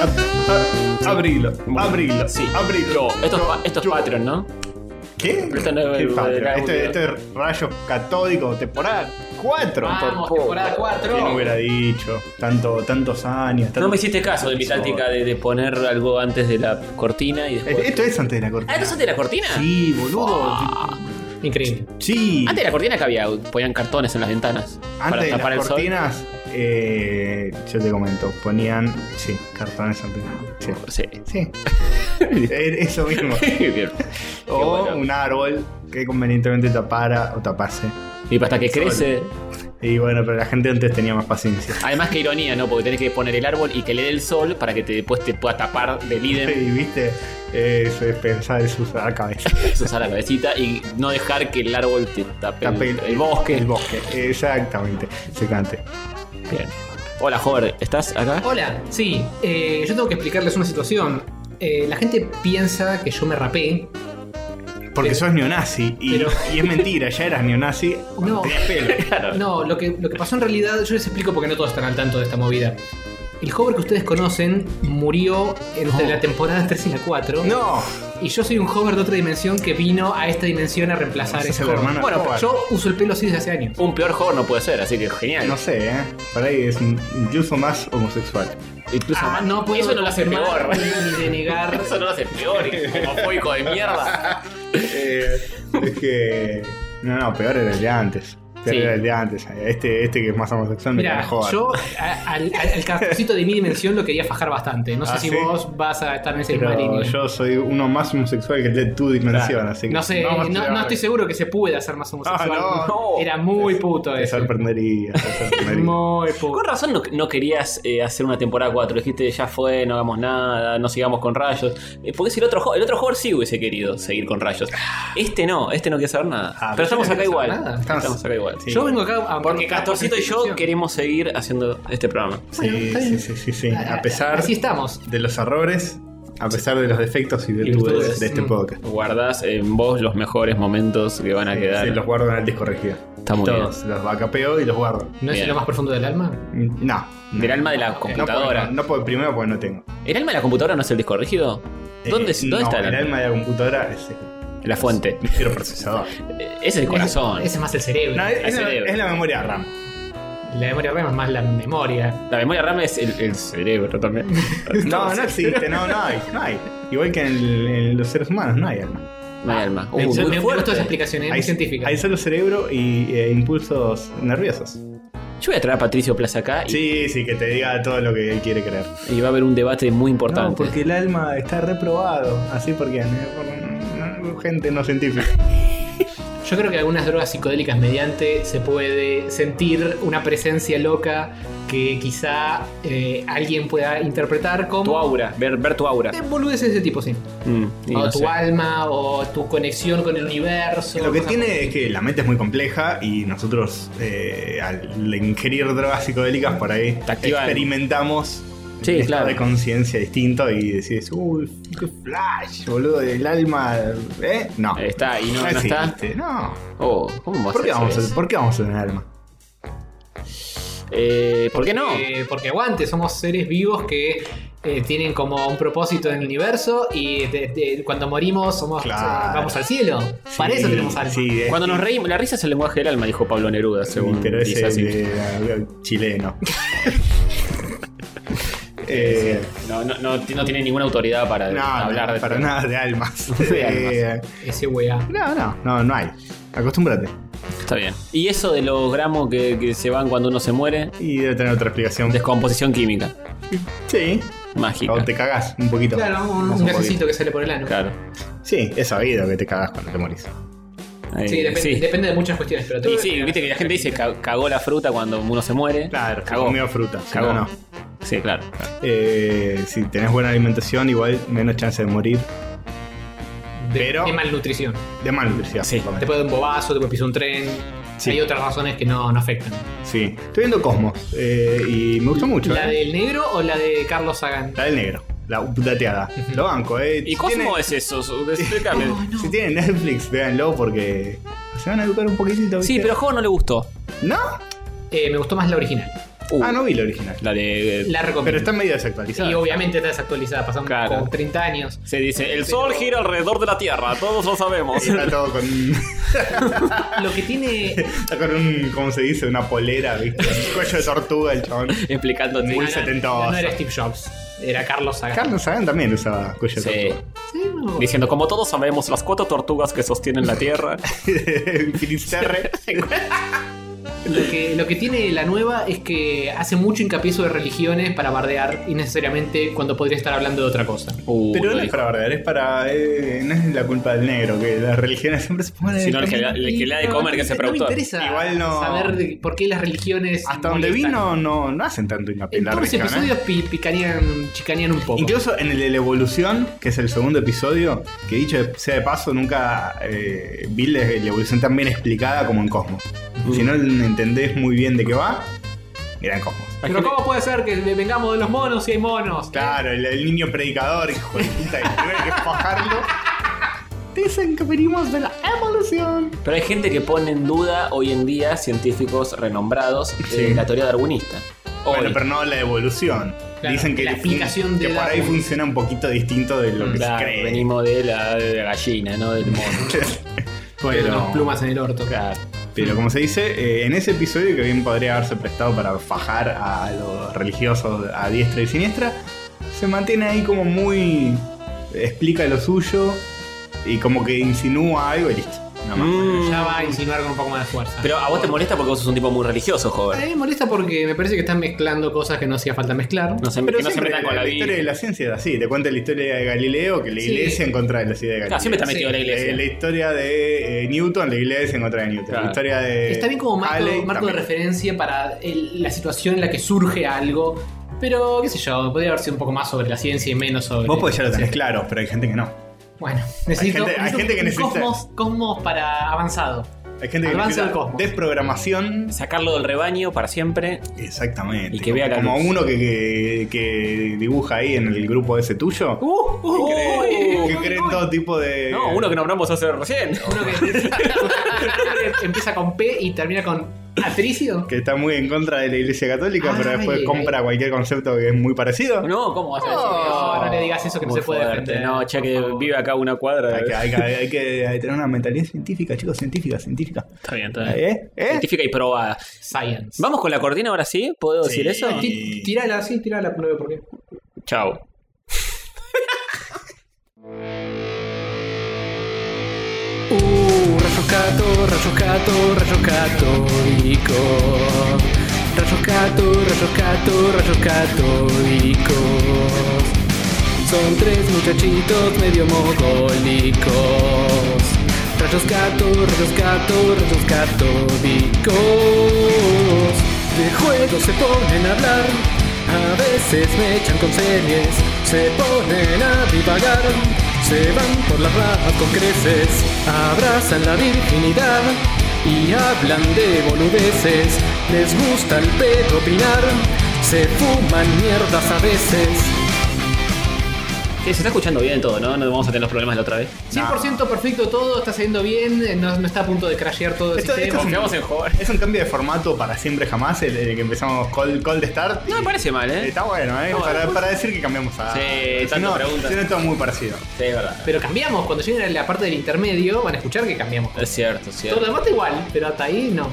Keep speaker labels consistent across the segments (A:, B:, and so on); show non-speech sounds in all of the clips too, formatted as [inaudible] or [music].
A: ab- abrilo, abrilo,
B: Sí.
A: abrilo.
B: Esto, es pa- esto es Patreon, ¿no?
A: ¿Qué?
B: Esto no es
A: ¿Qué
B: el-
A: patria?
B: el-
A: Este, este es rayo catódico, temporada 4.
C: Vamos, temporada 4.
A: ¿Quién hubiera dicho? Tanto, tantos años.
B: No
A: tanto-
B: me hiciste caso de mi táctica de, de poner algo antes de la cortina y
A: Es-
B: después.
A: Esto es antes de la
B: Ah,
A: cortina.
B: ¿esto es antes de la cortina?
A: Eh, Sí, boludo.
D: Increíble.
A: Sí.
B: Antes de la cortina que había, ponían cartones en las ventanas para
A: Antes de
B: tapar
A: las
B: el sol.
A: cortinas, eh, yo te comento, ponían, sí, cartones antes. Sí.
B: Sí. [laughs]
A: sí. Eh, Eso mismo.
B: Bien.
A: O
B: bueno.
A: un árbol que convenientemente tapara o tapase.
B: Y hasta que crece.
A: Y bueno, pero la gente antes tenía más paciencia.
B: Además, que ironía, ¿no? Porque tenés que poner el árbol y que le dé el sol para que te, después te pueda tapar del idem,
A: Y viste, eh, eso es pensar, es usar cabeza.
B: usar la cabecita y no dejar que el árbol te tape,
A: Tape
B: el, el bosque.
A: El bosque, exactamente. Se cante.
B: Bien. Hola, Hover, ¿estás acá?
D: Hola, sí, eh, yo tengo que explicarles una situación. Eh, la gente piensa que yo me rapé.
A: Porque
D: Pero-
A: sos neonazi. Y,
D: pero-
A: y es mentira, ya eras neonazi. cuando
D: No.
A: Tenías pelo.
D: No, lo que, lo que pasó en realidad, yo les explico porque no todos están al tanto de esta movida. El hover que ustedes conocen murió entre
B: No.
D: la temporada 3 y la 4.
A: No,
D: Y yo soy un hover de otra dimensión que vino a esta dimensión a reemplazar
A: Sos
D: ese
A: el
D: hover.
A: hermano
D: Bueno,
A: hover.
D: yo uso el pelo así desde hace años.
B: Un peor Hover no puede ser, así que genial.
A: no sé, ¿eh? Por ahí es incluso más homosexual.
B: Incluso
D: Ah,
B: más-
D: no puedo
B: Eso no lo hace [laughs]
D: confirmar
B: peor.
D: [laughs]
B: [laughs]
D: ni denegar.
B: Eso no lo hace peor, homofóbico de mierda.
A: Eh, es que. No, no, peor era el de antes. Peor
B: Sí.
A: era el de antes. Este, este que es más homosexual me
D: Mira,
A: cae joder.
D: yo a- al, al, al castorcito de mi dimensión lo quería fajar bastante. No sé
A: Ah,
D: si
A: ¿sí?
D: vos vas a estar en esa misma
A: Pero
D: línea.
A: yo soy uno más homosexual que el de tu dimensión,
D: Claro.
A: así que.
D: No sé,
A: vamos
D: no,
A: a
D: no
A: tirar.
D: estoy seguro que se pueda hacer más homosexual.
A: Ah,
B: no.
D: Era muy puto
A: Te
D: eso.
A: sorprendería. Te sorprendería.
D: [laughs] Muy puto.
B: Con razón no, no querías eh, hacer una temporada 4. Dijiste, ya fue, no hagamos nada, no sigamos con rayos. Eh, porque si el otro, Hover- el otro Hover sí hubiese querido seguir con rayos. Este no, este no quiere saber nada.
A: Ah,
B: pero
A: pero
B: estamos
A: yo no
B: acá
D: quiero
B: igual.
D: saber nada.
B: Estamos,
A: Estamos-
B: acá igual.
A: sí.
D: Yo vengo acá a
B: Porque Castorcito y yo
D: quería
B: queremos seguir haciendo este programa.
A: sí, sí, sí, sí, sí. A pesar
D: Así estamos.
A: de los errores, a pesar de los defectos y
D: virtudes.
A: virtudes de este
D: Mm.
A: podcast.
B: Guardás en vos los mejores momentos que van a quedar.
A: Sí, los guardo en el disco rígido.
B: Está muy
A: Todos los bacapeo y los guardo.
D: ¿No es
B: Bien.
D: lo más profundo del alma?
A: Mm, No.
B: bien. Del alma de la
D: No,
A: No, porque,
B: computadora.
A: Mm. no, no, porque primero porque no tengo.
B: ¿El alma de la computadora no es el disco rígido? ¿Dónde,
A: Eh,
B: dónde
A: no,
B: está
A: el
B: el alma?
A: alma de la computadora? Es el
B: La fuente. [laughs]
A: microprocesador.
B: Eh, Es el corazón.
D: Ese es más el cerebro.
A: No, es, es la,
B: cerebro.
A: es la memoria RAM.
D: La memoria RAM es más la memoria.
B: La memoria RAM es el, el cerebro
A: [laughs]
B: también.
A: No, no existe, no, no hay, no hay. Igual que en, el- en los seres humanos, no hay alma.
B: No hay alma. Uh,
D: Yo-
B: muy
D: me- me
B: fuerte.
D: gustan las explicaciones muy
A: hay,
D: científicas.
A: hay solo cerebro y eh, impulsos nerviosos.
B: Yo voy a traer a Patricio Plaza acá y,
A: Sí, sí, que te diga todo lo que él quiere creer.
B: y va a haber un debate muy importante.
A: No, porque el alma está reprobado. Así porque eh, por- gente no científica.
D: Yo creo que algunas drogas psicodélicas mediante se puede sentir una presencia loca que quizá eh, alguien pueda interpretar
B: Tu
D: como
B: aura, ver, ver tu aura.
D: Eh, boludeces de ese tipo, sí.
B: Mm,
A: Ah,
B: y
D: o
B: no
D: tu
B: sé.
D: alma, o tu conexión con el universo.
A: Lo que
D: cosas
A: tiene es que la mente es muy compleja y nosotros eh, al ingerir drogas psicodélicas por ahí
B: Te activan.
A: experimentamos
B: Sí,
A: un estado
B: claro.
A: de conciencia distinto y decís, uy, qué flash, boludo, el alma, ¿eh? No.
B: Ahí Está, y no, no está.
A: existe, No.
B: Oh, ¿cómo vas
A: ¿Por qué,
B: a hacer
A: vamos a,
B: eso?
A: ¿Por qué vamos a tener alma?
B: Eh, ¿Por qué no?
D: Eh, porque aguante, somos seres vivos que eh, tienen como un propósito en el universo y de- de- cuando morimos somos
A: Claro.
D: eh, vamos al cielo. Para eso
A: Sí,
D: tenemos alma.
A: Sí, eh. es-
B: Cuando nos reímos, la risa es el lenguaje del alma, dijo Pablo Neruda, según
A: pero es
B: dice
A: el
B: así.
A: de- eh,
B: [laughs]
A: chileno. [laughs] eh,
B: No, no, no, no tiene ninguna autoridad para
A: no,
B: hablar de
A: para nada de almas.
B: [laughs]
A: Eh,
B: De almas.
D: Ese weá.
A: no, no, no, no hay. Acostúmbrate.
B: Está bien. ¿Y eso de los gramos que, que se van cuando uno se muere?
A: Y debe tener otra explicación.
B: Descomposición química.
A: Sí.
B: Mágica.
A: O te cagás un poquito.
D: Claro, un,
A: Más
D: un
A: poquito.
D: gasecito que sale por el ano.
B: Claro.
A: Sí, es sabido que te cagás cuando te morís.
B: Eh,
D: Sí, depende, depende de muchas cuestiones, pero
B: Y sí, viste que la gente dice ca- cagó la fruta cuando uno se muere.
A: Claro,
B: cagó.
A: comió fruta. si
B: Cagó.
A: no, no.
B: Sí, claro. claro.
A: Eh, si tenés buena alimentación, igual menos chance de morir.
D: de,
A: pero-
D: de malnutrición.
A: De malnutrición.
B: Sí,
A: por lo
D: Te
A: menos.
D: puede dar un bobazo, te puede pisar un tren.
A: Sí.
D: Hay otras razones que no, no afectan.
A: Sí. Estoy viendo Cosmos eh, y me gustó mucho.
D: ¿La
A: eh.
D: del negro o la de Carlos Sagan?
A: La del negro. La dateada. Lo banco, eh.
B: ¿Y
A: Si
B: Cosmo
A: tiene-
B: es eso?
A: [laughs]
B: Su- Explícame.
A: Si tienen Netflix, véanlo porque se van a educar un poquitito.
B: Sí,
A: ¿viste?
B: pero a Juego no le gustó.
A: ¿No?
D: Eh, me gustó más la original.
B: Uh,
A: Ah, no vi la original.
B: La de.
D: La recomiendo.
A: Pero está medio desactualizada.
D: Y obviamente está desactualizada, pasaron
B: Claro.
D: como 30 años.
B: Se dice: el sol gira alrededor de la tierra, todos lo sabemos. [laughs]
A: Está todo con.
D: Lo que
A: [laughs]
D: tiene.
A: está con un. ¿Cómo se dice? Una polera, ¿viste? Un cuello de tortuga el chabón.
B: Explicándote.
A: Muy
D: Ah, no,
A: setentoso.
D: No era Steve Jobs, era Carlos Sagan.
A: Carlos Sagan también usaba cuello de
B: Sí.
D: Sí, no.
B: Diciendo, como todos sabemos, las cuatro tortugas que sostienen la
A: [laughs]
B: tierra. [laughs]
A: tortuga. Finisterre.
D: Lo que, lo que tiene la nueva es que hace mucho hincapié sobre religiones para bardear innecesariamente cuando podría estar hablando de otra cosa.
B: Uh,
A: Pero
B: lo
A: no es
B: dijo.
A: para bardear, es para. eh, no es la culpa del negro, que las religiones siempre se ponen.
B: Sino el que le- el que le da de comer, que
D: se
B: se productor.
D: No me interesa
A: Igual no-
D: saber de por qué las religiones.
A: Hasta donde
D: molestan.
A: vino, no, no hacen tanto hincapié
D: En
A: en la
D: todos los
A: religión. ¿eh?
D: episodios pi- picanean, chicanean un poco.
A: Incluso en el de la evolución, que es el segundo episodio, que dicho sea de paso, nunca eh, vi la, la evolución tan bien explicada como en Cosmos.
D: Mm.
A: Si no entendés muy bien de qué va, mirá en Cosmos.
D: Pero ¿cómo puede ser que vengamos de los monos si hay monos?
A: Claro, el, el niño predicador, hijo de puta, que primero hay que fajarlo. Dicen que venimos de la evolución.
B: Pero hay gente que pone en duda hoy en día científicos renombrados de
A: Sí.
B: la teoría darwinista. Hoy.
A: Bueno, pero no la evolución.
D: Claro,
A: Dicen que,
D: la
A: fun-
D: explicación de
A: que por ahí
D: Darwin.
A: funciona un poquito distinto de lo que
B: Claro,
A: se cree.
B: venimos de la, de la gallina, no del
A: [laughs]
B: mono.
D: Pero...
A: Pero-
D: Con plumas en el orto.
B: Claro.
A: Pero como se dice, eh, en ese episodio que bien podría haberse prestado para fajar a los religiosos a diestra y siniestra, se mantiene ahí como muy... explica lo suyo y como que insinúa algo y listo. Nada más.
B: Mm.
D: Ya va a insinuar con un poco más de fuerza.
B: Pero a vos te molesta porque vos sos un tipo muy religioso,
D: A
B: joven.
D: mí me molesta porque me parece que están mezclando cosas que no hacía falta mezclar.
B: No se,
A: Pero
B: que no se
A: siempre
B: metan
A: la,
B: con la,
A: la
B: vida.
A: historia de la ciencia es así, te cuenta la historia de Galileo, que la
D: Sí.
A: iglesia en contra de la ciudad de Galileo.
B: Claro, siempre está metido
D: Sí,
B: la iglesia.
A: Eh, la historia de eh, Newton, la iglesia en contra de Newton.
B: Claro.
A: La historia de...
D: Eh, Está bien como marco,
A: Halley,
D: marco de
A: también.
D: referencia para el- la situación en la que surge algo. Pero, qué sé yo, podría haber sido un poco más sobre la ciencia y menos sobre.
A: Vos podés ya lo
D: sí.
A: tenés claro, pero hay gente que no.
D: Bueno, necesito,
A: gente- hay
D: necesito
A: gente que
D: un
A: necesita-
D: Cosmos, cosmos para avanzado.
A: Hay gente que
D: Avanza
A: necesita
D: el cosmos.
A: desprogramación
B: Sacarlo del rebaño para siempre.
A: Exactamente.
B: Y que vea la
A: como
B: luz.
A: uno que, que- que dibuja ahí en el grupo ese tuyo.
B: ¡Uh! ¡Uh!
A: que
B: uy,
A: creen
B: uy.
A: todo tipo de.
B: No, uno que nombramos hace recién.
D: Uno que uno
A: [laughs]
D: que [laughs] empieza con P y termina con Atricio.
A: que está muy en contra de la iglesia católica, pero
D: Ay,
A: después
D: ay.
A: compra cualquier concepto que es muy parecido.
B: No, ¿cómo vas a decir eso?
D: No, no le digas eso que no
B: Muy
D: se puede
B: fuerte.
D: defender.
B: No, che, que
D: Por favor.
B: vive acá una cuadra.
A: Hay, que, hay que- hay que tener una mentalidad científica, chicos, científica, científica.
B: Está bien, está bien.
A: ¿Eh? ¿Eh?
B: Científica y probada.
D: Science.
B: ¿Vamos con la cortina ahora sí? ¿Puedo
A: Sí.
B: decir eso?
A: Sí.
D: Ti- Tirala, sí, tirala, no veo por qué.
B: Chao.
D: Uh, rayos gato, rayos gato, rayos católicos. Rayos gato, rayos gato, rayos católicos. Son tres muchachitos medio mogólicos. Rayos gato, rayos gato, rayos católicos. De juegos se ponen a hablar. A veces me echan con series. Se ponen a divagar. Se van por las ramas con creces, abrazan la virginidad y hablan de boludeces. Les gusta el pedo opinar, se fuman mierdas a veces.
B: Sí, se está escuchando bien todo, ¿no? No vamos a tener los problemas de la otra vez.
D: 100% perfecto todo, está saliendo bien, eh, no, no está a punto de crashear todo el
A: Esto-
D: sistema.
A: esto
B: Confiamos en jugar.
A: Es un cambio de formato para siempre jamás, el, el que empezamos cold, cold start.
B: No me parece mal, ¿eh?
A: Está bueno, ¿eh?
B: No,
A: para,
B: después-
A: para decir que cambiamos a.
B: Sí,
A: si
B: tantas
A: no,
B: preguntas.
A: si no, es todo muy parecido.
B: Sí, es verdad.
D: Pero cambiamos, cuando lleguen a la parte del intermedio van a escuchar que cambiamos.
B: Es cierto, es
D: Todo lo
B: cierto.
D: demás está igual, pero hasta ahí no.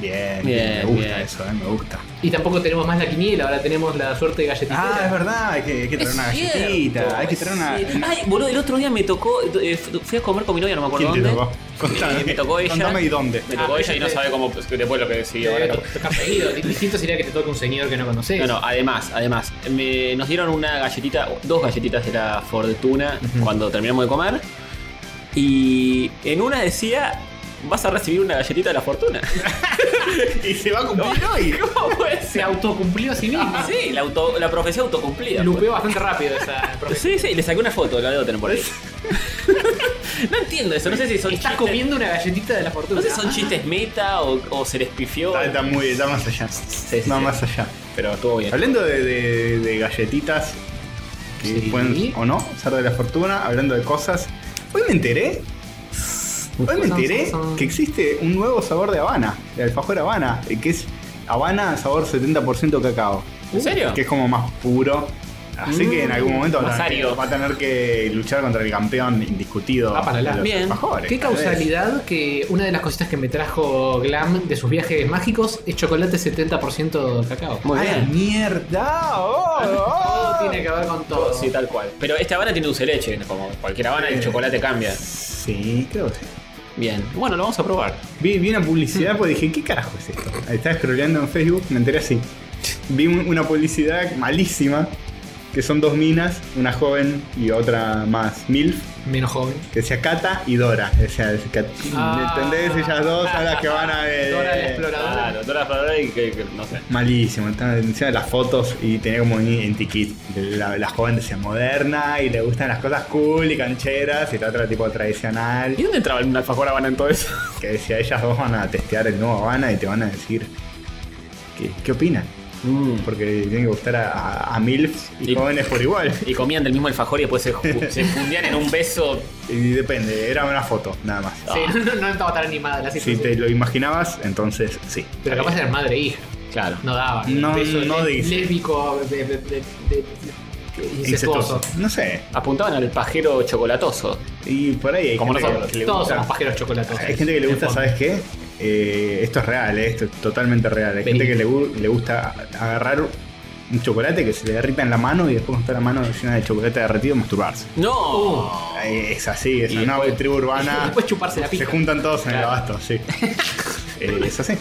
A: Bien,
B: Bien,
A: me gusta
B: bien.
A: eso, ¿eh? me gusta.
D: Y tampoco tenemos más la quiniela, ahora tenemos la suerte de galletita.
A: Ah, es verdad, hay que, hay que traer una galletita, hay que traer una.
B: Sí.
A: una-
B: Ay, boludo, el otro día me tocó. eh, fui a comer con mi novia, no me acuerdo
A: ¿Quién te
B: dónde.
A: tocó? Contame,
B: Eh, me tocó ella.
A: Contame y dónde.
B: Me tocó
D: Ah,
B: ella y no
D: ella te-
B: sabe cómo pues, después lo que decidió. ahora capaz.
D: Distinto sería que te toque un señor que no conoces.
B: No, no, además, además, me- nos dieron una galletita, dos galletitas de la fortuna cuando terminamos de comer. Y en una decía, vas a recibir una galletita de la fortuna.
A: [laughs]
B: [laughs]
A: Y se va a cumplir hoy.
B: ¿Cómo puede
D: Se
B: ser?
D: autocumplió a sí mismo.
B: pues, Sí, la, auto- la profecía autocumplida. pues.
D: Lupeó bastante rápido esa profesión.
B: Sí, sí, le saqué una foto, la debo tener por ahí. [laughs] no entiendo eso, no sé si son
D: Estás
B: chistes.
D: comiendo una galletita de la fortuna.
B: No sé si son chistes meta o, o se les pifió.
A: Está, está muy, está más allá.
B: sí,
A: no,
B: sí.
A: más allá.
B: Pero estuvo bien.
A: Hablando de, de- de galletitas que
D: Sí.
A: pueden o no ser de la fortuna, hablando de cosas, hoy me enteré. Hoy me enteré que existe un nuevo sabor de Habana, de alfajor Habana, eh, que es Habana sabor 70% cacao.
B: ¿En serio?
A: Que es como más puro. Así que en
D: Mm.
A: algún momento va a,
B: más
A: tener,
B: árido.
A: va a tener que luchar contra el campeón indiscutido.
D: Ah, para la-
A: de los
B: Bien.
A: alfajores,
D: Qué
A: tal vez.
D: causalidad que una de las cositas que me trajo Glam de sus viajes mágicos es chocolate 70% cacao.
B: Muy
A: ¡A la
B: bien.
A: mierda! ¡Oh!
D: Todo
A: ¡Oh!
D: tiene que ver con todo.
B: Sí, tal cual. Pero esta Habana tiene dulce de leche, como cualquier Habana, el
A: Eh.
B: chocolate cambia.
A: Sí, creo que sí.
B: Bien. Bueno, lo vamos a probar.
A: Vi, vi una publicidad porque dije, ¿qué carajo es esto? Estaba scrolleando en Facebook, me enteré así. Vi un- una publicidad malísima, que son dos minas, una joven y otra más MILF,
D: Menos joven.
A: que sea Cata y Dora. O sea, es Cat-
D: Ah.
A: ¿entendés? Ellas dos son las que van a eh, ver.
D: Dora la exploradora.
B: Claro, toda la flor y que, que- no sé.
A: Malísimo, estaba encima de las fotos y tenía como un etiquet. La, la joven decía moderna y le gustan las cosas cool y cancheras y la otra tipo tradicional.
B: ¿Y dónde entraba un alfajor Habana en todo eso?
A: Que decía, ellas dos van a testear el nuevo Habana y te van a decir qué, qué opinan.
B: Mm.
A: Porque le tienen que gustar a, a, a MILFs y,
B: Y-
A: jóvenes por
D: [laughs]
A: igual.
B: Y comían del mismo alfajor y después se, ju- se fundían en un beso.
A: Y depende, era una foto, nada más.
B: Ah.
D: Sí, no, no, no estaba tan animada la
A: Si
D: situación.
A: te lo imaginabas, entonces sí.
D: Pero capaz eran madre e hija.
B: Claro.
D: No daba.
A: No,
D: Beso
A: no
D: lé-
A: dice.
D: Lésbico, de- de- de- de- incestuoso.
A: No sé.
B: Apuntaban al pajero chocolatoso.
A: Y por ahí hay
B: Como
A: gente
B: nosotros.
A: que, que le
D: Todos
A: gusta.
D: somos pajeros chocolatosos.
A: Hay gente que le gusta, ¿sabes qué? Eh, esto es real, eh, esto es totalmente real. Hay
D: Vení.
A: gente que le, gu- le gusta agarrar un chocolate que se le derrita en la mano y después con toda la mano llena de chocolate derretido y masturbarse.
B: ¡No!
D: Uh.
A: Eh, Es así, es
B: Y
A: una
B: después-
A: tribu urbana.
D: después chuparse la
A: Se
D: pija.
A: juntan todos en el
B: Claro. [laughs]
A: abasto, sí. Eh, es así.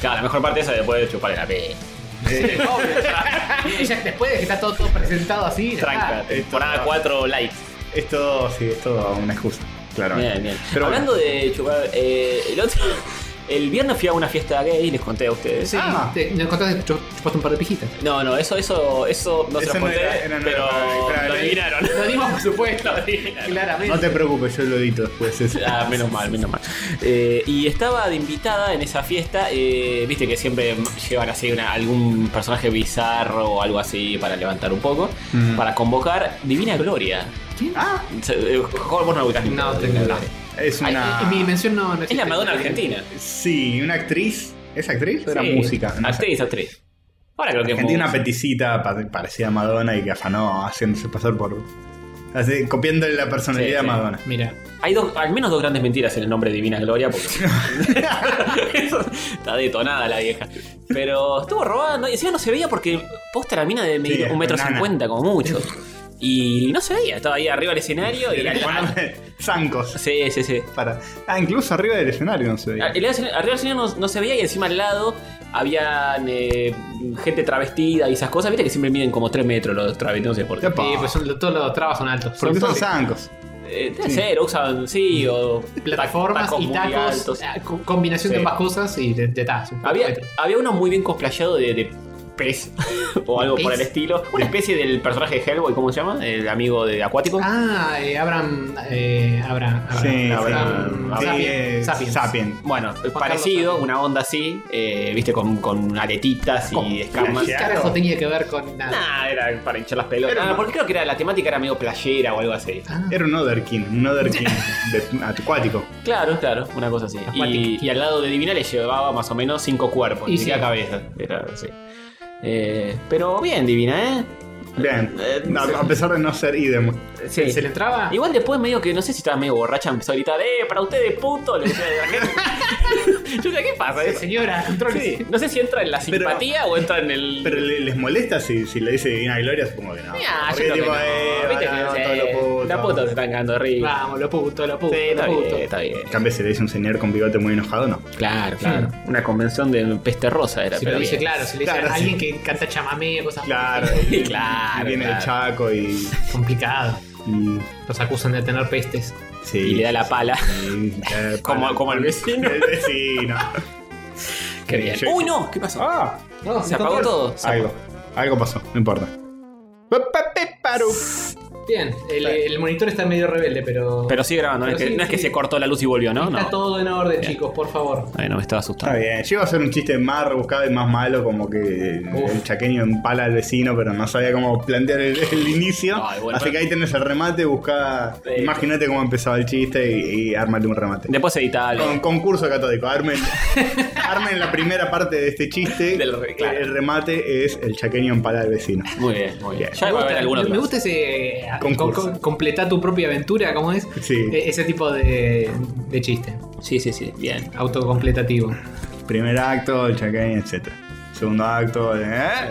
B: Claro, la mejor parte esa es después de chuparle la pija.
A: Eh,
D: Obvio, ya. [laughs] Ella después de que está todo, todo presentado así. ya
B: Tranca,
D: está.
B: temporada 4 likes.
A: es todo, sí, es todo una excusa. Claro.
B: Bien, bien.
A: Pero
B: Hablando
A: bueno,
B: de chupar. eh, el otro. [laughs] El viernes fui a una fiesta gay, les conté a ustedes.
D: Sí,
A: Ah.
D: te, nos contaste que chu- chupaste un par de pijitas.
B: No, no, eso, eso, eso no se
A: Eso
B: los
A: no
B: conté,
A: era- era- no
B: pero
A: era- era-
B: lo adivinaron. [laughs]
D: Lo dimos, por
A: [laughs]
D: supuesto.
B: Lo adivinaron.
D: Claramente.
A: no te preocupes, yo lo edito después. es-
B: Ah, menos mal, menos mal. Eh, y estaba de invitada en esa fiesta. eh, Viste que siempre llevan así una- algún personaje bizarro o algo así para levantar un poco.
A: Mm.
B: Para convocar Divina Gloria.
A: Ah,
B: Se- eh, Jorge, vos no ubicás ni
D: No,
B: todo,
D: tengo
B: Divina
D: idea.
B: Gloria.
A: es
D: Ay,
A: una.
D: en mi dimensión no, no
B: Es la Madonna Argentina.
A: Sí, una actriz. ¿Es actriz? o Era
B: Sí,
A: música. No sé.
B: Actriz, actriz. Ahora creo que es
A: Argentina, una
B: música.
A: peticita pa- parecida a Madonna y que afanó haciéndose pasar por. así, copiando la personalidad
B: Sí,
A: de
B: sí.
A: Madonna.
D: Mira,
B: Hay dos, al menos dos grandes mentiras en el nombre de Divina Gloria, porque
A: [laughs]
B: Eso- está detonada la vieja. Pero estuvo robando, y encima no se veía porque posta la mina de medir
A: Sí,
B: un metro
A: nana.
B: cincuenta como mucho. Y no se veía, estaba ahí arriba del escenario
A: [laughs]
B: y la-
A: Poneme
B: [laughs]
A: Zancos.
B: Sí, sí, sí.
A: Para... Ah, incluso arriba del escenario no se veía.
B: El- el- arriba del escenario no, no se veía y encima al lado habían eh, gente travestida y esas cosas. Viste que siempre miden como 3 metros los travestidos, no sé por qué.
A: Epa.
D: sí, pues son- todos los trabas son altos.
A: Porque son
D: todos-
A: zancos.
B: Eh, debe ser, usan sí o
D: plataformas
B: tacos
D: y
B: muy
D: tacos,
B: altos.
D: ah, co- combinación de
B: Sí.
D: ambas cosas y de, de tazos, un poco
B: Había,
D: de-
B: había uno muy bien cosplayado de, de pez [laughs] o algo por
D: ¿Pez?
B: el estilo. Una especie del personaje de Hellboy, ¿cómo se llama? El amigo de Acuático.
D: Ah, eh, Abraham, eh, Abraham, Abraham,
A: Sí,
D: Abraham,
A: sí.
D: Sapien-
A: Eh,
D: Sapiens.
A: Sapien.
B: Bueno,
D: Carlos
B: parecido,
D: Sánchez.
B: una onda así, eh, viste, con, con aretitas
D: Con
B: y escamas.
D: ¿Qué carajo tenía que ver con nada?
B: Nah, era para hinchar las pelotas.
A: Era-
B: Ah, porque creo que era, la temática era medio playera o algo así.
D: Ah,
A: Era un Otherkin, un
B: [laughs]
A: Otherkin de- acuático.
B: Claro, claro, una cosa así. Y,
D: Acuática.
B: y al lado de Divina le llevaba más o menos cinco cuerpos,
D: Y
B: y
D: sí.
B: la cabeza. Era así. Eh, pero bien, Divina, ¿eh?
A: Bien.
B: Eh,
A: A, a pesar de no ser idem.
B: sí.
D: ¿Se le entraba?
B: Igual después medio que no sé si estaba medio borracha, empezó a gritar, ¡eh, para ustedes, puto! Le decía a la gente. [laughs] Yo decía, ¿qué pasa?
D: Sí, Señora, controle.
B: Sí, No sé si entra en la
A: Pero-
B: simpatía o entra en el.
A: Pero le- les molesta si, si le dice Divina Gloria, supongo que no.
B: Ah, yo
A: Porque
B: creo que
A: tipo,
B: no.
A: eh,
B: Viste
A: ah,
B: que,
A: no,
B: sí,
A: todo lo puto.
B: La puta se están cagando de risa.
D: Vamos, lo puto, lo
B: Sí,
D: Ah, puto,
B: está
D: lo puto.
B: bien, está bien.
A: En cambio, si le dice un señor con bigote muy enojado, no.
B: Claro, claro. Una convención de peste rosa era,
D: Si
B: pero
D: lo dice,
B: bien.
D: claro, si le dice
A: Claro,
D: a
A: sí.
D: alguien que canta chamamé, cosas
A: Claro.
B: Sí,
A: y-
B: [laughs] claro,
A: y Viene el
B: claro.
A: chaco y.
D: [laughs] complicado.
A: y-
D: Los acusan de tener pestes.
A: sí,
B: Y le da la pala.
A: y- eh,
B: [laughs] Como-
A: para-
B: como el
A: [laughs]
B: vecino.
A: El
B: [laughs]
A: vecino.
B: Qué bien.
A: Sí.
B: ¡Uy, no! ¿Qué pasó?
A: Ah,
D: No,
B: se apagó todo. Se
A: algo. Algo pasó, no importa. Pa, pa, pe, paru.
D: Bien, el, el monitor está medio rebelde, pero.
B: Pero sigue grabando, no,
D: Pero
B: es, que,
D: sí,
B: no es que
D: sí.
B: se cortó la luz y volvió, ¿no?
D: está
B: No.
D: todo en orden, chicos, por favor.
B: Ay, no me estaba asustando.
A: Está bien, yo iba a hacer un chiste más rebuscado y más malo, como que
D: Uf.
A: el chaqueño empala al vecino, pero no sabía cómo plantear el, el inicio.
B: Ay, bueno,
A: Así que ahí tenés el remate, buscá,
B: Eh.
A: imagínate cómo empezaba el chiste y, y ármate un remate.
B: Después editalo.
A: Con concurso
B: [laughs]
A: catódico, armen, armen la primera parte de este chiste.
B: Del re- claro.
A: El remate es el chaqueño empala al vecino.
B: Muy bien, muy bien.
A: Bien.
B: Ya va a haber alguno
D: me
B: más.
D: gusta ese.
A: Concurso.
D: con- con- completar tu propia aventura, ¿cómo es?
A: Sí.
D: E- ese tipo de, de chiste,
B: Sí, sí, sí. Bien.
D: autocompletativo.
A: Primer acto, el chaqueño, etc. Segundo acto, ¿eh?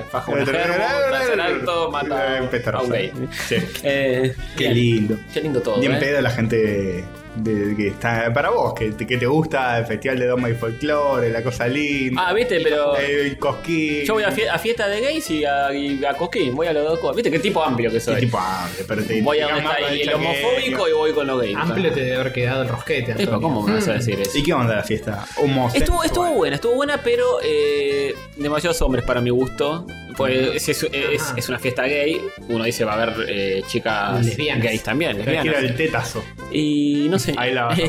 B: Faja un germo, tercer acto, mata-
A: Eh, Petra
B: Ah, ok.
A: Rosario. Sí.
B: Eh, bien.
A: Qué lindo.
B: Qué lindo todo.
A: Bien
B: eh.
A: pedo la gente de- que está para vos, que, te- que te gusta el festival de Doma y Folklore, la cosa linda,
B: Ah, viste, pero.
A: el cosquín.
B: Yo voy a, fie- a fiesta de gays y a, y a Coquín. Voy a los dos cosas. Viste qué tipo amplio que
A: Qué
B: soy.
A: tipo amplio, pero te
B: voy a
A: te
B: donde
A: llamas
B: está
A: el
B: el
A: chaqueño.
B: homofóbico y voy con los gays.
D: Amplio te debe haber quedado el rosquete.
B: Epa,
D: Antonio.
B: ¿Cómo me vas a [laughs]
D: Mm.
B: decir eso?
A: ¿Y qué onda la fiesta? Homosexual.
B: Estuvo, estuvo buena, estuvo buena, pero eh, demasiados hombres para mi gusto. Pues es, es- es- es una fiesta gay. Uno dice va a haber eh, chicas
D: Lesbianas.
B: gays también,
A: Pero quiero
B: lesbianas.
A: el tetazo.
B: Y no sé.
A: Ahí
B: [laughs]
A: la vas a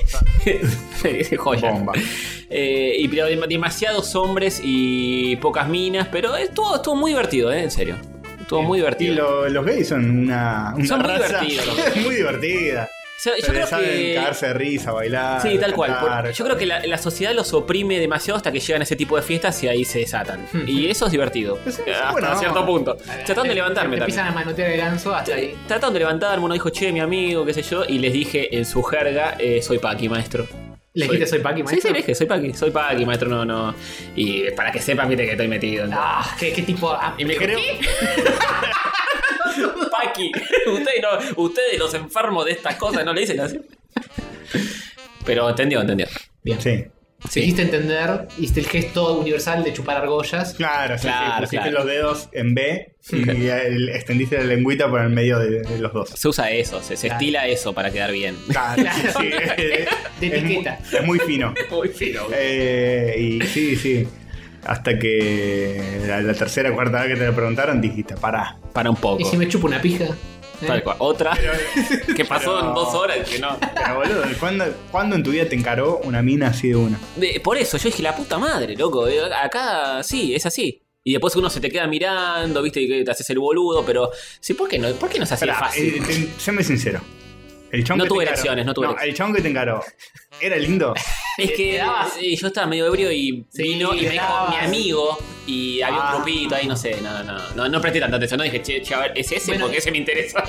B: Joya.
A: Bomba.
B: Eh, y pero dem- demasiados hombres y pocas minas, pero estuvo, estuvo muy divertido, eh, en serio. Estuvo muy
A: Y
B: divertido.
A: lo- los gays son una, una
B: Son muy
A: raza [laughs]
B: divertidos.
A: muy divertida.
B: O sea,
A: Se
B: yo
A: le
B: creo
A: saben
B: que.
A: cagarse de risa, bailar.
B: Sí, tal cual.
A: cantar.
B: Por- Yo creo que la, la sociedad los oprime demasiado hasta que llegan a ese tipo de fiestas y ahí se
D: [laughs]
B: desatan. Y eso es divertido.
A: Sí, sí,
B: hasta
A: bueno, vamos.
B: cierto punto. Tratando de levantarme
D: Te
B: también.
D: empiezan a manotear el ganso hasta ahí.
B: Tratando de levantarme, uno dijo, che, mi amigo, qué sé yo, y les dije en su jerga, eh, soy Paqui, maestro.
D: ¿Le dijiste soy Paqui,
B: Sí, sí,
D: maestro?
B: le dije, soy Paqui, soy Paqui, maestro, no, no. Y para que sepan, viste que estoy metido. ¿no?
D: Ah, qué, qué tipo. ah,
B: Y me
D: ¿qué?
B: creo- Paqui, [laughs] ustedes, no, ustedes los enfermos de estas cosas no le dicen así. Pero entendió, entendió.
D: Bien.
A: Sí.
D: Sí. Hiciste entender, hiciste el gesto universal de chupar argollas.
A: Claro, sí, sí,
B: Claro,
A: pusiste
B: claro.
A: los dedos en B y el- extendiste la lengüita por el medio de, de los dos.
B: Se usa eso, se, se
D: Claro.
B: estila eso para quedar bien.
A: Claro,
D: Claro.
A: sí, es-
D: De
A: es muy-
D: etiqueta.
A: Es muy
D: [laughs]
A: fino.
B: Muy fino.
A: Eh, y sí, sí. Hasta que la, la tercera cuarta vez que te lo preguntaron, dijiste, pará.
B: Para un poco.
D: ¿Y si me chupo una pija? ¿Eh?
B: Tal cual. Otra [laughs] que pasó
A: Pero-
B: en dos horas que no.
A: Pero boludo, ¿cuándo, cuándo en tu vida te encaró una mina así de una?
B: De- por eso, yo dije, la puta madre, loco. eh, Acá sí, es así. Y después uno se te queda mirando, viste, y que te haces el boludo, pero sí, ¿por qué no? ¿Por qué no es así de
A: Pará,
B: fácil?
A: eh, te- séme sincero. El chabón
B: No
A: que te
B: tuve
A: encaró-
B: elecciones, no tuve
A: El chabón que te encaró, ¿era lindo?
B: [laughs] es que sí, yo estaba medio ebrio y
D: Sí,
B: vino y me dijo
D: estabas.
B: mi amigo y había
A: Ah.
B: un grupito ahí, no sé, no, no, no, no presté tanta atención, no dije, che, che, a ver, es ese
D: Bueno.
B: porque ese me interesa.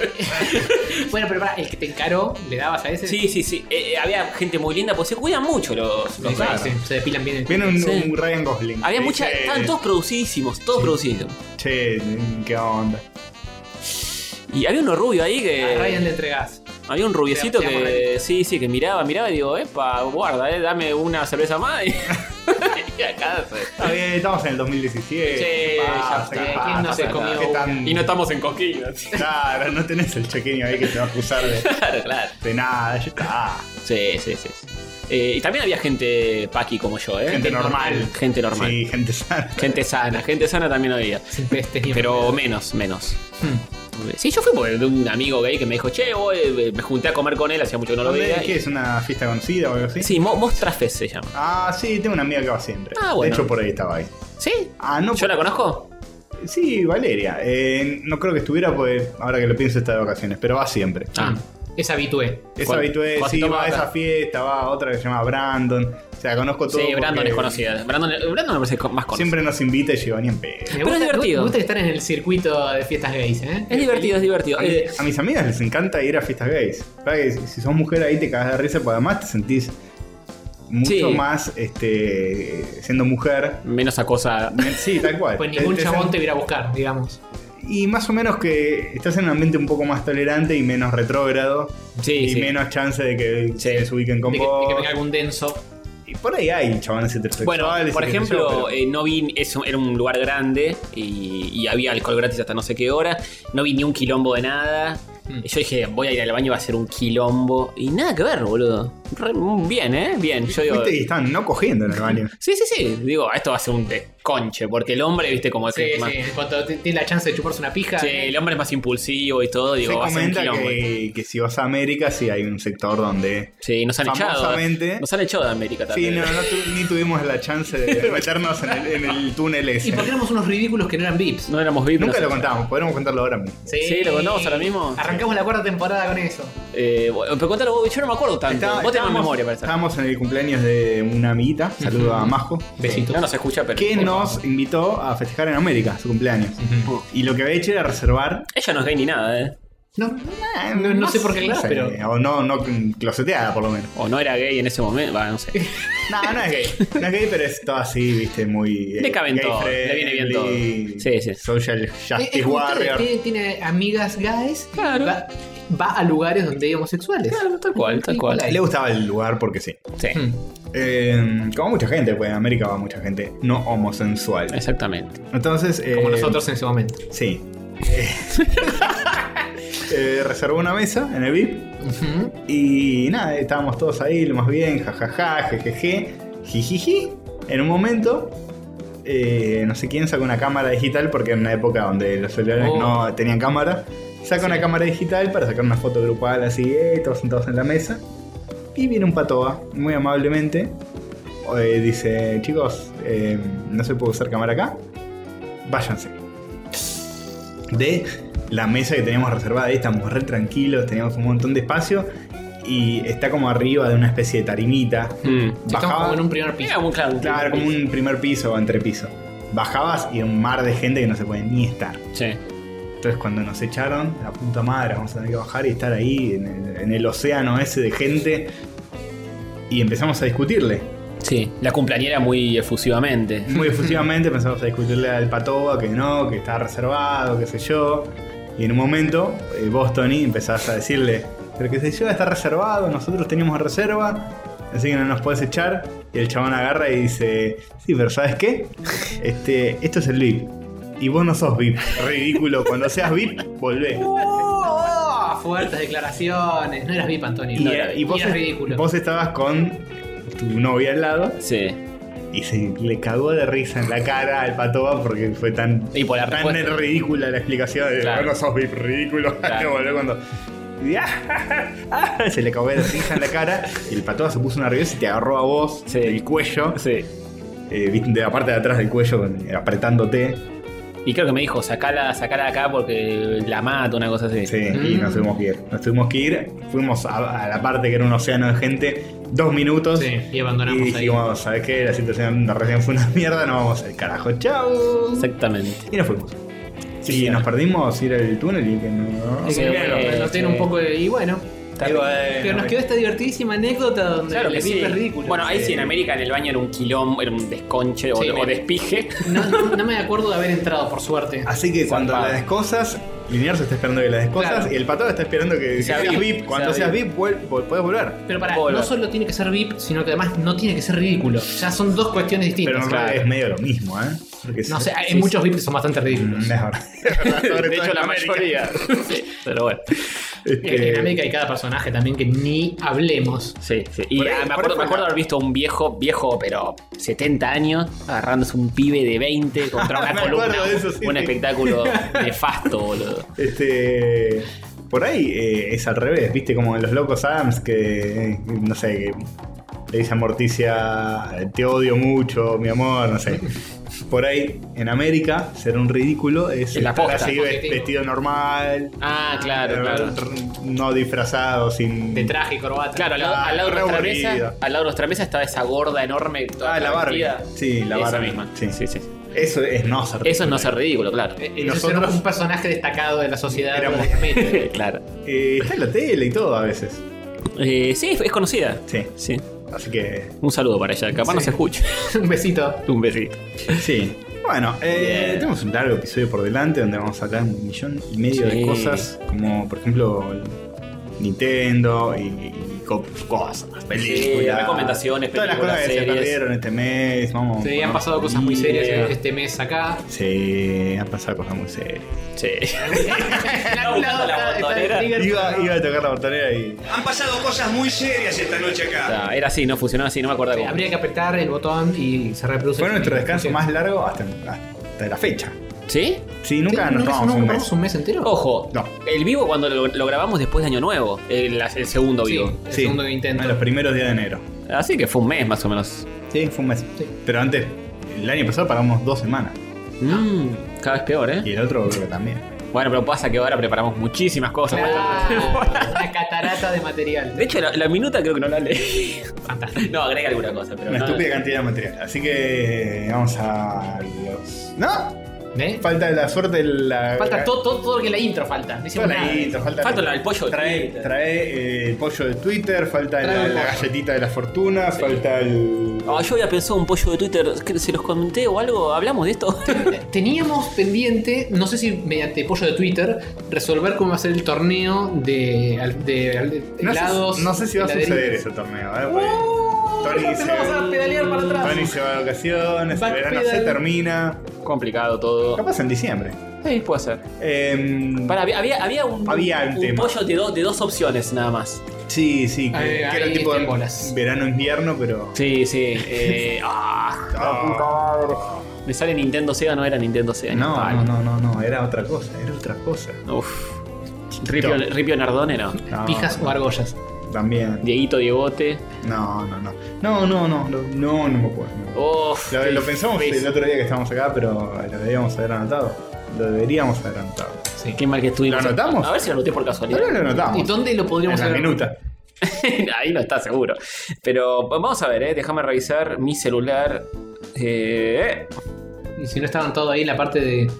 D: Bueno, pero pará, el que te encaró, ¿le dabas a
B: [laughs]
D: ese?
B: sí, sí, sí. Eh, eh, había gente muy linda, pues se cuidan mucho los, los
D: Sí,
B: gays.
D: sí, se depilan bien el
A: Viene un,
B: Sí.
A: un Ryan Gosling.
B: Había
A: Dice,
B: mucha. Estaban todos producidísimos, todos producidísimos.
A: Che, ¿qué onda?
B: Y había uno rubio ahí
D: A Ah, Ryan
B: que.
D: le entregás.
B: Había un rubiecito
D: Te- te amo,
B: que. Sí, sí, que miraba, miraba y digo, epa, guarda, eh, dame una cerveza más.
A: [laughs]
B: Y, y acá se-
A: Está bien, estamos en el 2017.
B: Sí,
A: ¿qué
B: ya
A: pasa?
B: está.
A: ¿Qué
D: ¿Quién
A: pasa?
D: no se comió
A: ¿Qué tan-
B: Y no estamos en coquinas.
A: Claro, no tenés el chequeño ahí que te va a acusar de,
B: Claro, claro.
A: de nada. Ya está.
B: Sí, sí, sí. Eh, y también había gente paqui como yo, ¿eh?
A: Gente normal.
B: Gente normal.
A: Sí, gente sana.
B: Gente sana, gente sana también había.
D: Sin pestes ni
B: Pero
D: enfermedades.
B: menos, menos.
D: Hmm.
B: Sí, yo fui por de un amigo gay que me dijo, che, voy, eh, me junté a comer con él, hacía mucho que no lo veía.
A: ¿Qué
B: y-
A: es? ¿Una fiesta conocida o algo así?
B: Sí, Mo- Mostra Fest se llama.
A: Ah, sí, tengo una amiga que va siempre.
B: Ah, bueno.
A: De hecho, por ahí estaba ahí.
B: ¿Sí?
A: Ah, no.
B: ¿Yo la conozco?
A: Sí, Valeria. Eh, no creo que estuviera, pues ahora que lo pienso está de vacaciones, pero va siempre.
B: Ah.
D: Es habitué.
A: Es
B: ¿Cuál?
A: habitué,
B: ¿Cuál se
A: sí,
B: toma
A: va a
B: acá?
A: esa fiesta, va a otra que se llama Brandon. O sea, conozco todo.
B: Sí, Brandon
A: porque
B: es conocida. Brandon, Brandon me parece co- más conocida.
A: Siempre nos invita y lleva ni en pedo.
D: Me
B: Pero es divertido.
D: Me gusta estar en el circuito de fiestas gays, ¿eh?
B: Es divertido, es divertido.
A: A mi-
B: Eh,
A: A mis amigas les encanta ir a fiestas gays. ¿Verdad que si- si sos mujer ahí te cagas de risa, porque además te sentís mucho
B: Sí.
A: más este, siendo mujer.
B: menos acosada.
A: Sí, tal
B: [laughs]
A: cual.
D: Pues ningún
A: Te- te
D: chabón
A: sen-
D: te irá a buscar, digamos.
A: Y más o menos que estás en un ambiente un poco más tolerante y menos retrógrado.
B: Sí,
A: y
B: sí.
A: menos chance de que
B: Sí.
A: se desubiquen con
D: De que, de
A: vos.
D: que venga algún denso.
A: Y por ahí hay chabones heterosexuales.
B: Bueno, por
A: y qué sé yo,
B: ejemplo,
A: pero-
B: eh, no vi, eso era un lugar grande y, y había alcohol gratis hasta no sé qué hora. No vi ni un quilombo de nada.
D: Mm.
A: Hmm.
B: Yo dije, voy a ir al baño, va a ser un quilombo. Y nada que ver, boludo. re- bien, ¿eh? Bien, yo digo.
A: Viste, y estaban no cogiendo en el baño.
B: Sí, sí, sí. Digo, esto va a ser un desconche, porque el hombre, viste, como
D: Sí,
B: que es
D: sí,
B: más-
D: Cuando t- tiene la chance de chuparse una pija.
B: Sí, el hombre es más impulsivo y todo, [laughs] digo,
A: Se
B: va a ser un
A: comenta
B: quilombo.
A: que, que si vas a América, sí hay un sector donde.
B: Sí, nos han echado.
A: Famosamente-
B: Nos han echado de América
A: Sí,
B: también.
A: no, no tu- ni tuvimos la chance de meternos en el, en el túnel
D: Y
A: ese.
D: porque éramos unos ridículos que no eran VIPs.
B: No éramos VIP.
A: Nunca
B: no
A: lo
B: sé.
A: contábamos, podríamos contarlo ahora mismo.
B: Sí, ¿lo contamos ahora mismo?
D: Arrancamos la cuarta temporada con eso.
B: Eh, bueno, pero contalo vos, yo no me acuerdo tanto.
A: Está-
B: vos tenés más
A: estábamos-
B: memoria para estar.
A: Estábamos en el cumpleaños de una amiguita, saludo a Majo,
D: Besitos.
B: No nos escucha, pero.
A: que nos invitó a festejar en América su cumpleaños.
D: Eh,
A: Y lo que había hecho era reservar.
B: Ella no es gay ni nada, ¿eh?
D: No, no, no sé por qué, claro, pero.
A: O no, no closeteada, por lo menos.
B: O no era gay en ese momento, va, no sé.
A: No, no es gay. No es gay, pero es todo así, viste, muy. eh,
B: Le caben
A: gay
B: todo, le viene bien todo.
A: friendly,
B: Sí, sí.
A: Social
D: Es-
A: Justice
D: es como ustedes,
A: Warrior.
D: tiene, eh, tiene amigas gays. y
B: Claro.
D: Va, va a lugares donde hay homosexuales.
B: Claro, tal cual, tal cual.
A: Le gustaba el lugar porque sí.
B: Sí,
D: Hmm.
A: Eh, como mucha gente, pues en América va mucha gente no homosensual.
B: exactamente.
A: Entonces.
D: Como
A: eh,
D: nosotros en ese momento.
A: Sí. Eh, [laughs] eh, reservó una mesa en el VIP.
D: Ujú.
A: Y nada, estábamos todos ahí, lo más bien, jajaja, jejeje, jijiji. En un momento, eh, no sé quién sacó una cámara digital, porque en una época donde los celulares
D: Oh.
A: no tenían cámara, saca una cámara digital para sacar una foto grupal así, eh, todos sentados en la mesa. Y viene un patoa, muy amablemente. eh, dice, chicos, eh, no se puede usar cámara acá. Váyanse. De la mesa que teníamos reservada ahí, estamos re tranquilos, teníamos un montón de espacio. Y está como arriba de una especie de tarimita.
B: Mm.
D: Estamos
A: Bajaba-
D: como en un primer
B: Era
D: piso.
B: muy claro.
A: Claro, como un primer piso o entrepiso. Bajabas y era un mar de gente que no se puede ni estar.
B: Sí.
A: Entonces cuando nos echaron, la puta madre, vamos a tener que bajar y estar ahí en el, en el océano ese de gente. Y empezamos a discutirle.
B: Sí, la cumpleañera muy efusivamente.
A: Muy efusivamente empezamos a discutirle al patoba que no, que está reservado, qué sé yo. Y en un momento, eh, vos, Tony, empezás a decirle, pero qué sé yo, está reservado, nosotros teníamos reserva, así que no nos podés echar. Y el chabón agarra y dice, sí, pero ¿sabes qué? Este, esto es el VIP. Y vos no sos VIP. Ridículo, cuando seas VIP, volvé.
D: [laughs] ¡Oh! Fuertes declaraciones. No eras VIP, Antonio.
A: Y,
D: No
A: eh,
D: era
A: y
D: VIP.
A: vos,
D: Eras ridículo.
A: vos estabas con tu novia al lado
B: Sí.
A: y se le cagó de risa en la cara al patoba porque fue tan,
B: Y por la
A: tan
B: respuesta.
A: ridícula la explicación de
B: Claro.
A: no sos VIP ridículo. [laughs]
B: Claro.
A: Te volvió cuando. y, ah, [laughs] ah, ah, se le cagó de risa en la cara y el patoba se puso nervioso y te agarró a vos
B: Sí.
A: del cuello,
B: Sí.
A: eh, viste, de la parte de atrás del cuello con- eh, apretándote.
B: Y creo que me dijo, sacala, sacala de acá porque la mato, una cosa así.
A: Sí,
D: Mm.
A: y nos tuvimos que ir. Nos tuvimos que ir, fuimos a, a la parte que era un océano de gente, dos minutos.
D: Sí, y abandonamos
A: Y
D: ahí.
A: dijimos, ¿sabes qué? La situación recién fue una mierda, nos vamos al carajo, chao.
B: Exactamente.
A: Y nos fuimos. Sí,
B: sí.
A: nos perdimos ir al túnel y que no.
D: Y
B: Sí,
D: que, bueno,
B: eh,
D: nos tiene
B: sí.
D: un poco de. Y bueno.
B: Está
A: Digo,
B: bien.
A: eh,
D: Pero nos
A: no,
D: quedó esta divertidísima anécdota donde
B: Claro
D: el
B: que
D: VIP
B: sí.
D: es ridículo.
B: Bueno, ahí sí,
A: Sí.
B: en América en el baño era un quilombo, era un desconche o-
D: Sí,
B: o,
D: me-
B: despije.
D: No, no- no me acuerdo de haber entrado, por suerte.
A: eh. Así que cuando
B: Zarpado.
A: las descosas, Liniers está esperando que las descosas
D: Claro.
A: y el pato está esperando que
B: sea
A: seas
B: VIP,
A: VIP. Cuando
B: sea
A: seas VIP, vuel- vol- podés volver.
D: Pero para,
B: Bola.
D: no solo tiene que ser VIP, sino que además no tiene que ser ridículo. Ya son dos cuestiones distintas.
A: Pero en
B: claro.
A: realidad es medio lo mismo, ¿eh? Porque
D: No
A: sí.
D: sé, hay
B: sí,
D: muchos VIPs que son bastante
A: Mm,
D: ridículos.
A: es verdad.
B: de
A: [laughs] Sobre
B: hecho,
A: todo en
B: la
A: América.
B: mayoría. Sí, pero bueno.
A: Este,
D: En América hay cada personaje también que ni hablemos.
B: Sí, sí. Y
A: Por ahí-
B: ah, me,
A: por
B: acuerdo,
A: ahí
B: me
A: fue
B: acuerdo
A: la-
B: haber visto a un viejo, viejo, pero 70 años, agarrándose un pibe de 20
A: [laughs]
B: contra una
A: Me
B: columna.
A: acuerdo de eso, sí,
B: un
A: sí. [laughs]
B: espectáculo nefasto, boludo.
A: Este. Por ahí eh, es al revés, ¿viste? Como en los locos Adams que. eh, No sé, que le dice a Morticia: eh, Te odio mucho, mi amor, no sé. Por ahí, en América, ser un ridículo es
B: Es la
A: estar
B: posta.
A: así ve-
D: Porque-
A: vestido normal,
B: Ah, claro,
A: eh,
B: claro.
A: r- no disfrazado, sin.
D: De traje y corbata.
B: Claro, al lado, al lado de
A: Ah, Re
B: nuestra
A: aburrido.
B: mesa, al lado de nuestra mesa estaba esa gorda enorme. toda
A: Ah, la Barbie.
B: travestida.
A: Sí, la
B: Esa
A: Barbie.
B: misma.
A: Sí.
B: Sí, sí.
A: Eso es no
B: Eso
A: ser
B: es
A: ridículo.
B: no ser ridículo, claro.
D: Y
A: nosotros-
D: nosotros un personaje destacado de la sociedad. [laughs]
A: Éramos-
D: de América.
B: [laughs] claro.
A: Eh, está en la tele y todo a veces.
B: Eh, sí, es conocida.
A: Sí.
B: Sí.
A: Así que.
B: Un saludo para ella. Capaz no se escucha.
D: un besito.
B: Un besito.
A: Sí. Bueno, eh,
B: Bien.
A: tenemos un largo episodio por delante donde vamos a sacar un millón y medio
B: Sí.
A: de cosas, como por ejemplo Nintendo y, y co- cosas,
B: Sí,
A: películas.
B: recomendaciones,
A: Todas las
B: películas,
A: cosas que se
B: series.
A: perdieron este mes. Vamos,
D: Sí, han
A: vamos.
D: pasado cosas muy serias
B: Yeah.
D: este
B: [laughs]
D: mes acá.
A: Sí, han pasado cosas muy serias.
B: Sí.
D: Está
B: buscando la
D: está- está el
B: botonera.
D: trigger,
A: Iba,
D: pero no. Ah,
A: iba a tocar la botonera y.
E: Han pasado cosas muy serias esta noche acá.
B: Ah, Era así, no funcionaba así, no me acuerdo
D: Sí,
B: cómo.
D: Habría que apretar el botón y se reproduce.
A: Fue
D: el-
A: nuestro descanso
D: Sí.
A: más largo hasta, hasta la fecha.
B: ¿Sí?
A: Sí, nunca
D: Sí,
A: nos tomamos
D: no,
A: un
D: tomamos
A: mes.
D: un mes entero?
B: Ojo,
A: No.
B: el vivo cuando lo, lo grabamos después de Año Nuevo, el, el segundo
D: Sí,
B: vivo.
D: el
A: Sí,
D: segundo intento.
A: en los primeros días de enero.
B: Así que fue un mes más o menos.
A: Sí, fue un mes.
D: Sí.
A: Pero antes, el año pasado pagamos dos semanas.
B: Mm, cada vez peor, ¿eh?
A: Y el otro creo que también.
B: Bueno, pero pasa que ahora preparamos muchísimas cosas.
A: [laughs]
D: Claro, una catarata de material.
B: De hecho, la, la minuta creo que no la leí. [laughs] No, agrega alguna cosa, pero
A: Una
B: no-
A: estúpida cantidad de material. Así que vamos a los. ¡No!
D: ¿Eh?
A: Falta la suerte de la.
D: Falta todo, todo, todo lo que la intro falta. No hicimos
A: Falta la
D: nada.
A: intro, falta,
B: Falta la- el pollo de
A: trae,
B: Twitter.
A: trae, eh, el pollo de Twitter, falta
D: Trae
A: la,
D: el
A: la
D: pollo. Oh,
A: galletita de la fortuna, falta el.
B: Ah, yo había pensado un pollo de Twitter, que ¿se los comenté o algo? ¿Hablamos de esto? [laughs]
D: Teníamos pendiente, no sé si mediante pollo de Twitter, resolver cómo va a ser el torneo de, al- de, al- de
A: No sé,
D: helados.
A: si- no sé si va a
D: heladeritos.
A: suceder ese torneo, ¿eh? Porque
D: ¡Oh!
A: Tony
D: Ya empezamos
A: se-
D: a pedalear para atrás.
A: Tony se va de vacaciones, el verano se
D: Backpedal.
A: termina.
B: Complicado todo.
A: Capaz en diciembre.
B: Sí, puede ser.
A: Em,
B: Para, había, había- había un,
A: Había un
B: un
A: tema.
B: pollo de, do- de dos opciones nada más.
A: Sí, sí, que,
D: Ahí-
A: que era
D: ahí
A: tipo
D: está en bolas.
A: verano-invierno, pero.
B: Sí, sí. eh, [laughs] ah,
A: Ah,
B: me sale Nintendo Sega, no era Nintendo Sega. ni
A: no,
B: palo.
A: no, no, no, no, era otra cosa, era otra cosa.
B: Uf. Ripio, Ripio Nardone, no.
A: No,
D: Pijas o argollas.
A: También.
B: Dieguito Diegote.
A: No, no, no. No, no, no, no, no, no me acuerdo. no me
B: Oh,
A: acuerdo.
B: Uf.
A: Lo,
B: qué
A: lo pensamos
B: difícil.
A: el otro día que estábamos acá, pero lo debíamos haber anotado. Lo deberíamos haber anotado.
B: Qué mal que estuvimos.
A: ¿Lo anotamos?
B: A ver si lo anoté por
A: No
B: casualidad.
A: no, lo
D: ¿Y
A: anotamos.
D: dónde lo podríamos
A: En la
D: haber-
A: minuta.
B: [laughs] Ahí no está seguro. Pero vamos a ver, ¿eh? déjame revisar mi celular. Eh,
D: Y si no estaban todos ahí en la parte de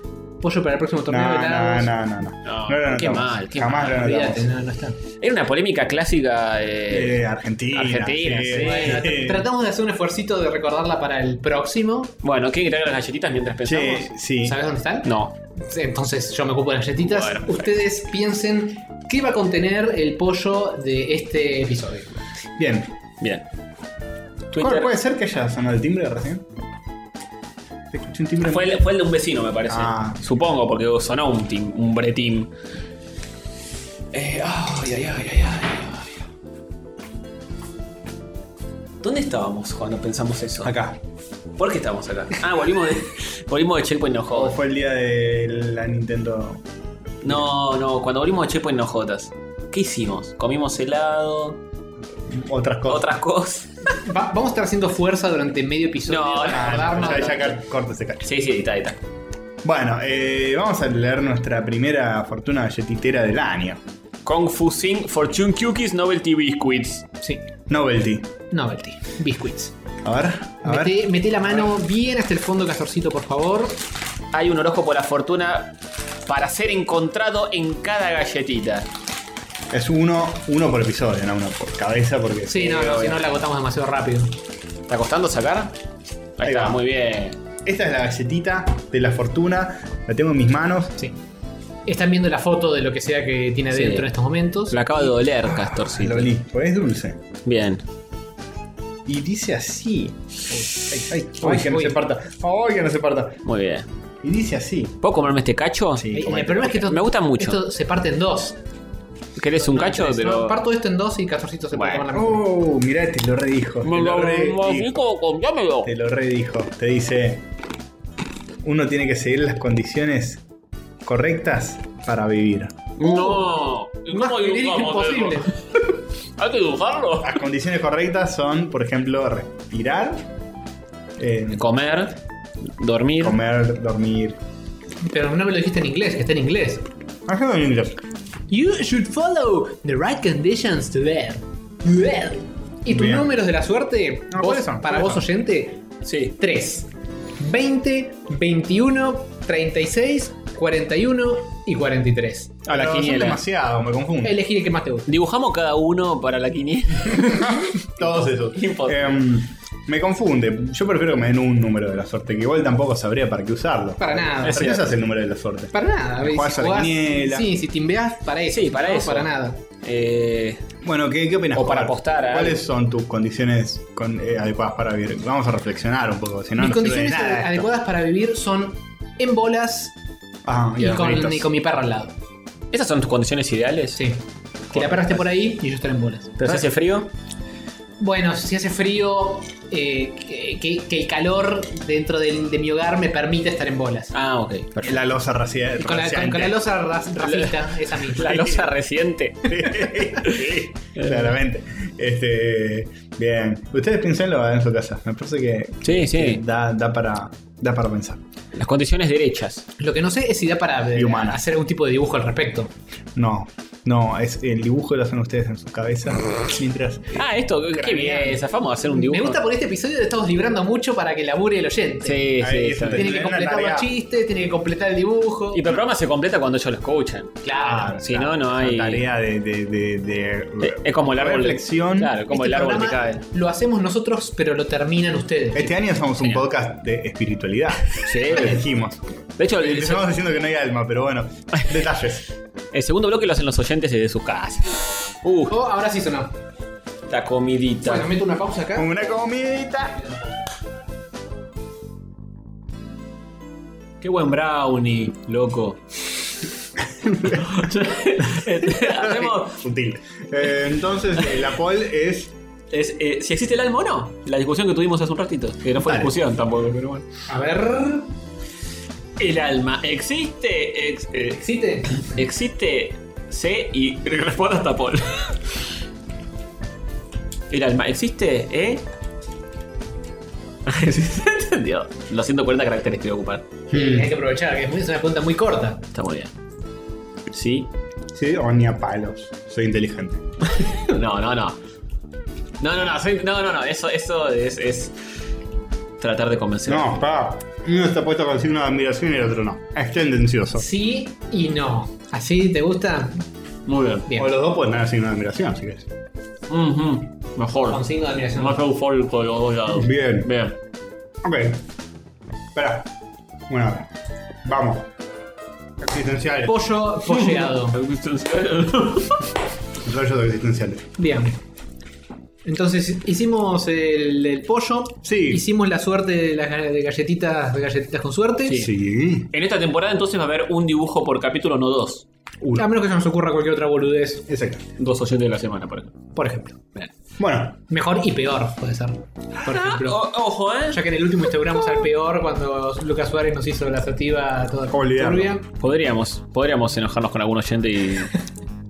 D: pollo para el próximo
A: No,
D: torneo de
A: no,
D: helados.
A: no, no, no.
B: No,
A: No lo
B: qué
A: anotamos.
B: mal, qué
A: Jamás
B: mal,
A: lo
D: Olvídate,
A: anotamos.
D: no, no están.
B: era una polémica clásica. eh,
A: Eh, Argentina.
B: Argentina, sí.
A: [laughs]
D: Bueno, tr- tratamos de hacer un esfuercito de recordarla para el próximo.
B: Bueno, ¿quieren que traiga las galletitas mientras pensamos?
A: Che, sí.
D: ¿Sabes dónde están?
B: No.
D: Entonces yo me ocupo de las galletitas.
B: Bueno, perfecto.
D: Ustedes piensen qué va a contener el pollo de este episodio.
A: Bien.
B: Bien.
A: ¿Cómo
B: Twitter.
A: puede ser que haya sonado el timbre recién? Te escuché un timbre.
B: Fue el, fue el de un vecino, me parece.
A: Ah.
B: Supongo, porque sonó un, tim, un bretín. Eh, ay, ay, ay, ay, ay, ay. ¿Dónde estábamos cuando pensamos eso?
A: acá.
B: ¿Por qué estábamos acá? Ah, volvimos
A: [laughs]
B: de, volvimos de Checkpoint No
A: O
B: Jodas.
A: fue el día de la Nintendo. Oh,
B: No, no, cuando volvimos de Checkpoint No Jodas. ¿Qué hicimos? Comimos helado,
A: Otras cosas.
B: otras cosas.
D: Va- vamos a estar haciendo fuerza durante medio episodio
B: No,
D: para
B: no,
A: Ah,
D: acordarnos.
A: ya, ya acá corta ese cacho.
B: Sí, sí, ahí está, ahí está.
A: Bueno, eh, vamos a leer nuestra primera fortuna galletitera del año.
B: Confusing Fortune Cookies Novelty Biscuits.
D: Sí.
A: Novelty.
D: Novelty. Biscuits.
A: A ver, a ver.
D: Mete, mete la mano bien hasta el fondo, Castorcito, por favor.
B: Hay un orojo por la fortuna para ser encontrado en cada galletita.
A: Es uno, uno por episodio, no uno por cabeza, porque.
D: Sí, no, no, si no la agotamos demasiado rápido.
B: ¿Está costando sacar? Ahí,
A: Ahí
B: está,
A: va.
B: muy bien.
A: Esta es la galletita de la fortuna. La tengo en mis manos.
D: Sí. Están viendo la foto de lo que sea que tiene
B: Sí.
D: adentro en estos momentos. Eh,
B: La acaba de oler, Castorcito.
A: Lo olí, porque es dulce.
B: Bien.
A: Y dice así. Ay, ay, ay,
D: Uy,
A: que no
D: uy.
A: se parta. Ay, que no se parta.
B: Muy bien.
A: Y dice así.
B: ¿Puedo comerme este cacho?
A: Sí.
D: Eh,
A: comete,
D: el problema es que esto,
B: Me gusta mucho.
D: esto se parte en dos.
B: ¿Querés un cacho?
D: Entonces,
B: Pero...
D: no, Parto esto en dos y Castorcito se puede
B: Bueno.
D: tomar la mitad.
A: Oh, mirá, te lo redijo. Te
B: Me
A: lo
B: lo- me
A: redijo.
B: fijo, contámelo.
A: Te lo redijo. Te dice. Uno tiene que seguir las condiciones correctas para vivir.
B: No. ¿Y
D: Más
B: cómo
D: genérico
B: dibujamos
D: imposible.
B: eso? ¿Hay que dibujarlo?
A: Las condiciones correctas son, por ejemplo, respirar, eh,
B: Comer, dormir.
A: comer, dormir.
D: Pero no me lo dijiste en inglés, que está en inglés.
A: Hacelo en inglés.
D: You should follow the right conditions to there. There. Y tus
A: Bien.
D: números de la suerte,
A: No,
D: vos-
A: ¿cuáles son?
D: para
A: ¿cuáles
D: vos
A: son?
D: oyente,
B: Sí.
D: 3. 20, 21, 36, 41 y 43.
B: A la
A: Pero son
B: quiniela.
A: demasiado, me confundo.
D: Elegir el que más te guste.
B: Dibujamos cada uno para la quiniela.
A: Todos esos.
B: Imposible.
A: Em, Me confunde. Yo prefiero que me den un número de la suerte, que igual tampoco sabría para qué usarlo.
D: Para nada.
A: ¿Para qué usas el número de la suerte?
D: Para nada. ¿ves?
A: Jugás a la quiniela.
D: sí, si timbeás para eso.
B: Sí, para
D: no,
B: eso.
D: Para nada.
B: Eh,
A: Bueno, ¿qué, qué opinas?
B: O para apostar a
A: ¿Cuáles
B: algo.
A: son tus condiciones con- eh, adecuadas para vivir? Vamos a reflexionar un poco, si no,
D: Mis
A: no sirve de
D: condiciones
A: nada esto.
D: adecuadas para vivir son en bolas
A: Ah, y
D: y,
A: los
D: con,
A: gritos.
D: y con mi perra al lado.
B: ¿Esas son tus condiciones ideales?
D: Sí. Que la perra esté por ahí y yo estar en bolas.
B: ¿Pero si hace frío?
D: Bueno, si hace frío, eh, que, que- que el calor dentro del- de mi hogar me permite estar en bolas.
B: Ah, ok, perfecto.
A: La losa racial.
D: Y con, la, con- con la losa ras-
B: [laughs]
D: racista, esa misma.
B: La losa reciente.
A: [laughs] sí, claramente. Este, bien. Ustedes piénsenlo en su casa. Me parece que
B: Sí,
A: que
B: sí.
A: da, da para, da para pensar.
B: Las condiciones derechas.
D: Lo que no sé es si da para eh,
A: Y humana.
D: hacer algún tipo de dibujo al respecto.
A: No, no, es el dibujo lo hacen ustedes en su cabeza. mientras.
B: Ah, esto, qué bien. Zafamos a hacer un dibujo.
D: Me gusta por este episodio le estamos librando mucho para que labure el oyente.
B: Sí, sí,
A: Ahí,
B: está
A: eso
B: bien.
D: Tiene que
A: Una
D: completar
A: tarea.
D: los chistes, tiene que completar el dibujo.
B: Y pero el programa se completa cuando ellos lo escuchan.
D: Claro.
B: Si no, no hay-
A: La tarea de. de, de, de-
B: Eh, Es como el árbol.
A: Reflexión.
B: Claro, como el
D: Este
B: árbol que
D: programa
B: cae.
D: Lo hacemos nosotros, pero lo terminan ustedes.
A: Este año somos un podcast de espiritualidad.
B: Sí.
A: Lo dijimos.
B: De hecho, el,
A: Empezamos diciendo que no hay alma, pero [laughs] bueno, detalles.
B: el segundo bloque lo hacen los oyentes desde sus casas. Uh,
D: Oh, ahora sí sonó.
B: la comidita.
D: Bueno, meto una pausa acá.
A: Una comidita.
B: Qué buen brownie, loco. Hacemos-
A: Sutil. Eh, entonces, eh, la poll es.
B: es, eh, si existe el alma o no. La discusión que tuvimos hace un ratito. Que no fue
A: Dale.
B: discusión tampoco, pero bueno.
D: A ver.
B: El alma existe. Ex- eh,
D: ¿Existe?
B: existe. C y [laughs] responda hasta Paul. El alma existe, [laughs] ¿eh? ¿Se entendió? Los 140 caracteres que voy a ocupar.
D: Sí, Eh, Hay que aprovechar, que es muy- es una pregunta muy corta.
B: Está muy bien. ¿Sí?
A: Sí, o ni a palos. Soy inteligente.
B: No, no, no. No, no, no. soy- no, no, no. Eso, eso es, es tratar de convencer.
A: No, pa. Uno está puesto con signo de admiración y el otro no. Es tendencioso.
D: Sí y no. ¿Así te gusta?
B: Muy bien.
D: Bien.
A: O los dos pueden tener signo de admiración, si querés.
B: Ujú,
D: Con
B: Mejor.
D: signo de admiración.
B: Más eufórico de los dos lados.
A: Bien.
B: Bien.
A: Ok. Espera. Bueno, vamos. Existenciales.
D: Pollo polleado.
A: Rollos existenciales.
D: Bien. Entonces hicimos el, el pollo.
A: Sí.
D: Hicimos la suerte de las ga- de galletitas, de galletitas con suerte.
A: Sí.
B: [laughs] En esta temporada entonces va a haber un dibujo por capítulo, no dos.
D: A
A: Uno.
D: menos que se nos ocurra cualquier otra boludez,
A: Exacto.
B: Dos oyentes de la semana, por ejemplo.
D: por ejemplo.
B: Bien.
A: Bueno,
D: Mejor y peor puede ser. Por ejemplo.
B: O- ojo, ¿eh?
D: Ya que en el último instauramos al peor cuando Lucas Suárez nos hizo la sativa toda
A: Olvidarlo.
D: turbia.
B: Podríamos, podríamos enojarnos con algún oyente
D: [laughs]
B: y.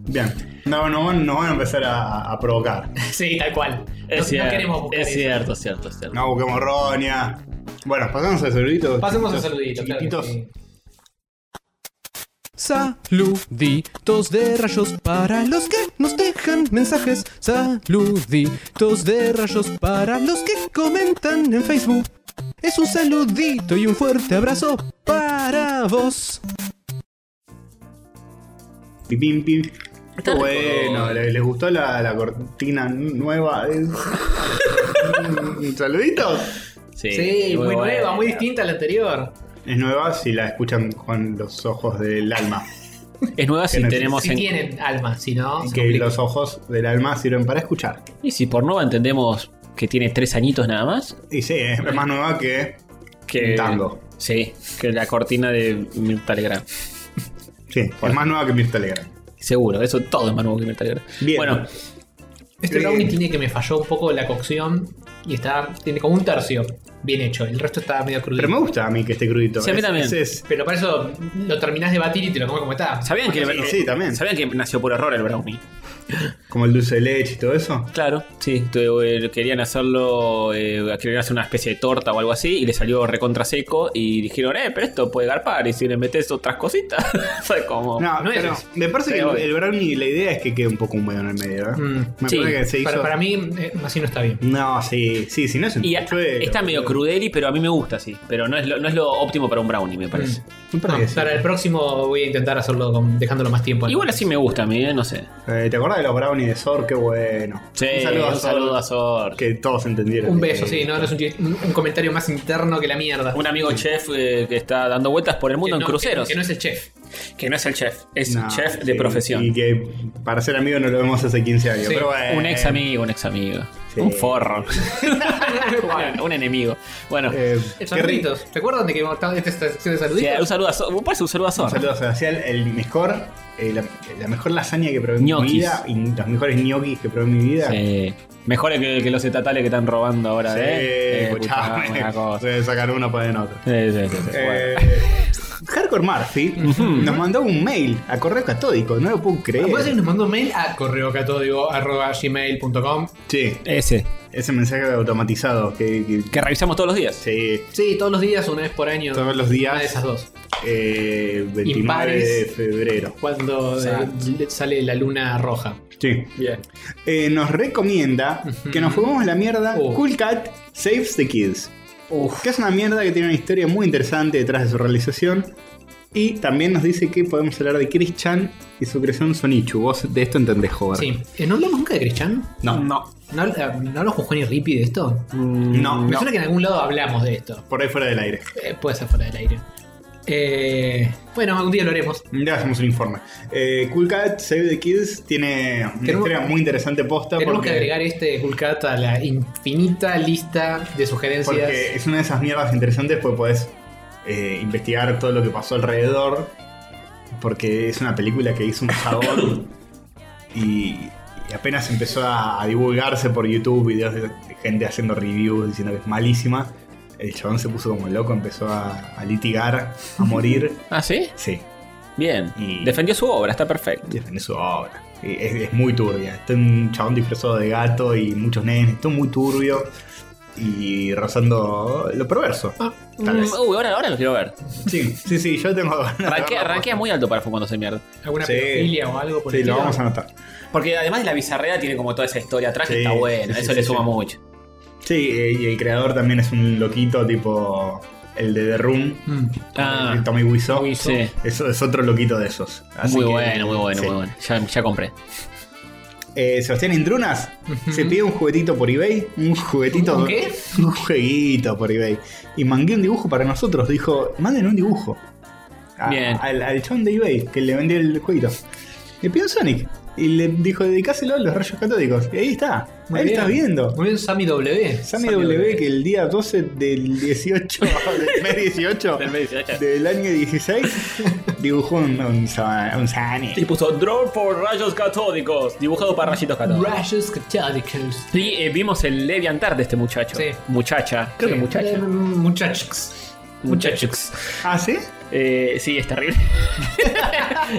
A: bien. No, no, no van a empezar a, a
D: [laughs]
A: provocar.
D: Sí, tal cual. No, no
B: cier-
D: queremos buscar
B: es
D: eso.
B: cierto, es cierto, es cierto.
A: No busquemos roña. Bueno, pasamos al saludito.
D: Pasemos al
A: Chiquitos,
D: saludito, claro que
A: chiquititos.
D: sí.
F: Saluditos de rayos para los que nos dejan mensajes. Saluditos de rayos para los que comentan en Facebook. Es un saludito y un fuerte abrazo para vos.
A: Pim, pim, pim. Qué
B: rico.
A: bueno, ¿le- ¿les gustó la, la cortina nueva? [laughs] Mm, ¿Saluditos?
B: Sí,
D: Sí, muy
B: bueno.
D: nueva, muy distinta a la anterior.
A: Es nueva si la escuchan con los ojos del
D: [laughs]
A: alma.
B: Es nueva si
A: Que
B: tenemos
D: Si
B: en.
D: tienen alma, si no. se
A: que
D: complica.
A: los ojos del alma sirven para escuchar.
B: Y si por nueva entendemos que tiene tres añitos nada más.
A: Y sí, es más nueva que.
B: Que.
A: Tango.
B: Sí, que la cortina de Mirta Legrand.
A: Sí, es más nueva que Mirta Legrand.
B: Seguro, eso todo es más nuevo que Mirta Legrand.
A: Bien.
B: Bueno,
D: Este
A: Eh.
D: brownie tiene que me falló un poco la cocción y está. Tiene como un tercio bien hecho. El resto está medio crudo.
A: Pero me gusta a mí que esté crudito.
B: Sí, a mí
A: Es-
B: también.
A: ese es-
D: Pero para eso lo terminás de batir y te lo comes como está.
B: ¿sabían que. eh,
A: Sí, sí, también.
B: ¿Sabían que nació por error el brownie?
A: como el dulce de leche y todo eso.
B: Claro, sí. tu- eh, Querían hacerlo, eh, querían hacer una especie de torta o algo así, y le salió recontra seco. Y dijeron, eh, pero esto puede garpar. Y si le metes otras cositas, [laughs] fue como.
A: No,
D: nueces.
A: pero me parece que
B: Pero-
A: el, el brownie, la idea es que quede un poco húmedo en el medio. ¿eh?
D: Mm,
A: me
B: sí,
A: parece que se hizo.
D: Para, para mí, eh, así no está bien.
A: No, sí, sí, si no es un
B: Y a-
A: chuelo.
B: está medio crudeli, pero a mí me gusta, sí. Pero no es lo, no es lo óptimo para un brownie, me parece.
D: Mm.
A: Me parece
D: No,
A: que sí.
D: para el próximo voy a intentar hacerlo con- dejándolo más tiempo.
B: Igual así me gusta a mí, eh, no sé.
A: Eh, ¿Te acordás de los brownies de Sor, qué bueno.
B: Sí, un saludo,
A: Sor,
B: a Sor.
A: Que todos entendieron.
D: Un beso,
A: Eh,
D: sí, no, no es un, chiste- un- un comentario más interno que la mierda.
B: Un amigo chef eh, que está dando vueltas por el
D: Que
B: mundo en
D: no-
B: cruceros.
D: Que, no es
B: [laughs]
D: el chef.
B: el chef, es
A: no,
B: chef de
A: sí,
B: profesión.
A: Y que para ser amigo no lo vemos hace 15 años.
D: Sí,
A: pero bueno.
B: Un ex amigo, un ex amigo.
A: Sí.
B: Un forro. [laughs] un, un enemigo. Bueno,
A: Eh, qué rico.
D: Saluditos. ¿Se acuerdan de que estaba esta sección de
B: sí,
D: saluditos?
B: un saludo a Sor. ¿Vos parece un saludo a Sor?
A: Un saludo a Sebastián, el mejor, eh, la, la mejor lasaña que probé en mi
B: Ñoquis.
A: vida, y los mejores ñoquis que probé en mi vida.
B: Sí. Mejores que, que los estatales que están robando ahora,
A: Sí,
B: ¿eh? Eh,
A: escuchame,
B: escuchame una cosa.
A: voy a sacar uno para en otro.
B: Sí, sí, sí, sí,
A: Eh,
B: Pues bueno.
A: [laughs] Hardcore Murphy nos mandó un mail a correo catódico, no lo puedo creer.
D: Puede ser que nos mandó un mail a correocatódigo.gmail.com
A: Sí,
B: Ese,
A: ese mensaje automatizado que, que-
B: que revisamos todos los días.
A: sí,
D: Sí, todos los días, una vez por año.
A: todos los
D: Una de
A: días,
D: esas dos.
A: eh, 29 de
D: Impares.
A: febrero.
D: Cuando eh, sale la luna roja.
A: Sí.
D: Bien.
A: Eh, nos recomienda que nos fumemos la mierda
D: Oh.
A: Cool Cat Saves the Kids.
D: Uf.
A: Que es una mierda que tiene una historia muy interesante detrás de su realización. Y también nos dice que podemos hablar de Chris Chan y su creación Sonichu. Vos de esto entendés, joven.
D: Sí. Eh, ¿No hablamos nunca de Cristian?
A: No. No.
D: ¿No, habl- eh, ¿No hablamos con Juan y Rippy de esto?
A: No.
D: Me suena que en algún lado hablamos de esto.
A: Por ahí fuera del aire.
D: Eh, puede ser fuera del aire. Eh, bueno, algún día lo haremos.
A: Ya hacemos un informe. Eh, cool Cat Save the Kids tiene una
D: Tenemos-
A: historia muy interesante posta.
D: Tenemos
A: porque,
D: que agregar este Gulcat a la infinita lista de sugerencias.
A: Porque es una de esas mierdas interesantes porque podés eh, investigar todo lo que pasó alrededor. Porque es una película que hizo un
D: [coughs]
A: jabón y, y apenas empezó a, a divulgarse por YouTube videos de gente haciendo reviews diciendo que es malísima. El chabón se puso como loco, empezó a, a litigar, a
D: [laughs]
A: morir.
B: ¿Ah, sí?
A: Sí,
B: Bien.
A: Y-
B: Defendió su obra, está perfecto.
A: defende su obra. Y Es, es muy turbia. Está un chabón disfrazado de gato y muchos nenes. Está muy turbio y rozando lo perverso. Tal vez.
B: Mm, uy, ahora, ahora lo quiero
A: [laughs]
B: ver.
A: Sí, sí, sí, yo tengo ganas de
B: Ranquea,
A: verlo.
B: ranquea muy alto para fumándose mierda.
D: alguna
A: Sí.
D: pedofilia o algo por
A: Sí,
D: el
A: lo
D: estilo.
A: vamos a anotar.
B: Porque además de la bizarrea tiene como toda esa historia atrás
A: Sí,
B: que está
A: sí,
B: buena.
A: sí,
B: Eso
A: sí,
B: le suma
A: sí.
B: mucho.
A: Sí, eh, y el creador también es un loquito tipo el de The Room,
D: Mm.
B: Ah,
A: el Tommy Wiseau.
B: sí.
A: Eso es otro loquito de esos. Así
B: muy
A: que,
B: bueno, muy bueno,
A: sí.
B: muy bueno. Ya, ya compré.
A: Eh, Sebastián Indrunas se pide un juguetito por eBay. Un juguetito.
D: ¿Un qué?
A: [laughs] Un jueguito por eBay. Y mangué un dibujo para nosotros. Dijo, manden un dibujo. A-
B: Bien.
A: Al, al chabón de eBay que le vendió el jueguito. Le pidió un Sonic. Y le dijo, dedicáselo a los rayos catódicos. Y ahí está.
D: Muy
A: ahí
D: bien.
A: estás viendo.
D: Muy bien, Sammy W.
A: Sammy W, que el día 12 del
D: [laughs]
A: 18, del mes 18, del año 16, dibujó un, un, sa- un Sani.
B: Y puso Draw por rayos catódicos. Dibujado para rayitos catódicos.
D: Rashes Católicos.
B: Y eh, vimos el Leviantar de este muchacho.
D: Sí.
B: Muchacha. Creo que
D: Eh,
B: muchacha.
D: Muchachos.
A: Mm.
B: Muchachos.
A: ¿Ah, sí?
B: Eh, sí, es terrible. [laughs]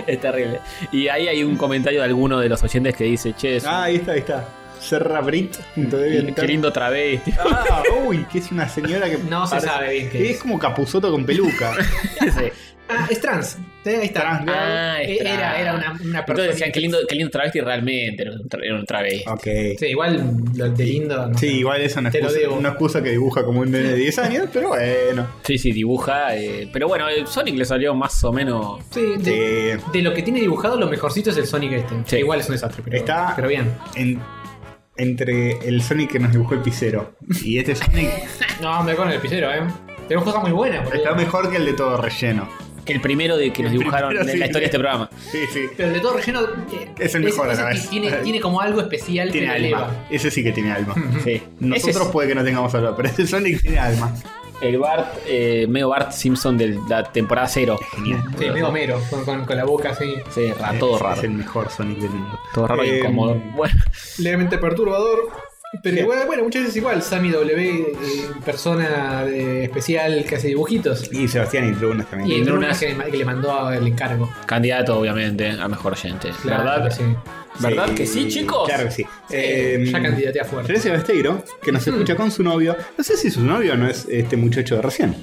B: es terrible. Y ahí hay un comentario de alguno de los oyentes que dice, che, es un-
A: Ah, ahí está, ahí está. Serra Brit.
B: Mm, qué lindo travesti. [laughs]
A: [laughs] Ah, uy, que es una señora que.
D: No se sabe bien qué
A: Es como capuzoto con
B: [laughs]
A: peluca.
B: Sí.
D: Ah, es trans. Eh, Ahí está.
A: Trans,
B: Ah, es
D: Eh, era,
B: trans.
D: era una, una persona.
B: Entonces decían, qué lindo, qué lindo travesti realmente. Era un, tra- era un travesti.
A: ok.
D: Sí, igual lo de lindo. no
A: Sí,
D: sé.
A: igual es una
D: Te lo
A: excusa,
D: debo.
A: una excusa que dibuja como un nene de 10 años, pero bueno.
B: Sí, sí, dibuja. eh, pero bueno, el Sonic le salió más o menos.
D: Sí, de,
A: Eh,
D: de lo que tiene dibujado, lo mejorcito es el Sonic este.
B: Sí.
D: Que Igual es un desastre, pero,
A: Está-
D: pero bien.
A: en- entre el Sonic que nos dibujó el pisero y este Sonic
D: No, me con el pisero, eh. Tenemos cosas muy buenas, boludo.
A: está mejor que el de todo relleno.
B: El primero de que nos
A: El
B: dibujaron
A: primero,
B: en la
A: sí.
B: historia de este programa.
A: Sí, sí.
D: Pero el de todo relleno eh,
A: Es el mejor,
D: ese
A: a la
D: que
A: vez.
D: Tiene, tiene como algo especial
A: Tiene
D: que lo eleva.
A: alma. Ese sí que tiene alma.
B: Sí.
A: Nosotros
B: Ese es
A: puede que no tengamos alma, pero ese Sonic tiene alma.
B: el Bart, eh, medio Bart Simpson de la temporada cero.
A: Genial.
D: Sí, medio mero, con, con, con la boca así.
B: Sí, ra- todo
A: Es-
B: raro.
A: Es el mejor Sonic del mundo.
B: Todo raro y
A: Eh,
B: incómodo. Bueno, [laughs]
D: Levemente perturbador. Pero
A: Sí.
D: igual, bueno, muchas veces igual. Sammy W, eh, persona de especial que hace dibujitos.
A: Y Sebastián y Lunas también.
D: Y el
B: Brunas.
D: Brunas que, le ma- que le mandó el encargo.
B: candidato, obviamente, a mejor oyente.
D: Claro,
B: ¿Verdad?
D: Sí.
B: ¿Verdad que sí, chicos?
A: Claro que sí. Eh,
D: ya candidatea fuerte.
A: Teresa Besteiro, que nos escucha con su novio. No sé si su novio no es este muchacho de recién.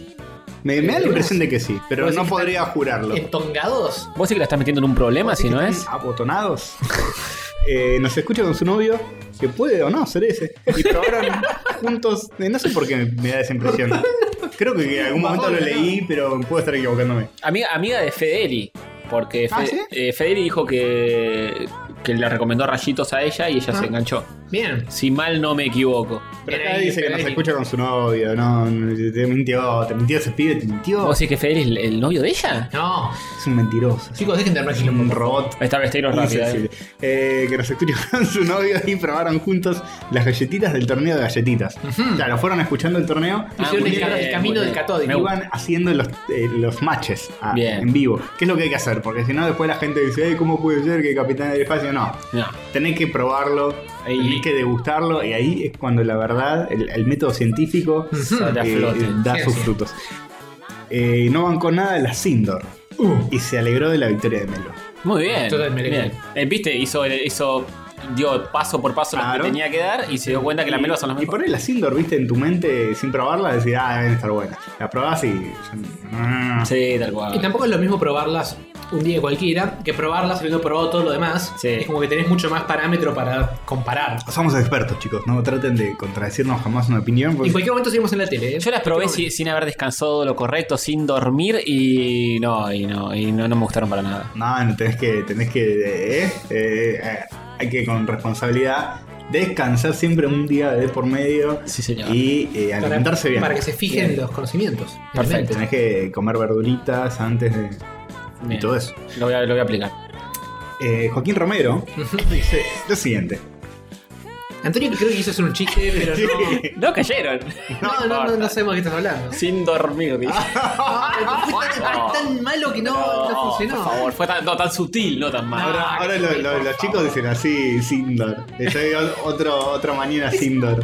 A: Me, me da la impresión de que sí, pero
D: Pues
A: no
D: sí,
A: podría jurarlo.
D: Entongados.
B: Vos sí que la estás metiendo en un problema si no es.
A: Abotonados. [laughs] Eh, nos escucha con su novio, que puede o no ser ese. Y probaron juntos. eh, No sé por qué me, me da esa impresión. Creo que en algún momento lo leí, pero puedo estar equivocándome.
B: Amiga, amiga de Fedeli. Porque
A: ¿Ah,
B: Fe-
A: sí?
B: eh, Federi dijo que, que le recomendó rayitos a ella y ella
D: Ah.
B: se enganchó.
D: Bien.
B: Si mal no me equivoco.
A: Pero
D: Bien
A: acá
D: ahí,
A: dice que
D: bien
A: no se
D: ahí.
A: escucha con su novio, no, no, te mintió, te mintió ese pibe, te mintió.
B: ¿Vos decís que Federi es el, el novio de ella?
D: No.
A: Es un mentiroso.
D: Chicos, dejen de hablar
A: Es un robot.
B: Ahí Está vestido rápido. eh.
A: Ah. Sí, sí, sí. Eh, que nos escuchó [laughs] con su novio y probaron juntos las galletitas del torneo de galletitas.
D: Ujú.
A: Claro, fueron escuchando el torneo
B: Ah, muy
D: Hicieron el,
B: bien,
D: ca- el
B: muy
D: camino
B: bien.
D: del catódico.
A: y iban haciendo los, eh, los matches ah,
B: Bien.
A: en vivo. ¿Qué es lo que hay que hacer? Porque si no, después la gente dice, "Ey, ¿cómo puede ser que Capitán del Espacio? No,
B: No.
A: tenés que probarlo,
B: Ahí-
A: tenés que degustarlo y ahí es cuando la verdad, el, el método científico eh,
B: Sale a flote.
A: da
D: Sí,
A: sus
D: sí.
A: frutos. Eh, no bancó nada de la Sindor y se alegró de la victoria de Melo.
B: Muy bien.
D: Total, me
B: bien. Eh, Viste, hizo, hizo, dio paso por paso lo
A: Claro.
B: que tenía que dar y se dio cuenta que las melvas son las
A: Y
B: mejores.
A: poner la Sindor, viste, en tu mente sin probarla, decís, ah, deben estar buenas. La probás y.
B: Sí, tal
D: Y
B: cual.
D: tampoco es lo mismo probarlas un día cualquiera que probarlas habiendo probado todo lo demás.
B: Sí.
D: Es como que tenés mucho más parámetro para comparar.
A: Somos expertos, chicos, no traten de contradecirnos jamás una opinión.
D: En
A: porque-
D: cualquier momento seguimos en la tele. ¿eh?
B: Yo las probé si- sin haber descansado lo correcto, sin dormir y no, y no, y no, no me gustaron para nada.
A: No, no, tenés que. Tenés que eh, eh, eh, hay que con responsabilidad descansar siempre un día de por medio
B: Sí, señor.
A: y eh,
D: Para-
A: alimentarse bien.
D: Para que se fijen
A: Bien.
D: los conocimientos.
B: Perfecto.
A: Tenés que comer verduritas antes de.
B: Bien.
A: Y todo eso.
B: Lo voy a, lo voy a aplicar.
A: Eh, Joaquín Romero dice lo siguiente.
D: Antonio creo que quiso hacer un chiste, pero
A: [laughs]
D: no.
B: No [laughs] cayeron.
D: No, no, no, no sabemos de qué estás hablando. [laughs]
B: Sin dormir, dice.
D: No, fue tan,
B: No.
D: tan malo que no, no, funcionó.
B: Por favor, fue tan, no, tan sutil, no tan mal. Ah,
A: Ahora, ahora lo- lo- los chicos dicen así, Sindor. Estoy o- otro, otra mañana Sindor.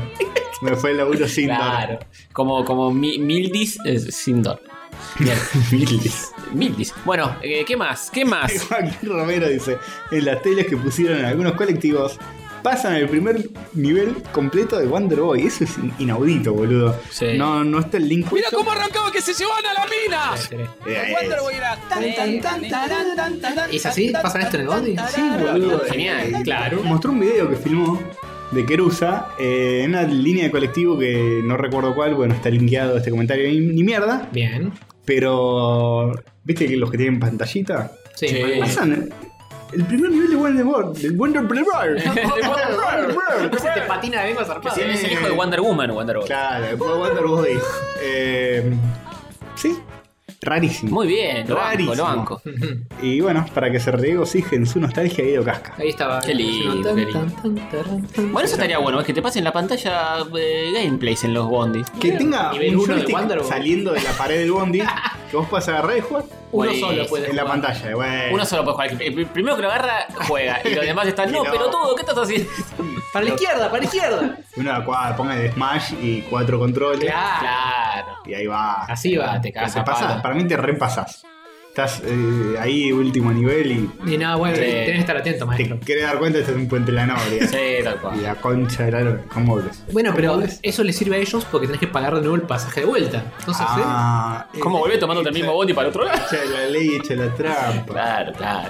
A: Me fue el laburo Sindor.
B: Claro. Como, como mi- Mildis eh, sin dor. Bien.
A: Milis.
B: Mildis. Bueno, eh, ¿qué más? ¿Qué
A: [laughs]
B: más?
A: [laughs] Joaquín Romero dice, en las teles que pusieron en algunos colectivos, pasan el primer nivel completo de Wonder Boy. Eso es in- inaudito, boludo.
B: Sí.
A: No, no está el link.
G: Mira cómo arrancaba que se llevaban a la
D: Ah.
G: mina.
A: Eh, es-
G: Wonderboy era tan, tan, tan, tarán, tan, tarán,
D: ¿Es así?
G: tan,
D: ¿Pasa
G: tan,
D: esto en el
G: tan,
D: bondi?
G: tarán.
D: Sí,
A: boludo.
B: Genial,
A: Eh,
B: claro.
A: Mostró un video que filmó de Kerusa eh, en una línea de colectivo que no recuerdo cuál, bueno, está linkeado este comentario ni, ni mierda.
D: Bien.
A: Pero, ¿viste que los que tienen pantallita?
D: Sí,
B: Sí.
D: mal. [laughs]
A: Pasan eh, el primer nivel de Wonder Boy. De Wonder Boy.
D: [laughs] Se te patina de lengua zarpada.
A: Sí.
B: Es el hijo de Wonder Woman, Wonder Woman.
A: Claro, después Wonder Boy. Eh, sí, rarísimo.
B: Muy bien, lo banco, lo
A: Rarísimo.
B: banco.
D: Ujú.
A: Y bueno, para que se regocijen su nostalgia, Guido Casca.
D: Ahí estaba.
B: Qué lindo,
D: Tan,
B: qué lindo.
D: tan, tan, tarán, tan.
B: Bueno, eso estaría bueno, es que te pasen la pantalla eh, gameplays en los bondis.
A: Que tenga
D: Nivel
A: un
D: uno de
A: joystick
D: Wonder Boy.
A: saliendo de la pared del bondi que vos puedas agarrar y jugar
D: Uno
B: Bueno,
D: solo puede.
A: en la
D: jugar.
A: pantalla. Bueno,
B: Uno solo puede jugar. El el primero que lo agarra, juega. Y los demás están, no,
A: [laughs] Y no.
B: pelotudo, ¿qué estás
A: [laughs]
B: haciendo?
D: Para la izquierda, para la izquierda.
A: uno de cuadra, ponga de Smash y cuatro controles.
D: Claro.
B: Claro.
A: Y ahí va.
D: Así va.
B: Te
A: Pero
B: cagas
A: te
B: a
A: pasás,
B: palo.
A: para mí te repasás. Estás eh, ahí último nivel y
D: Y nada, bueno,
B: Sí.
D: tenés que estar atento, maestro.
A: te querés dar cuenta que estás en Puente de la Noria.
B: Sí, tal
A: Y
B: cual.
A: la concha de la lora, ¿cómo volvés?
D: Bueno, pero eso les sirve a ellos porque tenés que pagar de nuevo el pasaje de vuelta. Entonces, ¿eh?
A: Ah,
B: ¿Cómo
A: eh,
B: volvés tomándote el
A: echa-
B: mismo bondi para el otro lado?
A: echa la ley echa la trampa.
B: Claro, claro.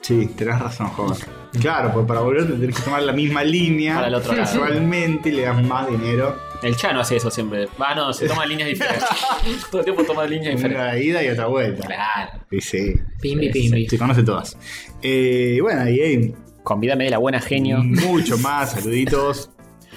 A: Sí, tenés razón, joven. Claro, porque para volver te tenés que tomar la misma línea.
B: Para el otro lado.
A: Usualmente y le das más dinero.
B: El Chano hace eso siempre. Va, no, se toman líneas diferentes.
A: [laughs]
B: Todo el tiempo toma líneas diferentes.
A: Una ida y otra vuelta.
B: Claro.
A: Y sí,
D: ¿eh? Pimbi,
B: sí,
D: pimbi.
A: se conoce todas. Eh, bueno, y hay
B: Convídame de la buena genio.
A: mucho más saluditos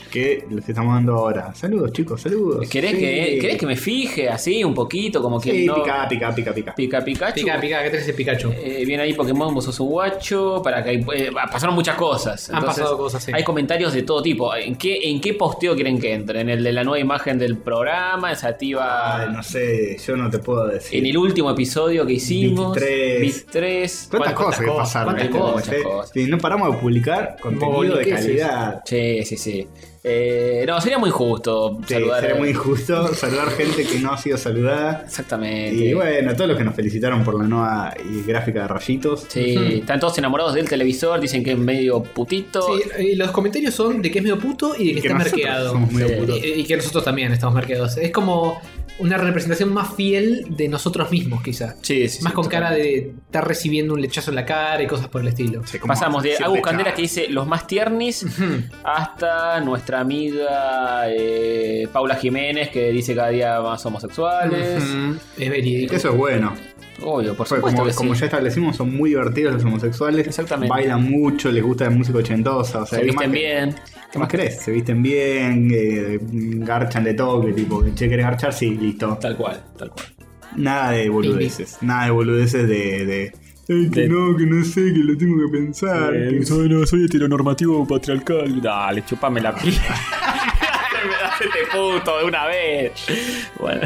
A: que los que estamos dando ahora. Saludos, chicos, saludos.
B: ¿Querés,
A: Sí.
B: que, ¿Querés que me fije así un poquito? Como que
A: Sí,
B: no.
A: pica, pica, pica, pica.
B: pica, Pikachu.
D: Pica, pica, ¿qué tenés ese Pikachu?
B: Eh, viene ahí Pokémon, vos sos un guacho. Para que hay- eh, pasaron muchas cosas.
D: Han pasado cosas, sí.
B: Hay comentarios de todo tipo. ¿En qué, ¿En qué posteo quieren que entre? ¿En el de la nueva imagen del programa? ¿Se activa
A: Ah, no sé, yo no te puedo decir.
B: en el último episodio que hicimos?
A: Bit tres.
B: Bit tres. ¿Cuántas
A: ¿Cuántas, cosas que pasaron?
B: cuántas
A: ¿viste?
B: cosas,
A: Sí,
B: cosas.
A: sí, no paramos de publicar contenido de
D: Boliqueses.
A: calidad.
B: Sí, sí, sí. Eh, no, sería muy injusto
A: Sí,
B: saludar.
A: sería
B: a-
A: muy injusto saludar gente que no ha sido saludada.
B: Exactamente.
A: Y bueno, a todos los que nos felicitaron por la nueva y gráfica de rayitos.
B: Sí, están todos enamorados del televisor, dicen que es medio putito.
D: Sí, eh, los comentarios son de que es medio puto y de que, está
A: nosotros
D: marqueado.
A: Somos medio
B: Sí. Eh,
A: putos.
D: Y, y que nosotros también estamos marqueados. Es como una representación más fiel de nosotros mismos, quizá.
B: Sí, sí,
D: más
B: sí,
D: con
B: total.
D: cara de estar recibiendo un lechazo en la cara y cosas por el estilo.
A: Sí, como
B: Pasamos de
A: decirte
B: Agus Candela
A: chao.
B: que dice los más
D: [laughs]
B: tiernis
D: Ujú.
B: hasta nuestra amiga eh, Paula Jiménez que dice cada día más homosexuales.
F: Mm.
D: Ujú. Es verídico.
A: Eso es bueno.
B: Obvio, por
A: Porque
B: supuesto
A: Pues como,
B: que
A: como
B: sí.
A: ya establecimos, son muy divertidos los homosexuales.
B: Exactamente.
A: Bailan mucho, les gusta la música ochentosa. O sea,
B: Se
A: ¿qué
B: visten
A: más-
B: bien.
A: ¿Qué más querés? Se visten bien, eh, garchan de toque, tipo, che, ¿querés garchar? Sí, listo.
B: Tal cual, tal cual.
A: Nada de boludeces. Nada de boludeces de. de, "Ay, que
B: De-
A: no, que no sé, que lo tengo que pensar. que-
B: soy, heteronormativo patriarcal. Dale, chupame la [laughs] pila. Hacete puto de una vez. Bueno.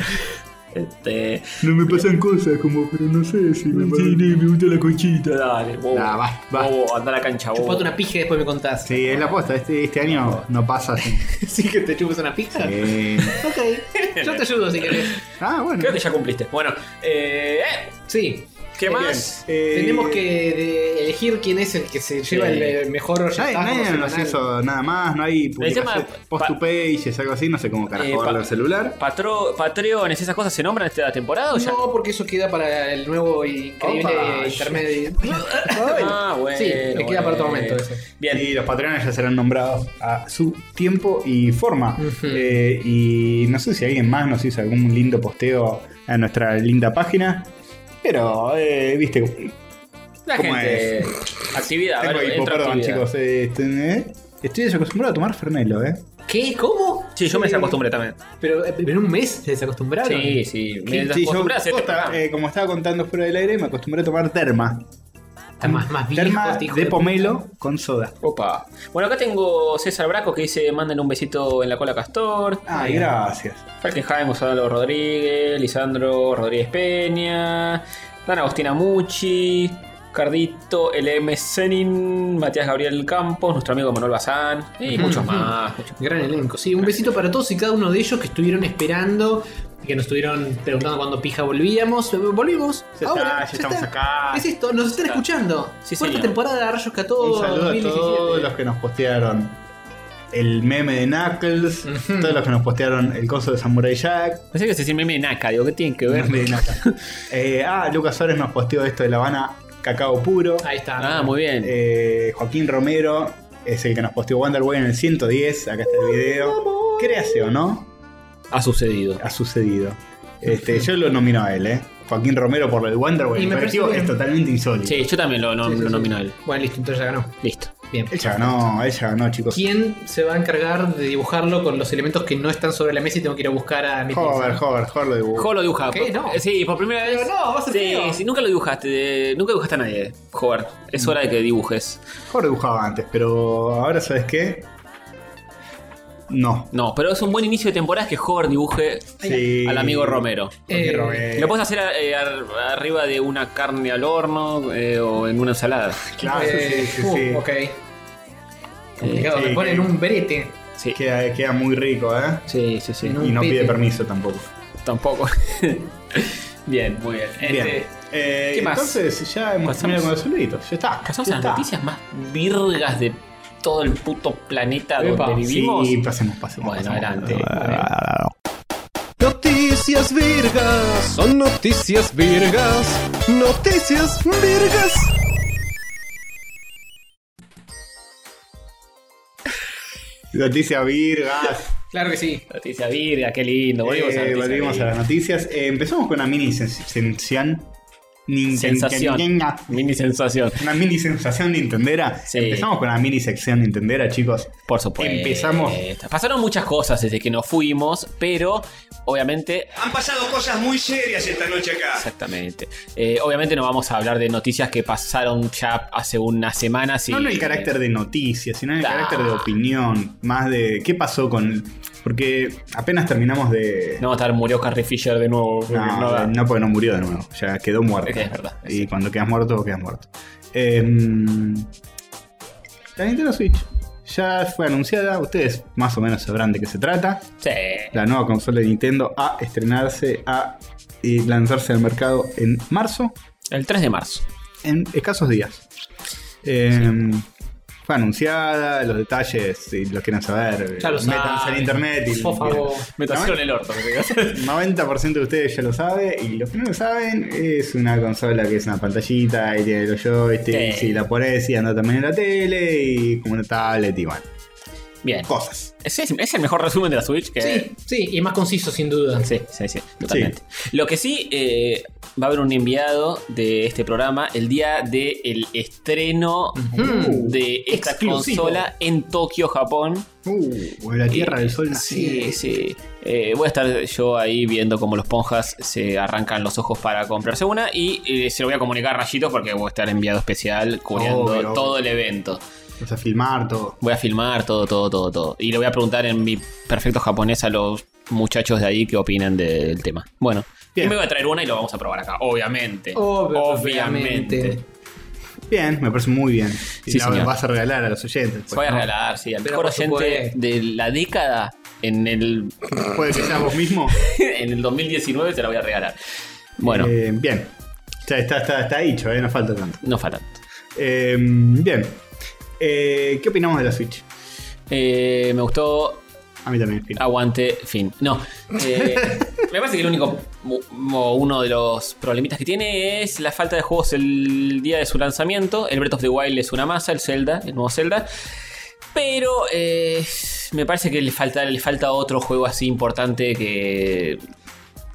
B: Este.
A: No me pasan cosas, como, pero no sé si me pasan.
B: me gusta la conchita, dale. Bobo,
A: Nah, basta, basta.
B: Bobo, anda a la cancha, bobo.
D: Chupate una pija y después me contás.
A: Oh. Sí, es la aposta. Este, este año no
B: [laughs]
A: pasa así.
D: [laughs] ¿Sí que te chupes una pija?
A: Eh,
D: Ok. Yo te ayudo si querés.
A: ah, bueno.
B: Creo que ya cumpliste. Bueno, eh, eh,
D: Sí.
B: ¿qué más?
A: Eh,
D: Tenemos que de- elegir quién es el que se lleva el, el mejor
A: Nadie,
D: hallazgo
A: nadie nos
D: semanal.
A: hizo nada más, no hay publicación.
B: tema-
A: Post to
B: pa-
A: pages, algo así, no sé cómo carajo
B: Eh, pa-
A: verlo en el celular.
B: Patro, Patreones, esas cosas se nombran esta temporada o ya.
D: No, porque eso queda para el nuevo y increíble
A: Opa.
D: intermedio. [laughs]
B: Ah, bueno.
D: Sí, le queda para otro
B: bueno.
D: momento eso.
B: Bien.
A: Y los patrones ya serán nombrados a su tiempo y forma. Eh, y no sé si alguien más nos hizo algún lindo posteo a nuestra linda página. Pero, eh, viste,
B: La
A: ¿Cómo
B: gente. Actividad, a
A: tengo
B: ver,
A: hipo,
B: entro a
A: perdón
B: actividad.
A: chicos. eh, este, eh, estoy desacostumbrado a tomar Fernelo, ¿eh?
D: ¿Qué? ¿Cómo?
B: Sí, yo me
D: Eh,
B: desacostumbré también.
D: Pero eh, en un mes se desacostumbraron.
B: Sí, sí. Me
A: Sí, yo,
B: desacostumbré a hacer este
A: posta,
B: programa.
A: eh, como estaba contando fuera del aire, me acostumbré a tomar terma.
D: Está más, más viejo,
A: Terma
D: este hijo
A: de
D: puta.
A: pomelo con soda.
B: Opa. Bueno, acá tengo César Braco que dice: manden un besito en la cola Castor.
A: Ay, gracias.
B: Falkenheim, Gonzalo Rodríguez, Lisandro Rodríguez Peña, Dan Agostina Mucci, Cardito, LM Zenin, Matías Gabriel Campos, nuestro amigo Manuel Bazán y muchos más. muchos-
D: Gran elenco. Sí, un besito para todos y cada uno de ellos que estuvieron esperando, que nos estuvieron preguntando cuándo pija volvíamos. Volvimos.
A: Ya
D: Ahora,
A: está, Ah, ya estamos acá.
D: Es esto, nos están escuchando.
B: Sí,
D: Cuarta
B: señor.
D: temporada de Rayos Cató.
A: Un saludo a
D: 2017.
A: todos los que nos postearon el meme de Knuckles, todos los que nos postearon el coso de Samurai Jack.
B: Pensé que se decir meme de Naka, digo, ¿qué tienen que ver?
A: meme de Knuckles. Eh, ah, Lucas Suárez nos posteó esto de La Habana, cacao puro.
D: Ahí está.
B: Ah, muy bien.
A: Eh, Joaquín Romero es el que nos posteó Wonder Boy en el 110. Acá está el video. Créase o no,
B: ha sucedido.
A: ha sucedido. Este, yo lo nomino a él, ¿eh? Joaquín Romero por el Wonder Boy.
D: Y me
A: El
D: parece
A: colectivo
D: bien.
A: es totalmente insólito.
B: Sí, yo también lo, no-
D: Sí, sí,
B: lo
D: sí.
B: nomino a él.
D: Bueno, listo, entonces ya ganó.
B: Listo.
D: Bien.
A: Él ya ganó, él ya ganó, chicos.
D: ¿Quién se va a encargar de dibujarlo con los elementos que no están sobre la mesa y tengo que ir a buscar a mi
A: Hover,
D: pinza?
A: Hover, Hover lo dibujó.
B: Jo lo dibuja.
D: ¿Qué? No.
B: Eh, Sí, por primera vez.
D: Pero no, vas a
B: sí,
D: feo.
B: sí, nunca lo dibujaste. eh, Nunca dibujaste a nadie, Joder. Es hora de que dibujes.
A: Mejor dibujaba antes, pero ahora sabes qué? No.
B: No, pero es un buen inicio de temporada que Joder dibuje
A: Sí.
B: al amigo Romero.
A: Porque
D: Eh,
A: Romero-
B: Lo puedes hacer eh, ar- arriba de una carne al horno eh, o en una ensalada.
A: Claro,
D: Eh,
A: Ah, sí, sí,
D: uh,
A: sí.
D: Ok.
B: Eh,
D: Complicado.
A: sí,
D: me ponen
A: que-
D: un berete.
B: Sí,
A: Queda, queda muy rico, ¿eh?
B: sí, sí. sí.
D: No.
A: Y
D: Un
A: no pide
D: pete.
A: permiso tampoco.
B: Tampoco. [laughs] bien, muy bien. Este,
A: Bien. Eh,
B: ¿qué más?
A: Entonces ya hemos
B: Pasamos-
A: terminado con los saluditos. Ya está.
B: Pasamos
A: ya
B: a las
A: está.
B: noticias más virgas de todo el puto planeta
D: Epa.
B: donde vivimos.
A: Sí, pasemos, pasemos.
B: bueno,
A: pasemos.
B: adelante.
F: Noticias virgas, son noticias virgas, noticias virgas.
A: Noticias Eh, virgas.
D: Claro que sí.
B: Noticia virga, qué lindo. Volvimos a
A: Eh,
B: la noticia
A: volvimos a
B: virga.
A: las noticias. Eh, empezamos con una mini sen- sensación. Nin-
B: Sensación.
A: Nintendenga.
B: Mini sensación.
A: Una mini sensación nintendera.
B: Sí.
A: Empezamos con una mini sección nintendera, chicos.
B: Por supuesto.
A: Empezamos.
B: Pasaron muchas cosas desde que nos fuimos, pero obviamente
E: Han pasado cosas muy serias esta noche acá.
B: Exactamente. Eh, obviamente no vamos a hablar de noticias que pasaron ya hace una semana. sí.
A: No en el carácter de noticias, sino en el
B: Ta.
A: carácter de opinión. Más de qué pasó con. Porque apenas terminamos de.
B: No, tal murió Carrie Fisher de nuevo. porque
A: No,
B: no da.
A: no, porque no murió de nuevo. Ya quedó muerto.
B: Es verdad, es
A: y cuando quedas muerto, quedas muerto. Eh, la Nintendo Switch ya fue anunciada. Ustedes más o menos sabrán de qué se trata.
B: Sí.
A: La nueva consola de Nintendo a estrenarse a, y lanzarse al mercado en marzo.
B: El 3 de marzo.
A: en escasos días. Eh, Fue anunciada, los detalles, si los quieren saber,
D: Ya lo
A: métanse
D: saben.
A: en internet. Y,
D: Por favor.
A: [laughs]
B: Me
A: torcieron
B: el orto.
A: 90% de ustedes ya lo sabe y los que no lo saben es una consola que es una pantallita y tiene los joysticks
B: Sí.
A: y la pones y anda también en la tele y como una tablet y bueno.
B: Bien.
A: cosas.
B: Ese es, es el mejor resumen de la Switch
A: Eh.
B: que.
D: Sí, sí, y más conciso, sin duda.
B: Sí, sí, sí, totalmente. Lo que sí eh, va a haber un enviado de este programa el día del estreno
D: Ujú.
B: de esta
D: Exclusivo.
B: consola en Tokio, Japón.
A: Uh, la Tierra del Sol
B: Sí,
A: naciente.
B: sí. Eh, voy a estar yo ahí viendo cómo los ponjas se arrancan los ojos para comprarse una y eh, se lo voy a comunicar a Rayitos porque voy a estar enviado especial cubriendo
A: Obvio.
B: todo el evento.
A: Vas a filmar todo.
B: Voy a filmar todo, todo, todo, todo. Y le voy a preguntar en mi perfecto japonés a los muchachos de ahí qué opinan del tema. Bueno,
A: Bien.
B: me voy a traer una y lo vamos a probar acá, obviamente.
D: Obvio,
B: obviamente.
D: obviamente.
A: Bien, me parece muy bien. Y
B: Sí,
A: la
B: señor.
A: vas a regalar a los oyentes. pues,
B: Se voy a
A: ¿no?
B: regalar, sí, al
D: Pero
B: mejor
D: por
B: oyente
D: supuesto.
B: de la década en el, [laughs]
A: Puede que seas vos mismo.
B: en el 2019 se la voy a regalar. Bueno,
A: Eh, bien. Ya está, está, está dicho, eh, no falta tanto.
B: no falta.
A: Eh, bien. Eh, ¿Qué opinamos de la Switch?
B: Eh, me gustó
A: A mí también. en fin.
B: Aguante, fin. No.
A: [laughs]
B: eh, me parece que el único o uno de los problemitas que tiene es la falta de juegos el día de su lanzamiento. El Breath of the Wild es una masa, el Zelda, el nuevo Zelda. Pero eh, me parece que le falta, le falta otro juego así importante que.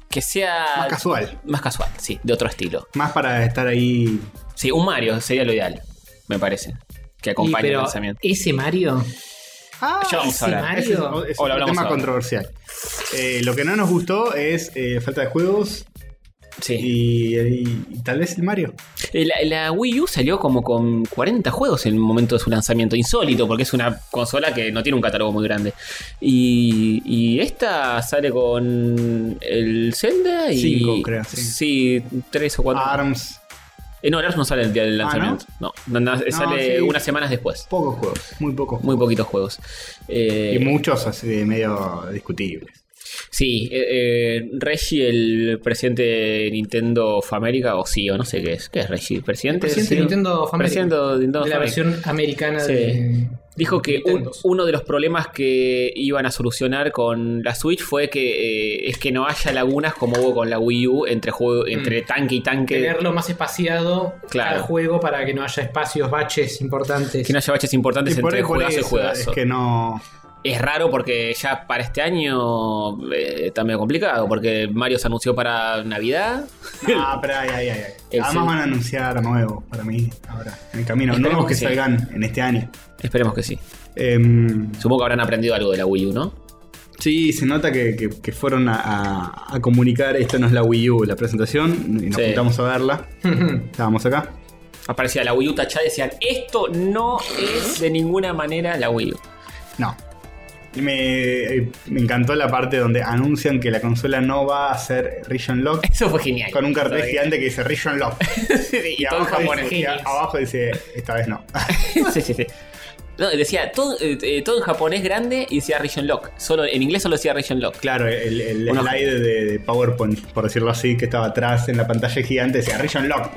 B: que sea.
A: Más casual.
B: más casual, sí, de otro estilo.
A: Más para estar ahí.
B: Sí, un Mario sería lo ideal, me parece. Que
D: Y,
B: acompañe el
D: pero,
B: lanzamiento.
D: ¿ese Mario?
A: Ah,
B: Ya vamos a
D: ¿Ese
B: hablar.
D: Mario?
A: Ese es
B: O lo
A: un
B: hablamos
A: tema
B: ahora.
A: controversial. Eh, lo que no nos gustó es eh, falta de juegos
B: Sí.
A: y, y- y tal vez el Mario.
B: Eh, La, la Wii U salió como con 40 juegos en el momento de su lanzamiento, insólito, porque es una consola que no tiene un catálogo muy grande. Y, y esta sale con el Zelda y.
A: Cinco, creo, sí.
B: Sí, tres o cuatro.
A: ARMS,
B: Eh, no, el Arms no sale el día del
A: Ah,
B: lanzamiento. no, no, no, sale
A: sí.
B: unas semanas después.
A: pocos juegos, muy pocos.
B: Muy poquitos juegos. Eh,
A: y muchos así de medio discutibles.
B: Sí, eh, eh, Reggie, el presidente de Nintendo of America, o CEO, no sé qué es. ¿Qué es Reggie? ¿Presidente?
D: Presidente de
B: CEO?
D: Nintendo of America.
B: Presidente de Nintendo of
D: de la
B: America.
D: versión americana
B: Sí.
D: de.
B: Dijo que un-
D: Nintendo.
B: uno de los problemas que iban a solucionar con la Switch fue que eh, es que no haya lagunas como hubo con la Wii U entre
A: Mm.
B: juego, entre tanque y tanque.
D: Tenerlo más espaciado
B: Claro.
D: al juego para que no haya espacios, baches importantes.
B: Que
D: [laughs]
B: no haya baches importantes
A: Y por-
B: entre
A: por
B: juegazo y
A: eso
B: juegazo.
A: Es
B: [laughs]
A: que no.
B: Es raro porque ya para este año eh, está medio complicado, porque Mario se anunció para Navidad.
A: Ah, pero ay, ay, ay, ay.
B: [laughs] El
A: Además
B: sí.
A: van a anunciar nuevos para mí ahora, en el camino.
B: Esperemos
A: nuevos que
B: que sí.
A: salgan en este año.
B: Esperemos que sí.
A: Em,
B: Supongo que habrán aprendido algo de la Wii U, ¿no?
A: sí, se nota que, que- que fueron a, a- a comunicar. Esta no es la Wii U, la presentación. Y nos
B: Sí.
A: juntamos a verla. Estábamos acá.
B: Aparecía la Wii U tachada y decían, esto no es de ninguna manera la Wii U. [laughs]
A: No. Me, eh, me encantó la parte donde anuncian que la consola no va a ser Region Lock
B: Eso fue genial.
A: con un cartel gigante que dice Region Lock.
B: [laughs] y todo en
A: abajo
B: japonés.
A: dice- y a- abajo dice, esta vez no.
B: [laughs] sí, sí, sí. No, decía todo, eh, eh, todo en japonés grande y decía Region Lock. Solo, en inglés solo decía Region Lock.
A: Claro, el, el
B: Una-
A: slide de, de PowerPoint, por decirlo así, que estaba atrás en la pantalla gigante, decía Region Lock.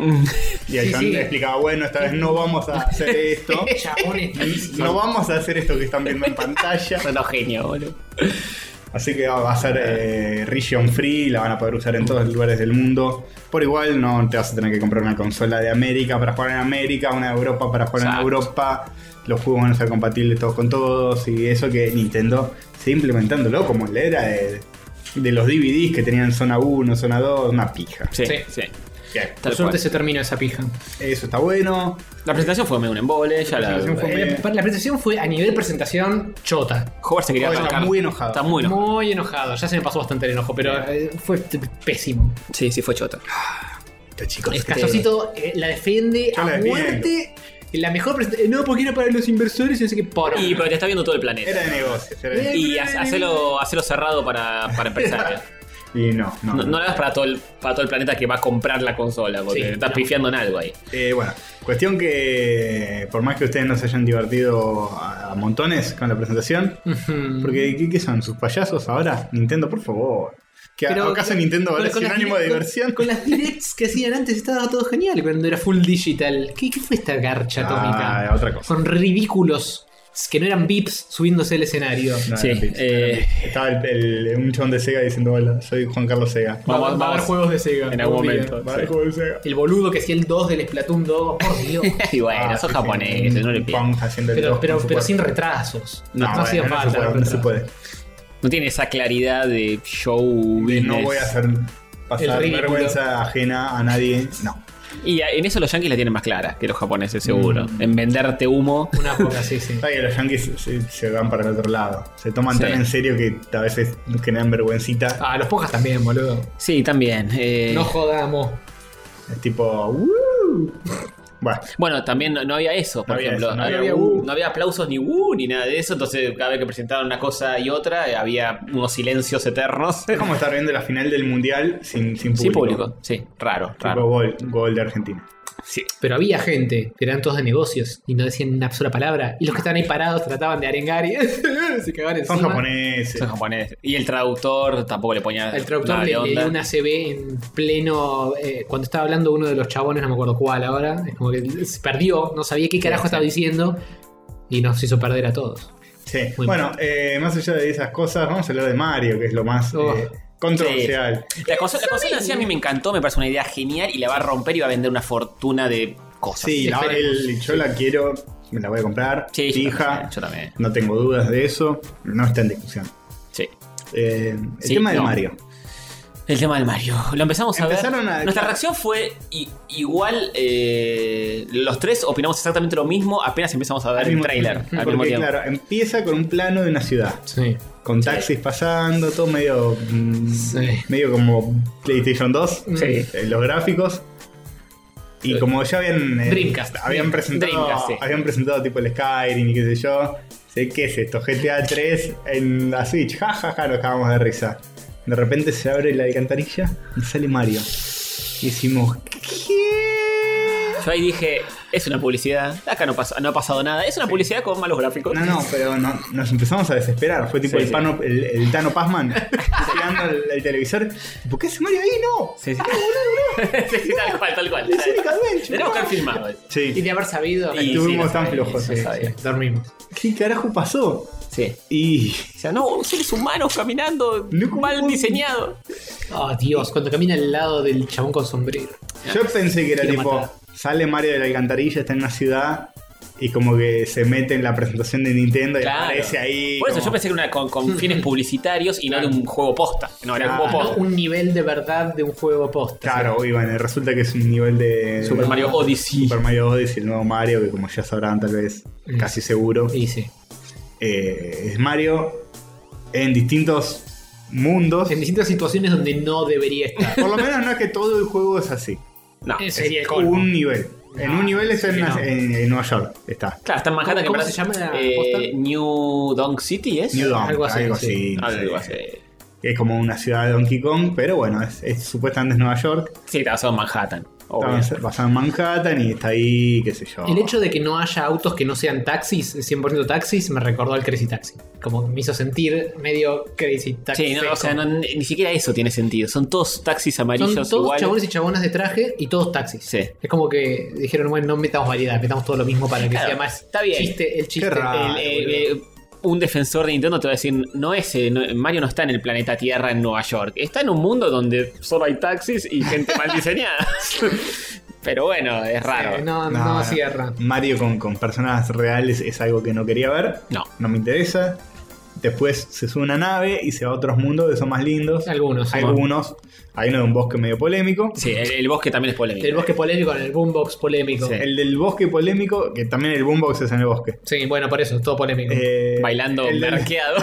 A: Y el
D: Sí,
A: John
D: sí.
A: le explicaba, bueno, esta vez no vamos a hacer
D: [laughs]
A: esto.
D: Chabones, malísimos.
A: No vamos a hacer esto que están viendo en pantalla.
B: Son los genios, boludo.
A: Así que va a ser eh, region free, la van a poder usar en todos los lugares del mundo. Por igual no te vas a tener que comprar una consola de América para jugar en América, una de Europa para jugar en
B: Exacto.
A: Europa. Los juegos van a ser compatibles todos con todos y eso que Nintendo sigue implementándolo como en la era de, de los DVDs que tenían zona 1, zona 2, una pija.
B: Sí, sí.
D: Sí.
A: Bien.
B: Tal
D: Por suerte
B: cual.
D: se terminó esa pija.
A: Eso está bueno.
B: La presentación fue medio un embole. Ya la,
A: presentación fue
B: eh,
A: medio-
D: La, la presentación fue a nivel presentación chota.
B: Howard se quería
A: Howard está
B: arrancar.
A: muy enojado.
B: Está muy enojado.
D: Muy enojado. Ya se me pasó bastante el enojo, pero eh, fue t- pésimo.
B: Sí, sí, fue chota.
A: Estos chicos.
B: Este-
D: Castosito eh, la defiende
A: Yo
D: a
A: la defiendo.
D: muerte. La mejor presentación. No, porque era para los inversores y no sé qué poro.
B: Y pero te está viendo todo el planeta.
A: Era de negocios. Era de...
B: Y ha- hacelo, hacelo cerrado para, para empresarios.
A: Y no, [laughs] no.
B: No, no lo hagas para todo, el, para todo el planeta que va a comprar la consola, porque
D: Sí,
B: estás
D: no.
B: pifiando en algo ahí. [laughs]
A: Eh, bueno, cuestión que por más que ustedes no se hayan divertido a, a montones con la presentación,
D: Ujú.
A: porque ¿qué, qué son? ¿Sus payasos ahora? Nintendo, por favor. ¿Que
D: Pero-
A: ¿Acaso Nintendo
D: con-
A: ahora es
D: con las
A: sinónimo de
D: direct-
A: diversión?
D: Con, con las directs que hacían antes estaba todo genial cuando era full digital. ¿Qué, qué fue esta garcha
A: Ah,
D: atómica?
A: otra cosa.
D: Son ridículos. que no eran VIPs subiéndose al escenario.
A: [laughs] No,
B: Sí,
A: era Pitch, era
B: eh,
A: Pitch. Estaba el, el- un chabón de Sega diciendo: Hola, soy Juan Carlos Sega.
D: Va,
B: Vamos-
D: va a
B: vamos.
D: haber juegos de Sega.
B: En algún
D: día.
B: momento.
A: Va,
B: sí.
A: juego de Sega.
D: El boludo que hacía el 2 del Splatoon 2.
A: [laughs]
D: Por Dios.
B: Y bueno,
A: Ah,
B: sos
A: sí,
B: japonés,
A: sí,
B: no le
A: un
B: pidas.
A: punk haciendo el
D: Pero,
A: dos
D: pero,
A: con su
D: pero sin
A: cuerpo.
D: retrasos.
A: No,
D: No,
A: bueno,
D: hacía
A: no se
D: falta.
A: puede,
D: los
A: no se
D: retrasos.
A: puede.
B: No tiene esa claridad de show.
A: De
B: business.
A: no voy a hacer pasar
D: El ridículo.
A: vergüenza ajena a nadie. No.
B: Y a- en eso los yankees la tienen más clara que los japoneses, seguro. En venderte humo.
D: Una época, sí,
A: [laughs]
D: sí.
A: Sabe que los yankees se, se van para el otro lado. Se toman
B: Sí.
A: tan en serio que a veces generan vergüencita.
D: Ah, los pojas también, boludo.
B: Sí, también. eh,
D: No jodamos.
A: Es tipo. "Woo". Bueno,
B: Bueno, también no, no había eso, por
A: No había
B: ejemplo.
A: eso, no
B: Ah,
A: había
D: uh.
B: no había aplausos ni uh, ni nada de eso. Entonces, cada vez que presentaban una cosa y otra, eh, había unos silencios eternos.
A: es como estar viendo la final del mundial sin, sin público.
B: [laughs] Sin público. Sí, raro,
A: Tipo
B: raro.
A: gol, gol de Argentina.
B: Sí.
D: Pero había gente que eran todos de negocios y no decían una sola palabra. Y los que estaban ahí parados trataban de arengar y [laughs] se cagaban encima.
A: Son japoneses.
B: Son japoneses. Y el traductor tampoco le ponía.
D: El traductor
B: nada
D: le,
B: de
D: le
B: onda.
D: dio una CB en pleno. eh, cuando estaba hablando uno de los chabones, no me acuerdo cuál ahora. Es como que se perdió, no sabía qué carajo estaba diciendo. Y nos hizo perder a todos.
A: Sí.
D: Muy
A: Bueno, eh, más allá de esas cosas, vamos a hablar de Mario, que es lo más
D: Oh.
A: eh, controversial.
B: La consola, la consola en sí a mí me encantó, me parece una idea genial y la va a romper y va a vender una fortuna de cosas.
A: Sí, la-
D: esperemos.
A: el- yo la quiero, me la voy a comprar.
B: Sí, yo
A: fija.
B: también, yo también.
A: No tengo dudas de eso. No está en discusión.
B: Sí.
A: Eh, el
B: Sí,
A: tema del
B: no.
A: Mario.
B: El tema del Mario. Lo empezamos a
A: Empezaron
B: ver.
A: a-
B: Nuestra reacción fue i- igual. eh, los tres opinamos exactamente lo mismo apenas empezamos a ver el trailer.
A: tiempo.
B: Al
A: Porque,
B: mismo tiempo.
A: claro, empieza con un plano de una ciudad.
D: Sí.
A: Con taxis pasando, todo medio. mm,
D: Sí.
A: medio como PlayStation 2.
D: Sí.
A: eh, los gráficos. Y como ya habían. eh,
D: Dreamcast.
A: Habían presentado,
B: Dreamcast, sí.
A: habían presentado tipo el Skyrim y qué sé yo. Sé qué es esto, GTA 3 en la Switch. Ja, ja, ja, nos acabamos de risa. De repente se abre la alcantarilla y sale Mario. Y decimos, ¿qué?
B: Yo ahí dije, es una publicidad. Acá no, pasa, no ha pasado nada. Es una publicidad con malos gráficos.
A: No, no, pero no- nos empezamos a desesperar. Fue tipo
B: Sí,
A: el,
B: sí.
A: Pano- el, el Tano
B: [laughs]
A: Pazman tirando el, el televisor. ¿Por qué ese Mario ahí? No.
B: Sí, [laughs] sí. Sí, sí, tal cual, tal cual.
A: Sonic Adventure,
B: Tenemos que haber
A: no.
B: filmado.
D: Y
A: Sí.
D: de haber sabido.
B: Y-
A: Estuvimos
B: sí,
A: tan
B: sí,
A: flojos.
B: sí,
A: sí.
B: sí.
D: Dormimos.
A: ¿Qué carajo pasó?
B: Sí.
A: Y.
B: O sea, no, seres humanos caminando
A: No, ¿cómo
B: mal
A: puedo-
B: diseñado.
D: Oh, Dios, cuando camina al lado del chabón con sombrero.
A: Yo pensé que era
D: Quiero
A: tipo,
D: matar.
A: sale Mario de la alcantarilla, está en una ciudad y como que se mete en la presentación de Nintendo y
B: Claro.
A: aparece ahí.
B: Por eso
A: como-
B: yo pensé que era una con, con fines publicitarios y no de un juego posta. No, era un
A: Claro.
B: juego
D: No
B: posta.
D: un nivel de verdad de un juego posta.
A: Claro, y bueno, resulta que es un nivel de.
B: Super Mario Odyssey.
A: Super Mario Odyssey, el nuevo Mario, que como ya sabrán, tal vez,
D: Mm.
A: casi seguro.
D: Y sí.
A: eh, es Mario en distintos mundos.
D: En distintas situaciones donde no debería estar.
A: Por lo menos no es que todo el juego es así.
B: No.
D: Eh,
B: Es-
D: Sería el
A: Es
D: colmo.
A: Un nivel. En un nivel es en,
D: sí,
A: una-
D: no.
A: en- en Nueva York. Está.
B: Claro, está en Manhattan.
D: ¿Cómo-
B: que
D: cómo se
B: parece,
D: llama la
B: eh,
D: postal?
B: New Donk City, ¿es?
A: New Dawn,
D: algo
A: algo así.
D: así, sí.
A: no sé.
B: Algo así.
A: Es como una ciudad de Donkey Kong, pero bueno, es, es- supuestamente es Nueva York.
B: Sí, está basado en Manhattan. obvio.
A: Está basado en Manhattan y está ahí, qué sé yo.
D: El hecho de que no haya autos que no sean taxis, 100% taxis, me recordó al Crazy Taxi. Como me hizo sentir medio Crazy Taxi.
B: Sí, no, o sea, no- ni siquiera eso tiene sentido. Son todos taxis
D: Son
B: amarillos
D: todos
B: iguales.
D: chabones y chabonas de traje y todos taxis.
B: Sí.
D: Es como que dijeron, bueno, no metamos variedad, metamos todo lo mismo para que
B: Claro,
D: sea más
B: está bien.
D: chiste, el chiste.
A: Qué raro.
B: El, eh, eh, un defensor de Nintendo te va a decir, no es, eh, no- Mario no está en el planeta Tierra en Nueva York, está en un mundo donde solo hay taxis y gente mal diseñada. [laughs] Pero bueno, es raro.
D: Eh, no, no, cierra.
A: Mario con, con personas reales es algo que no quería ver.
B: No.
A: No me interesa. Después se sube a una nave y se va a otros mundos que son más lindos.
D: Algunos. sí.
A: Algunos. Hay uno de un bosque medio polémico.
B: Sí, el, el bosque también es polémico.
D: El bosque polémico en el boombox polémico.
B: Sí.
D: Sí.
A: El del bosque polémico, que también el boombox es en el bosque.
D: bueno, por eso, todo polémico.
A: Eh,
B: Bailando
A: el del- [laughs]
D: [laughs]
B: merqueado.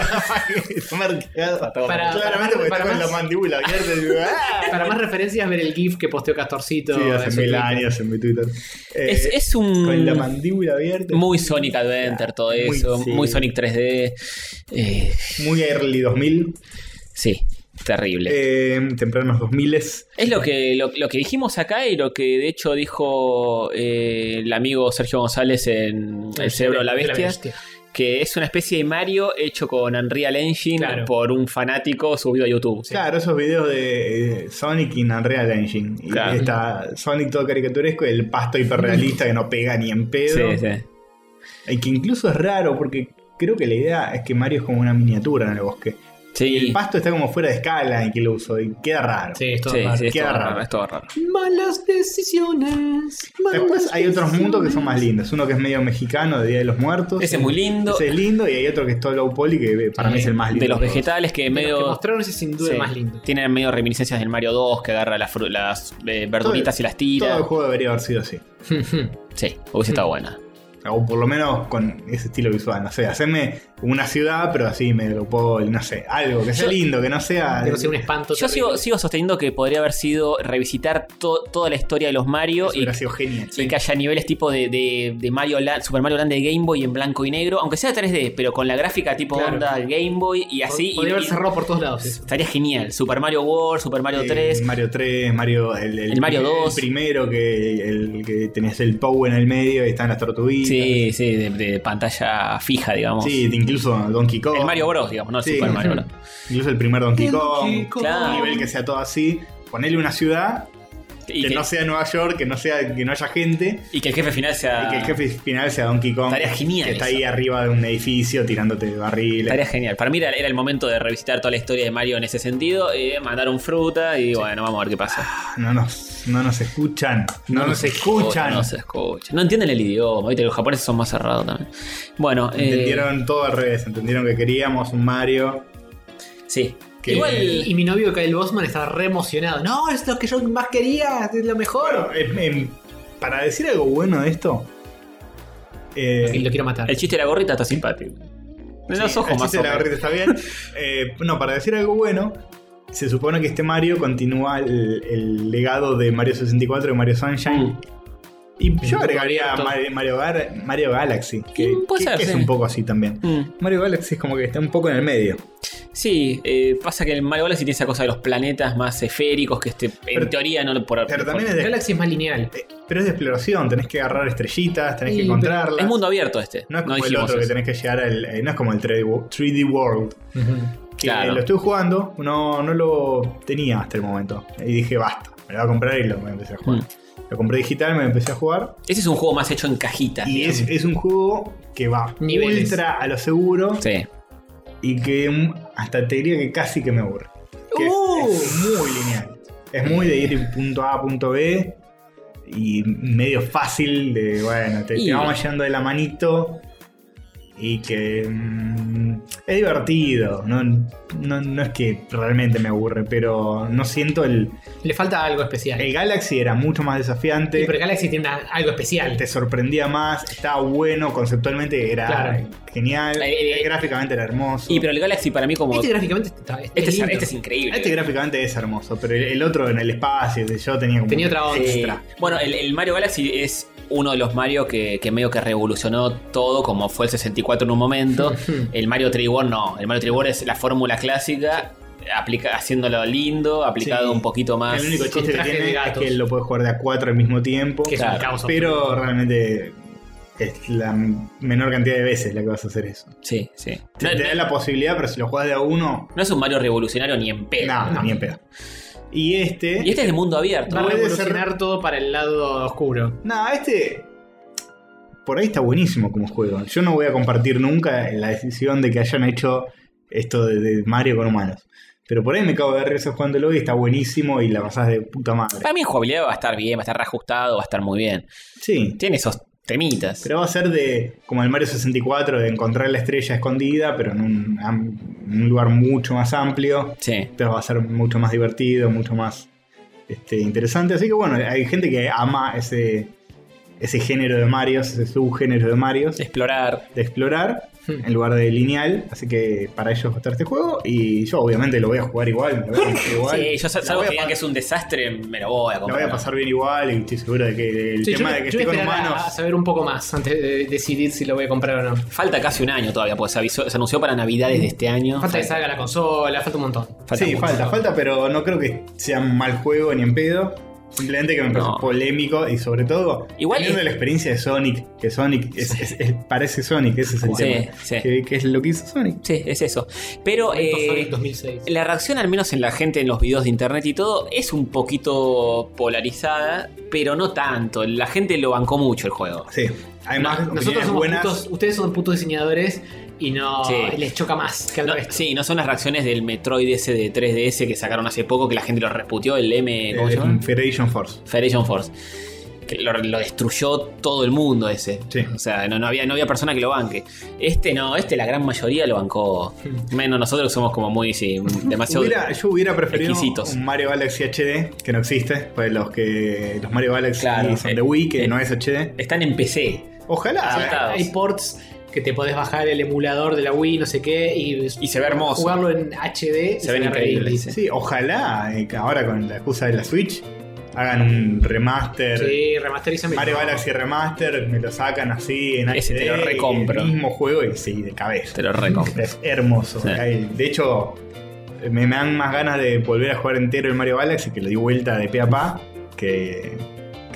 A: Está marqueado.
D: Para-
A: Claramente porque
D: para
A: está con
D: más-
A: la mandíbula abierta. y digo,
B: [laughs]
A: ¡ah!
D: Para más referencias, ver el GIF que posteó Castorcito.
A: Sí,
D: en
A: hace
D: su
A: mil
D: Twitter.
A: años en mi Twitter. Eh,
B: es, es
A: Con la
B: un...
A: mandíbula abierta.
B: Muy Sonic Adventure todo
A: Muy,
B: eso, muy,
A: sí.
B: Sonic 3D. Eh,
A: Muy early 2000.
B: sí, terrible.
A: Eh, tempranos 2000 es.
B: Es lo que, lo, lo que dijimos acá y lo que de hecho dijo eh, el amigo Sergio González en El Cerebro de la Bestia, que es una especie de Mario hecho con Unreal Engine
D: Claro.
B: por un fanático subido a YouTube.
A: Claro, esos videos de eh, Sonic y Unreal Engine. Y
B: Claro.
A: está Sonic todo caricaturesco y el pasto hiperrealista que no pega ni en pedo.
B: Sí, sí.
A: Y que incluso es raro porque creo que la idea es que Mario es como una miniatura en el bosque. Y el
B: Sí,
A: pasto está como fuera de escala en que lo uso y queda raro.
D: Sí, esto
B: sí, sí, es
A: Queda
B: todo
A: raro.
B: raro, es todo raro.
D: Malas decisiones. malas
A: Después hay otros
D: decisiones.
A: mundos que son más lindos. Uno que es medio mexicano de Día de los Muertos.
B: Ese es muy lindo.
A: Ese es lindo. Y hay otro que es todo low poly que eh, para mí es el más lindo.
B: De los
A: todos.
B: vegetales que
D: De los que
B: medio.
D: mostraron ese sin duda
B: sí,
D: el más
B: [laughs]
D: lindo.
B: Tienen medio reminiscencias del Mario 2 que agarra las, fru- las eh, verduritas y las
A: Todo
B: tira.
A: el juego debería haber sido así. [laughs]
B: Sí, hubiese estado buena.
A: O por lo menos con ese estilo visual. No sé, hacerme una ciudad, pero así medio low poly. No sé, algo que sea
B: Yo-
A: lindo, que no sea.
D: Que no sea un espanto.
B: Yo sigo,
D: terrible.
B: sigo sosteniendo que podría haber sido revisitar to- toda la historia de los Mario
A: Eso
B: y,
A: hubiera sido genial.
B: y que haya niveles tipo de, de- de Mario Land- Super Mario Land de Game Boy en blanco y negro, aunque sea 3D, pero con la gráfica tipo
D: Claro.
B: onda Game Boy y así. y-
D: Podría haber
B: y-
D: cerrado por todos lados. eso.
B: Estaría genial. Super Mario World, Super Mario
A: Eh,
B: 3.
A: Mario 3, Mario. El,
B: El Mario 2.
A: El primero que, el, que tenías el Pou en el medio y están las tortuguitas.
B: Sí, sí, de, de pantalla fija, digamos.
A: Sí, incluso Donkey Kong.
B: El Mario Bros, digamos, no el
A: Sí.
B: Super
A: [laughs]
B: Mario Bros.
A: Incluso el primer Donkey Kong.
G: Donkey
A: Un
G: Kong.
B: Claro.
A: nivel que sea todo así. Ponerle una ciudad
B: Y
A: que,
B: que,
A: no sea Nueva York, que no sea que no haya gente.
B: y que el jefe final sea.
A: Y que el jefe final sea Donkey Kong.
B: Estaría Ah. genial
A: Que está
B: eso.
A: ahí arriba de un edificio tirándote barriles.
B: Estaría genial. Para mí era, era el momento de revisitar toda la historia de Mario en ese sentido. eh, mandaron fruta y bueno, vamos a ver qué pasa.
A: Ah, No, nos, no nos escuchan. No, nos, escuchan.
B: No se escuchan. No entienden el idioma. ¿viste? Los japoneses son más cerrados también. Bueno, eh,
A: Entendieron todo al revés. Entendieron que queríamos un Mario.
B: Sí.
A: Que-
B: Igual.
D: Y, y mi novio Kyle Bosman estaba re emocionado. No, es lo que yo más quería, es lo
A: Bueno,
D: mejor.
A: em, em, para decir algo bueno de esto. eh,
D: Y lo quiero matar.
B: El chiste de la gorrita está simpático. En los
A: Sí,
B: ojos
A: el
B: más
A: chiste de la
B: o menos.
A: gorrita está bien.
B: [laughs]
A: Eh, no, para decir algo bueno, se supone que este Mario continúa el, el legado de Mario 64 y Mario Sunshine.
B: Mm.
A: Y yo agregaría
D: abierto.
A: Mario, Mario, Gar- Mario Galaxy, que,
B: Mm, puede
A: que-
B: ser,
A: que es
B: sí.
A: un poco así también.
B: Mm.
A: Mario Galaxy es como que está un poco en el medio.
B: Sí, eh, pasa que el Mario Galaxy tiene esa cosa de los planetas más esféricos que este, en
A: Pero-
B: teoría no lo- por,
A: Pero
B: por-
A: también es de,
D: Galaxy es más lineal.
A: eh, pero es de exploración, tenés que agarrar estrellitas, tenés
D: Y,
A: que
D: pero-
A: encontrarlas.
B: es mundo abierto este. No,
A: no es como el
B: dijimos
A: otro que
B: eso.
A: tenés que llegar al. eh, no es como el 3D, wo- 3D World. Que
B: Claro.
A: lo estuve jugando, no, no lo tenía hasta el momento. Y dije, basta, me lo voy a comprar y lo me empecé a jugar.
B: Mm.
A: Lo compré digital, me empecé a jugar.
B: Ese es un juego más hecho en cajitas.
A: Y
B: digamos.
A: es, es un juego que va
D: Niveles.
A: ultra a lo seguro
B: Sí.
A: y que mm, hasta te diría que casi que me aburre. Que es-
D: Uh.
A: es, muy lineal. Es muy de ir punto A a punto B y medio fácil de, bueno, te, te
B: Y-
A: vamos yendo de la manito y que mm, es divertido. No, no, no es que realmente me aburre, pero no siento el...
D: Le falta algo especial.
A: El Galaxy era mucho más desafiante.
D: Sí, pero Galaxy tiene una- algo especial.
A: te sorprendía más, estaba bueno, conceptualmente era
D: Claro.
A: genial,
B: Eh, eh,
A: gráficamente era hermoso.
B: Y pero el Galaxy para mí como...
D: Este
B: Este,
D: gráficamente está, está
B: es,
D: lindo.
B: este es increíble.
A: Este gráficamente es hermoso, pero el, el otro en el espacio, de yo tenía como
D: Tenía otra
A: un
D: onda.
A: extra.
B: Eh, bueno, el, el Mario Galaxy es uno de los Mario que, que medio que revolucionó todo, como fue el 64 en un
A: [laughs]
B: momento. el Mario 3D World no. El Mario 3D World es la fórmula clásica, aplica, haciéndolo lindo, aplicado
A: Sí.
B: un poquito más...
A: el único
D: Ah, con
A: chiste que
D: traje de
A: tiene es
D: gatos.
A: que lo puedes jugar de a cuatro al mismo tiempo,
D: que es
B: claro,
D: un caos.
A: pero realmente es la menor cantidad de veces la que vas a hacer eso.
B: Sí, sí.
A: Te,
B: No,
A: te da la posibilidad, pero si lo juegas de a uno,
B: no es un Mario revolucionario ni en pedo.
A: nada,
D: Eh, no.
A: ni en pedo. Y este...
B: Y este es de mundo abierto.
D: Va a
A: Puede ser-
D: revolucionar todo para el lado oscuro.
A: Nada, este. Por ahí está buenísimo como juego. Yo no voy a compartir nunca la decisión de que hayan hecho esto de, de Mario con humanos. Pero por ahí me cago de risa jugándolo y está buenísimo y la pasás de puta madre.
B: Para mí en jugabilidad va a estar bien, va a estar reajustado, va a estar muy bien.
A: Sí.
B: Tiene esos temitas.
A: Pero va a ser de. como el Mario 64, de encontrar la estrella escondida, pero en un, am- un lugar mucho más amplio.
B: Sí.
A: Entonces va a ser mucho más divertido, mucho más este, interesante. Así que bueno, hay gente que ama ese. ese género de Marios, ese subgénero de Marios.
B: Explorar.
A: de explorar
D: Hmm.
A: en lugar de lineal. Así que para ellos va a estar este juego. Y yo obviamente lo voy a jugar igual. Lo voy a comprar igual.
B: Sí, yo sal-
A: La
B: salvo
A: voy a
B: que digan
A: pa-
B: que es un desastre, me lo voy a
A: la
B: comprar.
A: voy a pasar bien igual y estoy seguro de que el
D: Sí,
A: tema
D: yo,
A: de que
D: yo
A: esté
D: voy
A: con
D: a esperar a- a
A: humanos.
D: saber un poco más antes de decidir si lo voy a comprar o no.
B: Falta casi un año todavía, porque se, avisó- se anunció para navidades de este año.
D: Falta que salga la consola, falta un montón.
B: falta
A: sí,
B: mucho.
A: falta, falta, pero no creo que sea un mal juego ni en pedo. Simplemente que me parece
B: No.
A: polémico y sobre todo
B: Igual
A: teniendo
B: es-
A: la experiencia de Sonic, que Sonic es- es- es- parece Sonic, ese es el
B: Sí,
A: tema.
B: sí.
A: Que, que es lo que hizo Sonic.
B: Sí, es eso. Pero
D: Momento
B: eh,
D: Sonic 2006.
B: la reacción, al menos en la gente, en los videos de internet y todo, es un poquito polarizada. pero no tanto. La gente lo bancó mucho el juego.
A: Sí. Además,
D: Nosotros
A: opiniones
D: somos
A: buenas.
D: putos, ustedes son putos diseñadores y no
B: Sí.
D: les choca más que al
B: No,
D: resto.
B: sí, no son las reacciones del Metroid ese de 3DS que sacaron hace poco que la gente lo resputió, el M. ¿Cómo se llama?
A: eh, Federation Force.
B: Federation Force. Que lo, lo destruyó todo el mundo ese.
A: Sí.
B: O sea, no, no había, no había persona que lo banque. Este no, este la gran mayoría lo bancó. Menos nosotros que somos como muy, sí, demasiado.
A: Hubiera- yo hubiera preferido
B: exquisitos.
A: un Mario Galaxy HD que no existe, pues los que los Mario Galaxy
B: Claro,
A: son
B: eh,
A: de Wii que
B: eh.
A: no es HD.
B: Están en PC.
A: Ojalá.
B: Ah,
A: eh.
B: claro.
D: Hay ports que te podés bajar el emulador de la Wii, no sé qué, y,
B: Y se ve hermoso.
D: jugarlo en HD. y
B: Se ven
D: ve
B: increíbles,
D: horrible.
B: sí.
A: Sí, ojalá eh, que ahora con la excusa de la Switch hagan un remaster.
D: Sí, remasterizan
A: Mario Galaxy Remaster, me lo sacan así en
B: Ese
A: HD,
B: te lo recompro.
A: El mismo juego y sí, de cabeza.
B: Te lo recompro.
A: Es hermoso.
B: Sí.
A: Hay- De hecho, me, me dan más ganas de volver a jugar entero el Mario Galaxy, que lo di vuelta de pe a pa, que,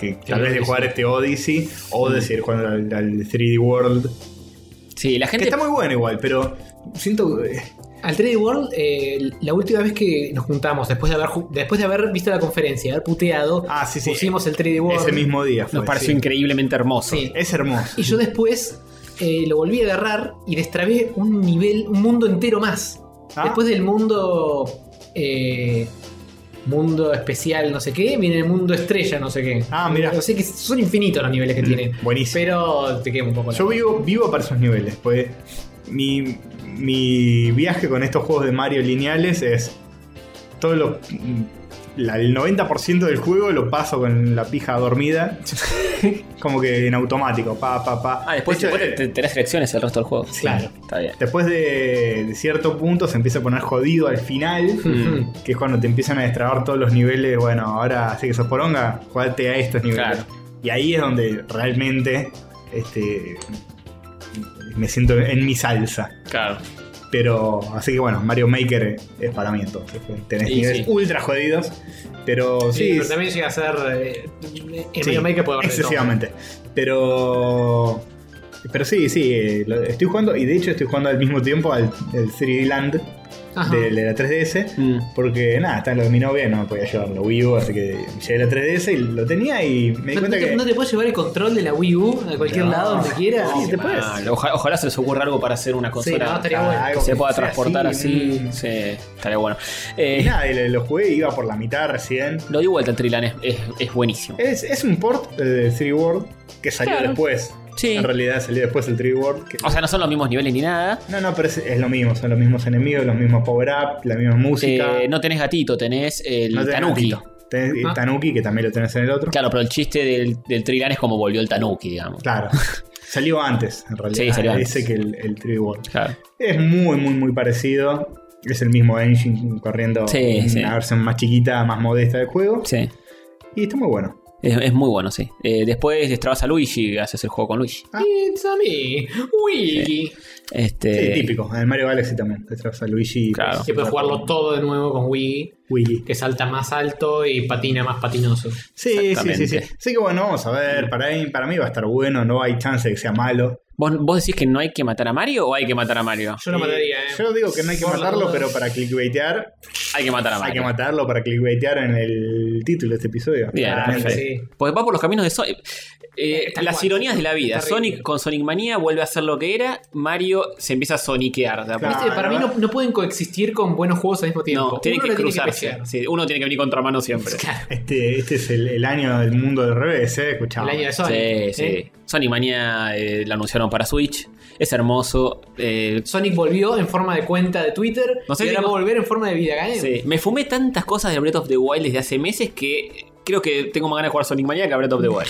A: que tal vez
D: el
A: de
D: Odyssey.
A: jugar este Odyssey o de seguir jugando al, al 3D World.
B: Sí, la
A: Que
B: gente.
A: está muy bueno igual, pero siento. eh,
D: Al 3D World, eh, la última vez que nos juntamos, después de haber ju- después de haber visto la conferencia, haber puteado,
A: Ah, sí, sí.
D: pusimos el 3D World.
A: Ese mismo día. fue,
B: Nos pareció
A: sí.
B: increíblemente hermoso.
D: Sí.
A: Es hermoso.
D: Y yo después eh, lo volví a agarrar y destrabé un nivel, un mundo entero más.
A: Ah.
D: Después del mundo. eh, mundo especial, no sé qué, viene el mundo estrella, no sé qué.
A: Ah, mirá.
D: O sea que son infinitos los niveles que tiene.
A: Buenísimo.
D: Pero te quemo un poco. la-
A: Yo vivo, vivo para esos niveles, pues mi, mi viaje con estos juegos de Mario lineales es todo lo... la- el 90% del juego lo paso con la pija dormida, como que en automático, pa, pa, pa.
B: Ah, después,
A: De hecho,
B: después te- tenés elecciones el resto del juego.
D: Claro.
B: Está bien.
A: después de, de cierto punto se empieza a poner jodido al
D: [laughs]
A: final,
D: Ujú.
A: que es cuando te empiezan a destrabar todos los niveles, bueno, ahora sí que sos poronga, jugate a estos niveles.
B: Claro.
A: Y ahí es donde realmente este, me siento en mi salsa.
B: Claro.
A: Pero, así que bueno, Mario Maker es para mí entonces. Tenés
B: Y
A: niveles
B: sí.
A: ultra jodidos, pero
D: Sí,
A: sí.
D: pero también llega a ser. eh, el
A: sí,
D: Mario Maker puede haber de todo.
A: excesivamente. Pero. Pero sí, sí, eh, lo- estoy jugando, y de hecho estoy jugando al mismo tiempo al el 3D Land
D: Ajá.
A: de, de la 3DS.
B: Mm.
A: Porque nada, está lo de mi novia, no me podía llevar la Wii U, así que llevé la 3DS y lo tenía y me di
D: ¿No, no
A: cuenta
D: te,
A: que.
D: no te puedes llevar el control de la Wii U a cualquier
A: No.
D: lado donde quieras?
A: Sí, te puedes.
B: Ah, oja- ojalá se les ocurra algo para hacer una
D: Sí, no,
B: consola.
D: estaría bueno.
A: algo
B: que se
A: que
B: pueda
A: sea
B: transportar así.
A: mm.
B: Sí, estaría bueno. Eh,
A: Y nada, y lo, lo jugué, iba por la mitad recién.
B: lo di vuelta al Trilan, es, es, es buenísimo.
A: Es, es un port eh, de 3D World que salió
B: Claro.
A: después.
B: Sí.
A: En realidad salió después el 3D World. que-
B: O sea, no son los mismos niveles ni nada.
A: no, no, pero es, es lo mismo. Son los mismos enemigos, los mismos power-up, la misma música.
B: Eh, no tenés gatito, tenés el
A: No tenés
B: tanuki.
A: gatito. Tenés el
D: Ah.
A: Tanuki, que también lo tenés en el otro.
B: Claro, pero el chiste del, del Trilan es como volvió el tanuki, digamos. [laughs]
A: Claro. salió antes, en realidad.
B: Sí, salió antes.
A: Ese que el, el 3D World.
B: Claro.
A: Es muy, muy, muy parecido. Es el mismo engine corriendo
B: Sí,
A: en
B: sí.
A: una versión más chiquita, más modesta del juego.
B: Sí.
A: Y está muy bueno.
B: Es, es muy bueno, sí. Eh, después destrabas a Luigi y haces el juego con Luigi.
D: It's a me, Wii.
B: Este,
A: Sí, típico. En Mario Galaxy también. Detrás a Luigi.
B: Claro.
D: Que puedes jugarlo todo de nuego con Wii,
A: Luigi.
D: que salta más alto y patina más patinoso.
A: Sí, sí, sí, sí.
B: Exactamente.
A: Así que bueno, vamos a ver. Para mí, para mí va a estar bueno, no hay chance de que sea malo.
B: ¿Vos, ¿Vos decís que no hay que matar a Mario o hay que matar a Mario?
D: Yo lo
A: Eh,
D: mataría, eh.
A: Yo digo que no hay que
D: Por las
A: matarlo,
D: dudas.
A: pero para clickbaitear,
B: Hay que matar a
A: hay
B: Mario.
A: que matarlo para clickbaitear en el título de este episodio.
B: Bien,
A: claramente.
B: perfecto.
D: Sí.
B: Porque va por los caminos de Sonic. Eh,
D: Tal
B: las
D: cual.
B: ironías de la vida.
D: Terrible.
B: Sonic con Sonic Manía vuelve a ser lo que era. Mario se empieza a soniquear. de a
A: Claro.
B: poco.
D: Viste, para mí no, no pueden coexistir con buenos juegos al mismo tiempo.
B: No, tiene
D: Uno
B: que
D: la
B: cruzarse.
D: pelear.
B: Sí, uno tiene que venir contra mano siempre.
D: Claro,
A: Este, este es el, el año del mundo del revés, ¿eh? Escuchamos.
D: el año de Sonic.
B: Sí,
D: ¿eh?
B: sí. Sonic Manía eh, lo anunciaron para Switch. Es hermoso. Eh,
D: Sonic volvió en forma de cuenta de Twitter
B: No sé
D: y
B: si
D: ahora va
B: no-
D: a volver en forma de vida game.
B: sí. Me fumé tantas cosas de Breath of the Wild desde hace meses que creo que tengo más ganas de jugar Sonic Manía que a Breath of the Wild.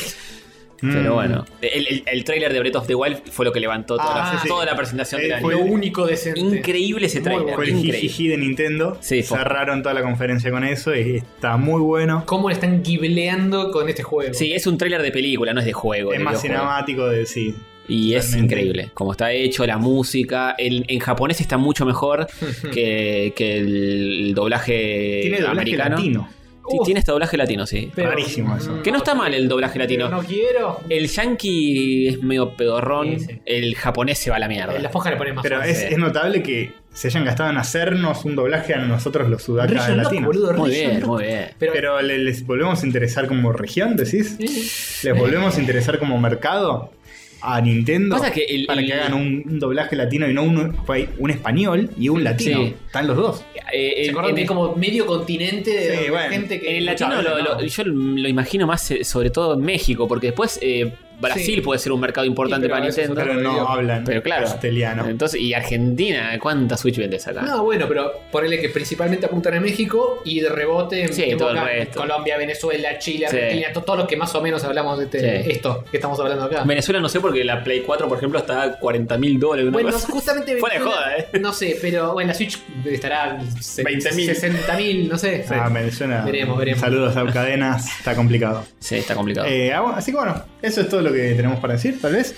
B: Pero
A: [laughs] Mm.
B: bueno, el, el, el trailer de Breath of the Wild fue lo que levantó toda,
A: Ah,
B: la,
A: sí,
B: toda
A: sí.
B: la presentación
A: Eh,
B: del
A: fue
B: año.
D: Lo único decente.
B: Increíble ese
D: Muy
B: trailer.
A: Fue el
B: increíble.
A: jijiji de Nintendo.
B: Sí, fue-
A: Cerraron toda la conferencia con eso y está muy bueno.
D: ¿Cómo le están gibleando con este juego?
B: Sí, es un tráiler de película, no es de juego.
A: Es
B: de
A: más
B: videojuego.
A: cinemático de sí.
B: Y es
A: Totalmente.
B: increíble. Como está hecho, la música. el- en japonés
D: [laughs]
B: está mucho mejor que, que el, doblaje
A: Tiene doblaje
B: Eh, americano.
A: latino.
B: Y tiene este doblaje latino, sí.
D: Pero-
A: Rarísimo eso.
B: Que no está mal el doblaje latino.
D: No quiero.
B: El yankee es medio pedorrón.
D: Sí, sí.
B: El japonés se va a la mierda.
D: En la foja le ponen más
A: Pero
D: fuerza.
A: es, es notable que se hayan gastado en hacernos un doblaje a nosotros los sudacas
D: Region Lock,
A: latinos.
D: boludo,
B: Muy
D: Region
B: bien,
D: Lock.
B: muy bien.
D: Pero,
A: Pero ¿le- les volvemos a interesar como región, decís? ¿Les volvemos a interesar como mercado? A Nintendo
B: Pasa que el-
A: para
B: el-
A: que hagan un, un doblaje latino y no un, un español y un latino.
B: Sí.
A: Están los dos.
B: Eh,
D: ¿se
B: en-
D: acuerdan
B: en-
D: que es como medio continente de
A: Sí, bueno.
D: gente que.
B: en el latino
D: Escuchá,
B: lo- lo-
D: no.
B: yo lo imagino más eh, sobre todo en México, porque después eh, Brasil
D: Sí.
B: puede ser un mercado importante
D: Sí, pero
B: para
D: eso es
B: Nintendo.
A: Pero no
D: idioma.
A: hablan
B: Pero claro.
A: castellano.
B: Entonces, y Argentina, ¿cuántas Switch vendes acá?
D: No, bueno, pero ponele que principalmente apuntan a México y de rebote en
B: Sí,
D: tipo
B: todo el
D: acá,
B: resto.
D: Colombia, Venezuela, Chile,
B: Sí.
D: Argentina, to- todos los que más o menos hablamos de este-
B: Sí.
D: esto que estamos hablando acá.
B: Venezuela no sé porque la Play 4, por ejemplo, está a 40 mil dólares. una
D: Bueno,
B: cosa.
D: justamente
B: Fuera de
D: Venezuela,
B: joda, eh.
D: No sé, pero bueno, la Switch estará
B: 20.000.
D: 60.000, no sé.
A: Ah, me suena.
D: Veremos, veremos.
A: Saludos a
D: [laughs]
A: Cadenas, está complicado.
B: Sí, está complicado.
A: Eh, ah, bueno, así que bueno, eso es todo lo que tenemos para decir, tal vez.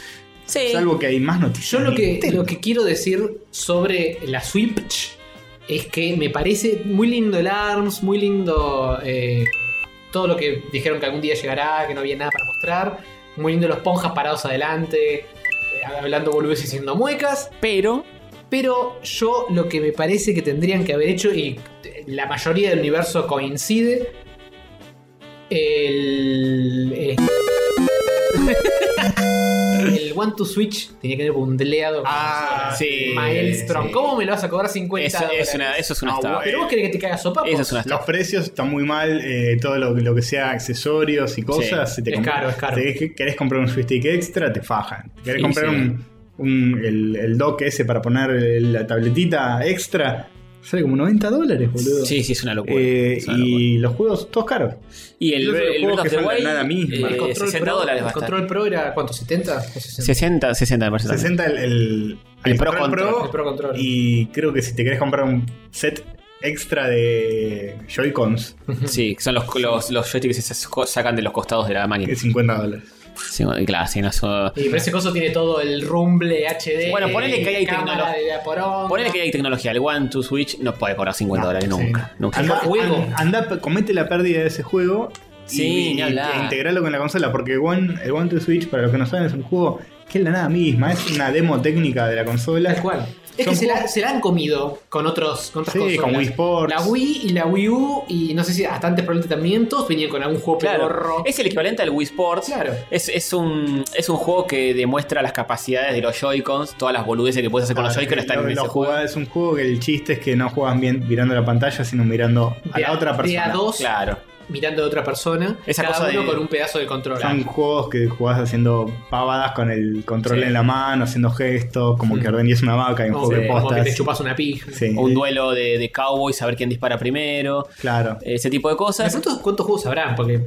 G: Sí.
A: Salvo que hay más noticias.
D: Yo lo
A: de
D: que,
A: Nintendo.
D: lo que quiero decir sobre la Switch es que me parece muy lindo el ARMS, muy lindo eh, todo lo que dijeron que algún día llegará, que no había nada para mostrar, muy lindo los ponjas parados adelante, eh, hablando boludeces y haciendo muecas,
B: pero
D: pero yo lo que me parece que tendrían que haber hecho, y la mayoría del universo coincide, el... eh, el One to Switch tenía que haber bundleado.
A: Ah,
B: sí.
D: Maelstrom,
B: sí.
D: ¿cómo me lo vas a cobrar 50
B: eso, es una, eso es una
A: No,
B: estafa.
A: bueno.
D: Pero vos querés que te cagas sopa.
B: Eso es una
A: Los
B: estafa.
A: precios están muy mal, eh, todo lo, lo que sea accesorios y cosas.
B: Sí.
A: si te
D: Es
A: comp-
D: caro, es caro.
A: te- querés comprar un joystick extra, te fajan. Querés
B: Sí,
A: comprar
B: sí.
A: un, un- el, el dock ese para poner el- la tabletita extra, sale como 90 dólares, boludo.
B: Sí, sí, es una locura.
A: Eh,
B: Es una locura.
A: y los juegos todos caros.
B: Y el,
A: Incluso los
B: el
A: juegos
B: Breath of
A: que
B: the
A: son la
B: Wild,
A: nada misma.
B: eh,
A: El
D: Control
B: 60
D: Pro,
B: dólares
D: el
B: va a estar.
D: Control Pro era, ¿cuánto? ¿70? O 60.
B: 60, 60 me parece. también.
A: 60 el, el,
B: El
A: el
B: Pro Control,
D: El Pro Control.
A: Y creo que si te querés comprar un set extra de Joy-Cons,
B: Sí, que son los, los, los joysticks que se saco- sacan de los costados de la
A: que
B: máquina.
A: es 50 dólares.
B: Sí, bueno, y claro, sí, no, eso-
D: Y pero ese coso tiene todo el rumble HD.
B: Bueno, ponele que hay
D: cámara
B: tecnolo-
D: de vaporón.
B: Ponele que hay tecnología. El One to Switch no puede cobrar 50 dólares
A: Ah, Sí.
B: nunca. nunca.
A: Anda,
D: Por juego.
A: an- anda, comete la pérdida de ese juego
B: Sí,
A: y,
B: ni
A: y-
B: hablar.
A: e integralo con la consola, porque One, el One to Switch, para los que no saben, es un juego que es la nada misma, es una demo técnica de la consola.
D: Tal cual. Es
A: Son
D: que se la,
A: juegos-
D: se la han comido con otros con otras
A: Sí,
D: consolas.
A: con Wii Sports.
D: La Wii y la Wii U y no sé si hasta antes probablemente también todos venían con algún juego pedorro.
B: Claro, es el equivalente al Wii Sports.
D: Claro.
B: Es, es, un, es un juego que demuestra las capacidades de los Joy-Cons, todas las boludeces que puedes hacer con los
A: Ah,
B: Joy-Cons están
A: lo-
B: en ese
A: lo
B: juego.
A: jugás- Es un juego que el chiste es que no juegan bien mirando la pantalla, sino mirando a
D: De
A: la otra
D: de
A: persona.
D: a dos
B: Claro.
D: mirando a otra persona.
B: Esa
D: cada
B: cosa
D: uno
B: de-
D: con un pedazo de control.
A: Son juegos que jugás haciendo pavadas con el control
B: Sí.
A: en la mano, haciendo gestos, como que ordeñes una vaca y un
D: O
A: juego
D: que-
A: de
D: como que
A: postas.
D: te chupas una pija.
A: Sí,
B: O un duelo de, de cowboys, saber quién dispara primero,
A: Claro.
B: ese tipo de
D: Me
B: cosas.
D: pregunto cuántos juegos habrán, porque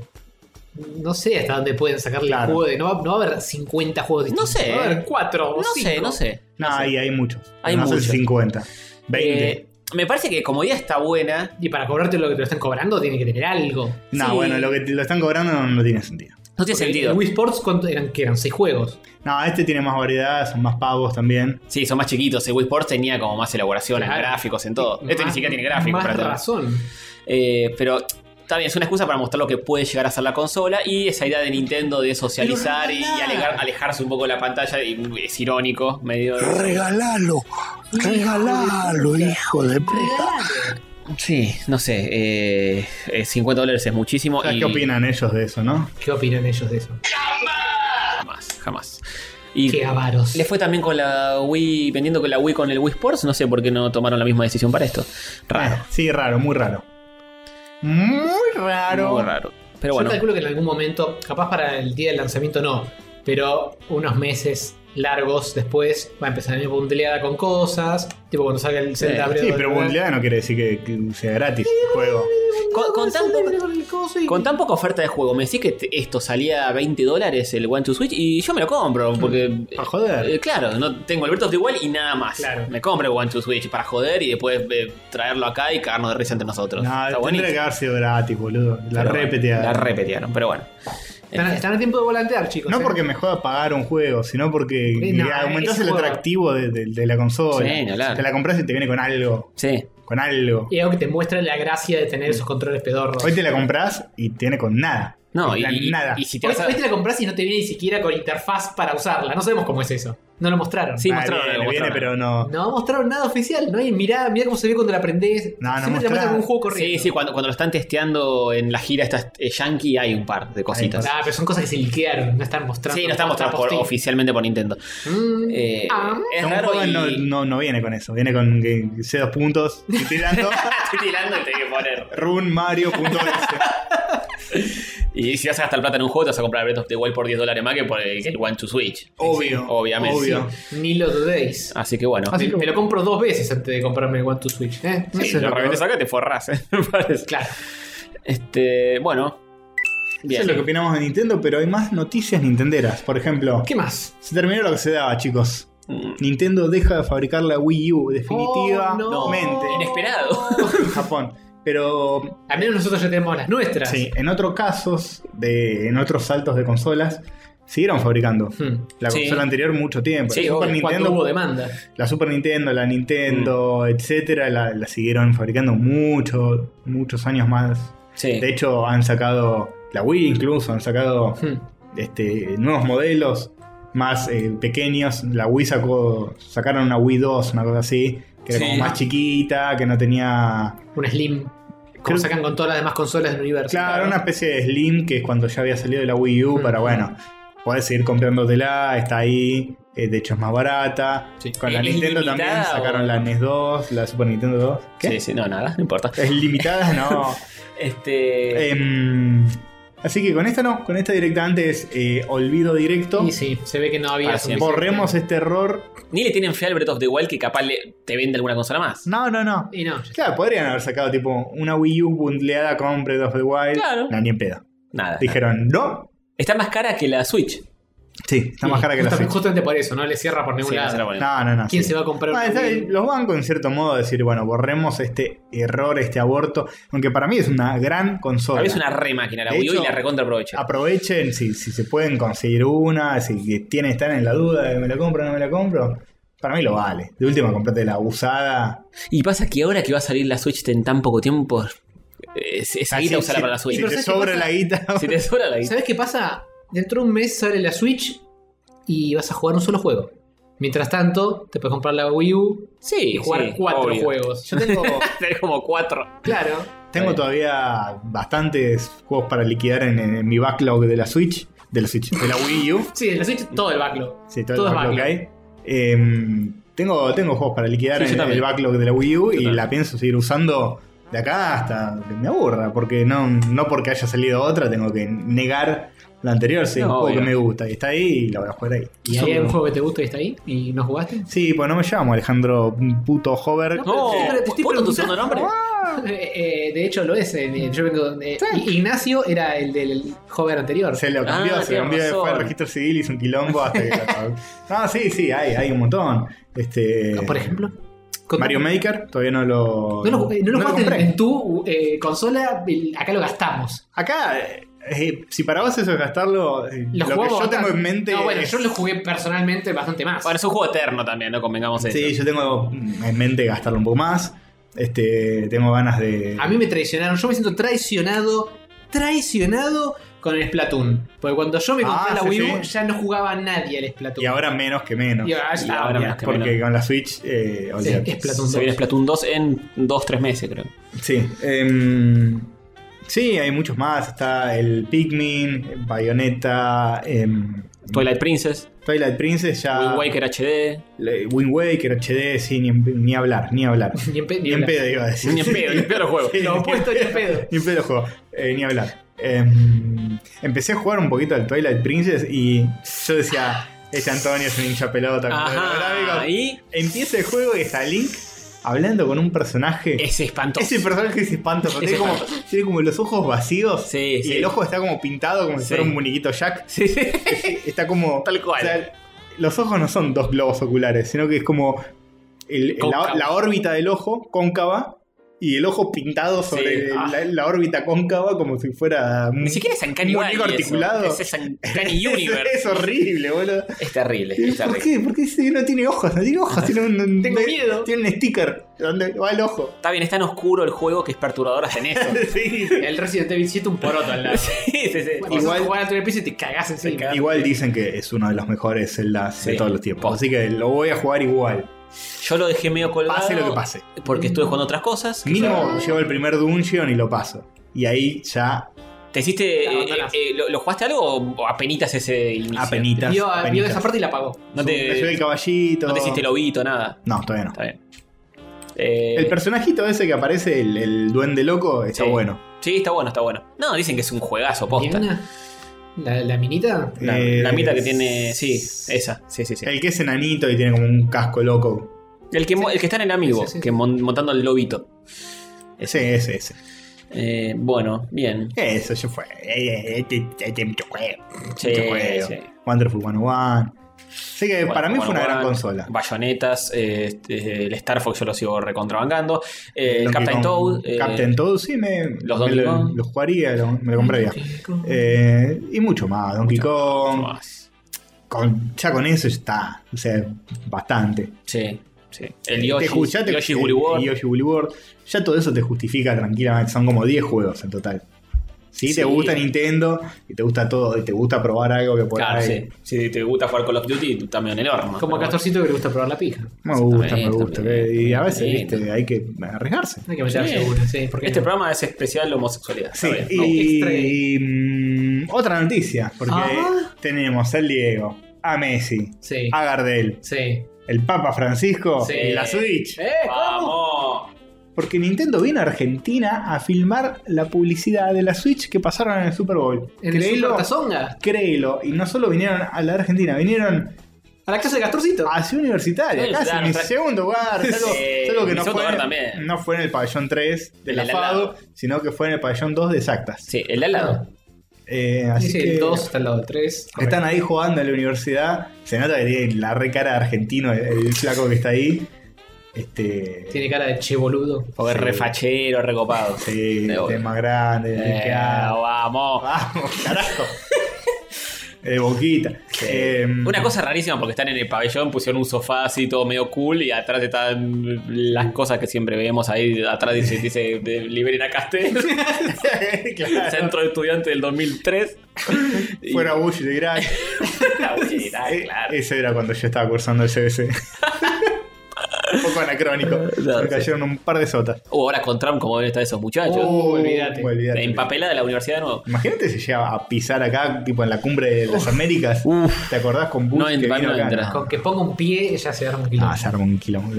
D: no sé hasta dónde pueden sacarle el
A: Claro.
D: juego de. No va, no va a haber 50 juegos
B: No
D: distintos.
B: sé.
D: Va a haber 4 o
B: No sé,
D: cinco.
B: no sé.
A: No,
B: sé.
A: hay, hay muchos.
B: Hay
A: no sé
B: muchos.
A: si 50. 20.
B: Eh, me parece que como idea está buena.
D: Y para cobrarte lo que te lo están cobrando, tiene que tener algo.
A: no,
B: sí.
A: bueno, lo que te- lo están cobrando no, no tiene sentido.
B: No tiene
D: Porque
B: sentido.
D: en Wii Sports, ¿cuánto eran? ¿Qué eran? ¿Seis juegos?
A: No, este tiene más variedad, son más pavos también.
B: Sí, son más chiquitos. El Wii Sports tenía como más elaboración en
D: Claro.
B: gráficos, en todo. Este ni
D: Más-
B: siquiera tiene gráficos.
D: Más
B: para todo.
D: razón.
B: Eh, pero está bien, es una excusa para mostrar lo que puede llegar a ser la consola y esa idea de Nintendo de socializar y, y alegar- alejarse un poco de la pantalla. y es irónico, medio.
H: Regalalo, regalalo, hijo de puta.
B: Sí, no sé. eh, eh, 50 dólares es muchísimo.
A: ¿Sabes
B: y
A: qué opinan ellos de eso, no?
D: ¿Qué opinan ellos de eso?
B: Jamás, jamás. Y
D: Qué avaros.
B: le fue también con la Wii, vendiendo con la Wii con el Wii Sports. No sé por qué no tomaron la misma decisión para esto. Raro.
A: Eh, Sí, raro, muy raro. Muy raro.
B: Muy raro. Pero bueno.
D: Yo calculo que en algún momento, capaz para el día del lanzamiento no, pero unos meses largos después va a empezar a venir bundleada con cosas, tipo cuando salga el Zelda Breath of
A: Sí,
D: the
A: pero
D: Wild.
A: bundleada no quiere decir que, que sea gratis el juego.
B: Con, con tan
D: Zelda
B: poca-
D: viene con el coso y-
B: con tan poca oferta de juego, me decís que te- esto salía a 20 dólares el One to Switch y yo me lo compro
D: Mm.
B: porque.
A: Para joder.
B: eh, claro, no tengo el Breath of the Wild y nada más.
D: Claro.
B: Me compro el One to Switch para joder y después eh, traerlo acá y cagarnos de risa entre nosotros.
A: No,
B: Está
A: tendría
B: buenísimo.
A: que haber sido gratis, boludo. La
B: Pero bueno,
A: repetearon.
B: La repetearon, pero bueno. Eh,
D: Están, están a tiempo de volantear, chicos.
A: No
D: ¿eh?
A: porque me joda pagar un juego, sino porque
D: Sí, no,
A: le aumentás
D: ese
A: el
D: juego-
A: atractivo de, de- de la consola.
B: Sí, ni hablar.
A: Te la compras y te viene con algo.
B: Sí.
A: con algo.
D: Y algo que te muestra la gracia de
B: Mm.
D: tener esos controles pedorros.
A: Hoy te la compras y tiene con nada.
B: No,
A: En
B: y,
A: plan,
B: y-
A: nada.
B: y si te
D: Hoy,
B: vas a.
D: hoy te la compras y no te viene ni siquiera con interfaz para usarla. No sabemos cómo es eso. No lo mostraron.
B: Sí,
A: Ah,
B: mostraron
A: viene,
B: algo,
A: viene,
B: mostraron.
A: pero no.
D: No mostraron nada oficial, ¿no? Y mirá, mirá cómo se ve cuando la aprendés.
A: No, no
D: Siempre te
A: mostraron.
D: muestran un juego
B: Sí,
D: corriendo.
B: sí, cuando, cuando lo están testeando en la gira estas, eh, Yankee hay un par de cositas.
D: Ah, pero son cosas que se liquearon, no están mostrando.
B: Sí, no están mostrados por-
D: posting.
B: oficialmente por Nintendo.
D: Mm.
B: Eh,
D: Ah.
B: es
A: No, un
B: raro
A: juego
B: y-
A: no, no, no viene con eso. Viene con que sé dos puntos. Y
B: [laughs]
A: tirando.
B: Estoy tirando y te hay que poner.
A: Run Mario. Punto
B: Y si vas a gastar plata en un juego, te vas a comprar Breath of the Wild por 10 dólares más que por el, que el One to Switch.
A: Obvio.
B: Obviamente.
A: Obvio.
D: Ni lo dudéis.
B: Así que bueno.
D: me, me lo compro dos veces antes de comprarme el One to Switch. ¿eh?
B: Sí,
A: Eso es
B: lo
A: lo que
B: revendes
A: vos-
B: acá y te forras, ¿eh? [laughs] me parece.
D: Claro.
B: Este, bueno.
A: Eso
B: Bien.
A: es lo que opinamos de Nintendo, pero hay más noticias nintenderas. Por ejemplo,
D: ¿Qué más?
A: se terminó lo que se daba, chicos.
B: Mm.
A: Nintendo deja de fabricar la Wii U
D: Oh,
A: definitivamente
D: no.
B: Inesperado.
A: en Japón. Pero
D: [laughs] Al menos nosotros ya tenemos las nuestras.
A: sí, en otros casos, de, en otros saltos de consolas, siguieron fabricando.
D: Hmm.
A: La
B: Sí.
A: consola anterior mucho tiempo.
B: Sí,
A: la, Super
B: obvio,
D: Cuando
A: Nintendo,
D: hubo demanda.
A: la Super Nintendo, la Nintendo, etcétera, la, la siguieron fabricando mucho, muchos años más.
B: Sí.
A: De hecho, han sacado la Wii incluso, han sacado
D: Hmm.
A: este, nuevos modelos más eh, pequeños. La Wii sacó, sacaron una Wii 2, una cosa así, que era
B: Sí.
A: como más chiquita, que no tenía.
D: Un Slim. Como
A: Creo-
D: sacan con todas las demás consolas del universo.
A: Claro, una especie de Slim que es cuando ya había salido de la Wii U,
D: Mm.
A: pero bueno, podés seguir comprándotela, está ahí. eh, De hecho es más barata.
D: Sí.
A: Con la
B: ¿Es
A: Nintendo
B: limitada
A: también
B: o-
A: sacaron la NES 2, la Super Nintendo 2. ¿Qué?
B: Sí, sí, no, nada, no importa.
A: ¿Es
B: [laughs]
A: limitada? No.
B: Este.
A: Em, así que con esta no, con esta directamente es eh, olvido directo.
D: Y sí, se ve que no había.
B: Ah, sí.
D: suficiente.
A: Borremos este error.
B: Ni le tienen fe al Breath of the Wild que capaz le- te vende alguna consola más.
A: No, no, no.
D: Y no, ya está.
A: Claro, podrían haber sacado tipo una Wii U bundleada con Breath of the Wild.
B: Claro.
A: No, ni en pedo.
B: Nada.
A: Dijeron, no.
B: Está más cara que la Switch.
A: Sí, está más cara que la
D: Justa-
A: Switch.
D: Justamente por eso, no le cierra por ningún
B: Sí, no se la
D: lado.
B: ponen.
A: No, no, no.
D: ¿Quién
A: sí.
D: se va a comprar
A: Ah,
D: una
A: está-
D: Wii?
A: los bancos, en cierto modo, decir, bueno, borremos este error, este aborto. Aunque para mí es una gran
B: Tal
A: consola.
B: vez una re máquina la
A: De
B: Wii U y
A: hecho,
B: la recontra aprovecha.
A: Aprovechen si, si se pueden conseguir una, si tienen, están en la duda de me la compro o no me la compro. Para mí lo vale. De última, comprate la usada.
B: Y pasa que ahora que va a salir la Switch en tan poco tiempo, eh, es- esa guita
A: Así,
B: usala
A: si-
B: para la Switch.
A: Ah, Si
D: Pero
A: te
D: ¿sabes qué
A: sobra
D: pasa?
A: la guita.
B: Si te sobra la guita.
D: ¿Sabes qué pasa? Dentro de un mes sale la Switch y vas a jugar un solo juego. Mientras tanto, te puedes comprar la Wii U
B: Sí,
D: y jugar
B: sí,
D: cuatro
B: obvio. [laughs]
D: juegos.
A: Yo tengo,
B: Tenés como cuatro.
D: Claro.
A: [laughs] tengo todavía bastantes juegos para liquidar en, en mi backlog de la Switch. De la Switch, de la
B: [laughs]
A: Wii U.
D: Sí, en la Switch todo el backlog.
A: Sí, todo,
D: Todo
A: el
D: es
A: backlog que
D: backlog.
A: hay. Em, tengo, tengo juegos para liquidar
B: Sí, yo
A: en el
B: también.
A: backlog de la Wii U y
B: también.
A: la pienso seguir usando de acá hasta que me aburra, porque no, no porque haya salido otra tengo que negar la anterior, sí,
B: No,
A: un juego
B: obvio.
A: que me gusta y está ahí y lo voy a jugar ahí.
D: ¿Y hay algún juego que te gusta y está ahí? ¿Y no jugaste?
A: Sí, pues no me llamo Alejandro puto Hover.
B: No,
D: pero te estoy
B: ¿puedo tu segundo
D: preguntando.
B: nombre?
D: Eh, eh, de hecho lo es. eh, yo vengo, eh, Ignacio era el del joven anterior.
A: Se lo cambió,
B: Ah,
A: se
B: tiene
A: lo cambió
B: razón.
A: fue al registro civil, hizo un quilombo hasta
B: [laughs]
A: que lo- Ah, sí, sí, hay, hay un montón. Este.
D: Ah, Por ejemplo. Con-
A: Mario Maker, todavía no lo.
D: No lo, eh, no lo jugaste en-
A: compré.
D: en tu eh, consola, el- acá lo gastamos.
A: Acá, eh, eh, si para vos eso es gastarlo, eh,
D: Lo,
A: lo, que
D: jugamos
A: yo tengo
D: bastante.
A: en mente.
D: No, bueno,
A: es-
D: yo lo jugué personalmente bastante más.
B: Bueno, es un juego eterno también, no convengamos eso.
A: Sí, yo tengo en mente gastarlo un poco más. Este, tengo ganas de.
D: A mí me traicionaron, yo me siento traicionado, traicionado con el Splatoon. Porque cuando yo me compré
A: Ah,
D: la
A: sí,
D: Wii U,
A: sí.
D: ya no jugaba nadie al Splatoon.
A: Y ahora menos que menos.
D: Y ahora
B: Y
D: ya-
B: ahora
D: mira.
B: menos que
A: porque
B: menos.
A: con la Switch, eh,
D: Sí,
A: olvidate.
D: es Splatoon
B: Se viene
D: 2.
B: Splatoon 2 en 2-3 meses, creo.
A: Sí. em, sí, hay muchos más. Está el Pikmin, Bayonetta, em,
B: Twilight Princess,
A: Twilight Princess, ya.
B: Wind Waker HD.
A: Le- Wind Waker, HD, sí, ni, en- ni hablar, ni hablar.
D: Ni en pe- ni
A: [laughs] ni en
D: hablar.
A: pedo iba a decir.
B: Ni en pedo, ni en pedo lo juego.
A: [laughs] Sí,
D: Lo
A: ni en
D: opuesto [laughs] ni en pedo.
A: Ni pedo juego, eh, ni hablar. Eh, empecé a jugar un poquito al Twilight Princess y yo decía, es Antonio, es un hincha pelota. como los
B: Ajá,
A: gráficos".
B: y
A: Empieza el juego y está Link hablando con un personaje.
B: es espantoso.
A: Ese personaje es espantoso,
B: Es
A: tiene como, tiene como los ojos vacíos
B: Sí,
A: y
B: sí.
A: el ojo está como pintado como si
B: Sí.
A: fuera un muñequito Jack.
B: Sí, sí.
A: [laughs] Está como...
B: Tal cual.
A: o sea, los ojos no son dos globos oculares, sino que es como el- el- la,
B: Cóncavo.
A: la órbita del ojo cóncava y el ojo pintado sobre
B: Sí,
A: el-
B: ah.
A: la, la órbita cóncava como si fuera un
B: Ni siquiera es Uncanny
A: muñeco
B: Valley. eso.
A: articulado.
B: Es- Es
A: [laughs]
B: Uncanny Universe.
A: Es horrible, boludo.
B: Es terrible,
A: ¿Y
B: es
A: ¿Por
B: terrible.
A: qué? ¿Por qué ese no tiene ojos? No tiene
B: [laughs]
A: ojos, tiene un, un-
D: Tengo
A: un-
D: miedo.
A: Tiene un sticker donde va
B: [laughs]
A: el ojo.
B: Está bien, es tan oscuro el juego que es perturbador hasta en eso.
A: [laughs] Sí.
D: El Resident Evil 7 un poroto al lado.
B: sí, sí, sí.
A: Igual-
D: Igual jugar a tu piso y te cagás encima.
B: cagás.
A: Igual dicen que es uno de los mejores Zeldas de
B: Sí.
A: todos los tiempos. Así que lo voy a jugar igual.
B: Yo lo dejé medio colgado.
A: Pase lo que pase. Mm.
B: Porque estuve jugando otras cosas.
A: Mínimo llevo el primer dungeon y lo paso. Y ahí ya
B: ¿Te hiciste.
D: Claro,
B: eh,
D: ganas.
B: eh, lo, lo jugaste algo o- o apenitas ese inicio?
A: apenitas.
D: Vio, vio
A: apenitas.
D: esa parte y la apagó.
B: No
A: Me llevé el
B: te,
A: caballito.
B: no te hiciste lobito, nada.
A: No, todavía no.
B: Está bien. Eh,
A: El personajito ese que aparece, el, el duende loco, está
B: Sí.
A: bueno.
B: sí, está bueno, está bueno. No, dicen que es un juegazo,
D: ¿Tiene
B: posta.
D: una? ¿La, la minita?
B: La,
A: Eh,
B: la mitad que tiene. Sí, esa. Sí, sí, sí. El,
A: El que es enanito y tiene como un casco loco.
B: que, mo- el que está en el amigo,
D: Sí, sí, sí.
B: que mon- montando el lobito.
A: Ese, ese, ese.
B: Eh, bueno, bien.
A: Eso, yo fue. Eh, eh, eh, eh, eh, eh, mucho juego.
B: Sí,
A: Mucho juego.
B: sí.
A: Wonderful 101. Sé que Eh, para mí fue una gran consola.
B: Bayonetas, eh, este, el Star Fox yo lo sigo recontrabancando. eh, el
A: Donkey
B: Captain
A: Kong-
B: Toad. eh,
A: Captain Toad, sí, me,
B: los
A: me
B: Donkey
A: lo,
B: Kong.
A: lo jugaría, lo- me lo compraría.
D: Kong.
A: Eh, y mucho más, Donkey Kong.
B: más.
A: con- ya con eso está. O sea, bastante.
B: Sí, sí. El
A: te
B: Yoshi,
A: escuchaste
B: Yoshi Woolly World.
A: Yoshi Woolly World. Ya todo eso te justifica tranquilamente. Son como 10 juegos en total. Si
B: Sí.
A: te gusta Nintendo y te gusta todo y te gusta probar algo que por
B: Claro,
A: ahí-
B: sí. Si te gusta jugar Call of Duty, tú también el horno.
D: Como a Castorcito que le gusta probar la pija.
A: Me gusta,
B: Está bien,
A: me
B: está
A: gusta.
B: bien,
A: y
B: está
A: a veces,
B: bien.
A: viste, hay que arriesgarse.
D: Hay que meter
B: Sí.
D: seguro, sí. Porque
B: Este programa es especial homosexualidad.
A: Sí,
B: está bien.
D: Extra.
A: y, mm, otra noticia, porque
B: Ah.
D: Ajá.
A: tenemos al Diego, a Messi,
D: Sí.
A: a Gardel,
D: Sí.
A: el Papa Francisco
D: Sí.
A: y la Switch.
D: ¡Eh!
B: ¡Vamos!
A: Porque Nintendo vino a Argentina a filmar la publicidad de la Switch que pasaron en el Super Bowl.
D: ¿En el
A: Creelo,
D: Super Tazonga?
A: creelo. Y no solo vinieron a la Argentina, vinieron
D: A la casa de Castorcito.
A: a Ciudad Universitaria,
B: Sí,
A: casi
B: claro,
A: mi
B: claro.
A: segundo hogar.
B: Sí.
A: Salvo, salvo que
B: Mi
A: no
B: segundo hogar
A: fue,
B: también.
A: no fue en el pabellón 3 de
B: El
A: la
B: al lado.
A: FADO, sino que fue en el pabellón 2 de Exactas.
B: Sí, el de al lado.
A: Eh, así
D: Dice
A: que
D: el 2 está al lado del 3.
A: Están ahí jugando en la universidad. Se nota que tiene la re cara de argentino el, el flaco que está ahí. Este.
D: Tiene cara de che boludo.
B: Porque es
A: Sí.
B: refachero, recopado.
A: sí,
B: de obvio.
A: es más grande,
B: Eh,
A: delicado.
B: vamos.
A: Vamos, carajo. De boquita. Eh,
B: Una cosa rarísima porque están en el pabellón, pusieron un sofá así todo medio cool y atrás están las cosas que siempre vemos ahí. Atrás dice, dice de- liberen a Castel,
A: [laughs] claro.
B: centro de estudiantes del 2003. Y-
A: Fuera Bush de Grac.
B: Ah, sí, ah,
A: Eh,
B: claro.
A: Ese era cuando yo estaba cursando
B: [laughs]
A: el CBC. un poco anacrónico.
B: No,
A: Me
B: sí.
A: cayeron un par de sotas.
B: O Oh, ahora con Trump, como deben estar esos muchachos.
A: Oh,
D: olvídate.
B: la empapelada de la universidad de nuevo.
A: Imagínate si llega a pisar acá, tipo en la cumbre de las Américas. ¿Te acordás con Bush
B: No
A: que
B: entra,
A: vino
B: no
A: acá?
B: entra.
A: No.
D: Con que ponga un pie, ya se arma un kilo.
A: Ah, se arma un quilombo.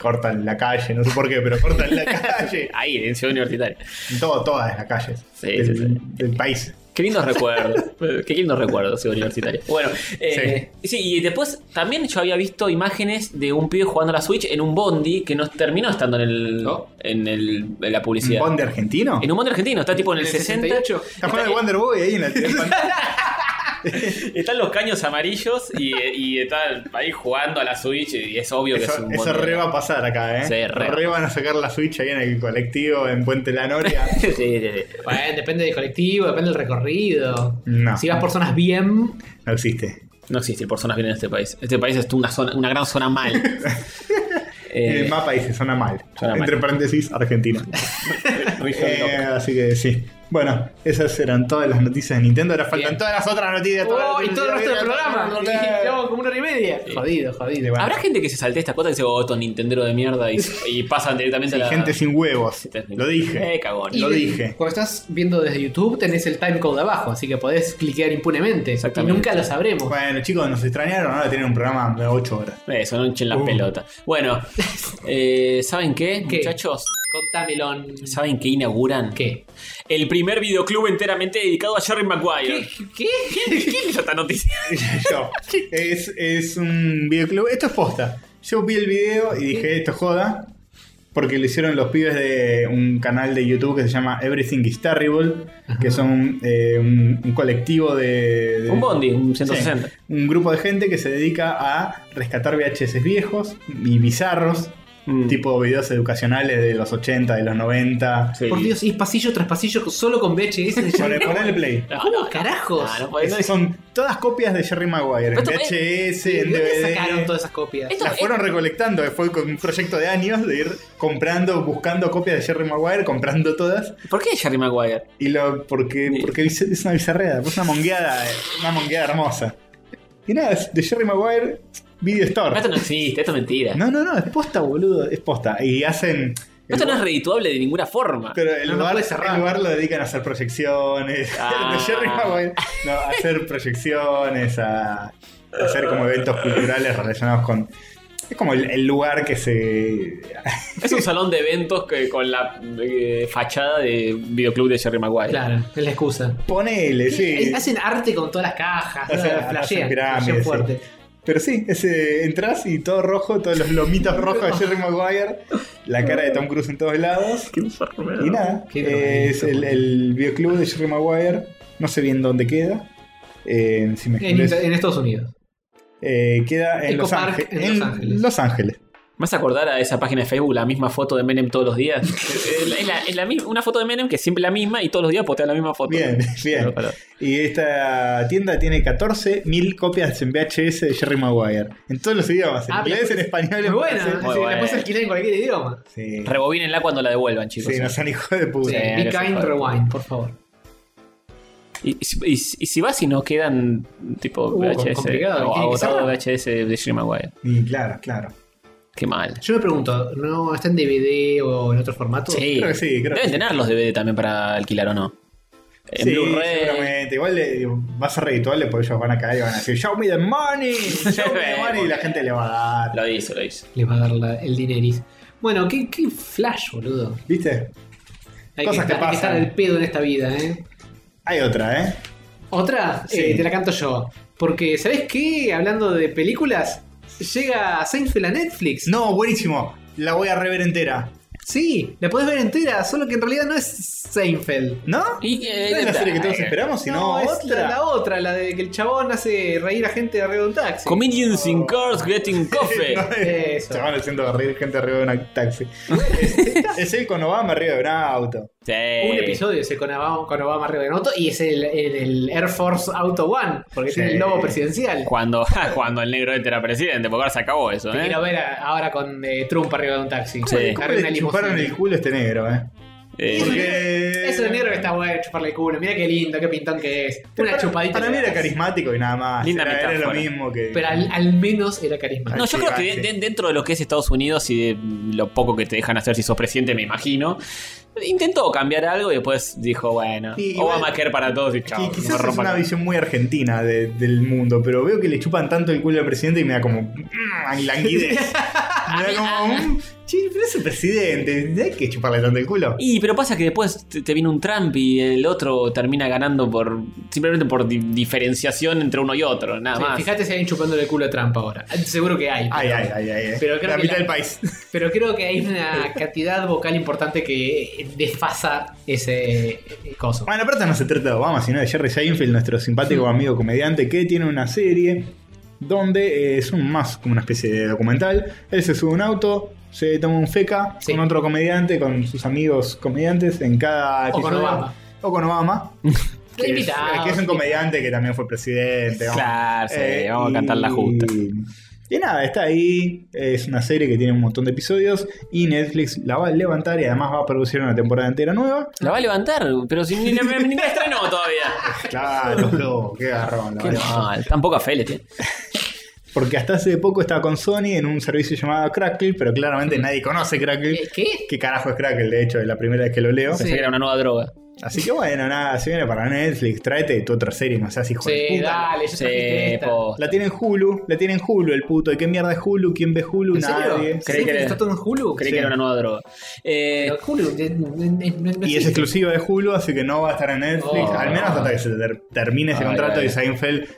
A: Cortan la calle, no sé por qué, pero
B: [laughs]
A: cortan la calle.
B: Ahí, en Ciudad Universitaria.
A: Todo, todas las calles
B: Sí,
A: del,
B: sí, sí.
A: del país.
B: Qué [laughs] lindos recuerdos. Qué lindos recuerdos, Ciudad Universitaria. Bueno, eh, sí. y después también yo había visto imágenes de un pibe jugando a la Switch en un bondi que no terminó estando en el,
D: ¿No?
B: en, el en la
A: ¿Un
B: publicidad.
A: bond argentino?
B: En un bondi argentino, está tipo en el 60.
A: Está jugando el Wonder Boy ahí en la en pantalla.
B: [laughs] Están los caños amarillos y, y está ahí jugando a la Switch y es obvio que es
A: Eso,
B: un
A: eso
B: bondi.
A: re va a pasar acá, ¿eh?
B: Sí, re.
A: van a sacar la Switch ahí en el colectivo, en Puente
B: [laughs]
A: La Noria.
B: Sí, sí, sí.
D: Bueno, depende del colectivo, depende del recorrido.
A: No.
D: Si vas por zonas bien,
A: No existe.
B: No existe el personas bien en este país. Este país es una, zona, una gran zona
A: [laughs]
B: mal.
A: En
B: Eh,
A: el mapa dice, suena mal.
B: suena mal.
A: Entre paréntesis, Argentina.
B: [laughs] Richard
A: Eh,
B: Lock.
A: así que sí. Bueno, esas eran todas las noticias de Nintendo. Ahora faltan
D: Bien.
A: todas las otras noticias. todas las
D: Oh, y todo el resto del
A: noticias,
D: programa.
A: todas las noticias.
D: Llevamos como una hora y media. Jodido, jodido.
B: Habrá gente que se salte esta cosa y dice, oh, estos Nintendero de mierda
A: [laughs]
B: y, y pasan directamente a la.
A: Gente sin huevos.
B: Gente-
A: Lo
B: Eh,
A: dije.
B: cagón.
A: Y- lo
D: de-
A: dije.
D: Cuando estás viendo desde YouTube tenés el timecode abajo, así que podés cliquear impunemente.
B: Exactamente.
D: Y nunca lo sabremos.
A: Bueno, chicos, nos extrañaron. Ahora tienen un programa de 8 horas. [laughs]
B: Eso, no hinchen la
A: Uh.
B: pelota.
A: [laughs]
B: Bueno, eh, ¿saben qué,
D: ¿Qué?
B: muchachos?
D: Contamelón.
B: ¿Saben qué inauguran?
D: ¿Qué?
B: El primer videoclub enteramente dedicado a Jerry Maguire.
D: ¿Qué?
B: ¿Quién, quién hizo esta noticia?
A: Yo. Es, es un videoclub. Esto es posta. Yo vi el video y dije, esto es joda. Porque lo hicieron los pibes de un canal de YouTube que se llama Everything is Terrible. Que son eh, un, un colectivo de, de-
B: Un bondi, un
A: Sí,
B: 160.
A: un grupo de gente que se dedica a rescatar VHS viejos y bizarros.
B: Mm.
A: tipo videos educacionales de los 80, de los 90.
B: Sí.
D: Por Dios, y es pasillo tras pasillo solo con VHS
A: [laughs]
D: de
A: Poné- Ponele
I: [laughs]
A: play.
D: ¿Cómo carajos?
B: Ah, no
A: Es-
B: podés- no,
A: son todas copias de Jerry Maguire, en
I: Pero esto-
A: VHS,
D: ¿De
A: en
D: dónde
A: DVD.
D: sacaron todas esas copias?
I: Esto-
A: Las fueron recolectando, fue con un proyecto de años de ir comprando, buscando copias de Jerry Maguire, comprando todas.
B: ¿Por qué Jerry Maguire?
A: Y lo, porque, porque es una bizarreada, es una mongueada, eh, una mongueada hermosa. Y nada, es de Jerry Maguire, Video Store.
B: Esto no existe, esto es mentira.
A: No, no, no, es posta, boludo, es posta. Y hacen.
B: esto
A: el-
B: no es redituable de ninguna forma.
A: Pero el,
D: No, no
A: lugar,
D: puede cerrar.
A: el lugar lo dedican a hacer proyecciones. [laughs]
B: Ah.
A: De Jerry Maguire. No, a hacer proyecciones, a, a hacer como eventos culturales relacionados con. Es como el, el lugar que se.
B: Es un salón de eventos que, con la eh, fachada de videoclub de Jerry Maguire.
D: Claro, es la excusa.
A: Ponele, sí.
D: Hacen arte con todas las cajas,
A: Hacen-
D: todas las
A: hacen
D: flashean,
A: pirámides,
D: flashean
A: sí.
D: fuerte.
A: Pero sí, ese, entras y todo rojo, todos los lomitos rojos de Jerry Maguire, la cara de Tom Cruise en todos lados. Y nada,
D: Qué
A: eh, es el,
D: drogadicto. pues.
A: el bioclub de Jerry Maguire. No sé bien dónde queda. Eh, si me
D: En,
A: escribes-
D: Inter- en Estados Unidos.
A: Eh, queda en
D: Eco
A: Los,
D: Park,
A: Ángeles,
D: en Los Ángeles.
A: Los Ángeles.
B: ¿Me vas a acordar a esa página de Facebook la misma foto de Menem todos los
A: [laughs]
B: días? es la- es la- es la misma- una foto de Menem que es siempre la misma y todos los días postea la misma foto.
A: Bien, bien.
B: Claro, claro.
A: Y esta tienda tiene 14.000 copias en VHS de Jerry Maguire. En todos los idiomas. En
D: Ah, pero
A: inglés,
D: pues-
A: en español,
D: Muy
A: en
D: buena,
A: francés.
D: sí,
B: Muy
D: la
B: buena.
D: puedes alquilar en cualquier idioma.
A: Sí,
B: Rebobínenla cuando la devuelvan, chicos.
A: sí, no son hijos de
D: Sí,
A: puta.
D: Be
B: que se
D: kind,
B: joda.
D: rewind, por favor.
B: y, y si- y si y si vas y no quedan tipo
D: Uh,
B: VHS
D: complicado,
B: o
D: ¿tiene que
B: agotado
D: cerrar?
B: VHS de Jerry Maguire.
A: Y claro, claro.
B: Qué mal.
D: Yo me pregunto, ¿no está en DVD o en otro formato?
B: Sí.
A: Creo que sí, creo que
B: Deben
A: sí.
B: tener los DVD también para alquilar o no. En
A: Sí,
B: Blu-ray.
A: seguramente. Igual le- vas a redituarle porque ellos van a caer y van a decir Show me
B: [laughs]
A: the money, show me the money y la gente le va a dar.
B: Lo hizo, lo hizo.
D: Les va a dar la- el dineris. Bueno, qué, qué flash, boludo.
A: ¿Viste?
D: Hay
A: Cosas
D: que,
A: que
D: hay que
A: pasan.
D: estar al pedo en esta vida, ¿eh?
A: Hay otra, ¿eh?
D: Otra,
A: Sí.
D: eh, te la canto yo. Porque, ¿sabés qué? Hablando de películas, llega Seinfeld a Netflix.
A: No, buenísimo. La voy a rever entera.
D: Sí, la podés ver entera, solo que en realidad no es Seinfeld.
A: ¿No?
B: Y, eh,
A: ¿No es la serie que todos
B: eh,
A: esperamos, sino
D: es
A: otra.
D: La, la otra, la de que el chabón hace reír a gente arriba de un taxi.
B: Comedians in cars
A: [laughs]
B: getting coffee.
A: No, es-
D: Eso.
A: Se van haciendo de reír gente arriba de un taxi. es, es él con Obama arriba de un auto.
B: Sí.
D: Un episodio ese con Obama, con Obama arriba de un auto y es el, el- el Air Force Auto One, porque
A: Sí.
D: tiene el logo presidencial.
B: Cuando, [laughs] cuando el negro este era presidente, porque ahora se acabó eso,
D: Te
B: ¿eh?
D: quiero ver a- ahora con eh, Trump arriba de un taxi.
B: Sí.
D: Arriba
A: ¿Cómo
D: de una
A: le chuparon
D: limusina.
A: el culo a este negro, eh?
B: Eh,
D: Eso
A: Porque-
D: Es un negro que está bueno chuparle el culo. Mira qué lindo, qué pintón que es. Una
A: Para-
D: chupadita.
A: Para
D: le
A: mí era
D: das.
A: carismático y nada más.
B: Linda
A: era, era lo
B: metáfora.
A: mismo que.
D: Pero al, al menos era carismático.
B: No, yo
A: Sí,
B: creo
A: va,
B: que de-
A: sí.
B: de- dentro de lo que es Estados Unidos y de lo poco que te dejan hacer si sos presidente, me imagino, intentó cambiar algo y después dijo, bueno,
A: Sí, igual-
B: Obamacare para todos y chao.
A: Que
B: me
A: quizás es
B: rompan
A: una
B: la-
A: visión muy argentina de- del mundo, pero veo que le chupan tanto el culo al presidente y me da como. mm,
D: [laughs]
A: languidez. me da como. mm, che, pero es el presidente, hay que chuparle tanto el culo.
B: Y pero pasa que después te, te viene un Trump y el otro termina ganando por simplemente por di- diferenciación entre uno y otro, nada
D: Sí,
B: más.
D: Fíjate si hay chupándole el culo a Trump ahora. Seguro que hay.
A: Ay,
D: pero-
A: ay, ay, ay. ay.
D: Pero creo
A: la
D: que
A: mitad
D: la-
A: del país.
D: Pero creo que hay una cantidad vocal importante que desfasa ese eh, coso.
A: Bueno, aparte no se trata de Obama, sino de Jerry Seinfeld, nuestro simpático amigo comediante, que tiene una serie donde eh, es un más como una especie de documental. Él se sube a un auto, se toma un feca
D: Sí.
A: con otro comediante, con sus amigos comediantes en cada
D: O con
A: episodio.
D: Obama.
A: O
B: [laughs]
A: con Obama.
D: Lo
A: que, es,
D: invitamos.
A: que es un comediante que también fue presidente. vamos.
B: Claro, sí,
A: Eh,
B: vamos a cantar la
A: y-
B: justa.
A: Y nada, está ahí. Es una serie que tiene un montón de episodios. Y Netflix la va a levantar y además va a producir una temporada entera nueva.
B: La va a levantar, pero si ni, ni- ni la estrenó
A: [laughs]
B: todavía.
D: [laughs]
A: Claro, no, qué garrón. la
B: Qué
A: verdad.
B: mal, tan poca fe le tiene.
A: Porque hasta hace poco estaba con Sony en un servicio llamado Crackle, pero claramente nadie conoce Crackle.
D: ¿Qué? Eh, ¿Qué?
A: ¿Qué carajo es Crackle? De hecho, es la primera vez que lo leo.
B: Pensé que era una nueva droga.
A: Así que bueno, nada, se viene para Netflix, tráete tu otra serie, no seas hijo de
D: Sí,
A: puta.
D: dale, yo trajiste
B: Sí,
D: esta.
B: po.
A: La tienen Hulu, la tienen Hulu el puto. ¿Y qué mierda es Hulu? ¿Quién ve Hulu?
D: ¿En serio?
A: Nadie.
B: Creí que era-
D: ¿Está todo en Hulu?
B: Creí
A: Sí.
B: que era una nueva droga. Eh,
D: Pero Hulu, eh, eh, eh, no
A: Y es
D: existe.
A: exclusiva de Hulu, así que no va a estar en Netflix.
D: Oh.
A: al menos hasta que se ter- termine ese
B: Ay,
A: contrato
B: ay.
A: y Seinfeld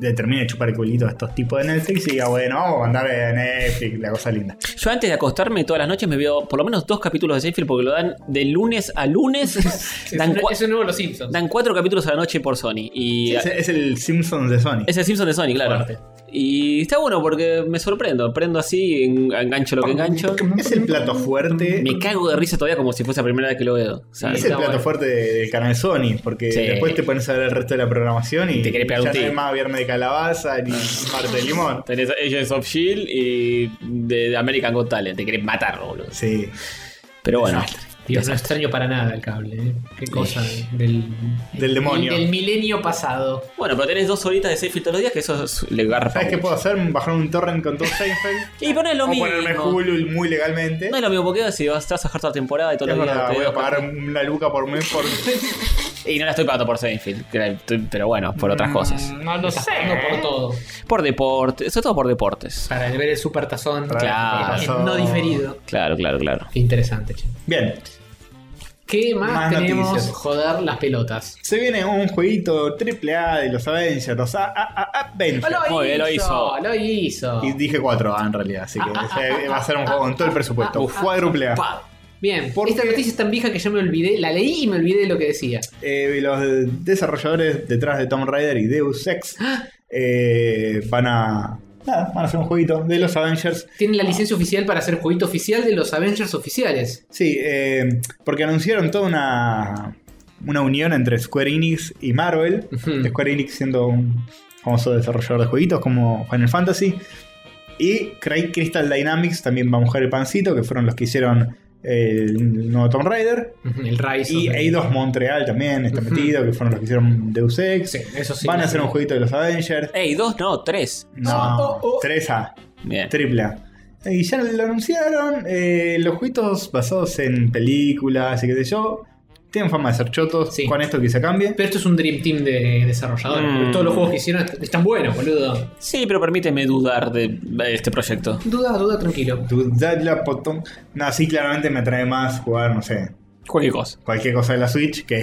A: le termine de chupar el culito a estos tipos de Netflix y diga, bueno, vamos a mandar a Netflix, la cosa linda.
B: Yo antes de acostarme todas las noches me veo por lo menos dos capítulos de Seinfeld porque lo dan de lunes a
A: [laughs]
B: lunes.
D: Es,
B: dan,
D: un-
B: cua-
D: es un nuevo Los Simpsons.
B: dan cuatro capítulos a la noche por Sony. Y
A: Es, es el Simpsons de Sony.
B: es el Simpson de Sony, claro.
D: Fuerte.
B: Y está bueno porque me sorprendo. Prendo así, en- engancho lo que engancho.
A: Es el plato fuerte.
B: Me cago de risa todavía como si fuese la primera vez que lo veo. O sea,
A: Es el plato
D: bueno.
A: fuerte de- del canal Sony, porque
B: Sí.
A: después te pones a ver el resto de la programación y
B: Te querés
A: ya
B: pegar
A: no
B: un
A: hay
B: tiro.
A: más viernes de calabaza ni martes de limón.
B: Tenés Agents of Shield E y de American Got Talent. Te querés matar, boludo.
A: Sí.
B: Pero bueno.
D: Dios, no extraño para nada el cable. ¿eh? Qué cosa del,
A: Del demonio.
D: Del, milenio pasado.
B: Bueno, pero tenés dos horitas de Seinfeld todos los días que eso es- le garpa.
A: ¿Sabes qué
B: Ah, mucho.
A: puedo hacer? Bajar un torrent con todo Seinfeld.
B: Y pero no es [laughs] lo
A: o
B: mismo.
A: ponerme Hulu muy legalmente.
B: No es lo mismo porque si vas, te vas a dejar toda la temporada y todo
A: Es
B: lo que
A: verdad, voy a pagar una luca por mes por. [laughs]
B: Y no la estoy pagando por Seinfeld, que la estoy- pero bueno, por
A: Mm.
B: otras cosas.
D: Mm, No lo sé. ¿eh? por todo.
B: Por deporte, sobre todo por deportes.
D: Para ver el super tazón.
B: Claro.
A: Tazón.
D: No diferido.
B: Claro, claro, claro.
D: Qué interesante, che.
A: Bien.
D: ¿Qué más,
A: Más
D: tenemos?
A: noticias.
D: Joder las pelotas.
A: Se viene un jueguito triple A de los Avengers, los A, A, A- Avengers.
B: Muy bien, lo hizo.
D: Lo Ah, hizo.
A: Y dije 4 A en realidad,
D: [laughs]
A: así que ese va a ser un juego con todo el presupuesto. Cuádruple A.
D: Pa. Bien,
A: Porque-
D: esta noticia es tan vieja que yo me olvidé, la leí y me olvidé lo que decía.
A: Eh, los desarrolladores detrás de Tomb Raider y Deus
D: [gasps]
A: Ex eh, van a. Nada, van a hacer un jueguito de los Avengers.
D: Tienen la licencia oficial para hacer jueguito oficial de los Avengers oficiales.
A: Sí, eh, porque anunciaron toda una, una unión entre Square Enix y Marvel.
D: Ujú.
A: Square Enix siendo un famoso desarrollador de jueguitos como Final Fantasy. Y Craig Crystal Dynamics también va a mojar el pancito, que fueron los que hicieron el nuevo Tomb Raider.
D: Ujú, El Rise.
A: Y
D: of the-
A: Eidos Montreal también está
D: Ujú.
A: metido, que fueron los que hicieron Deus Ex.
D: Sí, eso sí. Ah, oh,
A: Van a
D: lo
A: hacer
D: sé.
A: un jueguito de los Avengers.
B: Ey, dos, no, tres.
A: No, 3A,
B: Bien.
A: triple A. Y ya lo anunciaron. eh, los jueguitos basados en películas y qué sé yo. Tienen fama de ser chotos.
D: Sí.
A: Con esto quizá cambie.
D: Pero esto es un Dream Team de desarrolladores.
B: Mm.
D: porque Todos los juegos que hicieron est- están buenos, boludo.
B: Sí, pero permíteme dudar de este proyecto.
D: Duda, duda, tranquilo.
A: Dudadla potón. No, sí, claramente me trae más jugar, no sé,
B: Cualquier cosa.
A: cualquier cosa de la Switch
D: [laughs]
A: que.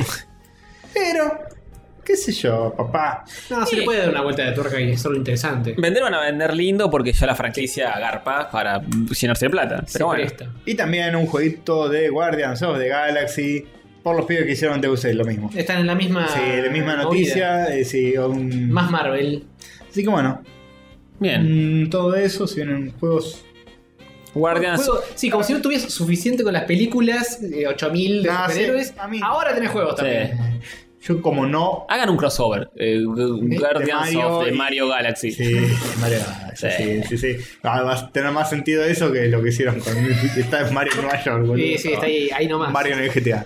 A: Pero, qué sé yo, papá.
D: No, se
B: Sí.
D: le puede dar una vuelta de tuerca y hacerlo interesante.
B: Vender van a vender lindo porque ya la franquicia agarpa para llenarse de plata.
D: Se
B: Pero bueno.
D: presta.
A: Y también un jueguito de Guardians of the Galaxy. Por los pibes que hicieron Deus Ex, lo mismo.
D: Están en la misma.
A: Sí, la misma
D: movida.
A: noticia. eh, sí, un-
D: Ah, Más Marvel.
A: Así que bueno,
B: Bien.
A: Mm, todo eso, si vienen juegos.
B: Guardians.
D: Juego- sí, como si no tuvieras suficiente con las películas, eh, 8000 de
A: Ah, sí,
D: superhéroes.
A: a mí.
D: Ahora tenés juegos
B: Sí.
D: también.
A: Yo, como no.
B: Hagan un crossover. eh, Guardians
A: Este Mario
B: of the
A: y-
B: Mario Galaxy.
A: Sí, [laughs] Mario, sí, sí,
B: Sí.
A: sí. sí. Ah, va a tener más sentido eso que lo que hicieron con. [laughs] Está en Mario en Nueva York, boludo.
D: Sí, sí, está ahí, ahí nomás.
A: Mario en el GTA.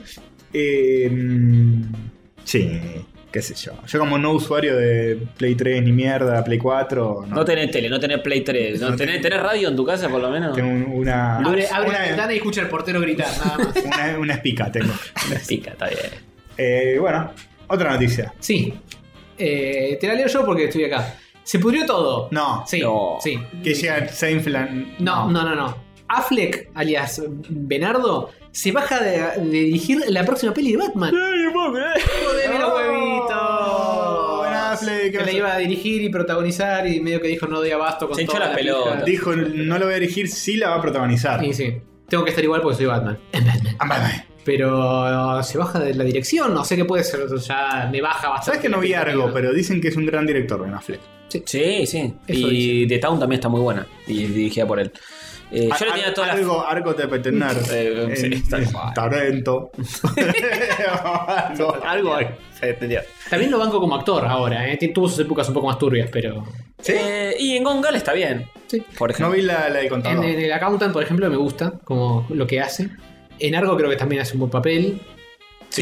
A: Eh, mm, sí, qué sé yo. Yo, como no usuario de Play 3 ni mierda, Play 4. No,
B: No tenés tele, no tenés Play 3, no
A: No
B: tenés,
A: tengo-
B: tenés radio en tu casa por lo menos.
A: Tengo un- una.
D: Abre, abre la
A: una,
D: ventana y escucha al portero gritar,
A: [laughs]
D: nada más.
A: una, una espica tengo.
B: Pica, está bien.
A: Eh, bueno, otra noticia.
D: Sí. Eh, te la leo yo porque estoy acá. Se pudrió todo.
A: No.
D: Sí.
B: No.
D: Sí.
A: Que llega Seinfeld.
D: No, no, no, no. Affleck, alias Benardo, se baja de, de dirigir la próxima peli de Batman. ¡Joder, los
A: Oh,
D: huevitos!
A: buen Affleck,
D: Que la
A: hace-
D: iba a dirigir y protagonizar y medio que dijo no doy abasto con
B: Se hinchó
D: toda
B: las
D: la pija.
B: pelotas.
A: Dijo, no lo voy a dirigir, sí la va a protagonizar.
D: Sí, sí. Tengo que estar igual porque soy Batman. [laughs] Batman.
A: Ah, vale, vale.
D: Pero uh, se baja de la dirección, no sé qué puede ser, ya me baja bastante.
A: Sabes que no vi algo, pero dicen que es un gran director, Ben Affleck.
B: Sí, sí.
D: Eso
B: y The Town también está muy buena. Y dirigida por él. Eh, yo le
A: Ar-
B: tenía todas las.
A: Algo, algo te petenar.
B: Eh, sí,
A: En-
B: tal
A: en
B: cual.
A: Tarento.
B: [laughs]
A: algo, algo hay.
D: También lo banco como actor ahora, ¿eh? Tuvo sus épocas un poco más turbias, pero.
B: Eh, y en Gongal está bien.
D: Sí.
B: Por
A: No
B: ejemplo.
A: vi la, la del
D: En,
A: contador.
D: en el Accountant, por ejemplo, me gusta como lo que hace. En Argo creo que también hace un buen papel.
A: ¿Se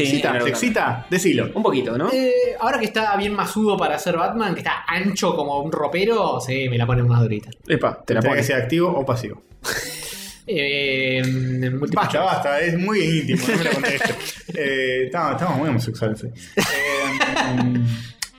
B: Sí, en
A: excita?
B: algo también.
A: ¿Se excita? Decilo.
B: Un poquito, ¿no?
D: Eh, ahora que está bien masudo para ser Batman, que está ancho como un ropero, sí, me la ponen más durita.
A: Epa, te la pongo. que sea activo o pasivo.
D: Eh, en multi-
A: Basta, basta, es muy
D: [laughs]
A: íntimo, no me lo contestes. eh, estamos, estamos muy homosexuales hoy. Eh, mm,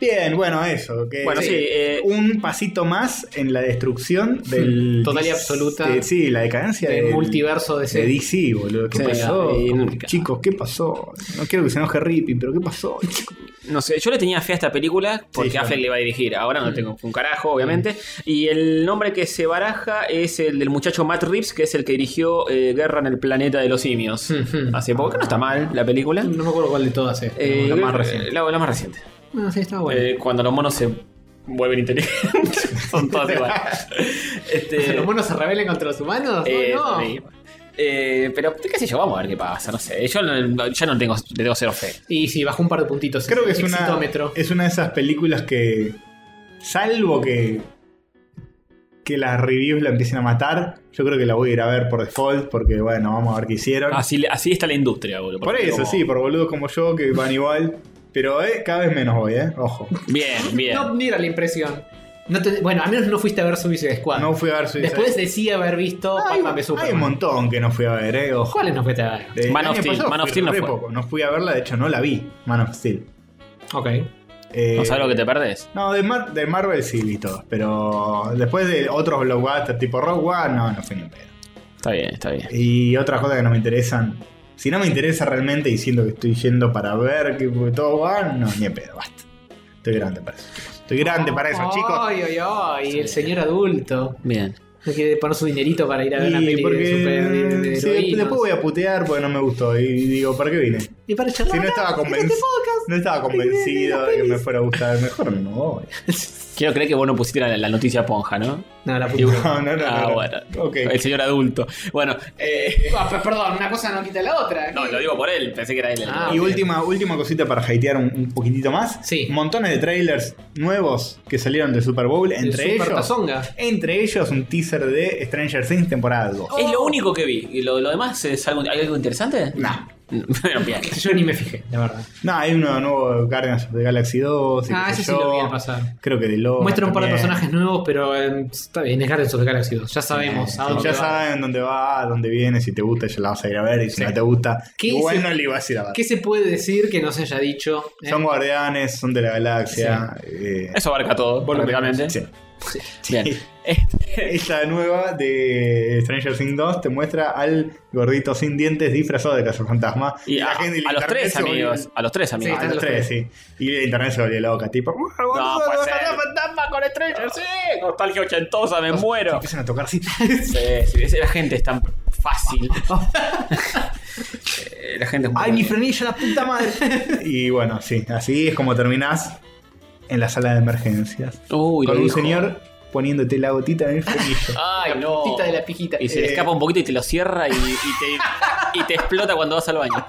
A: Bien, bueno, eso. que-
B: Bueno, sí, eh,
A: un pasito más en la destrucción del.
D: Total y absoluta
A: eh, sí, la decadencia
D: del
A: del
D: multiverso de
A: De
D: ese.
A: DC, boludo. ¿Qué
B: Sí,
A: pasó?
B: y-
A: Como, Chicos, ¿qué pasó? No quiero que se enoje Rippy, pero ¿qué
D: [laughs]
A: pasó? chicos?
B: No sé, yo le tenía fe a esta película porque
A: Sí, Mm. yo
B: Affleck
A: no.
B: le va a dirigir. Ahora no tengo un carajo, obviamente. Y el nombre que se baraja es el del muchacho Matt Reeves, que es el que dirigió eh, Guerra en el Planeta de los Simios.
A: [laughs]
D: Ujú.
B: Hace poco, que no está mal la película.
D: No me acuerdo cuál de todas es.
B: Eh,
A: la más
B: eh,
A: reciente.
B: La, la más reciente.
D: No, Ah, sí, está bueno.
B: Eh, cuando los monos se vuelven inteligentes. Son todas iguales. Este,
D: [laughs] ¿Los monos se rebelen contra los humanos?
B: eh,
D: no, no.
B: sí. Eh, pero qué sé yo, vamos a ver qué pasa, no sé. Yo no, ya no tengo, le tengo cero fe.
D: Y sí, bajó un par de puntitos.
A: Creo que es una, eh,
D: Exitómetro.
A: es una de esas películas que. Salvo que. Que las reviews la empiecen a matar. Yo creo que la voy a ir a ver por default. Porque bueno, vamos a ver qué hicieron.
B: Así, así está la industria, boludo.
A: por
B: porque
A: eso,
B: como-
A: sí, por boludos como yo que van igual. Pero eh, cada vez menos voy, eh. Ojo.
B: Bien, bien.
D: No mira la impresión. No te- bueno, al menos no fuiste a ver Suicide Squad.
A: No fui a ver su
D: Después decía haber visto
A: hay,
D: Batman v
A: hay un
D: Superman.
A: montón que no fui a ver, eh. Ojo.
D: ¿Cuáles no fuiste a ver?
A: Eh,
B: Man
A: el
B: of
A: año
B: Steel,
A: pasado
B: Man of
A: fui
B: Steel no
A: re
B: fue.
A: poco, no fui a verla, de hecho no la vi, Man of Steel.
D: Ok.
A: Eh,
B: ¿No sabes lo que te perdés?
A: no, de, Mar- de Marvel sí vi todos, pero después de otros blockbusters tipo Rogue One, no, no fui ni en pedo.
B: Está bien, está bien.
A: Y otras cosas que no me interesan. Si no me interesa realmente diciendo que estoy yendo para ver que porque todo va, no, ni en pedo, basta. Estoy grande para eso, chicos. Estoy grande para eso, chicos.
D: Ay, ay, ay. El señor adulto.
B: Bien.
D: No quiere poner su dinerito para ir a ver una
A: Y
D: peli
A: porque
D: de super. de- de- de
A: sí,
D: heroínas.
A: después voy a putear porque no me gustó. Y digo, ¿para qué vine?
D: Y para charlar.
A: Si no estaba,
D: acá, en
A: convenc-
D: este podcast.
A: no estaba convencido de que me fuera a gustar, mejor no
D: [laughs]
A: voy.
B: Quiero creer que vos no pusiste la, la noticia ponja, ¿no?
D: No, la
B: Y-
D: puta.
A: No, no, no,
B: Ah,
A: no.
B: bueno.
A: Ok.
B: El señor adulto. Bueno, eh,
D: Ah, pero perdón, una cosa no quita la otra.
B: no, lo digo por él. Pensé que era él. el-
D: Ah,
A: Y
D: ok.
A: última, última cosita para hatear un, un poquitito más.
D: Sí.
A: Montones de trailers nuevos que salieron de Super Bowl.
D: El
A: Entre
D: Super
A: ellos.
D: Tazonga.
A: Entre ellos un teaser de Stranger Things temporada 2.
B: Es lo único que vi. ¿Y lo, lo demás es algo, hay algo interesante?
A: No.
B: [laughs] Bueno, bien.
D: Yo ni me fijé, la verdad.
A: No, hay uno nuevo Guardians of the Galaxy 2. y
D: Ah,
A: qué sé
D: ese sí
A: yo.
D: lo vi al pasar.
A: Creo que de Lost
D: Muestra un par de
A: también.
D: personajes nuevos, pero eh, está bien, es Guardians of the Galaxy 2. Ya sabemos. a
A: Sí,
D: dónde
A: ya
D: va.
A: saben dónde va, a dónde viene, si te gusta ya la vas a ir a ver y si no te gusta,
D: ¿Qué
A: igual
D: se-
A: no le ibas a ir a ver.
D: ¿Qué se puede decir que no se haya dicho? eh?
A: Son guardianes, son de la galaxia. eh,
B: Eso abarca todo, prácticamente.
A: Sí.
B: Bien.
A: Sí.
B: Este,
A: Esta nueva de Stranger Things 2 te muestra al gordito sin dientes disfrazado de cazafantasma.
B: y a,
A: del
B: a los
A: internet
B: tres
A: se volvió-
B: amigos. A los tres amigos.
A: a los tres, sí. Y la internet se volvió loca, tipo. "Uh,
B: No,
A: boludo,
B: puede
A: vas
B: ser.
A: a la fantasma con Stranger
B: Sí, nostalgia ochentosa, me muero.
A: Empiezan a tocar así.
B: Sí, sí, sí, la gente es tan
A: [laughs]
B: fácil. [laughs] Eh, la gente es muy.
A: ¡Ay, mi frenillo, la
B: [laughs]
A: puta madre! [laughs] y bueno, sí, así es como terminás en la sala de emergencias.
B: Uy, lo
A: con un
B: dijo.
A: señor poniéndote la gotita en
B: [laughs]
A: el frenillo.
B: Ay, no.
D: Pita de la pijita.
B: Y se le
A: Eh.
B: escapa un poquito y te lo cierra y, y
A: [laughs]
B: te, y te explota cuando vas al baño.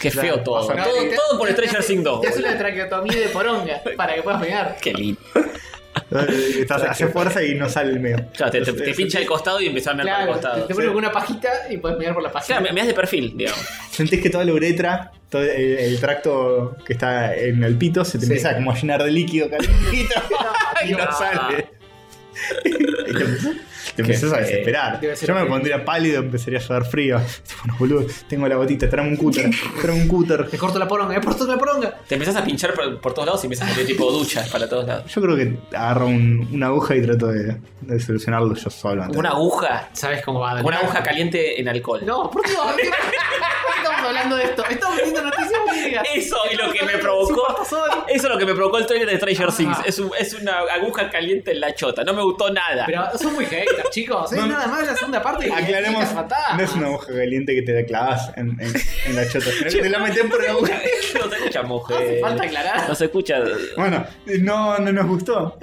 B: Qué feo todo.
A: pasa nada.
B: todo,
D: eh,
B: todo por Stranger Things 2.
D: Te hace
B: boludo.
D: una traqueotomía de poronga para que puedas pegar.
B: Qué lindo.
A: Estás, hace fuerza y no sale el medio.
B: Claro, te, te- te
A: Entonces,
B: pincha el costado y empezás a mirar para
D: Claro,
B: el
D: te
B: costado.
D: pones
A: sí.
D: con una pajita y puedes pegar por la pajita.
B: Claro, me, me das de perfil, digamos.
A: Sentís que toda la uretra, todo el, el tracto que está en el pito, se te empieza como a llenar de líquido calentito [laughs] y no
D: [laughs] no.
A: sale. Y te empezás- te empezás a desesperar.
D: Debe ser
A: Yo me
D: horrible.
A: pondría pálido, empezaría a sudar frío. [laughs] Bueno, boludo, tengo la gotita, tráeme un cúter, tráeme un cúter.
D: Me corto la poronga, me corto la poronga.
B: Te empezás a pinchar por, por todos lados y empezás a meter tipo duchas para todos lados.
A: Yo creo que agarro un- una aguja y trato de, de solucionarlo yo solo. antes.
B: Una aguja.
D: ¿Sabes cómo va? Dani?
B: Una aguja caliente en alcohol.
D: No, por Dios, ¿por qué estamos hablando de esto? Estamos viendo noticias hormigas.
B: Eso y lo que me
D: Super
B: provocó.
D: tazón.
B: Eso es lo que me provocó el trailer de Stranger
D: Ah.
B: Things. Es, un- es una aguja caliente en la chota. No me gustó nada.
D: Pero son muy haters, chicos. ¿eh?
A: No.
D: Nada más la segunda parte.
A: Aclaremos, no es una aguja caliente que te la clavas en, en- en la
D: [laughs]
A: chota, sino que te la meten por la aguja.
B: [laughs] No se escucha, mujer.
D: Hace falta aclarar.
B: No se escucha.
A: Bueno, no, no nos gustó.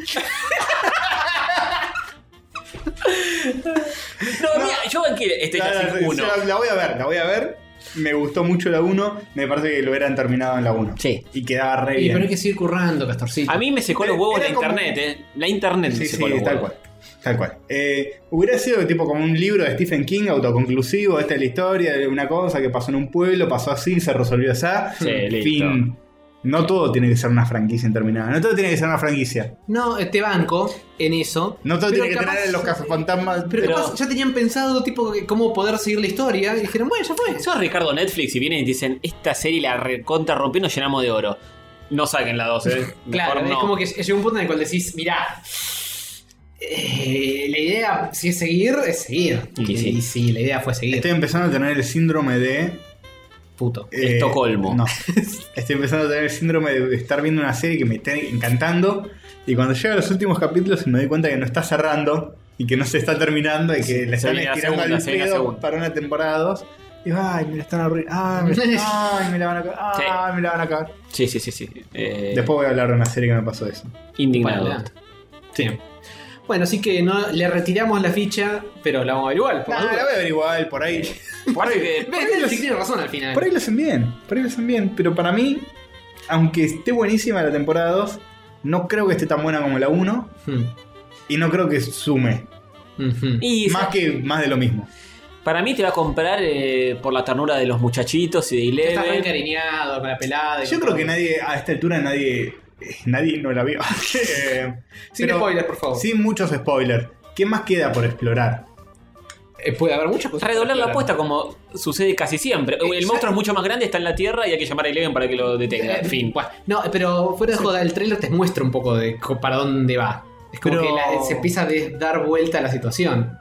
B: No, mira, yo banqué este
A: La,
B: ya
A: la-
B: sin uno.
A: la- la voy a ver, la voy a ver. Me gustó mucho la 1, me parece que lo hubieran terminado en la 1.
B: Sí.
A: Y quedaba re
D: Y
A: bien.
D: pero hay que seguir currando, Castorcito.
B: A mí me secó los huevos
A: Era
B: la
A: como-
B: internet, eh. La internet me
A: sí, sí,
B: secó los
A: tal
B: huevos.
A: cual. Tal cual. Eh, hubiera sido tipo como un libro de Stephen King autoconclusivo, esta es la historia de una cosa que pasó en un pueblo, pasó así, se resolvió así.
B: Sí, listo.
A: fin. No todo tiene que ser una franquicia interminable, no todo tiene que ser una franquicia.
D: No, eh, te banco en eso.
A: No todo
D: Pero
A: tiene que
D: capaz-
A: tener los cazafantasmas.
D: Pero
A: de-
D: capaz ya tenían pensado tipo que- cómo poder seguir la historia y dijeron, bueno, ya fue.
B: Sos Ricardo Netflix y vienen y te dicen, esta serie la recontra rompió y nos llenamos de oro. no saquen la
D: [laughs]
B: 12. eh. Mejor
D: Claro, es
B: no.
D: como que llega un punto en el cual decís, mirá, eh, la idea, si es seguir, es seguir.
B: Y
D: Y
B: sí.
D: sí, la idea fue seguir.
A: Estoy empezando a tener el síndrome de.
D: Puto.
A: eh,
B: Estocolmo. [laughs]
A: No. Estoy empezando a tener el síndrome de estar viendo una serie que me está encantando. Y cuando llego a los últimos capítulos y me doy cuenta que no está cerrando y que no se está terminando y que le
B: se
A: están
B: viene la
A: estirando
B: segunda,
A: al
B: se viene la
A: pedo
B: segunda.
A: para una temporada 2. Digo, ay, me la están arruinando. Ay, me
B: [laughs]
A: la, ay, me la van a acabar.
B: Sí.
A: Ay, me la van a acabar.
B: Sí, sí, sí, sí. Eh,
A: Después voy a hablar de una serie que me pasó eso.
B: indignado.
D: Bueno, sí. Bueno, así que no le retiramos la ficha, pero la vamos a averiguar. por
A: Nah,
D: las
A: la
D: dudas.
A: voy a averiguar por ahí.
B: Parece que-
D: Ve,
A: Por ahí
D: ve
A: los-
D: si tiene razón al final.
A: Por ahí lo hacen bien, por ahí lo hacen bien. Pero para mí, aunque esté buenísima la temporada 2, no creo que esté tan buena como la 1
D: Hmm.
A: y no creo que sume.
D: Ujú.
B: Y
A: más
B: sa-
A: que más de lo mismo.
B: para mí te va a comprar eh, por la ternura de los muchachitos y de
D: Estás re
B: Eleven.
D: encariñado con la pelada. y
A: Yo
D: con
A: creo
D: todo.
A: que nadie, a esta altura nadie, eh, nadie no la vio. [laughs] Eh,
D: Sin
A: pero-
D: spoilers, por favor.
A: Sin muchos spoilers. ¿Qué más queda por explorar?
D: Eh, puede haber muchas cosas.
B: Redoblar la apuesta como sucede casi siempre. El
D: Exacto.
B: monstruo es mucho más grande, está en la tierra y hay que llamar a Eleven para que lo detenga.
D: [laughs] En
B: En fin.
D: Eh,
A: pues.
D: No, pero fuera de joda, el trailer te muestra un poco de co- para dónde va. Es como
A: Pero-
D: que la- se empieza a des- dar vuelta a la situación.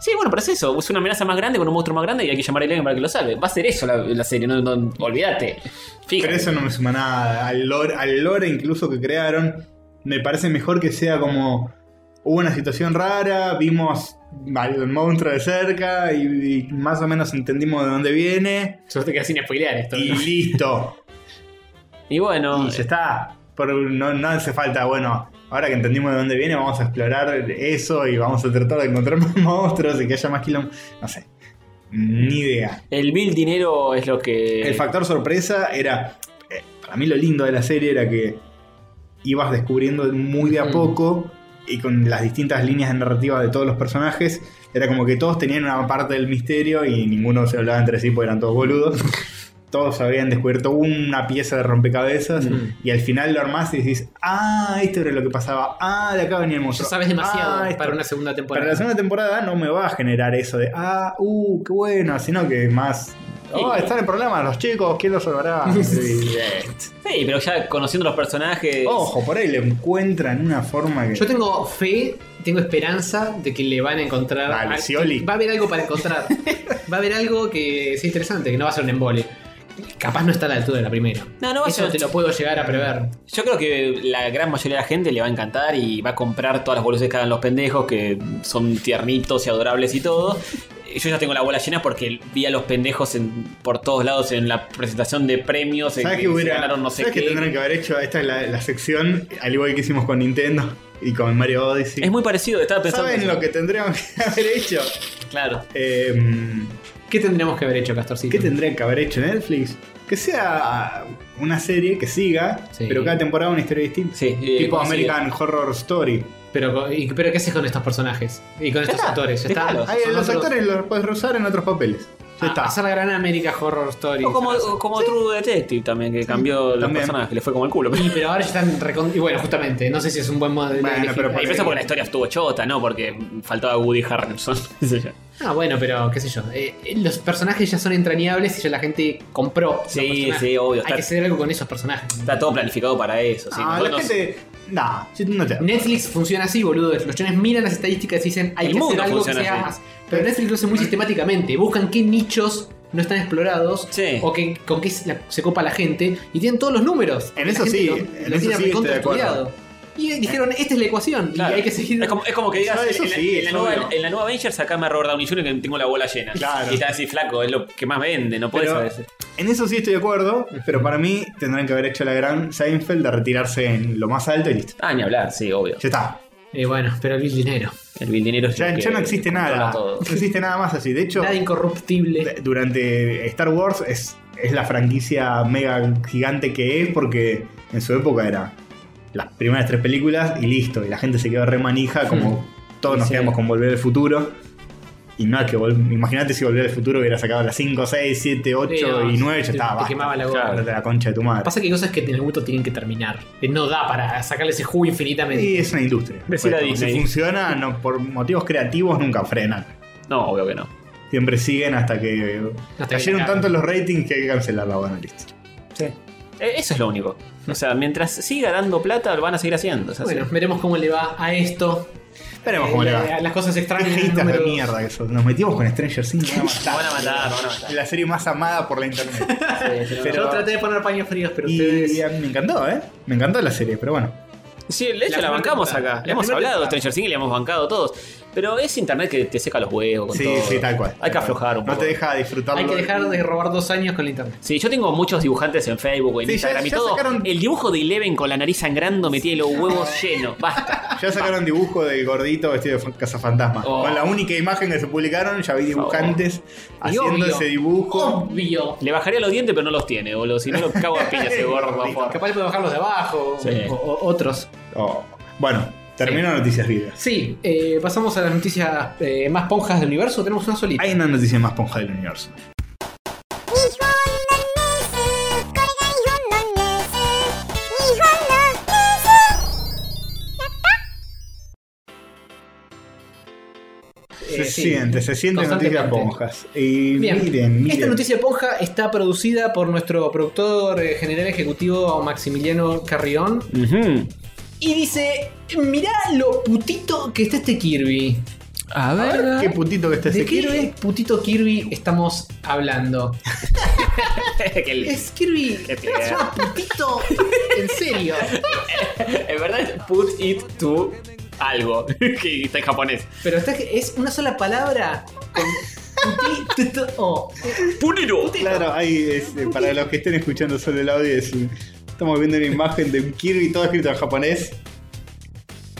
B: Sí, bueno, pero es eso. Es una amenaza más grande con un monstruo más grande y hay que llamar a Eleven para que lo salve. Va a ser eso la, la serie, no, no- olvídate. Fíjate.
A: Pero eso no me suma nada. Al lore, al lore incluso que crearon, me parece mejor que sea como... Hubo una situación rara, vimos al monstruo de cerca y, y más o menos entendimos de dónde viene.
D: Yo te quedé sin spoilear esto.
A: Y listo.
B: Y bueno,
A: Y ya está. Pero no, no hace falta, bueno, ahora que entendimos de dónde viene, vamos a explorar eso y vamos a tratar de encontrar [laughs] más monstruos y que haya más quilombo. No sé. Ni idea.
B: el mil dinero es lo que.
A: El factor sorpresa era. eh, Para mí lo lindo de la serie era que ibas descubriendo muy de a
D: Ujú.
A: poco y con las distintas líneas de narrativa de todos los personajes. Era como que todos tenían una parte del misterio y ninguno se hablaba entre sí porque eran todos boludos. Todos habían descubierto una pieza de rompecabezas
D: Mm.
A: y al final lo armás y decís, ah, esto era lo que pasaba, ah, de acá venía el
D: Ya
A: monstruo.
D: sabes demasiado
A: "Ah, esto".
D: para una segunda temporada.
A: Para la segunda temporada no me va a generar eso de, ah, uh, qué bueno, sino que más, oh,
B: Sí.
A: están en problemas los chicos, ¿quién
B: [laughs]
A: los salvará? Sí.
B: Sí, pero ya conociendo los personajes.
A: Ojo, por ahí le encuentran una forma que...
D: Yo tengo fe, tengo esperanza de que le van a encontrar.
A: Dale,
D: a-
A: Scioli.
D: Va a haber algo para
A: [laughs]
D: encontrar. va a haber algo que sea interesante, que no va a ser un embole. Capaz no está a la altura de la primera.
B: No, no va a
D: Eso
B: ser-
D: te lo puedo llegar a prever.
B: Yo creo que la gran mayoría de la gente le va a encantar y va a comprar todas las boludeces que hagan los pendejos, que son tiernitos y adorables y todo. Eh, Yo ya tengo la bola llena porque vi a los pendejos en- por todos lados en la presentación de premios. en
A: ¿Sabes
B: que
A: qué
B: se
A: hubiera-
B: ganaron no sé
A: ¿sabes qué
B: qué.
A: tendrían que haber hecho? Esta es la, la sección, al igual que hicimos con Nintendo y con Mario Odyssey.
B: Es muy parecido, estaba pensando.
A: ¿Saben
B: eso.
A: lo que tendrían [laughs] que haber hecho?
B: Claro.
A: Eh,
D: ¿Qué tendríamos que haber hecho, Castorcito?
A: ¿Qué tendría que haber hecho Netflix? Que sea una serie que siga,
D: Sí.
A: pero cada temporada una historia distinta.
B: Sí, eh,
A: tipo
B: consigue.
A: American Horror Story.
D: Pero, co- y- pero ¿qué haces con estos personajes? Y con estos
B: está,
D: actores, ya está.
B: déjalos.
A: Ahí
D: Son
A: los
D: otros-
A: actores los puedes usar en otros papeles. Ya
D: Ah,
A: está.
D: Hacer la gran América Horror Story.
B: O como, o como True Detective también, que cambió los
A: también.
B: personajes, que le fue como el culo.
D: Y pero ahora ya están recon... Y bueno, justamente, no sé si es un buen modelo.
A: Bueno,
D: de elegir.
A: pero
B: Y
A: por-
B: empezó porque la historia estuvo chota, ¿no? Porque faltaba Woody Harrelson. [laughs] qué sé yo.
D: Ah, bueno, pero qué sé yo. Eh, eh, los personajes ya son entrañables y ya la gente compró. los
B: Sí,
D: personajes.
B: sí, obvio,
D: Hay
B: está-
D: que hacer algo con esos personajes.
B: Está todo planificado para eso. sí.
A: Ah, la
B: Nosotros-
A: gente. Nah, yo no te.
D: Netflix funciona así, boludo. Los chones miran las estadísticas y dicen, hay
B: El
D: que hacer
B: mundo
D: algo que
B: funciona
D: sea
B: así.
D: más. Pero Netflix lo hace muy sistemáticamente. Buscan qué nichos no están explorados
B: Sí.
D: o que, con qué se, la- se copa la gente. Y tienen todos los números.
A: En
D: La
A: eso
D: gente
A: sí,
D: lo-
A: en
D: lo
A: eso
D: tiene
A: sí estoy
D: recontra
A: de acuerdo.
D: estudiado. Y dijeron, esta es la ecuación.
B: Claro.
D: Y hay que seguir.
B: Es como, es como que digas,
A: No, eso
B: en, la-
A: sí,
B: en la
A: es
B: nueva,
A: obvio.
B: en la nueva Avengers sacame a Robert Downey Jr. que tengo la bola llena.
A: Claro.
B: Y está así flaco, es lo que más vende, no puedes
A: Pero-
B: saber.
A: En eso sí estoy de acuerdo, pero para mí tendrán que haber hecho la gran Seinfeld de retirarse en lo más alto y listo.
B: Ah, ni hablar, sí, obvio.
A: Ya está.
D: Eh, bueno, pero el dinero.
B: El Bill Dinero es
A: Ya,
B: lo que
A: ya no existe
B: controla
A: nada.
B: todo.
A: No existe nada más así. De
D: [laughs]
A: hecho,
D: Nada incorruptible.
A: de- durante Star Wars es, es la franquicia mega gigante que es porque en su época era las primeras tres películas y listo, y la gente se quedó re manija como todos nos
D: Hmm. Sí.
A: quedamos con Volver al Futuro. Y no, que vol- imagínate si Volver al Futuro hubiera sacado las 5, 6, 7, 8
D: Sí, no,
A: y 9, ya
D: Eh, te- te
A: estaba.
D: quemaba la
A: boca
D: boca.
A: la concha de tu madre.
D: Pasa que hay cosas que en algún momento tienen que terminar. Eh, No da para sacarle ese jugo infinitamente.
A: Y es una industria.
B: Decir a
A: Pues,
B: Disney.
A: Si funciona, no, por motivos creativos nunca frenan.
B: No, obvio que no.
A: Siempre siguen hasta que
D: Hasta que
A: cayeron
D: acabe.
A: tanto los ratings que hay que cancelarla. Bueno, listo.
B: Eh, Eso es lo único. O sea, mientras siga dando plata, lo van a seguir haciendo. o sea,
D: Bueno,
B: sí.
D: veremos cómo le va a esto.
A: Esperemos
D: Eh,
A: cómo le
D: la-
A: va.
D: Las cosas extrañas.
A: Hijitas de
D: números-
A: mierda que sos. Nos metimos con Stranger Things. van
B: Lo
A: a matar.
B: van a matar, lo van a matar.
A: La serie más amada por la internet.
B: Sí, sí,
A: Pero-
D: [laughs] Yo traté de poner paños fríos, pero ustedes.
A: y a mí me encantó, ¿eh? Me encantó la serie, pero bueno.
B: Sí, de hecho la,
D: La primera
B: bancamos
D: temporada.
B: acá.
D: La
B: hemos
D: primera
B: hablado de
D: temporada.
B: Stranger Things y le hemos bancado todos. Pero es internet que te seca los huevos. Con
A: Sí,
B: todo.
A: sí, tal cual.
B: Hay que aflojar un
A: No
B: poco.
A: te deja disfrutarlo.
D: Hay que dejar de robar dos años con la internet.
B: Sí, yo tengo muchos dibujantes en Facebook o en
A: Sí, ya-
B: Instagram y
A: ya
B: todo.
A: sacaron-
B: El dibujo de Eleven con la nariz sangrando metía los huevos [laughs] llenos. Basta.
A: Ya sacaron dibujo del gordito vestido de fa- cazafantasma.
B: Oh.
A: Con la única imagen que se publicaron, ya vi dibujantes haciendo
D: obvio.
A: ese dibujo.
D: Obvio.
B: Le bajaría los dientes, pero no los tiene, boludo. Si no, lo cago a piña ese gordo. por favor.
D: Capaz puedo bajar los de abajo
B: Sí.
D: o, o- otros.
A: Oh. Bueno, termino noticias vivas.
D: Sí, eh, pasamos a las noticias eh, más ponjas del universo. Tenemos una solita.
A: Hay una noticia más ponja del universo.
I: 日本のニュースこれが日本のニュース日本のニュース日本のニュース
A: Se
D: Eh, sí.
A: siente, se sienten noticias
D: Constantemente.
A: ponjas. Y
D: Bien.
A: miren, miren.
D: Esta noticia ponja está producida por nuestro productor eh, general ejecutivo Maximiliano Carrión.
B: Ujú. [laughs]
D: Y dice: Mirá lo putito que está este Kirby.
B: A ver.
A: Qué putito que está
D: ¿De
A: ese eh.
D: qué
A: Kirby.
D: putito Kirby estamos hablando?
B: Que el-
D: Es Kirby.
B: [laughs] Qué tierno.
D: Es un [laughs] putito. En serio.
B: En verdad es put it to algo. [laughs] que está en japonés.
D: Pero está, es una sola palabra. Con putito. oh, o.
B: ¡Puniro!
A: Claro, ahí es, eh, para los que estén escuchando solo el audio, es un- estamos viendo una imagen de un Kirby todo escrito en japonés.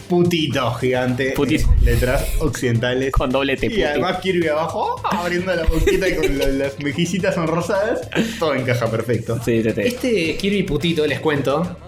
A: Putito gigante.
B: Putis.
A: en Letras occidentales.
B: Con doble T.
A: Y
B: puti.
A: además Kirby abajo, [laughs] abriendo la boquita y con lo- las mejillitas sonrosadas. Todo encaja perfecto.
B: Sí, sí, sí.
D: Este Kirby putito, les cuento.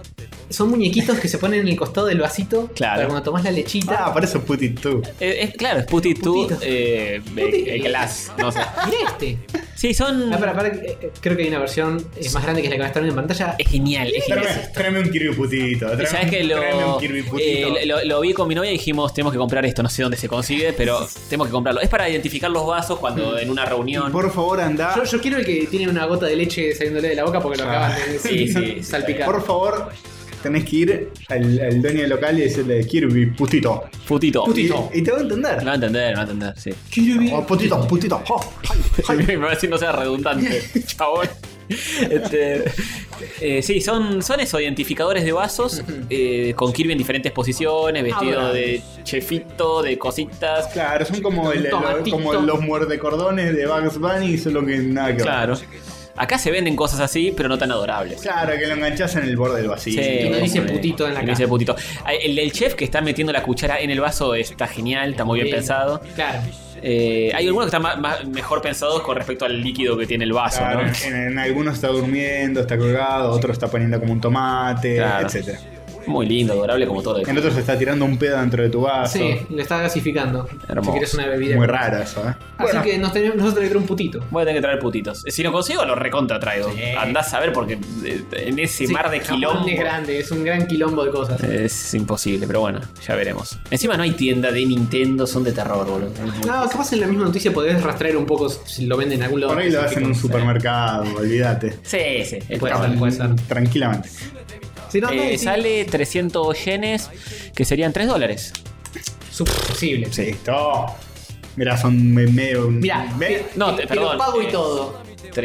D: Son muñequitos que se ponen en el costado del vasito.
B: Claro.
D: Para cuando tomás la lechita.
A: Ah, por eso Putito.
B: Eh, es- claro, es put it to
D: Putito.
B: eh, eh, glass. No sé.
D: Mirá este.
B: Sí, son.
D: Ah, pará, pará, eh, eh, creo que hay una versión eh, más grande que la que va a estar en pantalla.
B: Es genial, es genial.
A: Tráeme, tráeme un Kirby Putito. Tráeme,
B: ¿Sabes que
A: tráeme
B: lo,
A: un Kirby Putito.
B: eh, lo, lo vi con mi novia y dijimos: Tenemos que comprar esto. No sé dónde se consigue, pero tenemos que comprarlo. Es para identificar los vasos cuando en una reunión.
A: por favor, anda.
D: Yo, yo quiero el que tiene una gota de leche saliéndole de la boca porque lo
A: Ah.
D: acaban de [laughs]
B: Sí, sí, sí,
D: salpicar.
A: Por favor, tenés que ir al, al dueño del local y decirle Kirby Putito.
B: Oh, Putito.
A: Putito. Y, y te va a entender.
B: No va a entender, no va a entender, sí.
A: Oh, putito, putito. oh, ay, [laughs] ay.
B: [laughs] Me va a decir no sea
A: [laughs]
B: redundante, chabón. Este, eh, sí, son, son eso, identificadores de vasos
A: [laughs]
B: eh, con Kirby en diferentes posiciones, vestido
A: Ah,
B: de chefito, de cositas.
A: Claro, son como, el-
D: Un
A: lo-
D: tomatito.
A: como los muerdecordones de Bugs Bunny, solo que nada que ver.
B: Claro. Acá se venden cosas así, pero no tan adorables.
A: Claro, que lo enganchás en el borde del vacío.
D: y no dice
B: sí.
D: putito en la
B: Y no
D: cara.
B: dice putito. Ah, El, el chef que está metiendo la cuchara en el vaso está genial, está muy bien,
D: Bien.
B: pensado.
D: Claro.
B: Eh, hay algunos que están más- más- mejor pensados con respecto al líquido que tiene el vaso,
A: Claro,
B: ¿no?
A: en, en algunos está durmiendo, está colgado, otro está poniendo como un tomate,
B: Claro.
A: etcétera.
B: Muy lindo, adorable como todo.
A: En otros está tirando un pedo dentro de tu vaso.
D: Sí, lo está gasificando.
B: Hermoso.
D: Si quieres una bebida.
A: Muy raro eso, ¿eh?
D: Así que nos tenemos, nosotros tenemos un putito.
B: Voy a tener que traer putitos. Si lo consigo, lo recontra traigo. Andás a ver porque eh, en ese
D: Sí,
B: mar de
D: Japón
B: quilombo.
D: es grande, es un gran quilombo de cosas.
B: Es imposible, pero bueno, ya veremos. Encima no hay tienda de Nintendo, son de terror, boludo.
D: No, capaz en la misma noticia podés rastrear un poco si lo venden en algún lado.
A: Por ahí lo hacen en un supermercado, olvídate.
B: Sí, sí. el
D: Puede
B: terror.
D: ser, puede ser.
A: Tranquilamente.
D: Si no,
B: Eh,
D: no, sí,
B: sale 300 yenes, que serían 3 dólares.
D: súper posible.
A: Listo. Mira, son me- medio.
D: Mirá,
A: ve-
B: No, te-
D: te, te
B: perdón.
D: lo pago
B: Eh,
D: y todo.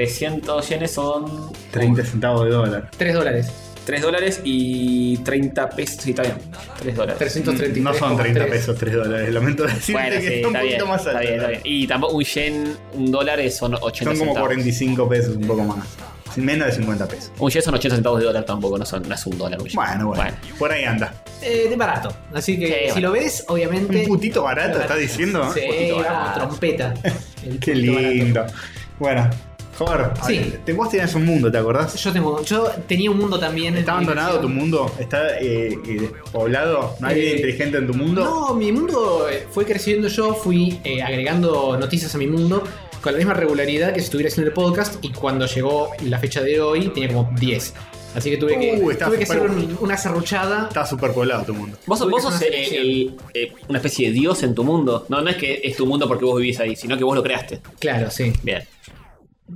B: 300 yenes son
A: 30 centavos de dólar.
D: 3 dólares.
B: 3 dólares y 30 pesos. Sí, está bien. 3 dólares.
D: 333.
A: No son 30
D: 3.
A: pesos 3 dólares, lamento decirte
B: Bueno,
A: que
B: sí,
A: está un
B: está
A: poquito
B: bien,
A: más
B: está
A: alto.
B: bien, está bien. Y tampoco un yen, un dólar es- son 80
A: Son como
B: centavos.
A: 45 pesos, un poco más. Menos de 50 pesos.
B: Un yen son 80 centavos de dólar tampoco, no, son, no es un dólar. un yen.
A: Bueno, bueno, Por ahí anda.
D: Eh, de barato. Así que
B: Sí,
D: si
B: bueno.
D: lo ves, obviamente.
A: Un putito barato, está diciendo. ¿eh?
D: Sí,
B: putito
D: vamos,
B: barato.
A: [laughs]
D: trompeta. El
A: Qué
D: putito barato.
A: lindo. Bueno, Jorge,
D: Sí.
A: sí. te, vos tenías un mundo, ¿te acordás?
D: Yo, tengo, yo tenía un mundo también. en
A: ¿Está
D: mi
A: abandonado tu
D: versión.
A: mundo? ¿Está eh, eh, despoblado? ¿No hay
D: Eh,
A: vida inteligente en tu mundo?
D: No, mi mundo eh, fue creciendo yo, fui eh, agregando noticias a mi mundo con la misma regularidad que si estuviera haciendo el podcast y cuando llegó la fecha de hoy tenía como 10. Así que tuve que,
A: Uh, está
D: tuve que
A: súper
D: hacer un-
A: bueno.
D: una serruchada.
A: Está superpoblado tu mundo.
B: Vos,
D: Tuve
B: vos
D: que
B: sos
D: hacer
B: el-
D: una
B: el- eh, una especie de dios en tu mundo. No, no es que es tu mundo porque vos vivís ahí, sino que vos lo creaste.
D: Claro, sí.
B: Bien.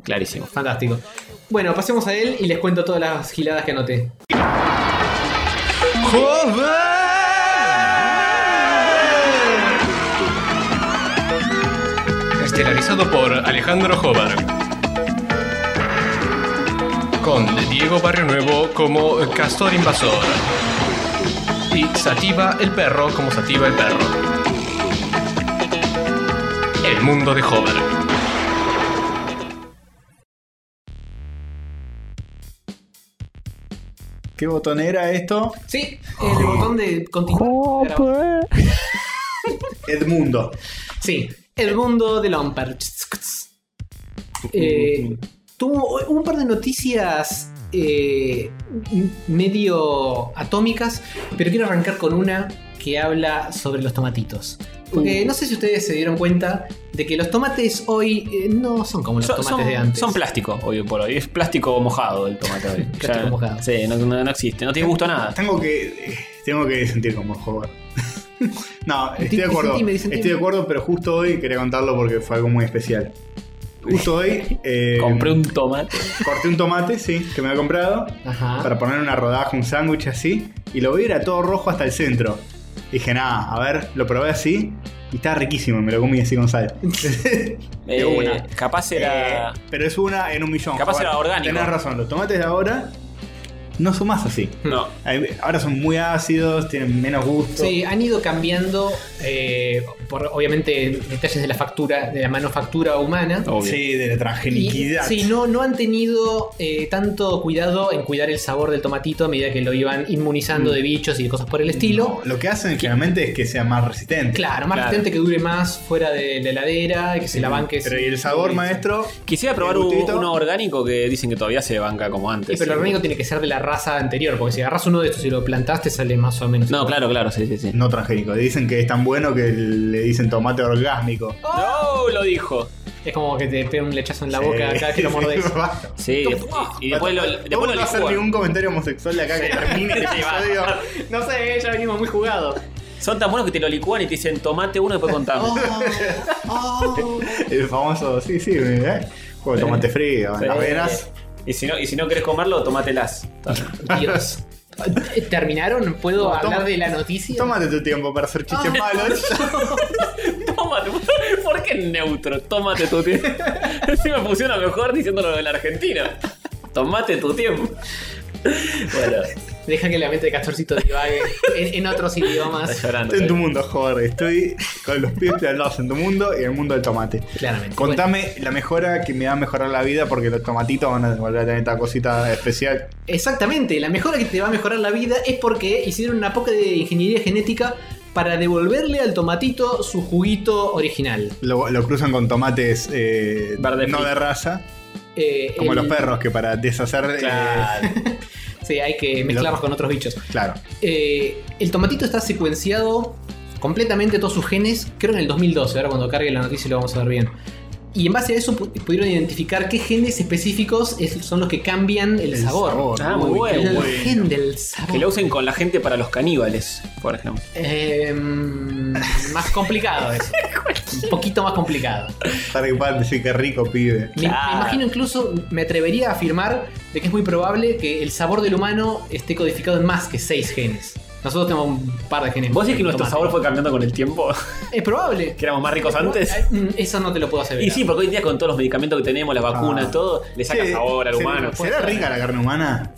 B: Clarísimo.
D: Fantástico. Bueno, pasemos a él y les cuento todas las giladas que anoté.
J: Estelarizado por Alejandro Jobar. Con Diego Barrio Nuevo como Castor Invasor. Y Sativa el Perro como Sativa el Perro. El mundo de Jobar.
A: ¿Qué botón era esto?
D: Sí, el botón de continuar.
A: Edmundo.
D: Sí, el mundo de Lomper. Eh, tuvo hubo un par de noticias eh, m- medio atómicas, pero quiero arrancar con una que habla sobre los tomatitos. Porque no sé si ustedes se dieron cuenta de que los tomates hoy eh, no son como los
B: Son,
D: tomates
B: son-
D: de antes.
B: son plástico, hoy por hoy. Es plástico mojado el tomate hoy.
D: Plástico mojado.
B: Sí, no, no- no existe. No tiene gusto a nada.
A: Tengo que. eh, Tengo que sentir como joven. [laughs] no, estoy de
D: Disentime,
A: acuerdo.
D: disentime.
A: Estoy de acuerdo, pero justo hoy quería contarlo porque fue algo muy especial. Justo hoy. eh,
B: Compré un tomate.
A: Corté un tomate, sí, que me había comprado.
D: Ajá.
A: Para poner una rodaja, un sándwich así. Y lo vi, era todo rojo hasta el centro. Dije, nada, a ver, lo probé así. Y estaba riquísimo, me lo comí así con sal.
B: Eh,
A: De una.
B: Capaz era.
A: Eh, pero es una en un millón.
B: Capaz
A: Joder,
B: era orgánico.
A: Tenés razón, los tomates de ahora no son más así.
B: No.
A: Ay, Ahora son muy ácidos, tienen menos gusto.
D: Sí, han ido cambiando, eh, por obviamente detalles de la factura, de la manufactura humana.
B: Obvio.
A: Sí, de la
D: Y-
A: transgeniquidad.
D: Sí, no, no han tenido eh, tanto cuidado en cuidar el sabor del tomatito a medida que lo iban inmunizando
A: Mm.
D: de bichos y de cosas por el estilo.
A: Lo que hacen generalmente es que sea más resistente.
D: Claro, más
B: Claro.
D: resistente que dure más fuera de la heladera, que se la banque.
A: Mm. Pero
D: sin-
A: y el sabor,
D: sin-
A: maestro,
B: Quisiera probar
A: ¿El
B: un-
A: gustito?
B: uno orgánico que dicen que todavía se banca como
D: Sí,
B: antes.
D: pero el orgánico tiene que ser de la raza anterior, porque si agarras uno de estos y lo plantaste sale más o menos.
B: No, claro, claro, sí, sí, sí.
A: no transgénico. Dicen que es tan bueno que le dicen tomate orgásmico. ¡Oh!
B: No, lo dijo.
D: Es como que te pega un lechazo en la
A: [laughs] Sí.
D: boca cada que lo mordes.
A: Basta.
B: Sí, y, y después lo,
A: Basta.
B: después
A: no
B: lo
A: va a hacer
B: licúan.
A: ningún comentario homosexual de acá que
D: [laughs]
A: termine el episodio.
D: No sé, ya venimos muy jugados.
B: Son tan buenos que te lo licúan y te dicen tomate uno y después
D: [laughs] Oh,
B: contamos.
A: El famoso, sí, sí, ¿eh? Juego de tomate frío, en las venas.
B: eh, Y si no, y si no querés comerlo,
A: [laughs]
B: tomátelas.
D: Dios. ¿Terminaron? ¿Puedo
A: No,
D: hablar
A: toma-
D: de la noticia?
A: Tómate tu tiempo para hacer
D: Ah.
A: chistes
D: [laughs]
A: malos.
B: Tómate. ¿Por qué neutro? Tómate tu
A: [laughs]
B: tiempo. [laughs] Si me funciona mejor diciéndolo de la Argentina. Tómate tu tiempo. [laughs] Bueno,
D: Deja que la mente de Castorcito divague en, en otros
B: está
D: idiomas.
B: llorando.
A: Estoy en tu mundo, joder. Estoy con los pies plantados en tu mundo y en el mundo del tomate.
D: Claramente.
A: Contame la mejora que me va a mejorar la vida porque los tomatitos van a volver a tener esta cosita especial.
D: Bueno, exactamente, la mejora que te va a mejorar la vida es porque hicieron una poca de ingeniería genética para devolverle al tomatito su juguito original.
A: Lo, lo cruzan con tomates eh,
B: Verde
A: no
B: frito.
A: de raza,
D: Eh,
A: como
D: el-
A: los perros que para deshacer. eh,
B: Claro.
D: Sí, hay que mezclarlos con otros bichos.
A: claro.
D: Eh, el tomatito está secuenciado completamente todos sus genes, creo en el 2012, ahora cuando cargue la noticia lo vamos a ver bien. Y en base a eso pu- pudieron identificar qué genes específicos es- son los que cambian el,
A: El
D: sabor.
B: Ah, muy
A: Uy,
B: bueno.
A: qué
D: El
A: bueno.
D: gen del sabor.
B: Que lo usen con la gente para los caníbales, por ejemplo.
D: Eh, más
B: [laughs]
D: complicado eso. Un poquito más complicado.
A: Para que puedan decir que rico, pibe.
D: Me, me
B: Claro.
D: imagino incluso, me atrevería a afirmar de que es muy probable que el sabor del humano esté codificado en más que seis genes. Nosotros tenemos un par de genes.
B: ¿Vos decís que nuestro
D: Tomate.
B: sabor fue cambiando con el tiempo? [laughs]
D: Es probable.
B: ¿Que éramos más ricos antes?
D: Mm, Eso no te lo puedo aseverar.
B: Y sí, porque hoy en día con todos los medicamentos que tenemos, las vacunas,
A: Ah.
B: todo, le saca
A: Sí,
B: sabor al
A: ¿será-
B: humano.
A: ¿Será rica la carne humana?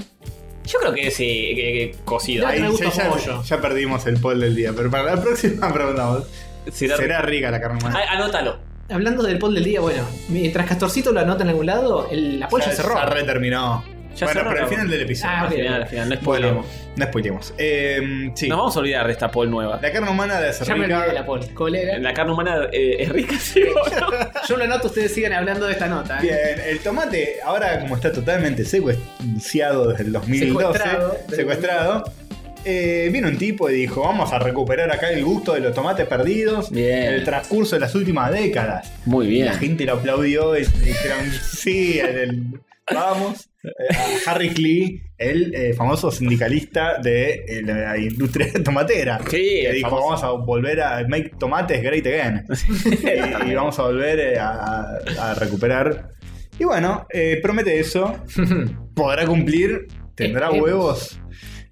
B: Yo creo que sí, que, que cocido.
D: Ay, me gusta
A: ya, ya-
D: pollo.
A: ya perdimos el poll del día, pero para la próxima [laughs] preguntamos.
B: Será-
A: ¿Será rica la carne humana?
B: Ay, anótalo.
D: Hablando del poll del día, bueno, mientras Castorcito lo anota en algún lado, el, la poll Pues ya
A: Ya-
D: cerró.
A: Ya reterminó.
B: Ya
A: bueno,
B: cerró
A: pero
B: la-
A: al final del episodio.
D: Ah,
B: Al
D: ok.
B: final, al final, no
A: bueno,
B: spoilemos.
A: no spoilemos. Eh, sí.
B: Nos vamos a olvidar de esta poll nueva.
A: La carne humana de
D: Ya
A: ser
D: me olvidé de la
A: rica.
D: poll,
B: [laughs]
D: colega.
B: La carne humana eh, es rica,
A: [laughs]
B: sí o no?
D: Yo lo anoto, ustedes sigan hablando de esta nota. ¿eh?
A: Bien, el tomate ahora como está totalmente secuestrado desde el 2012,
D: Secuestrado.
A: secuestrado, eh, vino un tipo y dijo, vamos a recuperar acá el gusto de los tomates perdidos
B: Bien.
A: en el transcurso de las últimas décadas.
B: Muy bien.
A: La gente lo aplaudió y dijeron, [laughs] sí, el- el- vamos. Eh, a Harry Clee, el eh, famoso sindicalista de eh, la industria [laughs] tomatera.
B: Sí,
A: que
B: el
A: dijo,
B: famoso.
A: vamos a volver a make
B: [laughs]
A: tomates great again. y, y vamos a volver eh, a, a- a recuperar Y bueno, eh, promete eso. ¿Podrá cumplir? ¿Tendrá
D: Esperemos.
A: huevos?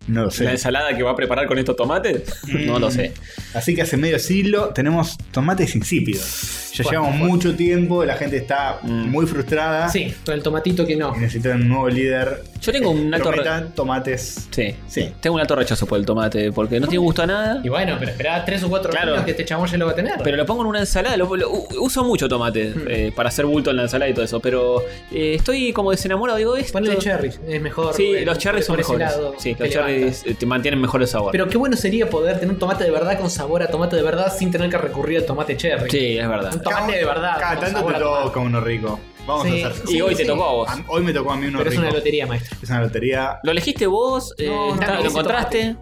A: No lo sé.
B: Eh, La ensalada que va a preparar con estos tomates, no
A: Mm.
B: lo sé.
A: Así que hace medio siglo tenemos tomates insípidos. Ya llevamos mucho tiempo, la gente está
B: Mm.
A: muy frustrada.
D: [laughs] Sí, con el tomatito que no.
A: Y Necesitan un nuevo líder.
B: Yo tengo un alto re-
A: Prometan tomates.
B: Sí.
A: Sí.
B: Tengo un alto rechazo por el tomate, porque no tiene gusto a nada.
D: Y bueno, pero esperá 3 o 4
B: Claro.
D: años que este chabón ya lo va a tener.
B: Pero lo pongo en una ensalada, lo- lo- u- uso mucho tomate
D: Hmm.
B: eh, para hacer bulto en la ensalada y todo eso, pero eh, estoy como desenamorado, digo esto.
D: Ponle cherries, es mejor.
B: Sí,
D: eh,
B: los cherries son
D: por ese
B: mejores.
D: lado
B: sí,
D: te
B: los cherries
D: levanta.
B: eh, te mantienen mejor el sabor.
D: Pero qué bueno sería poder tener un tomate de verdad con sabor a tomate de verdad sin tener que recurrir al tomate cherry.
B: sí, es verdad.
D: Un tomate de verdad.
A: Cada
D: con
A: tanto
D: sabor
A: te
D: a tomate.
A: toca uno rico. Vamos
D: Sí,
A: a hacer.
B: y
D: sí,
B: hoy te
D: sí.
B: tocó a vos.
A: A- Hoy me tocó a mí uno
D: Pero es
A: rico.
D: una lotería, maestro.
A: Es una lotería.
B: ¿Lo elegiste vos? Eh,
D: No,
B: está-
D: no,
B: ¿Lo
D: ese
B: encontraste?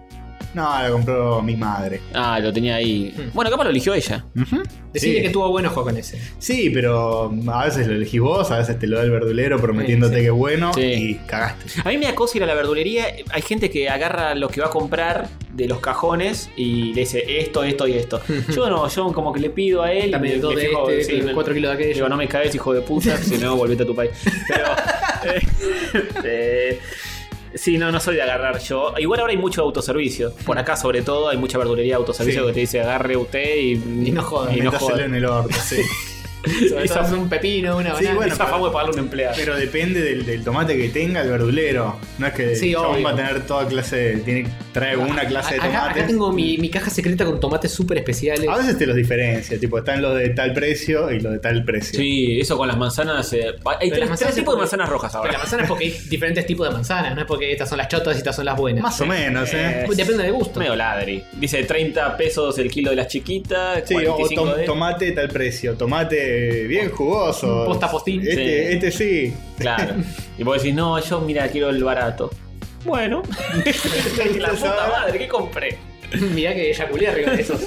A: No, lo compró mi madre.
B: Ah, lo tenía ahí.
D: Mm.
B: Bueno, capaz lo eligió ella.
A: Ujú.
D: Decirle
A: Sí.
D: que tuvo buen ojo
A: [laughs]
D: con ese.
A: Sí, pero a veces lo elegís vos, a veces te lo da el verdulero prometiéndote
D: Sí, sí.
A: que es bueno
B: Sí.
A: y cagaste.
B: A mí me da cosa ir a la verdulería. Hay gente que agarra lo que va a comprar de los cajones y le dice esto, esto y
D: [laughs]
B: esto. yo no, yo como que le pido a él.
D: También
B: le-
D: dos
B: le
D: de
B: fijo,
D: este,
B: sí, me-
D: 4 kilos de
B: Digo,
D: aquello.
B: no me caes, hijo de puta, si no, volvete a tu país.
D: [laughs]
B: Pero. eh, eh, sí, no, no soy de agarrar yo. Igual ahora hay mucho autoservicio. Por acá, sobre todo, hay mucha verdulería de autoservicio
A: Sí.
B: que te dice agarre usted y.
D: Y no joda,
B: Y no
A: Metaselo
B: joda.
A: en el orto, sí.
D: Sobre todo hacer un pepino, una
A: Sí,
D: banana.
A: bueno,
B: Esa fama de pagarle a un empleado.
A: Pero depende del, del tomate que tenga el verdulero. No es que
D: Sí,
A: el chabón
D: obvio.
A: va a tener toda clase de. Tiene, trae una clase de
D: Acá-
A: tomates.
D: acá, tengo mi, mi caja secreta con tomates súper especiales.
A: A veces te los diferencia, tipo, están los de tal precio y los de tal precio.
B: Sí, eso con las manzanas. eh, hay
D: Pero
B: tres,
D: las manzanas
B: tres tipos de
D: se
B: manzanas rojas
D: Pero la
B: ahora.
D: manzana es porque hay diferentes tipos de manzanas, no es porque estas son las chotas y estas son las buenas.
A: Más o menos, ¿eh?
B: Eh,
D: Depende de gusto.
B: Medio ladri. Dice 30 pesos el kilo de las chiquitas.
A: Sí, o
B: 45
A: tom-
B: de-
A: tomate tal precio, tomate bien jugoso.
D: Posta postín.
A: Este este
D: [laughs]
A: sí.
B: Claro. Y vos decís, no, yo mira, quiero el barato.
D: [laughs]
B: Bueno.
A: Este
B: la puta madre, ¿qué compré?
D: Mirá que ya culé arriba [laughs] de esos.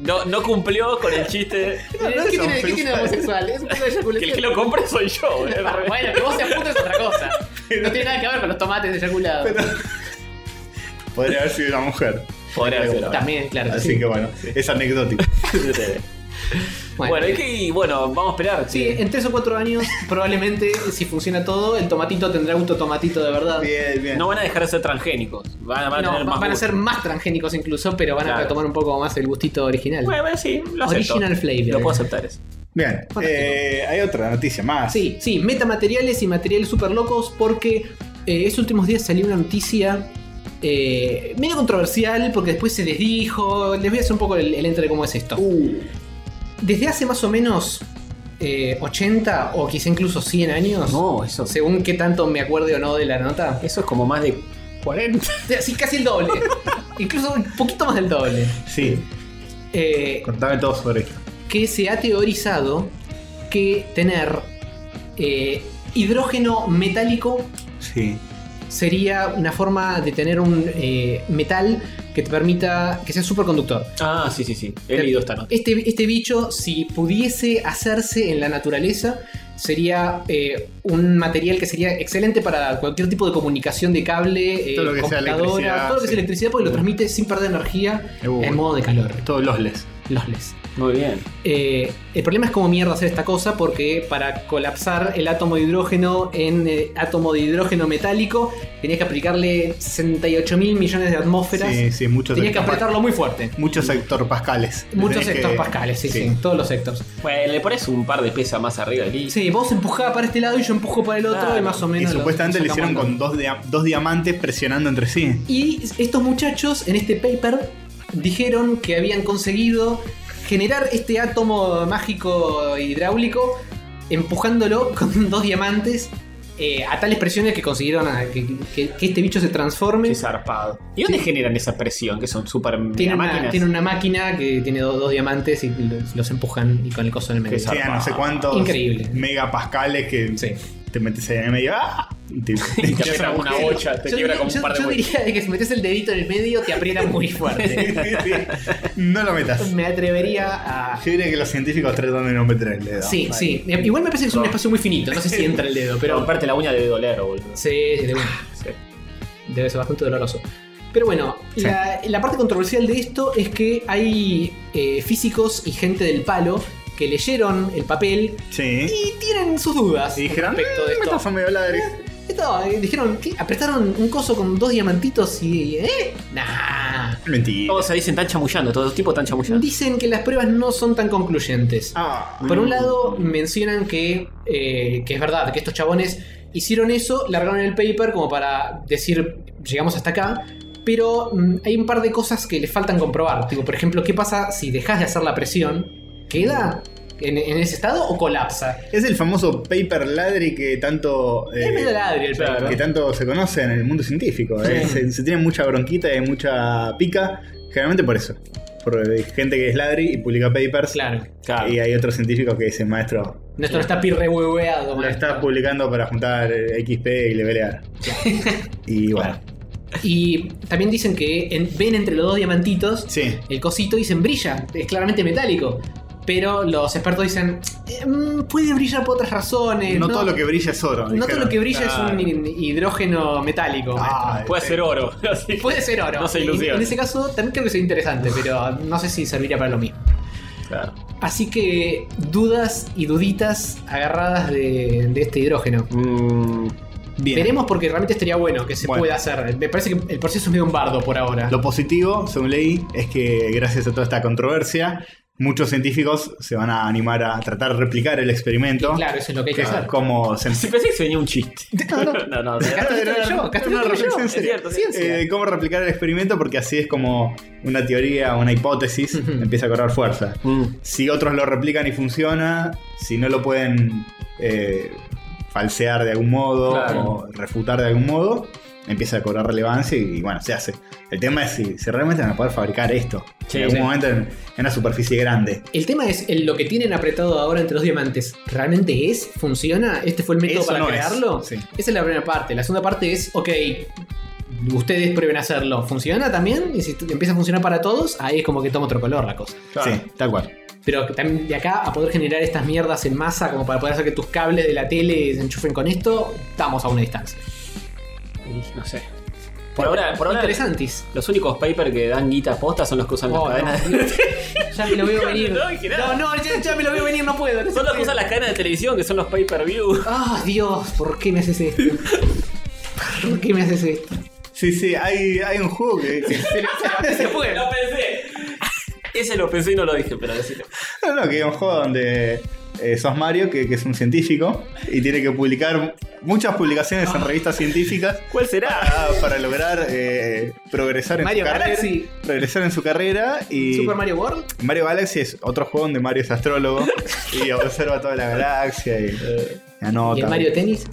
B: No, no cumplió con el chiste.
A: no
D: ¿Qué
A: es
D: tiene, ¿Qué tiene
A: ofensa.
D: de homosexual? Es un poco de
B: Que el que
D: eyaculación.
B: lo compra soy yo. ¿eh?
D: [laughs] Bueno, que vos seas puto es otra cosa. No tiene nada que ver con los tomates eyaculados.
A: Podría haber sido una mujer.
B: Podría ser, ¿no?
D: También, claro.
A: Así que bueno, es
D: [laughs]
A: anecdótico.
B: [laughs]
D: Bueno,
B: Bueno, y que- y bueno, vamos a esperar.
D: Sí, en 3 o 4 años, probablemente, si funciona todo, el tomatito tendrá gusto a tomatito de verdad.
A: Bien, bien.
B: No van a dejar de ser transgénicos. Van, a- van a
D: No,
B: tener
D: va-
B: más
D: van a
B: gusto.
D: ser más transgénicos incluso, pero van
B: Claro.
D: a retomar un poco más el gustito original.
B: Bueno, bueno, sí, lo acepto.
D: Original flavor.
B: Lo puedo aceptar eso.
A: Bien. Eh, hay otra noticia más.
D: Sí, sí, metamateriales y materiales super locos porque eh, esos últimos días salió una noticia eh, medio controversial porque después se desdijo. Les voy a hacer un poco el, el entre de cómo es esto. Desde hace más o menos eh, 80 o quizá incluso 100 años,
B: No, eso.
D: según qué tanto me acuerde o no de la nota,
B: Eso es como más de 40.
D: sí, casi el doble. [laughs] incluso un poquito más del doble.
A: Sí,
D: Eh,
A: contame todo sobre esto.
D: que se ha teorizado que tener eh, hidrógeno metálico
A: Sí.
D: sería una forma de tener un eh, metal que te permita que sea superconductor.
B: Ah, sí, sí, sí. He
D: Te-
B: leído esta nota.
D: Este, este bicho, si pudiese hacerse en la naturaleza, sería eh, un material que sería excelente para cualquier tipo de comunicación de cable, eh,
A: Todo lo que sea
D: computadora,
A: electricidad,
D: todo lo que
A: sí. Mm.
D: sea electricidad, porque lo transmite sin perder energía
A: Uh.
D: en modo de calor.
A: Todos los les.
D: Los E LES.
B: Muy bien.
D: Eh, el problema es cómo mierda hacer esta cosa porque para colapsar el átomo de hidrógeno en eh, átomo de hidrógeno metálico tenías que aplicarle 68 mil millones de atmósferas.
A: Sí, sí, muchos
D: tenías que
A: hector-
D: apretarlo muy fuerte.
A: Muchos hector pascales.
D: Muchos
A: Tenés
D: sectores
A: que-
D: pascales, sí, sí, todos los sectores.
B: Bueno, Pues, le pones un par de pesas más arriba del i.
D: Sí, vos empujabas para este lado y yo empujaba para el otro
B: Claro.
D: y más o
A: Y
D: menos. lo-
A: supuestamente
D: lo
A: le hicieron
D: sacamos.
A: con dos, dia- dos diamantes presionando entre sí.
D: Y estos muchachos en este paper dijeron que habían conseguido generar este átomo mágico hidráulico empujándolo [laughs] con dos diamantes eh, a tales presiones que consiguieron a- que, que- que este bicho se transforme.
B: Qué zarpado. ¿Y dónde generan esa presión? Que son súper
D: Tiene
B: mega
D: una,
B: máquinas.
D: tiene una máquina que tiene dos, dos diamantes y los, los empujan y con el coso en el medio.
B: Qué
A: Sí, a no sé cuántos
D: Increíble.
A: megapascales que
D: Sí.
A: te metes ahí en el medio. ¡ah! Y
D: [laughs]
A: te,
B: Y te
A: te
B: aprieta
A: hacen
B: una
A: agujero.
B: bocha, te
D: yo
B: quiebra
D: diría,
B: con un
D: yo-
B: par de
D: yo
B: bochas.
D: diría que si metes el dedito en el medio te aprieta
B: [laughs]
D: muy fuerte.
A: Sí, sí. No lo metas.
D: Me atrevería a,
A: Yo diría que los científicos tratan de no meter el dedo.
D: Sí, sí. Igual me parece que es un espacio muy finito. No sé si entra el dedo,
B: Pero [laughs]
D: pero.
B: romperte la uña debe doler, boludo.
D: Sí, de una.
B: Sí.
D: Debe ser bastante doloroso. Pero bueno, la, la parte controversial de esto es que hay eh, físicos y gente del palo que leyeron el papel
A: Sí.
D: y tienen sus dudas
A: Y dijeron,
D: respecto de
A: "Mm,
D: esto.
A: estos son medio ladris.
D: Esto, eh, dijeron, ¿qué? apretaron un coso con dos diamantitos y. ¿Eh? Nah.
A: Mentira.
B: Todos se dicen están chamullando, todos los tipos están chamullando.
D: Dicen que las pruebas no son tan concluyentes.
A: Ah,
D: Por un lado, mencionan que, eh, que es verdad, que estos chabones hicieron eso, largaron el paper como para decir, llegamos hasta acá, pero mm, hay un par de cosas que les faltan comprobar. Tipo, por ejemplo, ¿qué pasa si dejas de hacer la presión? ¿Queda en, en ese estado o colapsa?
A: es el famoso paper ladri que tanto. eh,
D: es medio ladrillo el
A: Claro,
D: paper.
A: que tanto se conoce en el mundo científico. ¿eh? Se, se tiene mucha bronquita y mucha pica, generalmente por eso. Por eh, gente que es ladri y publica papers.
D: Claro.
B: Claro.
A: Y hay otros científicos que dicen, maestro,
D: Nuestro no está pirrehueveado.
A: lo estás publicando para juntar eh, XP y
D: [laughs]
A: levelear. y bueno,
D: Y también dicen que en- ven entre los dos diamantitos
A: sí.
D: el cosito dicen brilla, es claramente metálico. Pero los expertos dicen, eh, mm, puede brillar por otras razones.
A: No, todo lo que brilla es oro.
D: Eh, no todo
A: dijeron.
D: lo que brilla
B: Claro.
D: es un hidrógeno metálico.
A: Ah,
B: Puede ser oro. [laughs] así.
D: maestro. Puede ser oro.
B: No se
D: En-
B: ilusione.
D: En ese caso también creo que sería interesante, pero no sé si serviría para lo mismo.
B: Claro.
D: Así que dudas y duditas agarradas de, de este hidrógeno.
B: Mm,
A: Bien.
D: Veremos porque realmente estaría bueno que se
A: Bueno.
D: pueda hacer. Me parece que el proceso es medio un bardo por ahora.
A: Lo positivo, según leí, es que gracias a toda esta controversia, muchos científicos se van a animar a tratar de replicar el experimento.
D: Claro, eso es lo que hay que
A: que es
D: hacer.
A: como se
B: sí, pensé que se venía un chiste.
A: No, no.
B: [laughs] No, no,
D: Acá estoy yo, acá estoy
A: Una
D: yo,
A: reflexión
D: es
A: seria.
B: cierto,
D: ciencia.
A: Eh, cómo replicar el experimento, porque así es como una teoría, una hipótesis
D: Ujú.
A: empieza a cobrar fuerza.
B: Mm.
A: Si otros lo replican y funciona, si no lo pueden eh, falsear de algún modo
B: Claro.
A: o refutar de algún modo, empieza a cobrar relevancia y, bueno, se hace. El tema es si, si realmente van a poder fabricar esto
B: Sí,
A: en algún
B: sí.
A: momento en, en una superficie grande.
D: El tema es el- lo que tienen apretado ahora entre los diamantes. ¿Realmente es? ¿Funciona? ¿Este fue el método
A: Eso
D: para
A: no es.
D: crearlo?
A: Sí.
D: Esa es la primera parte. La segunda parte es, ok, ustedes prueben a hacerlo. ¿Funciona también? Y si t- empieza a funcionar para todos, ahí es como que toma otro color la cosa.
A: Sí, tal cual.
D: Pero que también de acá a poder generar estas mierdas en masa, como para poder hacer que tus cables de la tele se enchufen con esto, estamos a una distancia.
B: No sé. Por ahora, por ahora
D: Interesantes.
B: los únicos papers que dan guita posta son los que usan
D: Oh,
B: las cadenas
D: no.
B: de...
D: [laughs]
B: [laughs]
D: Ya me lo veo venir.
B: No, en
D: No,
B: general.
D: no, ya, ya me lo veo venir, no puedo. no se
B: Son los que
D: puede.
B: usan las cadenas de televisión, que son los
D: [laughs]
B: pay-per-view. [laughs]
D: Ah, Dios, ¿por qué me haces esto? ¿Por qué me haces esto?
A: Sí, sí, hay, hay un juego [laughs] que. que-
D: [laughs] Se fue.
B: Lo pensé. Ese lo pensé y no lo dije, pero decirlo.
A: No, [laughs] no, que hay un juego donde eh, sos Mario, que, que es un científico, y tiene que publicar muchas publicaciones
D: Ah.
A: en revistas
D: [laughs]
A: científicas
B: ¿Cuál será?
A: para, para lograr eh, progresar en
D: Mario
A: su carrera.
D: Galaxy.
A: Progresar en su carrera y.
D: Super Mario World.
A: Mario Galaxy es otro juego donde Mario es astrólogo
D: [laughs]
A: y observa toda la galaxia y eh, anota.
D: Y el Mario Tennis.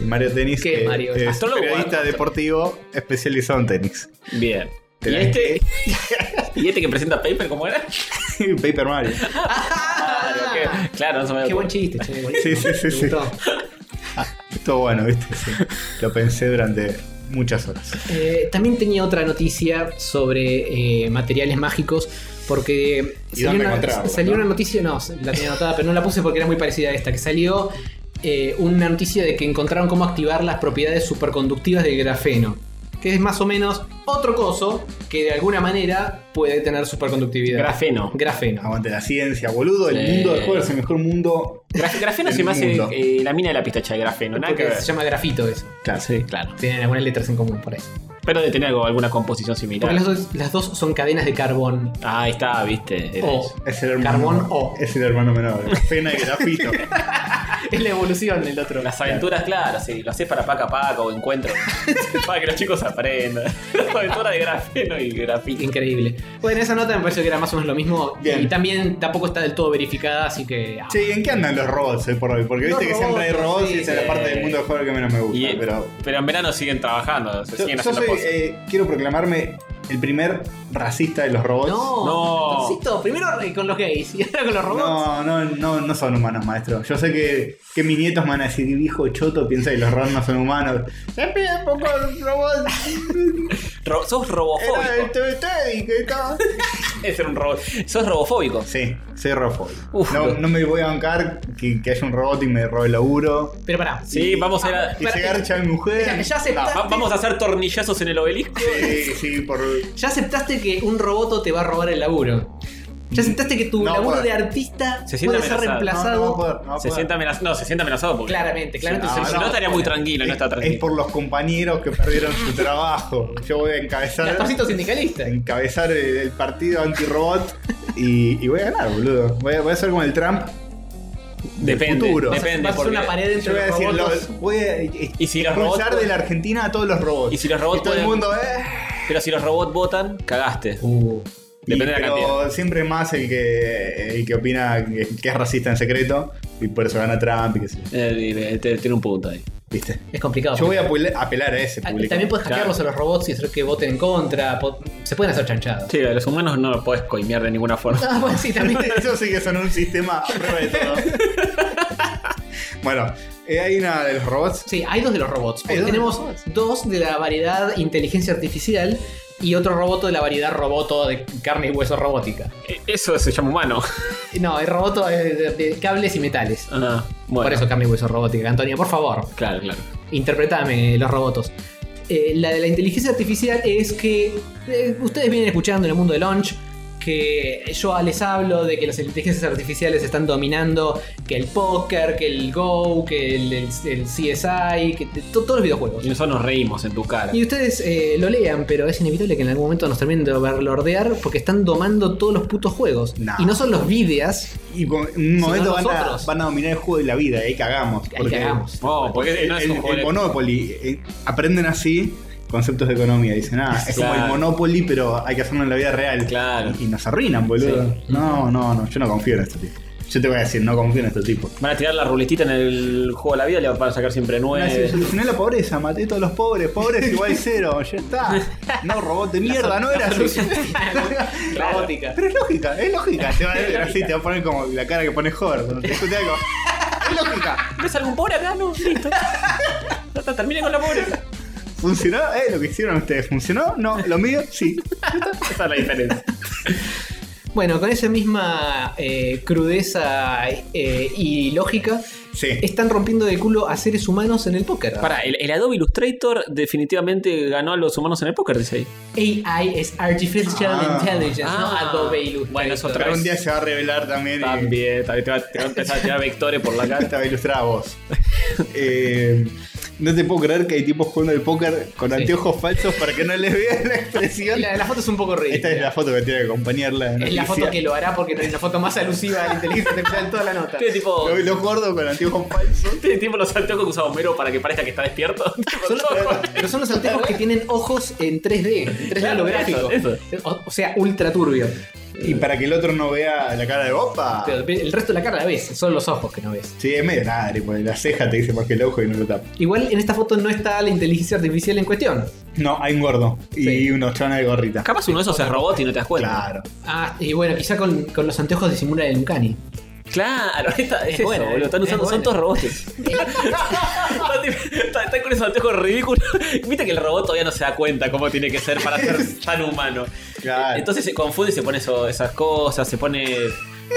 A: Y Mario Tenis
D: ¿Qué
A: eh,
D: Mario?
A: es
B: ¿Astrólogo o
A: periodista
B: astro-
A: deportivo especializado en tenis. [laughs]
B: Bien. ¿Y
A: Tenés-
B: este? [laughs] ¿Y este que presenta paper cómo era?
A: Paper Mario.
B: Claro, que- claro, no se me
D: Ah, Qué buen
B: ocurre.
D: chiste, che.
A: [laughs] Sí, sí, sí,
D: Me
A: sí.
D: gustó.
A: Estuvo bueno, viste, Sí. Lo pensé durante muchas horas.
D: Eh, también tenía otra noticia sobre eh, materiales mágicos. Porque
A: ¿Y
D: salió,
A: dónde
D: una,
A: encontrarlos,
D: salió
A: no?
D: una noticia, no, la tenía anotada, pero no la puse porque era muy parecida a esta. Que salió eh, una noticia de que encontraron cómo activar las propiedades superconductivas del grafeno. Que es más o menos otro coso que de alguna manera puede tener superconductividad.
B: Grafeno.
D: Grafeno.
A: Aguante la ciencia, boludo. El
B: Sí.
A: mundo del juego es el mejor mundo.
B: Graf- grafeno
A: El
B: se me hace
A: mundo.
B: eh, la mina de la pistacha de grafeno, nada que
D: Porque
B: ver.
D: se llama grafito eso.
A: Claro.
B: Sí, claro.
D: Tienen algunas letras en común por ahí.
B: Pero de tener algo- alguna composición similar.
D: Porque las dos, las dos son cadenas de carbón.
B: Ah, ahí está, viste. Era
D: O
B: eso.
A: Es el hermano.
D: carbón
A: [laughs]
D: o.
A: Es el hermano menor. Pena que
D: [laughs]
A: grafito.
D: Es la evolución del otro.
B: Las aventuras, claro, sí, lo haces para paca paca o
D: [laughs]
B: encuentro. para que los chicos aprendan. [laughs] Las aventuras de grafeno y grafito.
D: Increíble. Bueno, esa nota me pareció que era más o menos lo mismo.
A: Bien.
D: Y también tampoco está del todo verificada, así que. ah,
A: Che, ¿en qué andan los robots hoy por hoy? Porque
D: Los
A: viste que siempre hay
D: robots,
A: robots
D: sí,
A: y esa es
D: sí.
A: la parte del mundo del juego que menos me gusta.
B: Y-
A: Ah, pero.
B: Pero en verano siguen trabajando, se
A: Yo,
B: siguen
A: yo
B: haciendo
A: soy,
B: cosas.
A: eh, quiero proclamarme el primer racista de los robots.
D: No,
B: No.
D: Torcito, primero eh, con los gays y ahora con los robots.
A: No, no, no, no son humanos, maestro. Yo sé que, que mis nietos me van a decir, hijo choto, piensa que los robots no son humanos. Siempre un poco
D: [laughs]
A: robot.
B: Ro- sos
A: Era el
B: robofóbico.
A: Teddy que estaba-
B: Es ser un robot. Sos robofóbico.
A: Sí, soy robot.
B: Uf.
A: No, no me voy a bancar que, que haya un robot y me robe el laburo.
D: Pero pará.
B: Sí, vamos a ir a.
D: Ah,
A: Que se garcha mi mujer.
D: Ya, ya
B: Va-
D: aceptaste,
B: vamos a hacer tornillazos en el obelisco.
A: Sí, sí, por.
D: ya aceptaste que un roboto te va a robar el laburo. Ya sentaste que tu
A: No,
D: laburo
A: puede.
D: de artista
B: Se siente
D: puede ser
B: amenazado.
D: reemplazado.
A: No, no va a poder, no va a
B: Se
A: poder.
B: siente amenazado. No, se siente amenazado porque.
D: Claramente, claramente.
B: Si
A: no,
B: si
A: no,
B: no, estaría muy tranquilo, no está
A: es,
B: tranquilo.
A: por los compañeros que perdieron su trabajo. Yo voy a encabezar,
D: Castorcito sindicalista.
A: encabezar el, el partido antirrobot y, y voy a ganar, boludo. Voy a, voy a ser como el Trump.
B: Depende.
A: futuro.
D: Vas
B: Depende.
D: a hacer
B: Porque...
D: una pared
A: Yo
D: entre
A: voy a
D: los
A: decir,
D: robots.
A: lo- voy a e-
B: Y si los
A: expulsar
B: robots-
A: de la Argentina a todos los robots.
B: Y si los robots
A: todo el
B: pueden-
A: mundo, eh.
B: Pero si los robots votan, cagaste.
D: Uh,
A: Y-
B: Depende de la
A: pero
B: cantidad.
A: siempre más el que el que opina que, que es racista en secreto y por eso gana Trump y qué sé yo,
B: Eh, te- tiene un punto ahí.
A: ¿viste?
D: Es complicado.
A: Yo voy a apel- apelar a ese
D: Ah, y
A: público. [laughs]
D: También puedes hackearlos a los robots y hacer que voten en contra. po- Se pueden hacer chanchadas.
B: Sí, a los humanos no los podés coimear de ninguna forma.
D: [laughs] Ah, bueno, sí, también.
A: Eso sí que son un sistema a prueba de
D: [laughs]
A: todo. bueno, eh, hay una de los robots.
D: Sí, hay dos de los robots. porque
A: Hay dos de
D: tenemos
A: los robots.
D: dos de la variedad inteligencia artificial y otro roboto de la variedad roboto de carne y hueso robótica.
B: Eh, Eso se llama humano.
D: No, el roboto es de, de cables y metales.
B: Ah, bueno.
D: Por eso carne y hueso robótica. Antonia, por favor,
B: Claro, claro.
D: interpretame los robots. Eh, la de la inteligencia artificial es que eh, ustedes vienen escuchando en el mundo de launch que yo les hablo de que las inteligencias artificiales están dominando que el póker, que el Go, que el, el- el CSI, que t- todos los videojuegos.
B: Y nosotros nos reímos en tu cara.
D: Y ustedes eh, lo lean, pero es inevitable que en algún momento nos terminen de overlordear porque están domando todos los putos juegos.
A: Nah.
D: Y no son los videas,
A: Y con- en un momento van a,
D: nosotros.
A: van a dominar el juego de la vida, y ahí cagamos.
D: ahí cagamos.
B: No, porque
A: El,
B: no es un
A: el
B: juego de-
A: Monopoly. eh, aprenden así conceptos de economía. Dicen, ah, es como
B: Claro.
A: el Monopoly, pero hay que hacerlo en la vida real.
B: Claro.
A: Y nos arruinan, boludo. No, no, no. Yo no confío en este tipo. Yo te voy a decir, no confío en este tipo.
B: Van a tirar la ruletita en el juego de la vida y le van a sacar siempre
A: Van a decir,
B: nueve.
A: Solucioné la pobreza, maté a todos los pobres,
B: [laughs]
A: pobres igual cero, ya está. No, robot de mierda, no era así. [laughs]
D: robótica.
A: Pero es lógica, es lógica. Te va a ver así, te va a poner como la cara que pone Howard cuando te discute algo. Es lógica.
B: ¿Ves algún pobre acá? No, listo.
D: [laughs]
B: Ya está, Termine con la pobreza.
A: ¿Funcionó? Eh, lo que hicieron ustedes. ¿Funcionó? No, lo mío, sí.
B: Esa es la diferencia.
D: Bueno, con esa misma eh, crudeza eh, y lógica,
A: Sí.
D: están rompiendo de culo a seres humanos en el póker.
A: Ah.
B: Pará, el, el Adobe Illustrator definitivamente ganó a los humanos en el póker, dice ahí.
D: AI es Artificial
A: Ah.
D: Intelligence, no
B: Ah.
D: Adobe Illustrator.
B: Bueno, es otra
A: Pero un
B: vez.
A: día se va a revelar también. eh, y-
B: También, también te va, te va a empezar a tirar vectores por la
D: [laughs]
B: cara.
A: Estaba ilustrada vos. Eh, no te puedo creer que hay tipos jugando al póker con anteojos falsos para que no les vean la expresión.
D: La, la foto es un poco ridícula.
A: Esta es la foto que tiene que acompañarla.
D: Es la foto que lo hará porque es la foto más alusiva a la inteligencia artificial de toda la nota.
B: Tiene tipo,
A: Los, los gordos con anteojos falsos.
B: tiene tipo los anteojos que usa Homero para que parezca que está
D: [laughs]
B: despierto.
D: Son los-
B: [laughs]
D: pero son los anteojos que tienen ojos en 3D, en 3D
B: Claro,
D: holográfico.
B: eso,
D: O, o sea, ultra turbio.
A: Y para que el otro no vea la cara de opa.
D: Pero el resto de la cara la ves, son los ojos que no ves.
A: Sí, es medio ladri, porque la ceja te dice más que el ojo y no lo tapa.
D: Igual en esta foto no está la inteligencia artificial en cuestión.
A: No, hay un gordo. Y
D: Sí.
A: unos chones de gorrita.
B: Capaz uno de esos es robot y no te das cuenta.
A: Claro.
D: Ah, y bueno, quizá con, con los anteojos disimula el Lucani.
B: Claro, esta- es,
D: eso,
B: bueno, boludo. Están
D: es
B: usando, son
D: bueno.
B: todos
D: [laughs]
B: robots. están, tipo- están- están con esos anteojos ridículos. Viste que el robot todavía no se da cuenta cómo tiene que ser para ser tan humano.
A: Claro.
B: Entonces se confunde y se pone eso- esas cosas, se pone,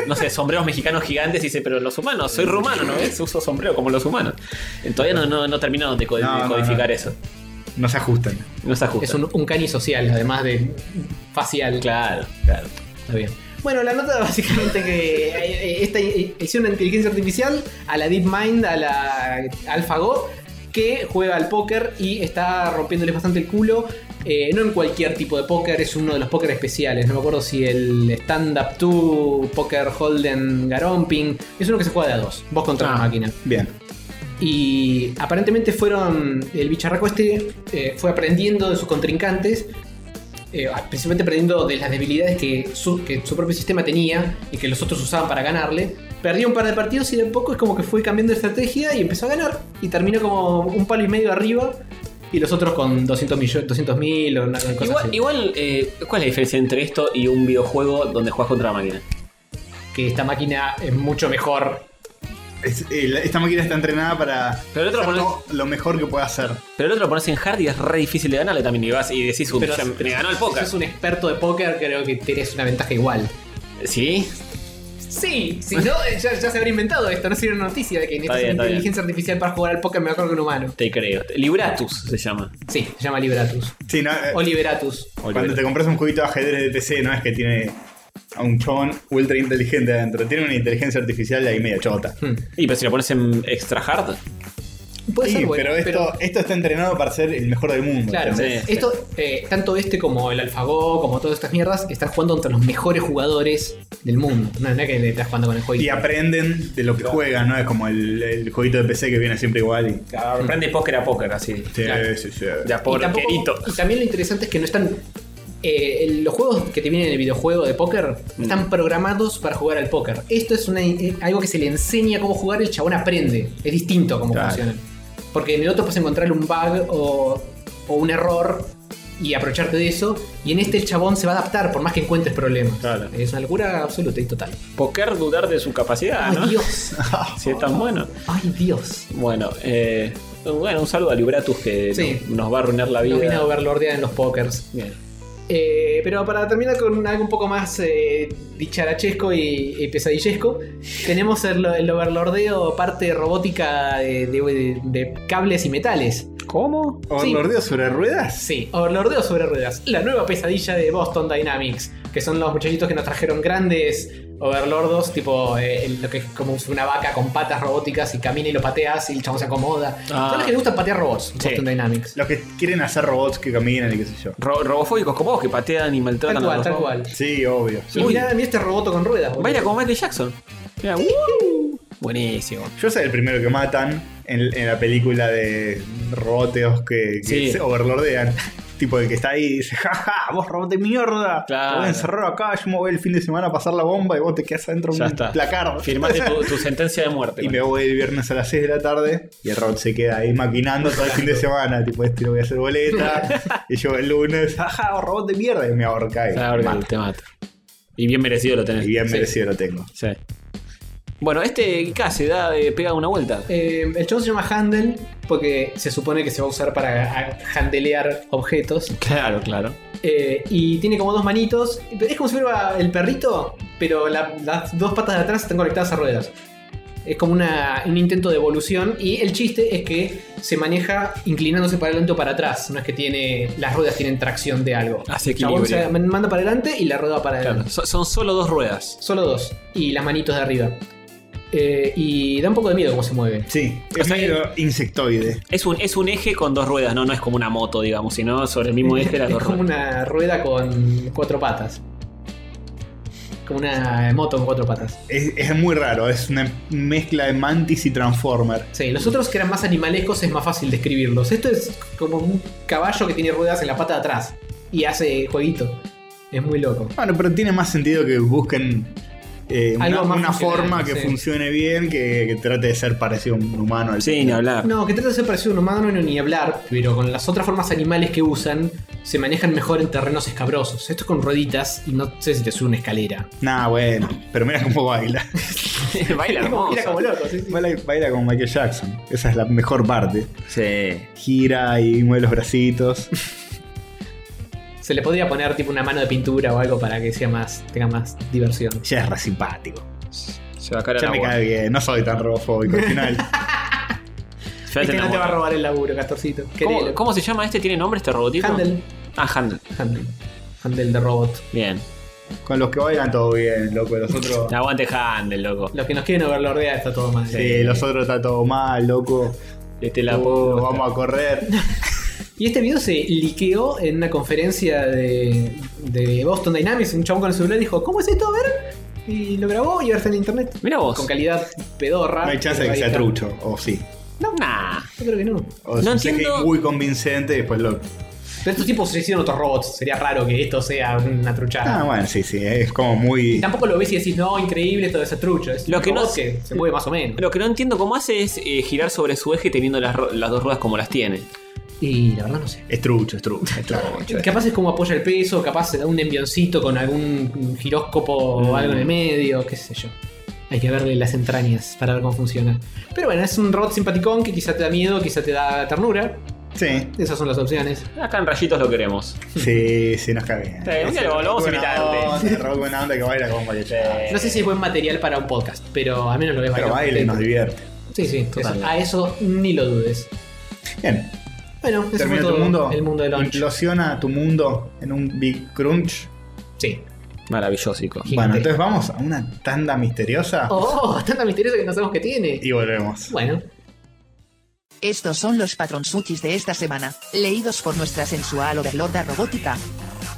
B: no sé, sombreros mexicanos gigantes y dice, pero los humanos, soy rumano, ¿no ves? Uso sombrero como los humanos. Eh, Todavía no, no, no terminaron de, co- de
A: No, no,
B: codificar
A: no.
B: eso.
A: No se ajustan.
B: No está justo.
D: Es un, un cani social, además de facial.
B: Claro, claro.
D: Está bien. Bueno, la nota básicamente que eh, esta eh, hicieron una inteligencia artificial a la DeepMind, a la AlphaGo, que juega al póker y está rompiéndoles bastante el culo. Eh, no en cualquier tipo de póker, es uno de los póker especiales. No me acuerdo si el Stand Up 2, Poker Holden Garomping. Es uno que se juega de a dos, vos contra
A: Ah.
D: una máquina.
A: Bien.
D: Y aparentemente fueron. El bicharraco este eh, fue aprendiendo de sus contrincantes. eh, principalmente aprendiendo de las debilidades que su, que su propio sistema tenía y que los otros usaban para ganarle. Perdió un par de partidos y de poco es como que fue cambiando de estrategia y empezó a ganar. Y terminó como un palo y medio arriba. Y los otros con 200 millones, 200 mil o una cosa
B: Igual,
D: así.
B: igual, eh, ¿cuál es la diferencia entre esto y un videojuego donde juegas contra la máquina?
D: Que esta máquina es mucho mejor.
A: Es- eh, la- esta máquina está entrenada para
B: Pero el otro
A: hacer lo, lo mejor que pueda hacer.
B: Pero el otro lo pones en hard y es re difícil de ganarle también. Y vas y decís, un,
D: Pero
B: ya
D: si-
B: me ganó el
D: Si
B: póker.
D: sos un experto de póker, creo que tenés una ventaja igual.
B: Sí,
D: Sí,
B: [laughs]
D: si no, eh, ya, ya se habría inventado esto, no sirve una noticia de que
B: Está
D: necesitas
B: bien, está
D: una inteligencia artificial para jugar al póker mejor que un humano.
B: te creo. Libratus se llama.
D: Sí, se llama Liberatus.
A: Sí, no, eh,
D: O Liberatus.
A: cuando te compras un juguito de ajedrez de PC, no es que tiene a un chabón ultra inteligente adentro. Tiene una inteligencia artificial ahí medio chota.
B: Y pero si lo pones en extra hard,
D: Hmm. Puede
A: Sí,
D: ser bueno,
A: pero, esto, esto está entrenado para ser el mejor del mundo.
D: Claro,
B: Sí, sí.
D: esto, eh, tanto este como el AlphaGo, como todas estas mierdas, están jugando contra los mejores jugadores del mundo. No, no es que le estás jugando con el
A: Y
D: juego.
A: aprenden de lo que juegan, ¿no? Es como el, el jueguito de PC que viene siempre igual. Y,
B: aprende póker a póker, así.
A: Sí,
D: Claro.
A: sí, sí.
B: Ya
D: Y,
B: por
D: tampoco- y también lo interesante es que no están. eh, el- los juegos que te vienen en el videojuego de póker
B: Mm.
D: están programados para jugar al póker. Esto es una- eh, algo que se le enseña cómo jugar y el chabón aprende. Es distinto a cómo
A: Claro.
D: funciona. Porque en el otro puedes encontrar un bug o, o un error y aprovecharte de eso. Y en este el chabón se va a adaptar por más que encuentres problemas.
B: Claro.
D: Es una locura absoluta y total.
B: Poker dudar de su capacidad,
D: ¡Ay,
B: Ah, ¿no?
D: Dios!
B: [laughs] Si es tan bueno.
D: ¡Ay, Dios!
B: Bueno, eh, bueno, un saludo a Libratus que
D: Sí.
B: no- nos va a arruinar la
D: No viene
B: vida.
D: a overlordear en los pokers.
B: Bien.
D: Eh, pero para terminar con algo un poco más eh, dicharachesco y, y pesadillesco, tenemos el, el overlordeo parte robótica de, de- de cables y metales.
B: ¿Cómo?
A: ¿Overlordeo sobre ruedas?
D: Sí, overlordeo sobre ruedas, la nueva pesadilla de Boston Dynamics, que son los muchachitos que nos trajeron grandes overlordos, tipo eh, el- lo que es como si una vaca con patas robóticas y camina y lo pateas y el chabón se acomoda.
B: Ah.
D: Son los que les gusta patear robots,
B: Sí.
D: Boston Dynamics.
A: Los que quieren hacer robots que caminan y qué sé yo.
B: Ro- robofóbicos como vos que patean y maltratan
D: Tal
B: a
D: cual,
B: los
D: tal
B: robots.
D: cual.
A: Sí, obvio.
D: Y mirá, mirá este roboto con ruedas. boludo.
B: Baila como Michael Jackson. Mirá, ¡uh! Buenísimo.
A: Yo soy el primero que matan en, en la película de roboteos que, que
B: Sí. [laughs]
A: se overlordean. tipo el que está ahí y dice, jaja, vos robot de mierda.
B: Claro.
A: Te voy a encerrar acá, yo me voy el fin de semana a pasar la bomba y vos te quedás adentro de
B: Ya
A: un
B: está.
A: placar.
B: Firmaste tu, tu sentencia de muerte.
A: [laughs] Y me voy el viernes a las 6 de la tarde y el robot se queda ahí maquinando todo el fin de semana. Tipo, este lo voy a
B: [laughs]
A: hacer boleta. y yo el lunes, jaja, robot de mierda. Y me ahorca y,
B: Ah, ahora
A: mata.
B: te mata. Y bien merecido lo tenés.
A: Y bien
B: Sí,
A: merecido lo tengo.
B: Sí. Bueno, este K se da de pega una vuelta.
D: Eh, el chabón se llama Handle porque se supone que se va a usar para a- handelear objetos.
B: Claro, claro.
D: Eh, y tiene como dos manitos. Es como si fuera el perrito, pero la- las dos patas de atrás están conectadas a ruedas. Es como una- un intento de evolución. Y el chiste es que se maneja inclinándose para adelante o para atrás. No es que tiene. Las ruedas tienen tracción de algo.
B: Hace
D: El chabón
B: equilibrio.
D: se manda para adelante y la rueda para adelante.
B: Claro, so- son solo dos ruedas.
D: Solo dos. Y las manitos de arriba. Eh, y da un poco de miedo cómo se mueve.
A: Sí, es
B: sea,
A: medio insectoide.
B: Es un, es un eje con dos ruedas, no, no es como una moto, digamos, sino sobre el mismo eje las
D: Es
B: dos
D: como
B: ruedas.
D: una rueda con cuatro patas. Como una moto con cuatro patas.
A: Es, es muy raro, es una mezcla de Mantis y Transformer.
D: Sí, los otros que eran más animalescos es más fácil describirlos. Esto es como un caballo que tiene ruedas en la pata de atrás. Y hace jueguito. Es muy loco.
A: Bueno, pero tiene más sentido que busquen eh, una,
D: Algo más
A: una
D: funcional,
A: forma que
D: sí.
A: funcione bien, que, que trate de ser parecido a un humano. al-
B: Sí, ni hablar.
D: No, que trata de ser parecido a un humano no ni hablar, pero con las otras formas animales que usan, se manejan mejor en terrenos escabrosos. Esto es con rueditas y no sé si te sube una escalera.
A: Nah, bueno, pero mira cómo
D: [laughs]
A: baila.
B: [laughs] Baila
D: Mira como
B: hermoso.
D: loco, sí, sí.
A: baila. Baila como Michael Jackson. Esa es la mejor parte.
B: Sí.
A: Gira y mueve los bracitos.
D: [laughs] Se le podría poner tipo una mano de pintura o algo para que sea más, tenga más diversión.
A: Ya es re simpático.
B: Se va a caer
A: Ya
B: al
A: me
B: agua.
A: cae bien, no soy tan robofóbico al
D: [laughs]
A: final.
B: Se va a
D: Este no te
B: enamora.
D: va a robar el laburo, Castorcito.
B: ¿Cómo, cómo se llama este? ¿Tiene nombre este robotito?
D: Handel.
B: Ah, Handel.
D: Handel. Handel de robot.
B: Bien.
A: Con los que bailan todo bien, loco.
B: [laughs]
A: Los otros.
B: Aguante Handel, loco.
D: Los que nos quieren overlordear está todo mal.
A: Sí, los otros está todo mal, loco.
B: Este la
D: Uh,
A: Oh,
B: posta.
A: vamos a correr.
D: Y este video se liqueó en una conferencia de, de Boston Dynamics. Un chabón con el celular dijo, ¿cómo es esto? A ver. Y lo grabó y ahora está en internet.
B: Mira vos.
D: Con calidad pedorra.
A: No hay chance de que
D: Ahí
A: sea
D: está.
A: trucho, o sí.
B: Nah.
D: Yo creo que no.
A: O
B: No
A: es un
B: entiendo-
A: CGI muy convincente y después lo.
D: Pero estos tipos se hicieron otros robots. Sería raro que esto sea una truchada.
A: Ah, bueno, sí, sí, es como muy.
D: Y tampoco lo ves y decís, no, increíble todo ese trucho. Es
B: Lo
D: un
B: que no
D: robot
B: sé-
D: que se mueve más o menos.
B: Lo que no entiendo cómo hace es eh, girar sobre su eje teniendo las, ro- las dos ruedas como las tiene.
D: Y la verdad no sé.
A: Es trucho, es trucho. Es
D: [laughs]
A: trucho.
D: Capaz es como apoya el peso, capaz se da un envioncito con algún giróscopo
A: Mm.
D: o algo en el medio, qué sé yo. Hay que verle las entrañas para ver cómo funciona. Pero bueno, es un robot simpaticón que quizá te da miedo, quizá te da ternura.
A: Sí,
D: Esas son las opciones.
B: Acá en rayitos lo queremos.
A: sí, sí, nos cae bien.
B: Sí, un día lo- lo vamos a invitar a usted.
A: Es rock buena onda que baila como Mario Chávez.
D: No sé si es buen material para un podcast, pero a menos lo ves
A: Pero
D: bailar.
A: baile, nos divierte.
D: Sí, sí, eso-
B: Total.
D: a eso ni lo dudes.
A: Bien,
D: Bueno, eso fue
A: termina
D: todo
A: tu mundo.
D: el mundo de Launch.
A: Implosiona tu mundo en un Big Crunch.
D: Sí.
B: Maravilloso.
A: Bueno, entonces vamos a una tanda misteriosa
D: Oh, [laughs] tanta misteriosa que no sabemos que tiene.
A: y volvemos.
D: Bueno,
K: Estos son los patronsuchis de esta semana, leídos por nuestra sensual overlorda robótica.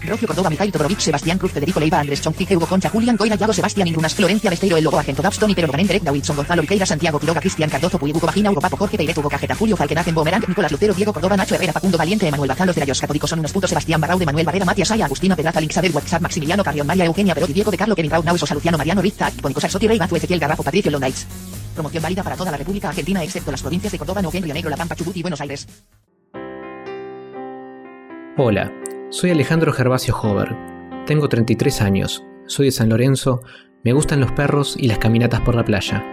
K: Rocio Córdoba, Mikhail Todorovic, Sebastián Cruz, Federico Leiva, Andrés Chonfique, Hugo Concha, Julián Goya, Yago, Sebastián Ingrunas, Florencia Besteiro, El Lobo, Argento, Dabston, Pero Roganen, Derek, Davidson, Gonzalo, Viqueira, Santiago, Quiroga, Cristian, Cardozo, Puig, Hugo, Vagina, Hugo, Papo, Jorge, Peiret, Hugo, Cajeta, Julio, Falkenhagen, Bomerang, Nicolás Lucero, Diego Córdoba, Nacho Herrera, Facundo Valiente, Emanuel Bazán, los de Rayos Catódicos son unos puntos, Sebastián Barrau, de Manuel Barrera, Matías Aya, Agustina Pedraza, Link, Saber, WhatsApp, Maximiliano, Carrión, María, Eugenia, Perotti, Diego de Carlo, Kevin Raúl, Nauso, Luciano, Mariano, Rizza, Icónico, Sarsoti, Rey, Batu, Ezequiel, Garrafo, Patricio, Long Nights. Promoción válida para toda la República Argentina excepto las provincias de Córdoba, Neuquén, Río Negro, La Pampa, Chubut y Buenos Aires.
F: Hola, soy Alejandro Gervasio Hover. Tengo 33 años, soy de San Lorenzo, me gustan los perros y las caminatas por la playa.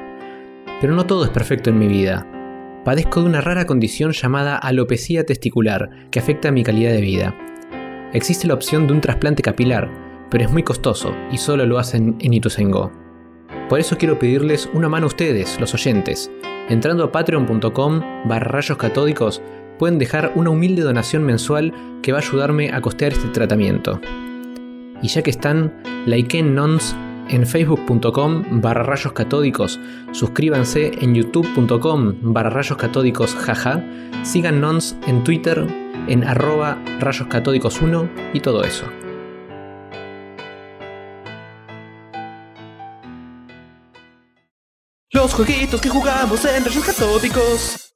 F: Pero no todo es perfecto en mi vida. Padezco de una rara condición llamada alopecia testicular, que afecta mi calidad de vida. Existe la opción de un trasplante capilar, pero es muy costoso y solo lo hacen en Ituzaingó. Por eso quiero pedirles una mano a ustedes, los oyentes. Entrando a patreon.com barra rayos catódicos pueden dejar una humilde donación mensual que va a ayudarme a costear este tratamiento. Y ya que están, likeen nons en facebook.com barra rayos catódicos, suscríbanse en youtube.com barra rayos catódicos jaja, sigan nons en twitter en arroba rayos catódicos 1 y todo eso.
G: Los jueguitos que jugamos en Rayos Catódicos.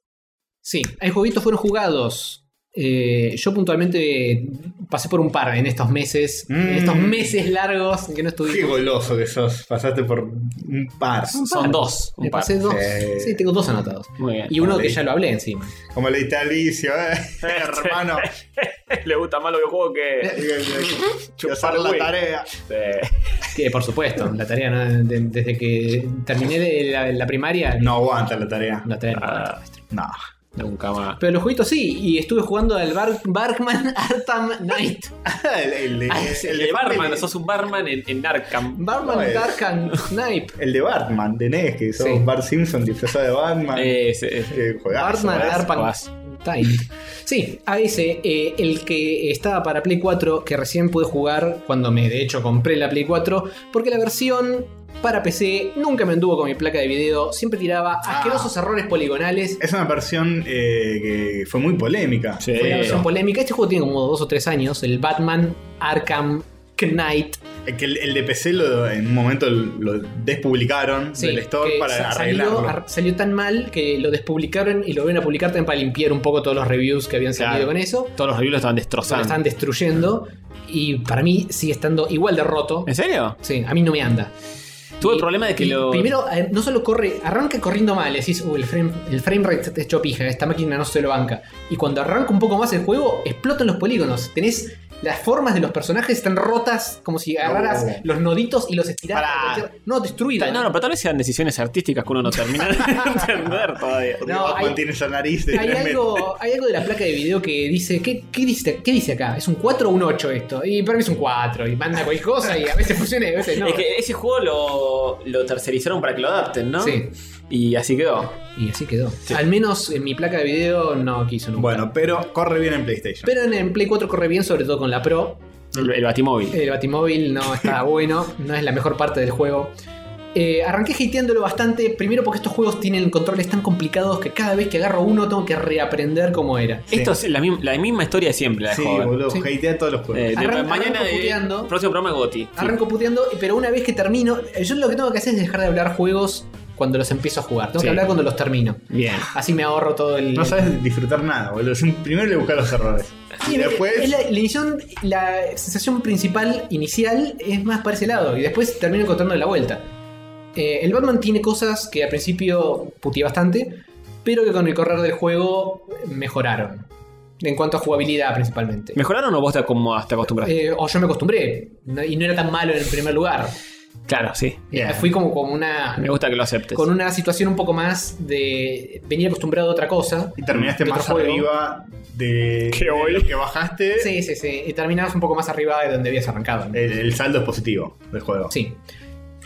D: sí, hay jueguitos fueron jugados. Eh, yo puntualmente pasé por un par en estos meses, en
A: Mm.
D: estos meses largos en que no
A: Qué
D: estuvimos.
A: goloso que sos. Pasaste por un par.
D: Son dos.
B: Un
D: Me
B: par.
D: pasé dos.
A: Sí.
D: Sí, tengo dos anotados.
B: Muy bien.
D: Y uno
A: Vale.
D: que ya lo hablé encima.
A: Como el
B: [laughs]
A: vitalicio, eh. [laughs] Hermano.
B: Le gusta más los videojuegos
A: [laughs]
B: que.
A: Chupar la
B: huevo.
A: tarea.
D: Que, por supuesto, la tarea ¿no? De- desde que terminé de la, la primaria.
A: No aguanta la tarea.
D: La tarea no.
B: Ah,
A: No. [laughs]
B: nunca más.
D: Pero los jueguitos sí, y estuve jugando al Bar- Barkman [laughs] Arkham Knight.
A: El, el de-
D: Ah, es
B: El de barman, sos un barman en, en Arkham.
D: Barkman
A: No es.
D: Arkham Knight.
A: El de Batman, de NES, que sos
D: Sí.
A: Bart Simpson disfrazado de Batman.
B: Eh, ese- ese.
A: Eh, juegazo,
D: Batman
A: juegazo.
D: Arkham
B: juegazo.
D: Knight. Sí, a ese, eh, el que estaba para Play 4, que recién pude jugar cuando me, de hecho, compré la Play 4, porque la versión para PC nunca me anduvo con mi placa de video, siempre tiraba
A: Ah.
D: asquerosos errores poligonales.
A: Es una versión eh, que fue muy polémica.
B: Sí.
D: Fue una versión polémica. Este juego tiene como dos o tres años, el Batman Arkham Knight.
A: Que el, el de PC lo- en un momento lo despublicaron
D: Sí,
A: del store
D: que
A: para
D: sa- salió,
A: arreglarlo.
D: ar- salió tan mal que lo despublicaron y lo ven a publicar también para limpiar un poco todos los reviews que habían salido
B: Claro.
D: con eso.
B: Todos los reviews lo estaban
D: Lo
B: destrozando.
D: están destruyendo y para mí sigue estando igual de roto.
B: ¿En serio?
D: Sí, a mí no me anda.
B: Tuve el
D: Y-
B: problema de que
D: Eh, y
B: lo.
D: Primero, eh, no solo corre, arranca corriendo mal, decís, "Uh, el frame, el frame rate está hecho pija, esta máquina no se lo banca. Y cuando arranca un poco más el juego, explotan los polígonos. Tenés las formas de los personajes están rotas, como si agarraras
A: No.
D: los noditos y los estiraras.
B: Pará.
D: cualquier- No, destruido.
B: Ta- No, no, pero tal vez sean decisiones artísticas que uno no
D: [laughs]
B: termina de entender todavía.
A: Porque
D: no,
A: Batman
D: hay-
A: tiene esa nariz de
D: Hay
A: tres
D: algo, hay algo de la placa de video que dice, ¿qué, qué dice, ¿qué dice acá? ¿Es un 4 o un 8 esto? Y para mí es un 4, y manda cualquier cosa, y a veces [laughs] funciona y a veces no.
B: Es que ese juego lo, lo tercerizaron para que lo adapten, ¿no?
D: Sí,
B: Y así quedó.
D: y así quedó. Al menos en mi placa de video no quiso nunca.
A: Bueno, pero corre bien en PlayStation.
D: Pero en, en Play 4 corre bien, sobre todo con la Pro.
B: El, el Batimóvil.
D: El Batimóvil no
A: [laughs]
D: está bueno, no es la mejor parte del juego. Eh, arranqué hateándolo bastante, primero porque estos juegos tienen controles tan complicados que cada vez que agarro uno tengo que reaprender cómo era.
B: Esto es la, mim- la misma historia de siempre, la de
A: sí,
B: joven.
A: boludo,
D: Sí.
A: hatea todos los
B: Eh,
A: juegos.
B: de-
D: Arran-
B: mañana
D: arranco
B: eh,
D: puteando.
B: próximo programa Goti. Sí.
D: Arranco puteando, pero una vez que termino, eh, yo lo que tengo que hacer es dejar de hablar juegos cuando los empiezo a jugar. Tengo
B: Sí.
D: que hablar cuando los termino.
B: Bien.
D: Así me ahorro todo el.
A: No sabes disfrutar nada, boludo. Es un- Primero le buscas los errores.
D: Sí,
A: y después.
D: es la, la iniciación- la sensación principal inicial es más para ese lado y después termino encontrando la vuelta. Eh, el Batman tiene cosas que al principio puteé bastante, pero que con el correr del juego mejoraron. En cuanto a jugabilidad principalmente.
B: ¿Mejoraron o vos te, como, te acostumbraste?
D: Eh, o yo me acostumbré no- y no era tan malo en el primer lugar.
B: claro, sí.
D: Eh, Fui como, como una,
B: Me gusta que lo aceptes.
D: con una situación un poco más de venir acostumbrado a otra cosa.
A: Y terminaste
D: de otro
A: más
D: juego.
A: arriba de,
B: Que
A: de
B: hoy.
A: lo que bajaste.
D: Sí, sí, sí. Y terminabas un poco más arriba de donde habías arrancado.
A: El, el saldo es positivo del juego.
D: Sí.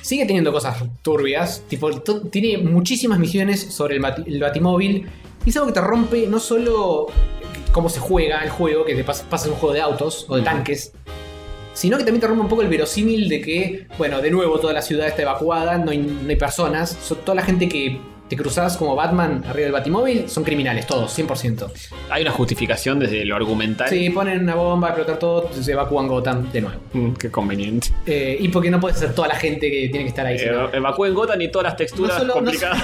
D: Sigue teniendo cosas turbias. Tipo, to- tiene muchísimas misiones sobre el, mati- el batimóvil. Y es algo que te rompe no solo cómo se juega el juego, que te pas- pasa, un juego de autos o de tanques. sino que también te rompe un poco el verosímil de que, bueno, de nuevo toda la ciudad está evacuada, no hay, no hay personas, so- toda la gente que te cruzas como Batman arriba del Batimóvil son criminales, todos, 100%.
B: Hay una justificación desde lo argumental.
D: Sí, ponen una bomba, explotar todo, se evacúan Gotham de nuevo.
B: Mm, qué conveniente.
D: Eh, y porque no puede ser toda la gente que tiene que estar ahí. sino-
B: Eh, evacúen Gotham y todas las texturas
D: No solo- no [laughs]
B: complicadas.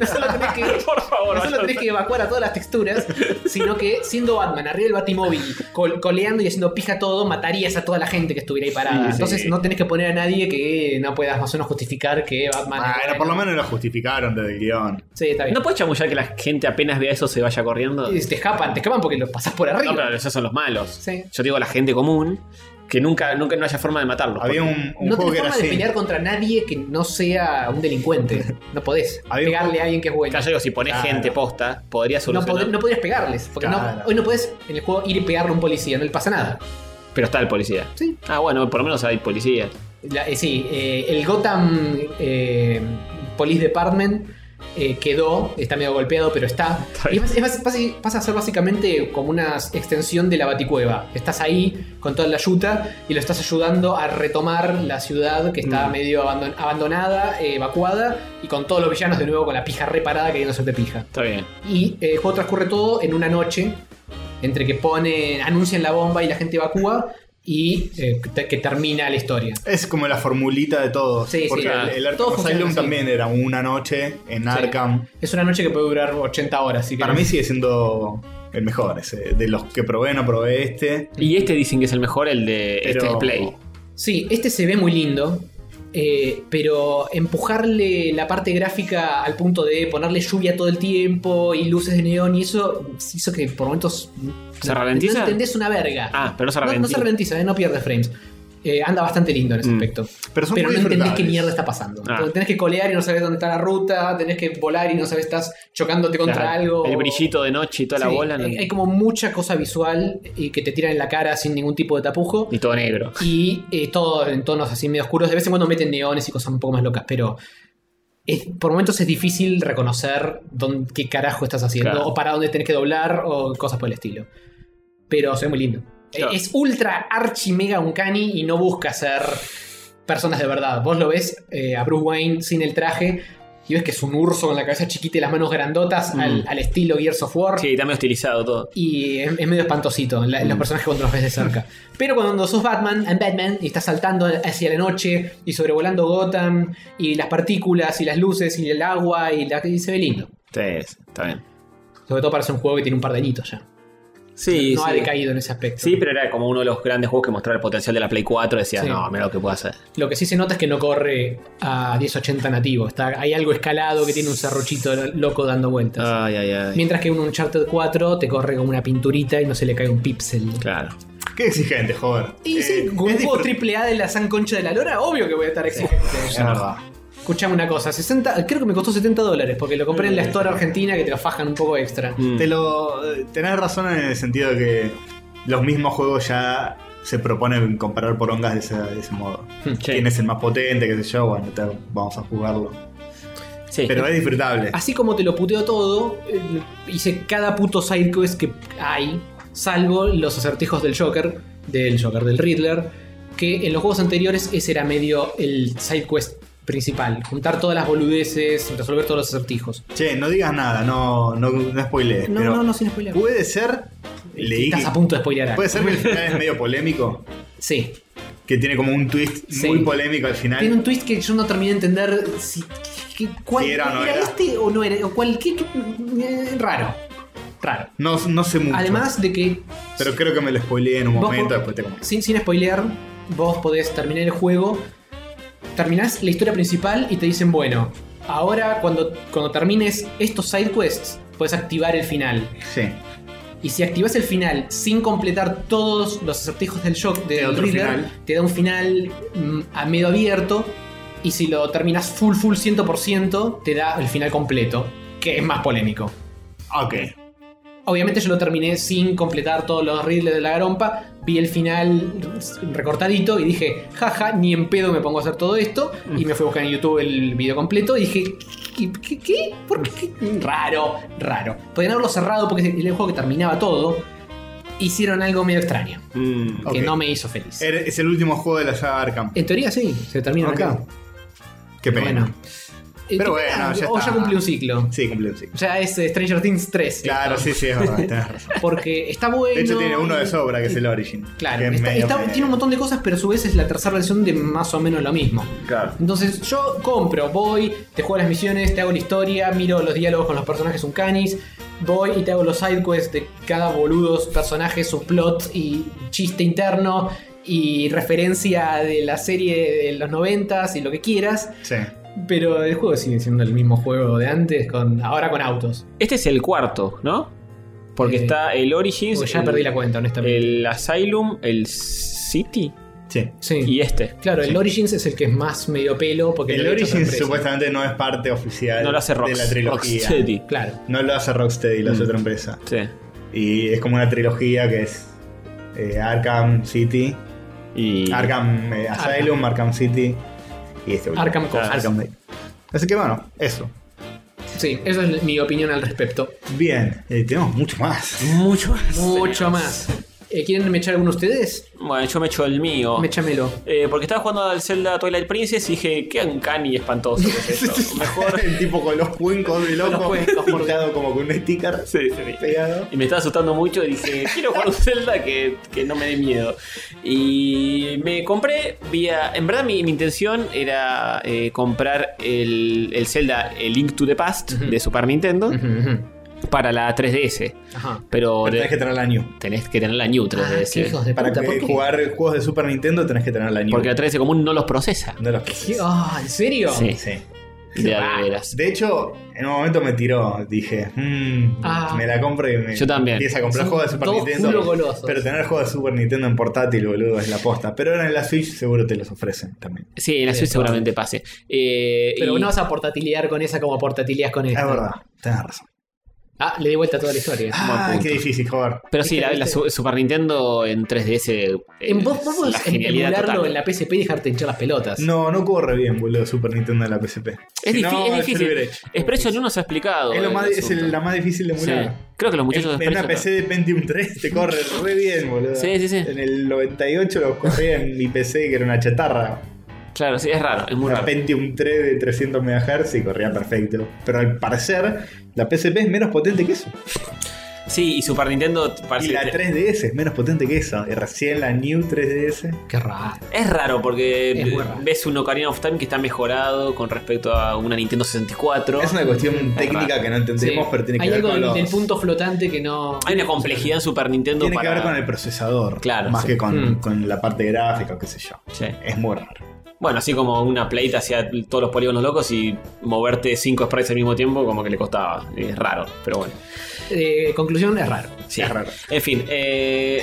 D: no solo tenés que, [laughs]
A: [laughs]
B: Por favor,
D: no solo
B: vayan.
D: tenés que evacuar a todas las texturas, sino que siendo Batman arriba del Batimóvil, col- coleando y haciendo pija todo, matarías a toda la gente que estuviera ahí parada.
A: Sí, sí.
D: Entonces no tenés que poner a nadie que no puedas más o menos justificar que Batman.
A: Bueno,
D: bueno.
A: Ah, por lo menos lo justificaron desde el guión.
D: Sí, está bien.
B: ¿No puedes chamullar que la gente apenas vea eso se vaya corriendo?
D: Y te escapan, te escapan porque los pasás por arriba.
B: No, pero esos son los malos.
D: Sí.
B: Yo digo la gente común, que nunca, nunca no haya forma de matarlos.
A: Había un, un
D: No
A: juego que
D: tenés
A: era
D: forma de
A: así.
D: pelear contra nadie que no sea un delincuente. No podés
A: [laughs] Había un
D: pegarle a alguien que es bueno.
B: Claro, yo este digo, si pones
A: Claro.
B: gente posta, podría
D: No,
B: solucionar.
D: podés- no podrías pegarles. Porque no-
A: Claro.
D: hoy no podés en el juego ir y pegarle a un policía, no le pasa nada.
B: Pero está el policía.
D: Sí.
B: Ah, bueno, por lo menos hay policía.
D: La- eh, sí, eh, el Gotham eh, Police Department eh, quedó, está medio golpeado, pero está.
B: Está
D: Y es
B: bien.
D: bas- es bas- basi- pasa a ser básicamente como una extensión de la Baticueva. Estás ahí con toda la yuta y lo estás ayudando a retomar la ciudad que
B: Mm.
D: está medio abandon- abandonada, eh, evacuada, y con todos los villanos de nuevo con la pija reparada queriendo hacerte pija.
B: Está bien.
D: Y eh, el juego transcurre todo en una noche, entre que ponen, anuncian la bomba y la gente evacúa, y eh, que te- que termina la historia.
A: Es como la formulita de todos.
D: Sí, sí,
A: porque
B: claro.
A: el, el Arkham
D: Todos funcionan
A: Asylum
D: así.
A: también era una noche en Arkham.
D: Es una noche que puede durar 80 horas, así que.
A: Para mí sigue siendo el mejor ese. De los que probé, no probé este.
B: Y este dicen que es el mejor, el de
A: Pero-
B: este es Play.
D: Sí, este se ve muy lindo. eh, pero empujarle la parte gráfica al punto de ponerle lluvia todo el tiempo y luces de neón y eso hizo que por momentos.
B: ¿Se ralentiza?
D: No entendés una verga.
B: Ah, pero no se
D: No- no,
B: ralentiza.
D: se ralentiza, eh, no pierde frames. Eh, anda bastante lindo en ese
B: Mm.
D: aspecto.
A: Pero son
D: Pero
A: muy
D: no entendés qué
A: disfrutables.
D: mierda está pasando.
B: Ah.
D: Tenés que colear y no sabés dónde está la ruta, tenés que volar y no sabés estás chocándote contra
B: Claro,
D: algo.
B: El brillito de noche y toda la
D: Sí,
B: bola. ¿no?
D: Hay, hay como mucha cosa visual y que te tiran en la cara sin ningún tipo de tapujo.
B: Y todo negro.
D: Y eh, todo en tonos así medio oscuros. De vez en cuando meten neones y cosas un poco más locas, pero. es- por momentos es difícil reconocer dón- qué carajo estás haciendo,
B: Claro.
D: o para dónde tenés que doblar, o cosas por el estilo. Pero se ve muy lindo.
B: Claro.
D: Eh, Es ultra archi mega uncanny y no busca ser personas de verdad. Vos lo ves eh, a Bruce Wayne sin el traje y ves que es un urso con la cabeza chiquita y las manos grandotas
B: Mm.
D: al, al estilo Gears of War.
B: Sí, está medio estilizado todo.
D: Y es, es medio espantosito la-
B: Mm.
D: los personajes cuando los ves
B: [laughs]
D: de cerca. Pero cuando sos Batman, and Batman, y estás saltando hacia la noche y sobrevolando Gotham, y las partículas, y las luces, y el agua, y, la, y se ve lindo.
B: Sí, está bien.
D: Sobre todo para ser un juego que tiene un par de añitos ya.
B: Sí,
D: no ha
B: sí.
D: decaído en ese aspecto.
B: Sí, pero era como uno de los grandes juegos que mostraba el potencial de la Play 4. Decías,
D: Sí.
B: no, mira lo que puedo hacer.
D: Lo que sí se nota es que no corre a 1080 nativo. Está, hay algo escalado que tiene un serruchito loco dando vueltas.
B: Ay, ay, ay.
D: Mientras que un Uncharted 4 te corre como una pinturita y no se le cae un píxel.
B: Claro.
A: Qué exigente, joder.
D: Y sí,
A: Eh,
D: con un
A: es
D: juego
A: disfrut-
D: triple A de la San Concha de la Lora, obvio que voy a estar exigente.
A: Es verdad.
D: Escuchame una cosa, 60, creo que me costó 70 dólares porque lo compré en la Store Argentina que te lo fajan un poco extra.
B: Mm.
A: Te lo. eh, Tenés razón en el sentido de que los mismos juegos ya se proponen comparar porongas de ese, de ese modo.
B: Sí.
A: ¿Quién es el más potente? ¿Qué sé yo? Bueno, te- vamos a jugarlo.
B: Sí.
A: Pero es disfrutable.
D: Así como te lo puteo todo, eh, hice cada puto sidequest que hay, salvo los acertijos del Joker, del Joker, del Riddler, que en los juegos anteriores ese era medio el sidequest principal, juntar todas las boludeces, resolver todos los acertijos.
A: Che, no digas nada, no, no, no spoilees.
D: No,
A: Eh, pero
D: no, no, sin spoiler.
A: Puede ser. Leí.
D: Estás
A: que-
D: a punto de spoilear. algo.
A: Puede ser que el final es medio polémico.
D: Sí.
A: Que tiene como un twist
D: Sí.
A: muy polémico al
D: Tiene
A: final.
D: un twist que yo no terminé de entender si que- cuál
A: Si era o no era.
D: este o no era. O cuál, qué- qué- eh, raro. Raro.
A: No, no sé mucho.
D: Además de que,
A: Pero creo que me lo spoileé en un
D: Vos
A: momento,
D: por-
A: después te comento.
D: sin, sin spoilear, vos podés terminar el juego, terminás la historia principal y te dicen, bueno, ahora cuando, cuando termines estos side quests, puedes activar el final.
A: Sí.
D: Y si activas el final sin completar todos los acertijos del shock
A: Te da
D: del
A: otro
D: Riddler,
A: final.
D: te da un final mm, a medio abierto. Y si lo terminas full, full 100%, te da el final completo, que es más polémico.
A: Ok.
D: Obviamente yo lo terminé sin completar todos los Riddles de la garompa. Vi el final recortadito y dije, jaja, ni en pedo me pongo a hacer todo esto. Y me fui a buscar en YouTube el video completo y dije, ¿qué? ¿Qué? qué? ¿Por qué? Raro, raro. Podían haberlo cerrado porque era el juego que terminaba todo. hicieron algo medio extraño.
B: Mm,
D: Que no me hizo feliz.
A: Er- Es el último juego de la saga Arkham.
D: En teoría sí, se termina
A: Ok.
D: acá.
A: Qué pena.
D: Bueno. Eh,
A: Pero
D: que-
A: bueno,
D: ah,
A: ya
D: o
A: está.
D: ya cumplí un ciclo.
A: Sí, cumplió un ciclo.
D: Ya es eh, Stranger Things 3.
A: Claro,
D: esto.
A: sí, sí,
D: [laughs]
A: es verdad. tenés razón.
D: Porque está bueno.
A: De hecho, tiene uno de
D: y-
A: sobra, que es el Origin.
D: Claro,
A: que es
D: está-
A: medio
D: está-
A: medio.
D: tiene un montón de cosas, pero a su vez es la tercera versión de más o menos lo mismo.
A: Claro.
D: Entonces yo compro, voy, te juego las misiones, te hago la historia, miro los diálogos con los personajes un canis, voy y te hago los sidequests de cada boludo, su personaje, su plot y chiste interno y referencia de la serie de los noventas y lo que quieras.
A: Sí.
D: Pero el juego sigue siendo el mismo juego de antes, con ahora con autos.
B: Este es el cuarto, ¿no? Porque
D: Eh,
B: está el Origins.
D: Porque ya
B: el-
D: perdí la cuenta, honestamente.
B: El Asylum, el City
A: Sí.
D: sí.
B: y este.
D: Claro, el
A: Sí.
D: Origins es el que es más medio pelo porque
A: El
D: lo hizo otra
A: Origin
D: empresa.
A: supuestamente no es parte oficial
B: No lo hace Rock,
A: de la trilogía.
B: Rocksteady.
D: Claro.
A: No lo hace Rocksteady,
D: Mm.
A: lo hace otra empresa.
B: Sí.
A: Y es como una trilogía que es eh, Arkham City,
B: Y
A: Arkham eh, Asylum, Arkham City y este último.
D: Arkham Cops.
A: Arkham Knight. Así que bueno, eso.
D: Sí, esa es mi opinión al respecto.
A: Bien, eh, tenemos mucho más.
B: mucho más.
D: Mucho más. Eh, ¿Quieren echar alguno ustedes?
B: Bueno, yo me echo el mío.
D: Méchamelo.
B: Eh, porque estaba jugando al Zelda Twilight Princess y dije, qué uncanny
D: [laughs]
B: espantoso que es esto. Mejor.
A: [laughs] El tipo con los cuencos de
D: Los
A: loco,
D: cuencos, por
A: pintado como con un sticker
B: Sí, sí, sí.
A: pegado.
B: Y me estaba asustando mucho y dije, [laughs] quiero jugar un Zelda que, que no me dé miedo. Y me compré vía... En verdad mi, mi intención era eh, comprar el, el Zelda el Link to the Past de Super Nintendo para la 3DS.
D: Ajá.
B: Pero,
A: Pero
B: de-
A: tenés que tener la new.
B: tenés que tener la New
D: Ah, qué
B: 3DS.
D: hijos de
A: Para
D: puta,
A: que
D: ¿por qué?
A: jugar juegos de Super Nintendo tenés que tener la new.
B: porque la 3DS común no los procesa.
A: No los
D: ¿Qué? Ah, ¿En serio?
B: Sí.
A: Sí.
B: De a
D: raro.
B: de veras.
A: De hecho, en un momento me tiró. Dije, mm,
D: Ah.
A: me la compro y me
B: Yo también.
A: empieza a comprar
D: Son
A: juegos de Super
D: dos culo
A: Nintendo.
D: golosos.
A: Pero tener juegos de Super Nintendo en portátil, boludo, es la posta. Pero ahora en la Switch seguro te los ofrecen también.
B: Sí, la Switch seguramente pase. Eh,
D: Pero
B: y-
D: no vas a portatilear con esa como portatileas con esta.
A: Es verdad, tenés razón.
D: Ah, le di vuelta toda la historia.
A: Ah,
B: punto.
A: qué difícil, joder.
B: Pero sí,
D: ¿Viste?
B: la, la
D: ¿Viste?
B: Su- Super Nintendo en 3DS.
D: En
B: eh,
D: vos vos
B: la
D: podés
B: genialidad
D: emularlo
B: total.
D: en la PSP y dejarte hinchar las pelotas.
A: No, no corre bien, boludo, Super Nintendo en la PSP.
B: Es,
A: Si
B: difi-
A: no,
B: es
A: el
B: difícil.
A: Silver Edge.
B: Expresso no nos ha explicado. eh,
A: Es, lo
B: el
A: más, es el-
B: asunto.
A: la más difícil de
B: Sí.
A: emular.
B: Creo que los muchachos
A: En,
B: de
A: en una PC
B: Expresso-
A: de Pentium 3 te corre re bien, boludo.
B: Sí, sí, sí.
A: En el 98 lo corría en mi PC, que era una chatarra.
B: Claro, sí, es raro, es muy
A: Una
B: raro.
A: Pentium 3 de 300 MHz y corría perfecto. Pero al parecer, la PSP es menos potente que eso.
B: Sí, y Super Nintendo
A: Y
B: parece.
A: la 3DS es menos potente que eso. Y recién la New 3DS.
D: Qué raro.
B: Es raro porque
D: Es muy raro.
B: ves un Ocarina of Time que está mejorado con respecto a una Nintendo 64.
A: Es una cuestión técnica
B: raro.
A: que no entendemos,
D: Sí.
A: pero tiene
D: Hay
A: que ver
D: algo
A: con
D: del,
A: los-
D: del punto flotante que no.
B: Hay una complejidad en Super Nintendo
A: Tiene
B: para.
A: que ver con el procesador.
B: Claro,
A: Más
B: sí.
A: que con,
D: Mm.
A: con la parte gráfica, o qué sé yo.
B: Sí.
A: Es muy raro.
B: Bueno, así como una pleita hacia todos los polígonos locos y moverte cinco sprites al mismo tiempo, como que le costaba. Es raro, pero bueno.
D: Eh, conclusión es raro.
B: Sí.
A: Es raro.
B: En fin, eh,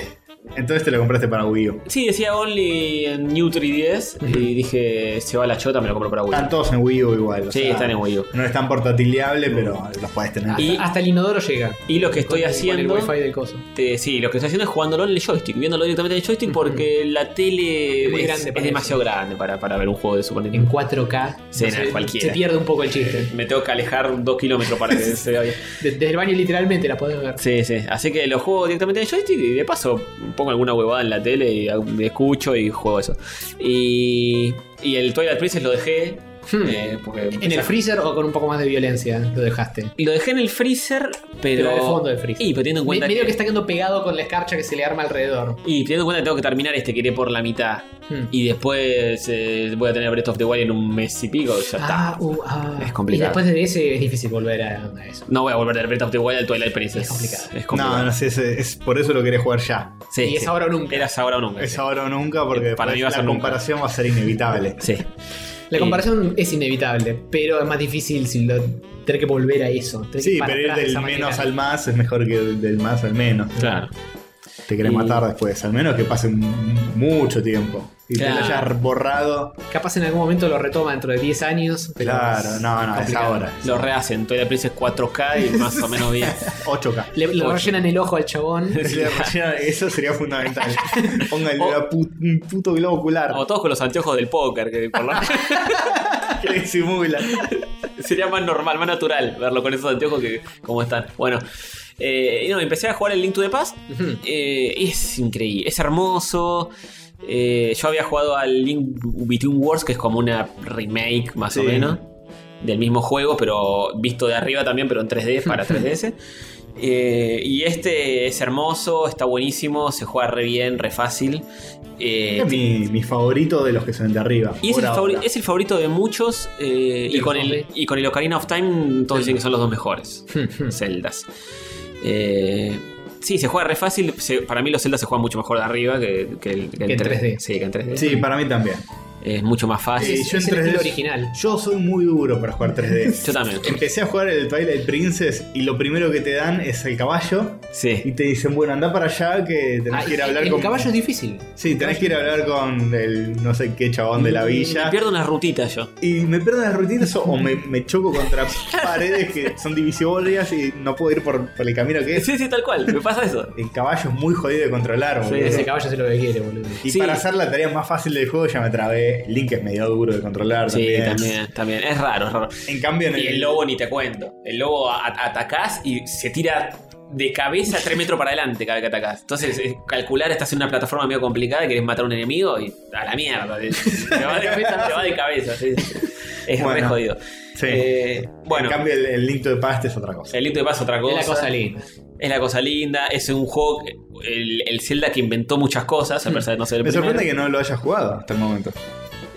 A: Entonces te lo compraste para Wii U.
B: sí, decía Only en New 3DS y dije, se va la chota, me lo compro para Wii.
A: Están todos en Wii U igual. o
B: Sí,
A: sea,
B: están en Wii U.
A: No es tan portatileable, pero los podés tener.
D: Hasta,
B: Y-
D: hasta el inodoro llega.
B: Y lo que estoy
D: Con-
B: haciendo.
D: Con el wifi del coso.
B: te- sí, lo que estoy haciendo es jugándolo en el joystick, viéndolo directamente en el joystick porque la tele
D: Es muy
B: es,
D: grande
B: es
D: para
B: demasiado grande para, para ver un juego de Super
D: En
B: Nintendo.
D: 4K.
B: Sí,
D: no
B: nada, cualquiera.
D: se pierde un poco el chiste.
B: Me tengo que alejar dos kilómetros para que se vea bien.
D: De- Desde el baño literalmente la podés ver.
B: [laughs] Sí, sí. Así que lo juego directamente en el joystick y de paso pongo alguna huevada en la tele y hago- me escucho y juego eso. Y, y el Twilight Princess lo dejé.
D: Hmm.
B: eh, porque
D: ¿En el freezer o con un poco más de violencia lo dejaste?
B: Lo dejé en el freezer, pero.
D: Pero al fondo del freezer.
B: Y, pero teniendo en
D: Me-
B: cuenta.
D: medio que...
B: que-
D: está quedando pegado con la escarcha que se le arma alrededor.
B: Y teniendo en cuenta que tengo que terminar este, que iré por la mitad.
D: Hmm.
B: Y después eh, voy a tener Breath of the Wild en un mes y pico, ya
D: Ah,
B: está.
D: uh, ah.
B: Es complicado.
D: Y después de ese es difícil volver a, a eso.
B: No voy a volver de Breath of the Wild al Twilight Princess.
D: Es complicado.
B: Es complicado.
A: No, no sé, es, es- por eso lo querés jugar ya.
B: Sí,
D: y es
B: sí.
D: ahora o nunca.
B: Eras ahora o nunca.
A: Es
B: sí.
A: ahora o nunca, porque
B: Eh, Para
A: después
B: mí va a
A: la
B: ser nunca.
A: comparación va a ser inevitable.
B: Sí.
D: La comparación es inevitable, pero es más difícil si lo, tener que volver a eso. tener que
A: Sí,
D: ir para
A: pero ir
D: atrás de
A: del
D: esa manera.
A: menos al más es mejor que del, del más al menos.
B: Claro.
A: Te querés
B: Y-
A: matar después, al menos que pase m- mucho tiempo. Y te lo
B: Claro.
A: hayas borrado.
D: Capaz en algún momento lo retoma dentro de 10 años. Pero
A: Claro, no, no, es
D: complicado.
A: ahora.
B: Lo rehacen. Twilight Princess 4K y más o menos bien.
A: 8K.
D: Le, le
B: Ocho.
D: rellenan el ojo
A: [laughs]
D: al chabón.
A: Si le rellena- Eso sería fundamental.
B: [laughs]
A: Póngale una pu- un puto globo ocular [laughs]
B: O todos con los anteojos del póker, que por [laughs] la-
A: que le simula.
B: sería más normal, más natural verlo con esos anteojos que como están. Bueno, Eh, y no, empecé a jugar el Link to the Past. Eh, es increíble, es hermoso. Eh, yo había jugado al Link Between Wars, que es como una remake más o
A: Sí.
B: menos del mismo juego, pero visto de arriba también, pero en 3D para 3DS. Eh, y este es hermoso, está buenísimo, se juega re bien, re fácil. Eh,
A: Es mi, mi favorito de los que son de arriba.
B: y es
A: por
B: el,
A: ahora.
B: favori- es el favorito de muchos. eh, y,
D: Del
B: con el,
D: hombre.
B: y con el Ocarina of Time, todos dicen que son los dos mejores celdas. Eh, sí, se juega re fácil. se- para mí, los celdas se juegan mucho mejor de arriba que, que el,
D: Que en 3D.
B: Sí, que en 3D.
A: Sí, para mí también.
B: Es mucho más fácil.
A: Eh,
D: es
A: yo en
D: el
A: 3D
D: estilo original.
A: Yo soy muy duro para jugar
B: [laughs]
A: 3D.
B: Yo también.
A: Empecé a jugar el Twilight Princess y lo primero que te dan es el caballo y
B: Sí.
A: te dicen, bueno, anda para allá que tenés
D: Ah,
A: que ir a
D: el-
A: hablar
D: el
A: con...
D: caballo es difícil.
A: Sí, tenés que ir a hablar con el no sé qué chabón de la villa.
B: Mm, Me pierdo unas rutitas yo.
A: Y me pierdo las rutinas o, o me, me choco
B: [laughs]
A: contra paredes que son divisorias y no puedo ir por, por el camino que
B: [laughs]
A: es.
B: Sí, sí, tal cual. Me pasa eso.
A: El caballo es muy jodido de controlar,
B: Sí,
A: boludo.
D: Ese caballo hace lo que quiere, boludo.
A: Y
B: sí.
A: para hacer la tarea más fácil del juego ya me trabé. Link es medio duro de controlar
B: Sí,
A: también.
B: también, también. Es raro, es raro.
A: En cambio, en
B: Y el lobo ni te cuento. El lobo a- a- atacás y se tira de cabeza 3 metros para adelante cada vez que atacás. Entonces, eh, calcular, estás en una plataforma medio complicada, querés matar a un enemigo y a la mierda. Te, te va, de
A: [laughs]
B: cabeza, te va de cabeza. sí, sí. Es re
A: Bueno.
B: jodido.
A: Sí.
B: Eh, bueno, Eh,
A: En cambio, el, el Link de Past es otra cosa.
B: el libro de paso otra
D: Es
B: cosa.
D: la cosa linda.
B: Es la cosa linda. Es un juego, que- el, el Zelda que inventó muchas cosas, a pesar de no ser el
A: Me
B: primero.
A: sorprende que no lo hayas jugado hasta el momento.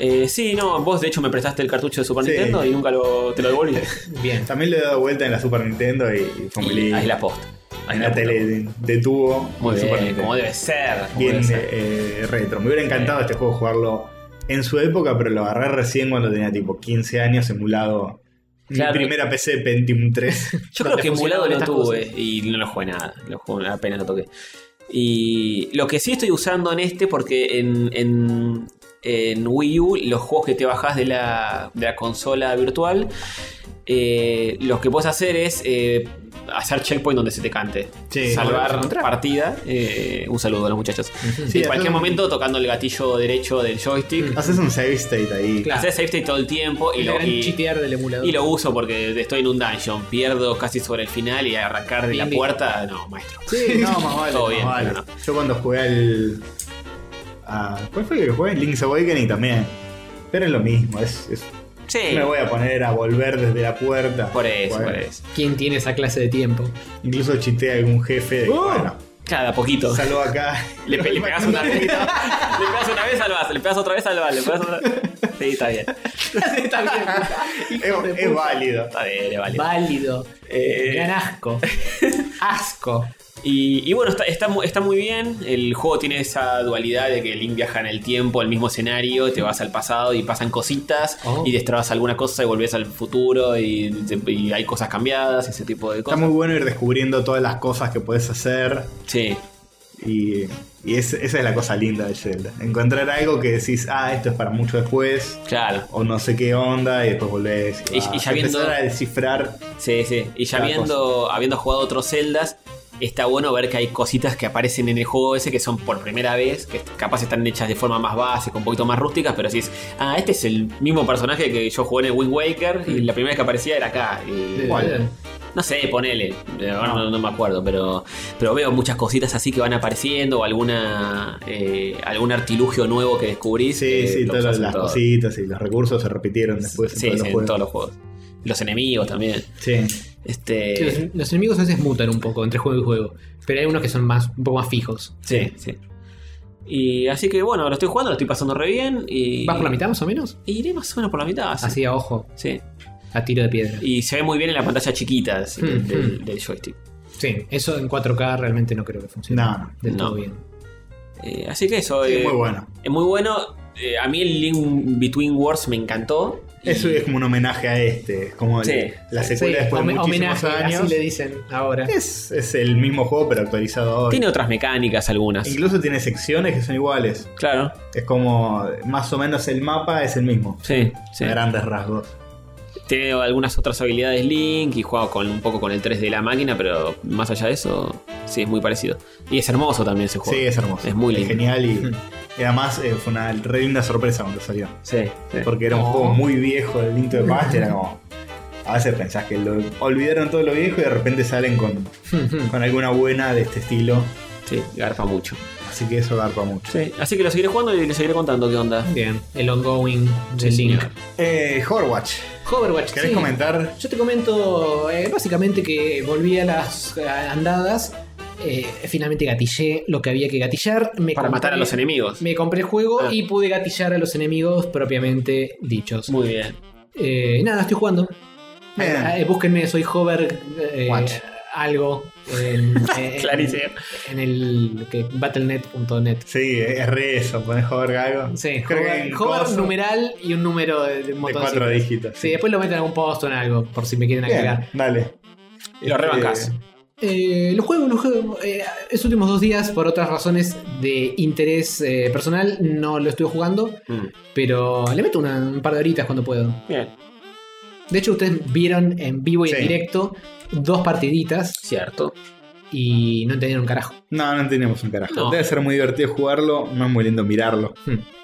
B: Eh, sí, no, vos de hecho me prestaste el cartucho de Super
A: Sí.
B: Nintendo y nunca lo, te lo devolví.
A: [laughs]
D: Bien.
A: También le he dado vuelta en la Super Nintendo y, y fue muy
B: Y
A: lindo.
B: ahí la posta. Ahí
A: En la
B: posta.
A: tele de, de tubo.
B: Muy
A: de Super
B: bien,
A: Nintendo.
B: como debe ser. como
A: bien
B: debe ser.
A: eh, retro. Me hubiera encantado este juego jugarlo en su época, pero lo agarré recién cuando tenía tipo 15 años emulado.
B: Claro.
A: Mi primera PC Pentium 3.
B: [laughs] Yo creo
D: donde
B: que emulado lo
D: funcionaban estas
B: tuve y no lo jugué nada. Lo jugué, apenas lo toqué. Y lo que sí estoy usando en este, porque en, en, en Wii U, los juegos que te bajás de la, de la consola virtual, eh, lo que puedes hacer es eh, hacer checkpoint donde se te cante.
A: Sí,
B: Salvar
A: volvemos a encontrar.
B: partida. Eh, un saludo a los muchachos.
A: Sí,
B: en cualquier
A: haces-
B: momento, tocando el gatillo derecho del joystick.
A: [laughs] Haces un save state ahí.
D: Claro.
B: Hacer safety todo el tiempo y
D: Y la
B: lo,
D: gran
B: y-
D: chitear del emulador.
B: Y lo uso porque estoy en un dungeon, pierdo casi sobre el final y arrancar de la
D: Bien, bien.
B: puerta, no, maestro.
A: Sí, no, más vale.
B: Todo
A: más
B: bien,
A: vale.
B: no, no.
A: Yo cuando jugué al. a- ¿Cuál fue el que jugué? Link's Awakening también. Pero es lo mismo, es, es-
B: Sí,
A: no me voy a poner a volver desde la puerta.
B: por eso,
A: Bueno,
B: por eso.
D: ¿Quién tiene esa clase de tiempo?
A: Incluso chité a algún jefe de que, bueno,
B: Claro, de a poquito.
A: salgo acá.
B: Oh. Le, pe- le pegas
A: [laughs]
B: una vez, le pegas una vez, salvas, le pegas otra vez, salvas, le pegas otra Sí, está bien.
D: Está bien.
A: es, es válido.
B: Está bien, le vale.
D: Válido.
B: Eh,
D: Gran asco. Asco.
B: Y, y bueno, está, está, mu- está muy bien. El juego tiene esa dualidad de que Link viaja en el tiempo, al mismo escenario, te vas al pasado y pasan cositas
D: Oh.
B: y destrabas alguna cosa y volvés al futuro y, y hay cosas cambiadas, ese tipo de
A: Está
B: cosas.
A: muy bueno ir descubriendo todas las cosas que puedes hacer.
B: Sí,
A: Y, y es- esa es la cosa linda de Zelda. Encontrar algo que decís, ah, esto es para mucho después.
B: claro.
A: O no sé qué onda, y después volvés.
B: Y-
A: vas.
B: y ya viendo-
A: Empezar a descifrar.
B: Sí, sí. Y ya
A: Cada
B: viendo, habiendo jugado otros celdas, está bueno ver que hay cositas que aparecen en el juego ese que son por primera vez, que capaz están hechas de forma más básica, un poquito más rústicas, pero decís, ah, este es el mismo personaje que yo jugué en el Wind Waker y la primera vez que aparecía era acá. Y,
A: ¿Cuál?
B: No sé, ponele. Eh, Ahora no, no me acuerdo, pero, pero veo muchas cositas así que van apareciendo, o alguna, eh, algún artilugio nuevo que descubrís.
A: Sí,
B: eh,
A: sí,
B: lo
A: todas
B: usás en
A: las
B: todo.
A: cositas y los recursos se repitieron después en
B: Sí,
A: todos
B: sí,
A: los
B: en
A: juegos.
B: todos los juegos. Los enemigos también.
A: Sí.
B: Este.
D: Sí, Los, los enemigos a veces mutan un poco entre juego y juego. Pero hay unos que son más, un poco más fijos.
B: Sí, sí. Y así que bueno, lo estoy jugando, lo estoy pasando re bien. Y,
D: ¿Vas por la mitad más o menos?
B: Y iré más o menos por la mitad. sí.
D: Así a ojo,
B: Sí.
D: a tiro de piedra.
B: Y se ve muy bien en la pantalla chiquita así,
D: Hmm,
B: del,
D: hmm.
B: del joystick.
D: Sí, eso en 4K realmente no creo que funcione.
A: No,
D: del
B: no.
D: todo bien.
B: Eh, así que eso.
A: Sí,
B: eh,
A: muy bueno.
B: Es muy bueno. Eh, a mí el Link Between Wars me encantó. Y-
A: Eso es como un homenaje a este. Es como el-
B: Sí,
A: la
B: sí.
A: secuela
D: Sí,
A: después de
D: home-
A: muchísimos
D: homenaje,
A: años.
D: así le dicen ahora.
A: Es, es el mismo juego, pero actualizado hoy.
B: Tiene otras mecánicas algunas.
A: Incluso tiene secciones que son iguales.
B: Claro,
A: Es como, más o menos el mapa es el mismo.
B: sí, sí.
A: A grandes rasgos.
B: Tiene algunas otras habilidades Link y juega con, un poco con el 3 de la máquina, pero más allá de eso, sí, es muy parecido. Y es hermoso también ese juego.
A: Sí, es hermoso.
B: Es muy lindo.
A: Genial y, y además eh, fue una re linda sorpresa cuando salió.
B: Sí, sí.
A: Porque era un
D: Oh.
A: juego muy viejo, el Link de Past. Era como, A veces pensás que lo olvidaron todo lo viejo y de repente salen con,
D: [laughs]
A: con alguna buena de este estilo.
B: Sí, garpa mucho.
A: Así que eso garpa mucho.
B: Sí, así que lo seguiré jugando y le seguiré contando qué onda.
D: Bien, el ongoing
B: Sí,
D: del Link.
B: señor.
A: Eh, Horwatch,
D: Hoverwatch,
A: ¿querés
D: sí.
A: comentar?
D: Yo te comento eh, básicamente que volví a las eh, andadas. eh, finalmente gatillé lo que había que gatillar. Me
B: Para matar a
D: compré-
B: los enemigos.
D: Me compré el juego
B: Ah.
D: y pude gatillar a los enemigos propiamente dichos.
B: Muy bien.
D: [laughs] Eh, nada, estoy jugando.
A: Bien.
D: Eh, eh, búsquenme, soy Hover. eh,
A: Watch.
D: algo.
B: [laughs]
D: En, eh,
B: Clarísimo.
D: En el que- battlenet.net.
A: Sí, es re eso, ponés Hover Gago.
D: Sí,
A: Creo que en
D: Hover, Hover
A: coso
D: numeral y un número de, de un
A: de
D: montón de
A: cuatro
D: cifras.
A: dígitos.
D: Sí, después lo meten en algún post o en algo, por si me quieren agregar.
A: Bien, dale. Este,
B: Lo rebancás.
D: Eh, los juegos, los juegos. eh, estos últimos dos días, por otras razones de interés eh, personal, no lo estoy jugando,
B: Mm,
D: pero le meto una- un par de horitas cuando puedo.
B: Bien,
D: De hecho, ustedes vieron en vivo y en
A: Sí.
D: directo dos partiditas
B: cierto.
D: y no entendieron un carajo.
A: No, no entendemos un carajo.
B: No.
A: Debe ser muy divertido jugarlo, no es muy lindo mirarlo.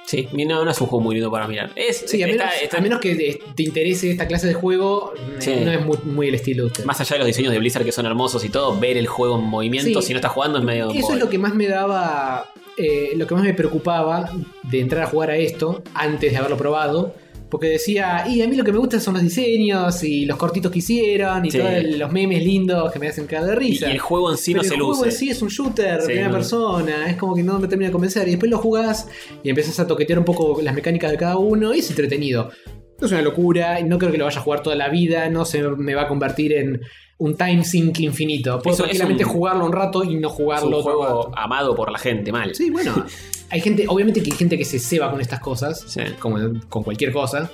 B: Sí, mi- no, no es un juego muy lindo para mirar. Es,
D: Sí, a menos,
B: está- está-
D: a menos que te- te interese esta clase de juego, eh,
B: Sí.
D: no es muy, muy el estilo de ustedes.
B: Más allá de los diseños de Blizzard que son hermosos y todo, ver el juego en movimiento,
D: Sí.
B: si no estás jugando es medio.
D: Eso es lo que más me daba, eh, lo que más me preocupaba de entrar a jugar a esto antes de haberlo probado. Porque decía, y a mí lo que me gustan son los diseños y los cortitos que hicieron y
B: Sí.
D: todos los memes lindos que me hacen caer de
B: y,
D: risa.
B: y el juego en sí
D: Pero
B: no se
D: el juego
B: luce.
D: en sí es un shooter,
B: Sí,
D: primera
B: no.
D: persona, es como que no me termina de convencer. Y después lo jugás y empiezas a toquetear un poco las mecánicas de cada uno y es entretenido. No es una locura, y no creo que lo vaya a jugar toda la vida, no se me va a convertir en un time sink infinito. Puedo
B: Eso es
D: tranquilamente
B: un-
D: jugarlo un rato y no
B: Es
D: jugarlo
B: un
D: otro
B: juego
D: rato.
B: amado por la gente, mal.
D: Sí, bueno. [laughs] Hay gente, obviamente que hay gente que se ceba con estas cosas,
B: Sí.
D: como con cualquier cosa.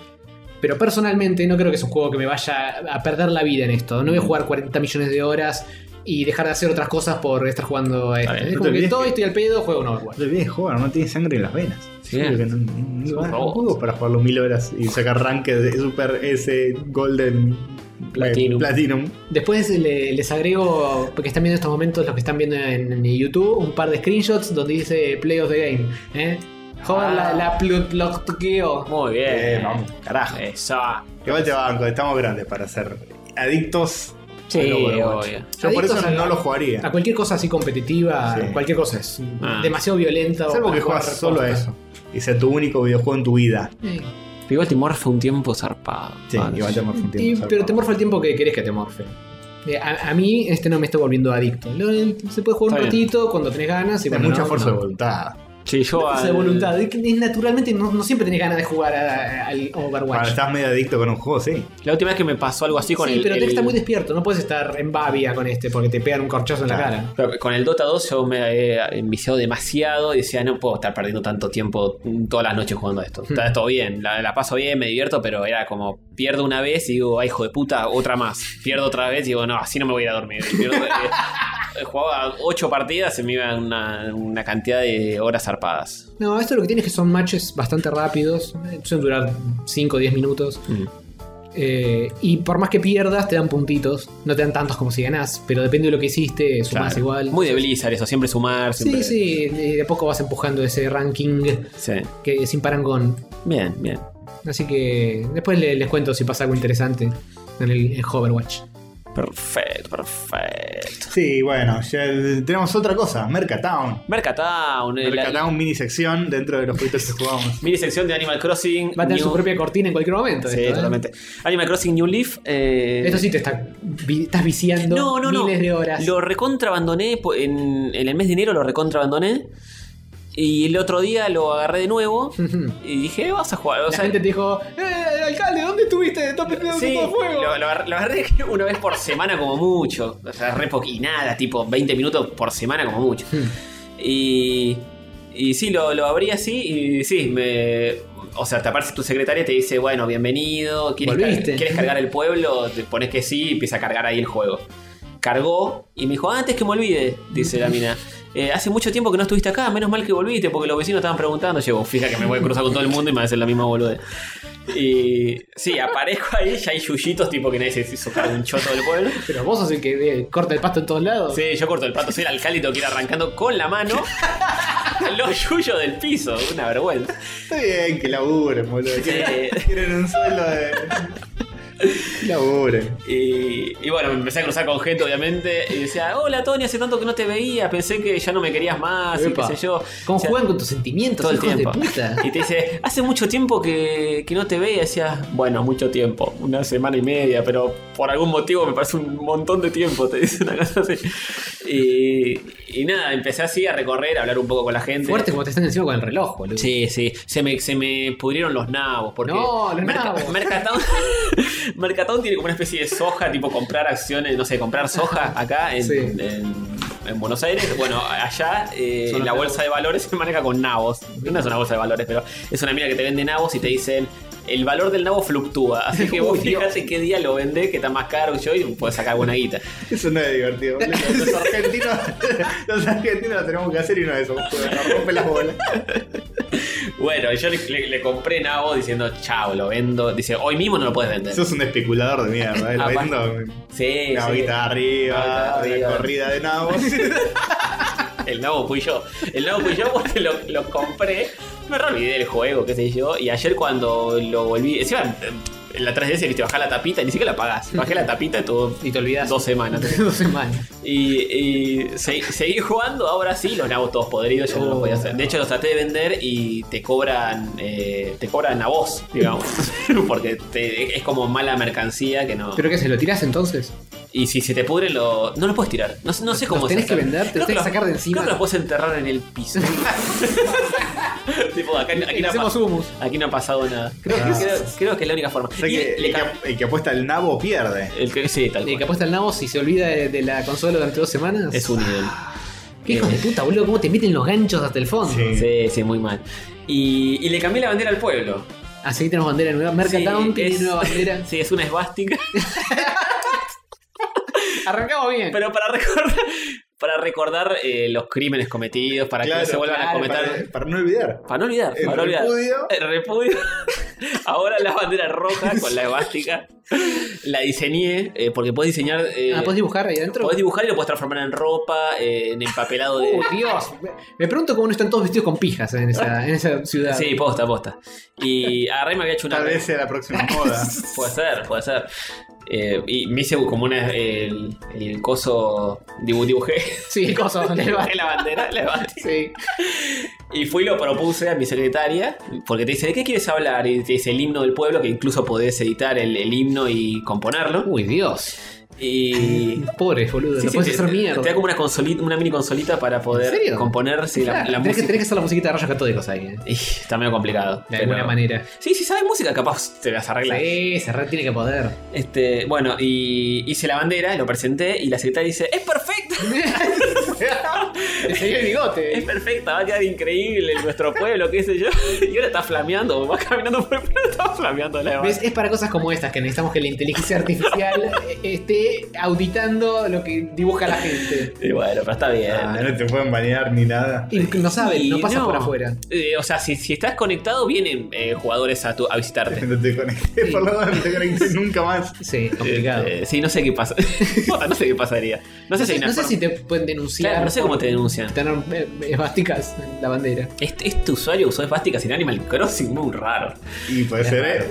D: Pero personalmente no creo que es un juego que me vaya a perder la vida en esto. No voy a jugar 40 millones de horas y dejar de hacer otras cosas por estar jugando a esto.
B: bien,
D: Es
A: no
D: como
A: te
D: que
A: olvides
D: todo
A: que-
D: estoy al pedo, juego un Overwatch.
A: No te olvides, Hover, no tiene sangre en las venas.
B: Sí.
A: Yo creo que no- no-
B: Es un
A: no hay
B: robot.
A: juegos para jugarlo mil horas y sacar ranked de Super S, Golden,
B: Platinum.
A: eh, Platinum.
D: Después le- les agrego, porque están viendo estos momentos los que están viendo en, en YouTube, un par de screenshots donde dice Play of the Game. ¿eh? Joder,
B: Ah.
D: la, la plu- ploqueo.
B: Muy bien.
A: Eh, vamos, carajo.
B: Eso.
A: Igual te banco, estamos grandes para ser adictos.
B: Sí,
A: al Overwatch.
B: obvio.
A: Yo por
D: Adictos
A: eso
D: al-
A: no lo
D: A
A: jugaría.
D: cualquier cosa así competitiva,
A: Sí.
D: cualquier cosa es
B: Ah.
D: demasiado violenta. o
A: Salvo
D: para
A: que
D: jugar
A: juegas solo a
D: posta.
A: eso. Y sea tu único videojuego en tu vida.
D: Eh,
B: Pero igual te morfa un tiempo zarpado.
A: Sí,
B: Vale.
A: igual te morfa un tiempo,
D: y-
A: salvo.
D: pero te morfa el tiempo que querés que te morfe. Eh, A, a mí este no me está volviendo adicto. Lo- eh, Se puede jugar un
B: Está bien.
D: ratito cuando tenés ganas. Y
A: Hay
D: cuando
A: mucha
D: no,
A: fuerza
D: no.
A: de voluntad.
B: Sí, yo
D: Fuerza de
B: al-
D: voluntad. Es que es naturalmente no, no siempre tenés ganas de jugar a- al
A: Cuando
D: Overwatch.
A: estás medio adicto con un juego, sí.
B: La última vez que me pasó algo así con
D: sí,
B: el.
D: pero tenés que
B: el-
D: estar muy despierto. No puedes estar en babia con este porque te pegan un corchazo en la
A: Claro.
D: cara.
B: Pero Con el Dota 2 yo me he enviciado demasiado y decía, no puedo estar perdiendo tanto tiempo mm, todas las noches jugando a esto.
D: Hmm.
B: Está todo bien, la, la paso bien, me divierto, pero era como, pierdo una vez y digo, ay, hijo de puta, otra más. Pierdo otra vez y digo, no, así no me voy a ir a dormir. Y pierdo- eh, [laughs] jugaba ocho partidas y me iba una, una cantidad de horas zarpadas.
D: No, esto lo que tienes que son matches bastante rápidos. eh, Suelen durar 5 o 10 minutos.
B: Mm.
D: Eh, y por más que pierdas, te dan puntitos. No te dan tantos como si ganás, pero depende de lo que hiciste, sumás
B: Claro.
D: igual.
B: Muy de Blizzard eso, siempre sumar, siempre...
D: Sí, sí, eh, de a poco vas empujando ese ranking
B: Sí.
D: que sin parangón.
B: Bien, bien.
D: Así que después le- les cuento si pasa algo interesante en el en Hoverwatch.
B: Perfecto, perfecto.
A: Sí, bueno, ya tenemos otra cosa, Mercatown.
B: Mercatown, eh, la-
A: Mercatown mini sección dentro de los juegos que [laughs] jugamos.
B: mini sección de Animal Crossing.
D: Va a tener
B: New-
D: su propia cortina en cualquier momento.
B: Sí,
D: esto, ¿eh?
B: totalmente. Animal Crossing New Leaf. eh,
D: Esto sí te está, vi- estás viciando
B: No, no, no.
D: miles de horas.
B: Lo recontrabandoné po- en, en el mes de enero, lo recontrabandoné. Y el otro día lo agarré de
D: [laughs]
B: nuevo.
D: Ujú.
B: Y dije, "Eh, vas a jugar. O
D: La
B: sea,
D: gente te dijo, ¡eh, alcalde, ¿dónde estuviste? Estás perdiendo
B: sí,
D: todo el juego.
B: lo, lo agarré- lo agarré [laughs] una vez por semana como mucho. O sea, re poquinada, tipo 20 minutos por semana como mucho. Y, y sí, lo, lo abrí así y sí, me... O sea, te aparece tu secretaria y te dice, bueno, bienvenido, ¿quieres, car-
D: Volviste.
B: ¿quieres cargar el pueblo? Te pones que sí y empieza a cargar ahí el juego. Cargó y me dijo, "Ah, antes que me olvide, dice la mina. "eh, hace mucho tiempo que no estuviste acá, menos mal que volviste, porque los vecinos estaban preguntando. Llevo, fija que me voy a cruzar con todo el mundo y me va a hacer la misma bolude. Y sí, aparezco ahí, ya hay yuyitos, tipo que nadie se hizo cargo un choto del pueblo.
D: Pero vos sos el que eh, corta el pasto en todos lados.
B: Sí, yo corto el pato, soy el alcalde y tengo que ir arrancando con la
D: [laughs]
B: mano los yuyos del piso. Una vergüenza.
A: Está bien que laburen, boludo. Quieren,
B: Sí.
A: quieren un sueldo de Laburen.
B: Y, y bueno, me empecé a cruzar con gente, obviamente, y decía, hola Tony, hace tanto que no te veía, pensé que ya no me querías más,
D: Epa.
B: y qué sé yo. O sea,
D: Conjugan con tus sentimientos,
B: todo el
D: hijos
B: tiempo.
D: de
B: [laughs]
D: puta.
B: Y te dice, hace mucho tiempo que, que no te veía, y decía, bueno, mucho tiempo, una semana y media, pero por algún motivo me parece un montón de tiempo, te dice una cosa así. Y, y nada, empecé así a recorrer, a hablar un poco con la gente.
D: Fuerte como te están encima con el reloj, boludo.
B: Sí, sí. Se me, se me pudrieron los nabos. Porque
D: No, los
B: [laughs]
D: nabos.
B: Mercatown, Mercatown tiene como una especie de soja, tipo comprar acciones, no sé, comprar soja acá en,
D: Sí.
B: en- en Buenos Aires. Bueno, allá eh,
D: Son los
B: la
D: nabos.
B: bolsa de valores [laughs] se maneja con nabos. No es una bolsa de valores, pero es una mina que te vende nabos y te dicen. El valor del nabo fluctúa, así que vos
D: [laughs] Uy, Dios.
B: fíjate qué día lo vendés, que está más caro que yo y podés sacar buena guita.
A: Eso no es divertido. boludo. [laughs] Los argentinos, los argentinos lo tenemos que hacer y no es eso. Nos rompe las bolas.
B: Bueno, yo le, le- le compré nabo diciendo, chao, lo vendo. Dice, hoy mismo no lo puedes vender.
A: Sos un especulador de mierda. ¿eh? Lo
B: Ah,
A: vendo.
B: Sí,
A: Una
B: sí.
A: guita
B: Una
A: arriba,
B: guita
A: una
B: arriba.
A: corrida
B: [laughs]
A: de nabos.
B: El nabo fui yo. El nabo fui yo [laughs] porque lo, lo compré. Me re olvidé del juego, qué sé yo. Y ayer cuando lo volví. Encima, en la 3DS viste bajar la tapita, ni siquiera la pagás. Bajé la tapita y tuvo
D: Y te olvidas.
B: dos
D: [laughs]
B: semanas.
D: Dos semanas.
B: Y, y se- seguí jugando, ahora sí, los nabos todos podridos, yo no lo podía hacer. De hecho, los traté de vender y te cobran eh, te cobran a vos, digamos. [laughs] Porque te- es como mala mercancía que no.
D: ¿Pero qué se lo tirás entonces?
B: Y si se te pudre, lo... no lo puedes tirar. No, no sé cómo
D: ¿Los
B: es
D: tenés
B: esa.
D: que vender? ¿Te
B: Creo
D: los tenés
B: los-
D: que sacar de encima?
B: Creo que los puedes enterrar en el
D: [laughs]
B: piso. tipo, acá, aquí, no ha,
D: Hacemos
B: pas-
D: humus.
B: aquí no ha pasado nada. Creo,
A: Ah.
B: que, creo- creo que es la única forma.
A: O sea
B: Y
A: que
B: le
A: el,
B: ca-
A: que, el que apuesta el nabo pierde.
B: el que- sí, tal
D: El que
B: cual.
D: apuesta al nabo si se olvida de, de la consola durante dos semanas.
B: Es un nivel.
D: ¿Qué hijo de puta, boludo? ¿Cómo te meten los ganchos hasta el fondo?
A: Sí.
B: Sí, sí, muy mal. Y, y le cambié la bandera al pueblo.
D: Así que tenemos bandera nueva. Mercatown
B: Sí,
D: tiene
B: es-
D: nueva bandera.
B: [laughs] Sí, es una
D: [laughs]
B: esvástica.
D: Arrancamos bien.
B: Pero para recordar, para recordar eh, los crímenes cometidos, para que no se vuelvan a
A: claro,
B: cometer.
A: Para, para no olvidar.
B: Para no olvidar,
A: El
B: para no olvidar.
A: repudio.
B: El repudio. Ahora la bandera roja con la elástica. La diseñé eh, porque puedes diseñar. eh,
D: Ah, ¿Podés dibujar ahí adentro?
B: podés dibujar y lo puedes transformar en ropa, eh, en empapelado de.
D: Uh, Dios. Me- Me pregunto cómo no están todos vestidos con pijas en esa, en esa ciudad.
B: Sí, posta, posta. Y a Rey me había hecho una.
A: Tal vez sea la próxima
B: [laughs]
A: moda.
B: Puede ser, puede ser. Eh, y me hice como una. El, el coso. dibu- Dibujé.
D: Sí,
B: [laughs]
D: cosas donde va.
B: dibujé la bandera, la bandera.
D: Sí.
B: Y fui y lo propuse a mi secretaria, porque te dice, ¿de qué quieres hablar? Y te dice el himno del pueblo, que incluso podés editar el, el himno y componerlo.
D: Uy, Dios.
B: Y...
D: Pobres, boludo.
B: Sí,
D: no
B: sí,
D: puedes
B: te-
D: hacer
B: te-
D: mierda.
B: Te da como una, consolita, una mini consolita para poder
D: ¿En serio?
B: componerse la,
D: Claro,
B: la
D: tenés, que,
B: música.
D: tenés que hacer la musiquita de rayos catódicos ahí. eh.
B: Y está medio complicado.
D: De
B: pero-
D: alguna manera.
B: Sí, si sabes música, capaz te las arreglas.
D: Sí, Serrat tiene que poder.
B: [laughs] Este, bueno, y hice la bandera, lo presenté y la secretaria dice, ¡es perfecto!
D: Te salió
B: [laughs]
D: el
B: Es
D: bigote.
B: perfecta, va a quedar increíble en
D: [laughs]
B: nuestro pueblo, qué sé yo. [laughs] Y ahora está flameando, va caminando por el pueblo, [laughs] está flameando la
D: ¿Ves? Es para cosas como estas que necesitamos que la inteligencia artificial [laughs] esté auditando lo que dibuja la gente.
B: Y bueno, pero está bien.
A: Ah, no te pueden banear ni nada.
D: Y no saben, no
B: Y
D: pasa por afuera.
B: Eh, o sea, si, si estás conectado, vienen eh, jugadores a, tu, a
D: Este
B: visitarte.
A: [laughs] No te conecté, por lo menos no te conecté nunca más.
D: Sí, complicado.
B: Eh, sí, no sé qué pasa. [laughs] Puta, no sé qué pasaría. No sé
D: no
B: si hay
D: sé,
B: una
D: no sé
B: forma-
D: si te pueden denunciar.
B: Claro, no sé
D: por
B: cómo te denuncian.
D: Tener eh, esvásticas en la bandera.
B: Este, este usuario usó esvásticas en Animal Crossing, muy raro.
A: Y puede ser, ¿eh?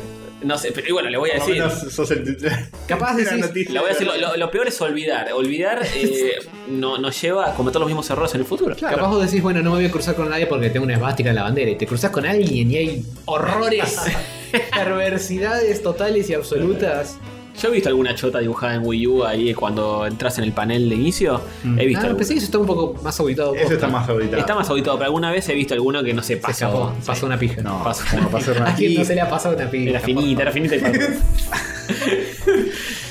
B: No sé, pero igual, le voy a
A: Por lo
B: decir.
A: menos sos el titular.
D: Capaz decís-
A: La noticia.
B: Lo voy a decir, lo, lo- lo peor es olvidar.
A: [laughs]
B: Olvidar eh, no- nos lleva a cometer los mismos errores en el futuro.
D: Capaz vos decís, bueno, no me voy a cruzar con nadie porque tengo una esvástica en la bandera. Y te cruzas con alguien y hay horrores,
B: [laughs]
D: perversidades totales y absolutas.
B: Yo he visto alguna chota dibujada en Wii U ahí cuando entras en el panel de inicio. He visto.
D: Ah,
B: alguna.
D: pensé que eso está un poco más auditado.
A: Eso está
D: posta.
A: más auditado.
B: Está más auditado, pero alguna vez he visto alguno que no se
D: Se escapó,
B: pasó.
D: pasó una pija.
A: No,
B: Paso.
A: como pasó
D: ¿A quién no
A: Hernández.
D: se le ha pasado una pija?
B: Era finita, era
A: [laughs]
B: finita y pasó.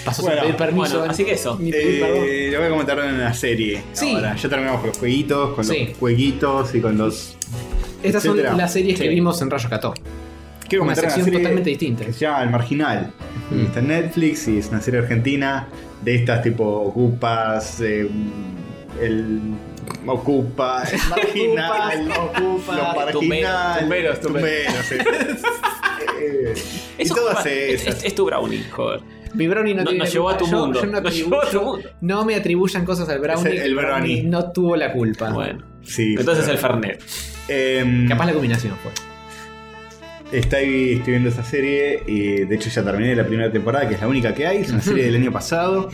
D: Pasó
A: Bueno,
D: sin pedir permiso.
B: bueno, así que eso.
D: Ni pedir perdón.
A: Eh, lo voy a comentar en la serie.
D: Sí.
A: Ahora, ya terminamos con los jueguitos, con
D: Sí.
A: los jueguitos y con los.
D: Estas son
A: etcétera.
D: las series que
B: Sí.
D: vimos en Rayo Cató.
A: Quiero
D: Una
A: comentar
D: sección
A: serie
D: totalmente distinta. Mm.
A: Que se llama El Marginal. Y Está en Netflix y es una serie argentina de estas tipo Ocupas, eh, el.
D: [laughs]
A: Ocupa, el marginal,
D: Ocupas,
A: los marginales,
B: tumberos, tumberos,
A: tumberos, eh. Eh, y
B: Eso
A: todas
B: joder, es,
A: esas.
D: [laughs]
B: es- es tu brownie, joder.
D: Mi brownie no,
B: No-
D: tiene
B: nos
D: la
B: llevó
D: culpa.
B: a tu
D: Yo-
B: mundo.
D: yo
B: Nos
D: no, atribuyo-
B: llevó a tu mundo.
D: no me atribuyan cosas al brownie.
A: Es el- el
D: que
A: brownie.
D: No tuvo la
A: Ah.
D: culpa.
B: Bueno.
A: Sí,
B: Entonces
A: pero-
B: el Fernet.
A: Em,
D: Capaz la combinación fue.
A: Estoy, estoy viendo esta serie, y de hecho ya terminé la primera temporada, que es la única que hay, es una serie del año pasado,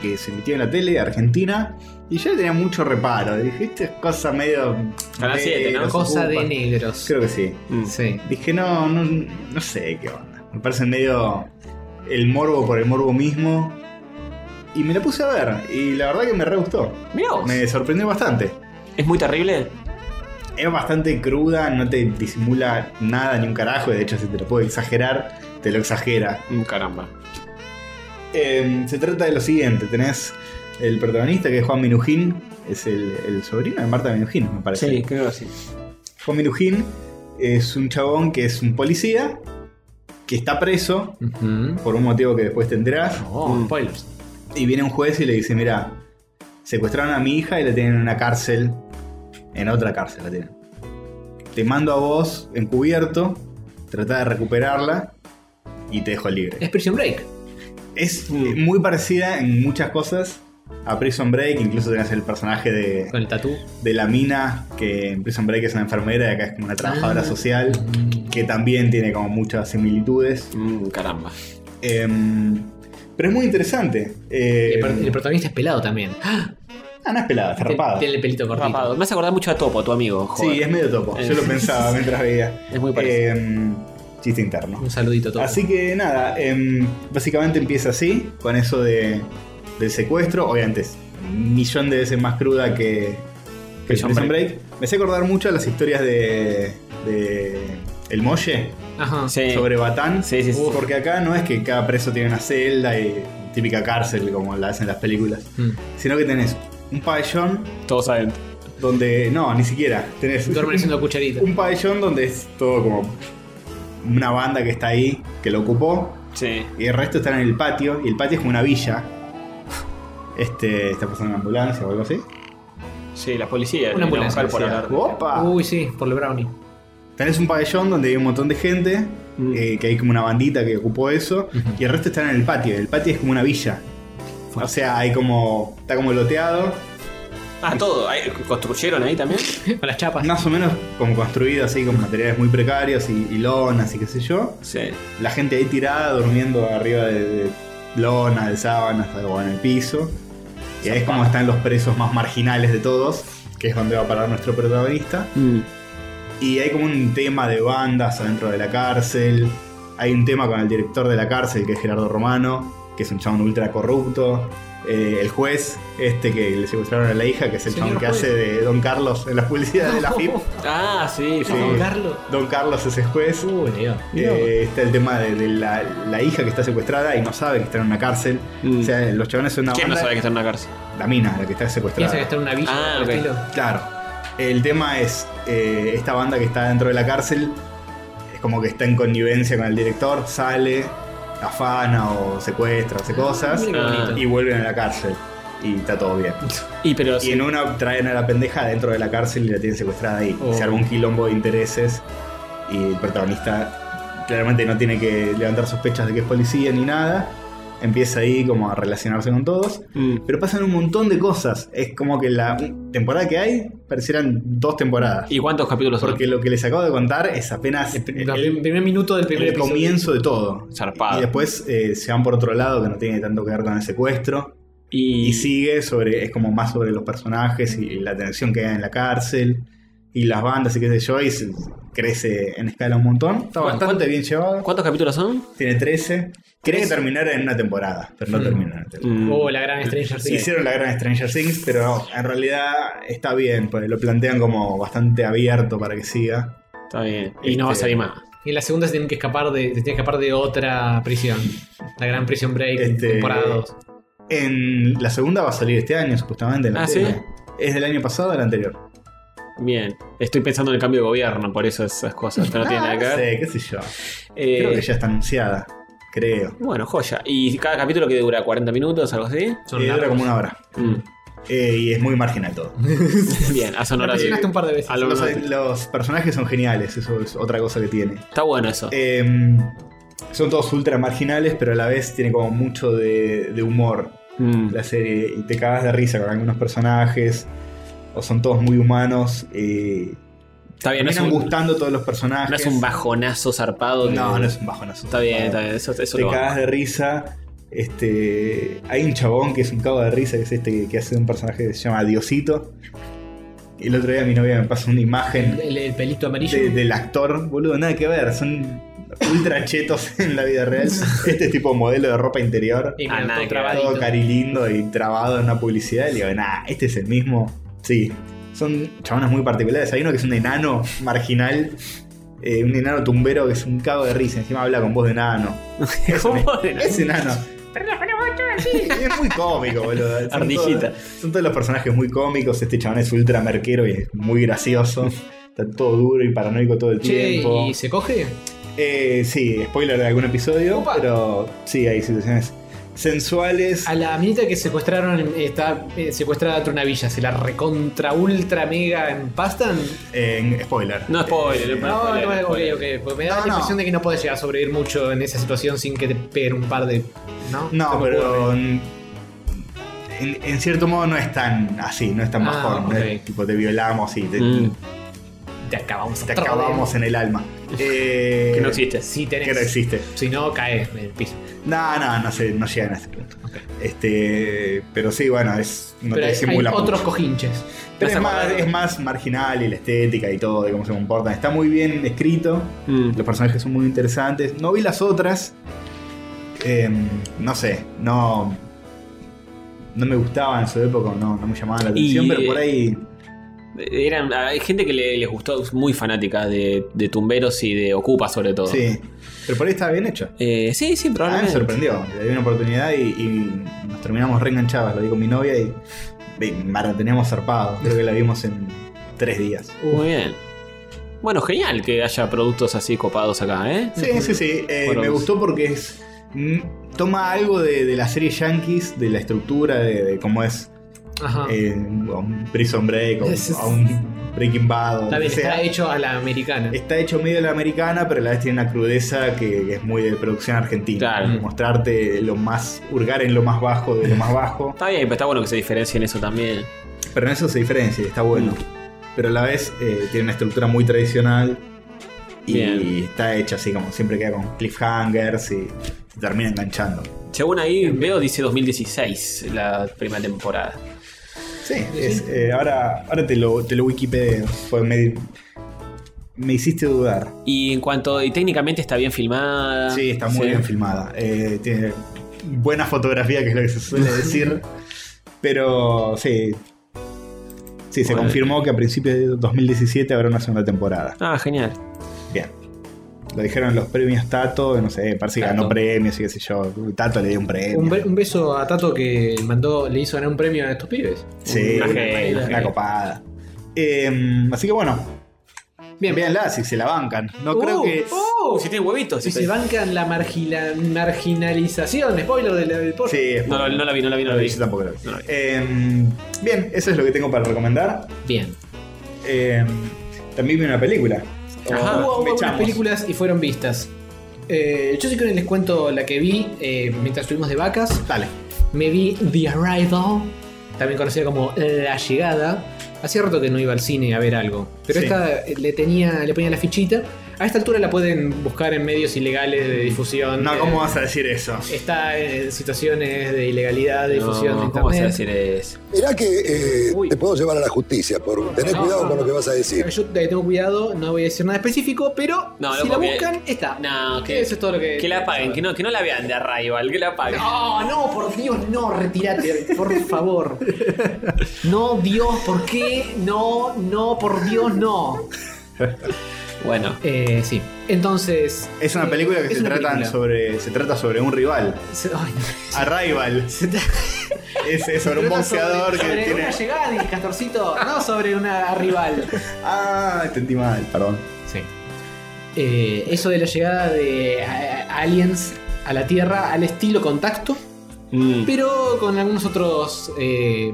A: que se emitió en la tele Argentina, y yo le tenía mucho reparo, dije, esta es cosa medio...
B: Canal
A: de
B: siete, ¿no?
A: los
D: Cosa de
A: ocupas".
D: negros.
A: Creo que sí.
B: Mm.
D: Sí.
A: Dije, no, no, no sé qué onda. Me parece medio el morbo por el morbo mismo. Y me la puse a ver, y la verdad que me re gustó.
B: Mirá vos.
A: Me sorprendió bastante.
B: ¿Es muy terrible?
A: Es bastante cruda, no te disimula nada ni un carajo. De hecho, si te lo puedo exagerar, te lo exagera.
B: Mm, Caramba.
A: Eh, se trata de lo siguiente: tenés el protagonista que es Juan Minujín, es el, el sobrino de Marta Minujín, me parece.
B: Sí, creo que sí.
A: Juan Minujín es un chabón que es un policía que está preso
B: Mm.
D: Ujú.
A: por un motivo que después tendrás.
D: Oh, spoilers.
A: Y viene un juez y le dice: Mira, secuestraron a mi hija y la tienen en una cárcel. En otra cárcel la tienen. Te mando a vos encubierto, trata de recuperarla y te dejo libre.
D: Es Prison Break.
A: Es eh, muy parecida en muchas cosas a Prison Break, incluso tenés el personaje de,
D: Con el tatú.
A: de la mina, que en Prison Break es una enfermera y acá es como una trabajadora
D: Ah.
A: social, que también tiene como muchas similitudes.
B: Mm, caramba.
A: Em, pero es muy interesante. Eh,
D: el, per- el protagonista es pelado también.
A: ah, no es pelada, está rapada.
D: Tiene el pelito cortito.
B: Rapado. Me hace acordar mucho a Topo, tu amigo. joder.
A: Sí, es medio topo. Yo lo
B: Eh.
A: pensaba mientras veía.
B: Es muy parecido.
A: Em, chiste interno.
D: Un saludito todo.
A: Así que nada, em, básicamente empieza así, con eso de, del secuestro. Obviamente es un millón de veces más cruda que, que
B: Prison
A: Prison
B: Break.
A: Break. Me sé acordar mucho a las historias de, de El Molle
D: Ajá.
B: Sí.
A: sobre Batán.
B: Sí, sí, sí.
A: Porque acá no es que cada preso tiene una celda y típica cárcel como la hacen las películas,
D: Mm.
A: sino que tenés un pabellón
B: Todos adentro.
A: donde. No, ni siquiera. Tenés
D: Duermen haciendo cucharita.
A: un pabellón donde es todo como una banda que está ahí, que lo ocupó,
B: Sí.
A: y el resto están en el patio, y el patio es como una villa. Este, está pasando una ambulancia o algo así.
B: Sí, la policía.
D: Una
B: la
D: ambulancia,
B: mujer por
A: Decía,
B: hablar.
A: ¡Opa!
D: Uy, sí, por el brownie.
A: Tenés un pabellón donde hay un montón de gente,
B: Mm.
A: eh, que hay como una bandita que ocupó eso, y el resto están en el patio. El patio es como una villa. O sea, hay como. está como loteado,
B: Ah, todo. Ahí- ¿Construyeron ahí [laughs] también?
D: Con las chapas.
A: más o menos como construido así con materiales muy precarios y, y lonas y qué sé yo.
B: Sí.
A: La gente ahí tirada, durmiendo arriba de, de lona, de sábanas o en el piso. Y ahí es como están los presos más marginales de todos, que es donde va a parar nuestro protagonista.
B: Mm.
A: Y hay como un tema de bandas adentro de la cárcel. Hay un tema con el director de la cárcel, que es Gerardo Romano, que es un chabón ultra corrupto. Eh, el juez, este que le secuestraron a la hija, que es el
D: Señor
A: chabón que
D: juez.
A: hace de Don Carlos en las publicidades
D: [laughs]
A: de la FIP.
B: Ah, sí, sí.
A: Sí.
D: Carlos.
A: Don Carlos es el juez.
D: Uy, Leo.
A: Eh, está el tema de, de la, la hija que está secuestrada y no sabe que está en una cárcel.
B: Mm.
A: O sea, los chavales son una
B: ¿Quién no
A: banda-
B: sabe que está en una cárcel?
A: La mina, la que está
D: Piensa
A: secuestrada.
D: que está en una villa.
B: Ah,
D: por el
B: ok.
D: estilo.
A: Claro. El tema es, eh, esta banda que está dentro de la cárcel es como que está en connivencia con el director, sale, afana o secuestra,
B: Ah,
A: hace cosas
D: mira qué bonito.
A: y vuelven a la cárcel. Y está todo bien.
B: Y pero
A: Y
B: sí.
A: en una traen a la pendeja dentro de la cárcel y la tienen secuestrada ahí.
D: Oh.
A: Se arma un quilombo de intereses y el protagonista claramente no tiene que levantar sospechas de que es policía ni nada. Empieza ahí como a relacionarse con todos.
B: Mm.
A: Pero pasan un montón de cosas. Es como que la temporada que hay parecieran dos temporadas.
B: ¿Y cuántos capítulos son?
A: Porque lo que les acabo de contar es apenas
D: El,
A: el,
D: pr- el Eh, primer minuto del
A: el
D: primer episodio.
A: comienzo de todo.
B: Zarpado.
A: Y después eh, se van por otro lado que no tiene tanto que ver con el secuestro.
B: Y,
A: Y sigue sobre, es como más sobre los personajes y la tensión que hay en la cárcel y las bandas y qué sé yo, y se- crece en escala un montón. Está
B: ¿Cu-
A: bastante
B: cuánto-
A: bien llevado.
B: ¿Cuántos capítulos son?
A: Tiene 13. Quería
B: Trece.
A: que terminara en una temporada, pero no
D: Mm.
A: terminó en una temporada.
B: Mm.
D: Oh, la gran Stranger Things.
A: Hicieron la gran Stranger Things, pero en realidad está bien, porque lo plantean como bastante abierto para que siga.
B: Está bien. Y no
A: Este-
B: va a salir más.
D: Y en la segunda se tienen que escapar de, se tienen que escapar de otra prisión. La gran Prison Break,
A: Este-
D: temporada 2.
A: En la segunda va a salir este año, supuestamente. En la
B: Ah,
A: tele.
B: ¿sí?
A: Es del año pasado o del anterior.
B: Bien. Estoy pensando en el cambio de gobierno, por eso esas cosas. Pero no tiene nada que
A: No
B: ver.
A: sé, qué sé yo.
B: Eh,
A: Ah, Creo que ya está anunciada. Creo.
B: Bueno, joya. ¿Y cada capítulo que dura 40 minutos, algo así?
D: Son
A: Eh, dura
D: largos.
A: como una hora. [laughs]
B: Mm.
A: Eh, y es muy marginal todo.
B: Bien, a
D: La
B: sonoras.
D: mencionaste un par de veces.
B: A lo
A: Los,
B: mejor-
A: los personajes son geniales, eso es otra cosa que tiene.
B: Está bueno eso.
A: Em, son todos ultra marginales, pero a la vez tiene como mucho de, de humor
B: Mm.
A: la serie y te cagas de risa con algunos personajes. O son todos muy humanos. eh,
B: Está bien, no es
A: Terminan
B: un-
A: gustando todos los personajes.
B: No es un bajonazo zarpado. que-
A: No, no es un bajonazo.
B: Está bien, está bien. Eso, eso
A: Te
B: lo banco.
A: cagas de risa. Este, hay un chabón que es un cago de risa, que es este que hace un personaje que se llama Diosito. El otro día mi novia me pasó una imagen
D: El, el pelito amarillo.
A: de- del actor, boludo, nada que ver, son ultra chetos en la vida real. Este es tipo modelo de ropa interior,
D: Y
B: Ah,
D: con
B: nada
D: todo
B: que
D: trabadito.
A: todo carilindo y trabado en una publicidad. Y le digo, nah, este es el mismo. Sí, son chabones muy particulares. Hay uno que es un enano marginal, eh, un enano tumbero que es un cago de risa, encima habla con voz de
B: [laughs]
A: enano. Es un-
B: ¿Cómo era?
A: es enano. Es muy cómico, boludo. Son
B: Ardillita.
A: todos- son todos los personajes muy cómicos. Este chabón es ultra merquero y es muy gracioso. Está todo duro y paranoico todo el
D: Che,
A: tiempo.
D: ¿y se coge?
A: Eh, sí, spoiler de algún episodio,
D: Opa.
A: pero sí, hay situaciones sensuales.
D: A la minita que secuestraron eh, está eh, secuestrada dentro de una villa, se la recontra ultra mega empastan.
A: En spoiler.
B: No spoiler,
A: Eh,
B: no,
D: No, no,
B: spoiler,
D: ok,
B: spoiler.
D: ok, porque me da
A: No,
D: la
A: no.
D: impresión de que no podés llegar a sobrevivir mucho en esa situación sin que te peguen un par de. No, Se
A: No,
D: me
A: pero
D: ocurre.
A: en, en cierto modo no es tan así, no es tan
D: Ah,
A: bajón. no es
D: ok.
A: tipo, te violamos y te,
B: Mm,
D: Te acabamos.
A: te
D: a trolear.
A: acabamos en el alma. Eh,
B: que no existe.
D: Si tenés.
A: que no existe.
D: Si no, caes en el piso.
A: No, no, no, se, no llegan a este punto. Este, pero sí, bueno, es, no
D: pero
A: te
D: hay, hay
A: disimula mucho.
D: otros cojinches.
B: no
A: Pero es
B: se
A: más,
B: acuerda.
A: es más marginal y la estética y todo, de cómo se comportan. Está muy bien escrito,
B: Mm.
A: los personajes son muy interesantes. No vi las otras, em, no sé, no, no me gustaban en su época, no, no me llamaban la
B: Y,
A: atención, pero por
B: eh,
A: ahí...
B: Eran, hay gente que le- les gustó, muy fanática de, de tumberos y de Ocupa sobre todo.
A: Sí, pero por ahí estaba bien hecho.
B: Eh, sí, sí,
A: A mí me
B: probablemente.
A: sorprendió, le di una oportunidad y, y nos terminamos reenganchados, lo vi con mi novia y, y maratoneamos zarpado. Creo que la vimos en tres días.
B: Muy bien. Bueno, genial que haya productos así copados acá, ¿eh?
A: Sí, sí, sí. Eh,
B: Bueno,
A: me
B: pues-
A: gustó porque es. mm, Toma algo de, de la serie Yankees, de la estructura, de, de cómo es
D: Ajá.
A: eh, un- un Prison Break o un-
D: Es- es-
A: a un Breaking Bad. o
D: está
A: lo que
D: bien,
A: sea.
D: está hecho a la americana.
A: Está hecho medio de la americana, pero a la vez tiene una crudeza que, que es muy de producción argentina.
B: Claro.
A: Mostrarte lo más. hurgar en lo más bajo de lo más bajo.
B: Está bien, pero está bueno que se diferencien eso también.
A: Pero en eso se diferencia, y está bueno.
D: Mm.
A: Pero a la vez eh, tiene una estructura muy tradicional. Y
B: Bien.
A: está hecha así como siempre queda con cliffhangers y te termina enganchando.
B: Según ahí veo, dice 2016, la primera temporada.
A: Sí, es, eh, ahora, ahora te lo, te lo Wikipedia. Pues me, me hiciste dudar.
B: Y en cuanto. Y técnicamente está bien filmada.
A: Sí, está muy bien filmada. Eh, tiene buena fotografía, que es lo que se suele decir. Pero sí. Sí, se
B: Bueno.
A: confirmó que a principios de 2017 habrá una segunda temporada.
B: Ah, genial.
A: Bien. Lo dijeron los premios Tato, no sé, parece que
B: Tato.
A: ganó premios y qué sé yo. Tato le dio un premio.
D: Un, be- un beso a Tato que mandó, le hizo ganar un premio a estos pibes.
A: sí,
B: una
A: una,
B: genia, una genia.
A: copada. Eh, así que bueno. Bien, véanla si se la bancan. No creo
D: Uh,
A: que.
D: uh,
B: Si tiene huevitos.
D: si se bancan la margila- marginalización, spoiler del, del podcast.
A: Sí,
B: No, no, no la vi, no la vi, no la vi.
A: yo tampoco lo vi.
B: No la vi.
A: Eh, bien, eso es lo que tengo para recomendar.
D: Bien.
A: Eh, también vi una película.
B: Ajá.
A: O
D: Hubo
A: me
D: algunas
A: echamos.
D: películas y fueron vistas. Eh, yo sí que les cuento la que vi eh, mientras estuvimos de vacas.
A: Dale.
D: Me vi The Arrival, también conocida como La Llegada. Hacía rato que no iba al cine a ver algo, pero
A: Sí.
D: esta eh, le tenía, le ponía la fichita. A esta altura la pueden buscar en medios ilegales de difusión.
A: No,
D: eh,
A: ¿cómo vas a decir eso?
D: Está en situaciones de ilegalidad, de difusión de
B: No,
D: internet.
B: ¿Cómo vas a decir eso?
H: Mirá que eh,
D: Uy.
H: te puedo llevar a la justicia por tener
D: No,
H: cuidado
D: no,
H: con lo
D: no.
H: que vas a decir.
D: Yo te- tengo cuidado, no voy a decir nada específico, pero
B: No,
D: si la
B: loco, que-
D: buscan, está.
B: No, que,
D: Eso es todo lo que.
B: que la paguen, que no, que no la vean de Arrival, que la paguen.
D: No, Oh, no, por Dios, no, retírate, por favor. No, Dios, ¿por qué? No, no, por Dios, no.
B: Bueno,
D: Eh, sí. Entonces.
A: Es una
D: eh,
A: película que
D: es
A: se,
D: una
A: tratan
D: película.
A: Sobre, se trata sobre un rival.
D: Se- ay, no.
A: Arrival.
D: [laughs] Se tra-
A: Es, es sobre un
D: trata
A: boxeador
D: [laughs] sobre- sobre
A: que tiene.
D: una llegada y Castorcito, no sobre una rival.
A: Ah, entendí mal, perdón.
D: Sí. Eh, eso de la llegada de a- a- aliens a la Tierra al estilo contacto,
B: mm,
D: pero con algunos otros eh,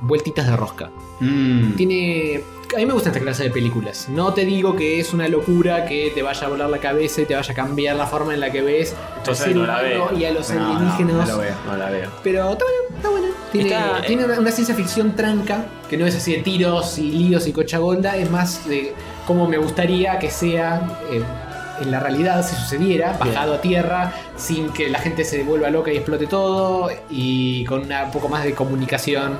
D: vueltitas de rosca.
A: Mm.
D: Tiene. A mí me gusta esta clase de películas. No te digo que es una locura que te vaya a volar la cabeza y te vaya a cambiar la forma en la que ves al
B: Entonces
D: ser
B: no la
D: humano
B: veo.
D: y a los
A: No, no,
D: alienígenas.
A: no lo veo.
B: no la veo.
D: pero está bueno, está bueno. Tiene,
B: Está, eh,
D: tiene una, una ciencia ficción tranca, que no es así de tiros y líos y cochagolda, es más de cómo me gustaría que sea eh, en la realidad si sucediera, bajado a tierra, sin que la gente se vuelva loca y explote todo, y con una- un poco más de comunicación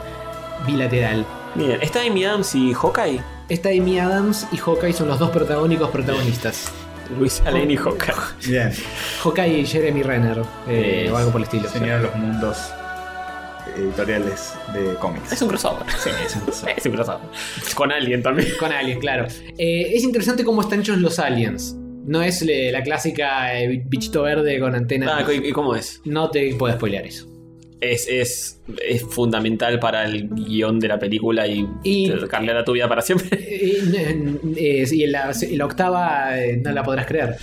D: bilateral.
B: Bien, ¿está Amy Adams y Hawkeye?
D: Esta Amy Adams y Hawkeye son los dos protagónicos protagonistas.
B: Luis Allen y Hawkeye.
A: Bien,
D: Hawkeye y Jeremy Renner, eh,
B: Bien.
D: o algo por el estilo.
A: señalan los mundos eh, editoriales de cómics.
B: Es un crossover. Sí, es un crossover. es un crossover. Con alguien también.
D: Con aliens, claro. Eh, es interesante cómo están hechos los aliens. No es le- la clásica eh, bichito verde con antena.
B: Ah, ¿y y cómo es?
D: no te puedo spoilear eso.
B: Es, es, es fundamental para el guión de la película y,
D: Y-
B: te cambiará tu vida para siempre.
D: Eh, eh, eh, y en la, en la octava eh, no la podrás creer.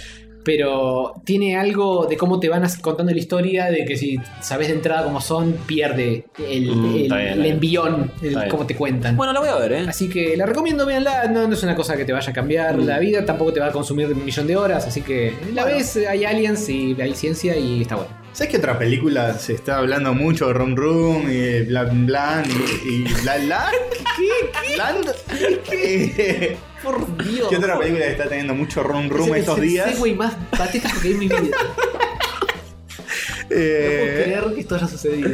D: Pero tiene algo de cómo te van as- contando la historia, de que si sabes de entrada cómo son, pierde el,
B: Mm,
D: el-
B: está bien,
D: el
B: está bien.
D: envión, el
B: Está bien.
D: cómo te
B: [laughs]
D: cuentan.
B: Bueno, la voy a ver, ¿eh?
D: Así que la recomiendo, véanla. No, no es una cosa que te vaya a cambiar la vida, tampoco te va a consumir un millón de horas. Así que la ves, hay aliens y hay ciencia y está bueno.
A: ¿Sabes qué otra película se está hablando mucho? Rum Room y Blan Blan y, y Bla Bla. ¿Qué? ¿Bland? Eh,
D: Por Dios.
A: [laughs] ¿Qué otra película que está teniendo mucho Rum
D: Es el-
A: Room
D: es
A: estos
D: el
A: días?
D: segue más patético que hay
A: [laughs]
D: en mi vida. No puedo
A: Eh,
D: creer que esto haya sucedido.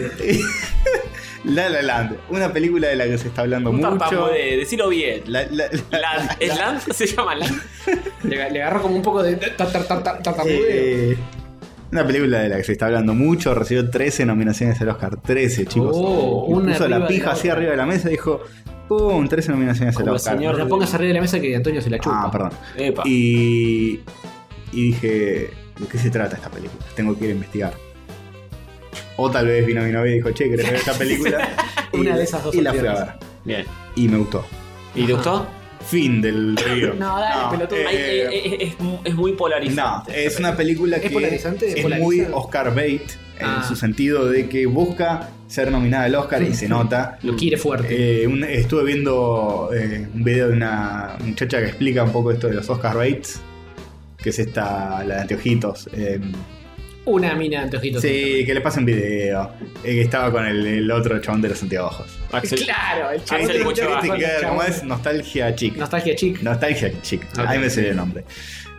A: La La Land, una película de la que se está hablando
B: Un
A: mucho.
B: papamudé, decilo bien.
A: La- la- la- [laughs]
B: Land. ¿Es Land? ¿Se llama Land?
D: Le, le agarró como un poco de tar- tar- tar- tar- tartamudeo.
A: eh, una película de la que se está hablando mucho, recibió 13 nominaciones al Oscar, 13 chicos.
D: Oh,
A: Y
D: una
A: puso
D: arriba
A: la
D: de
A: pija
D: la
A: así
D: otra.
A: arriba de la mesa y dijo, ¡pum! 13 nominaciones al
B: Como el
A: Oscar.
B: señor-
D: No la pongas arriba de la mesa que Antonio se la chupa.
A: Ah, perdón.
B: Epa.
A: Y, y dije, ¿de qué se trata esta película? Tengo que ir a investigar. O tal vez vino mi novia y dijo, che, ¿querés ver esta
D: [laughs]
A: película? Y-
D: Una de esas dos
A: Y la fui a
D: opciones.
A: ver.
B: Bien.
A: Y me gustó.
B: ¿Y te gustó?
A: Fin del río.
D: No, dale, pelotudo.
B: Ay, eh, eh, eh, es, mu- es muy
A: No, eh,
B: polarizante.
A: es una película
D: ¿Es
A: que
D: polarizante?
A: es
D: ¿Polariza?
A: muy Oscar bait en
D: Ah.
A: su sentido de que busca ser nominada al Oscar y se nota.
D: Lo quiere fuerte.
A: Eh, un- estuve viendo eh, un video de una muchacha que explica un poco esto de los Oscar baits, que es esta, la de anteojitos. eh,
D: Una mina de anteojitos.
A: sí, que le pasa un video, eh, que estaba con el, el otro chabón de los anteojos.
B: Axel-
D: Claro, el
B: Axel
D: chabón-
B: Mucho
A: Viste
B: bajo,
A: que,
D: el
A: ¿Cómo
D: chabón.
A: es? Nostalgia chic.
D: Nostalgia chic.
A: Nostalgia Chick,
D: Ok.
A: ahí me salió el nombre.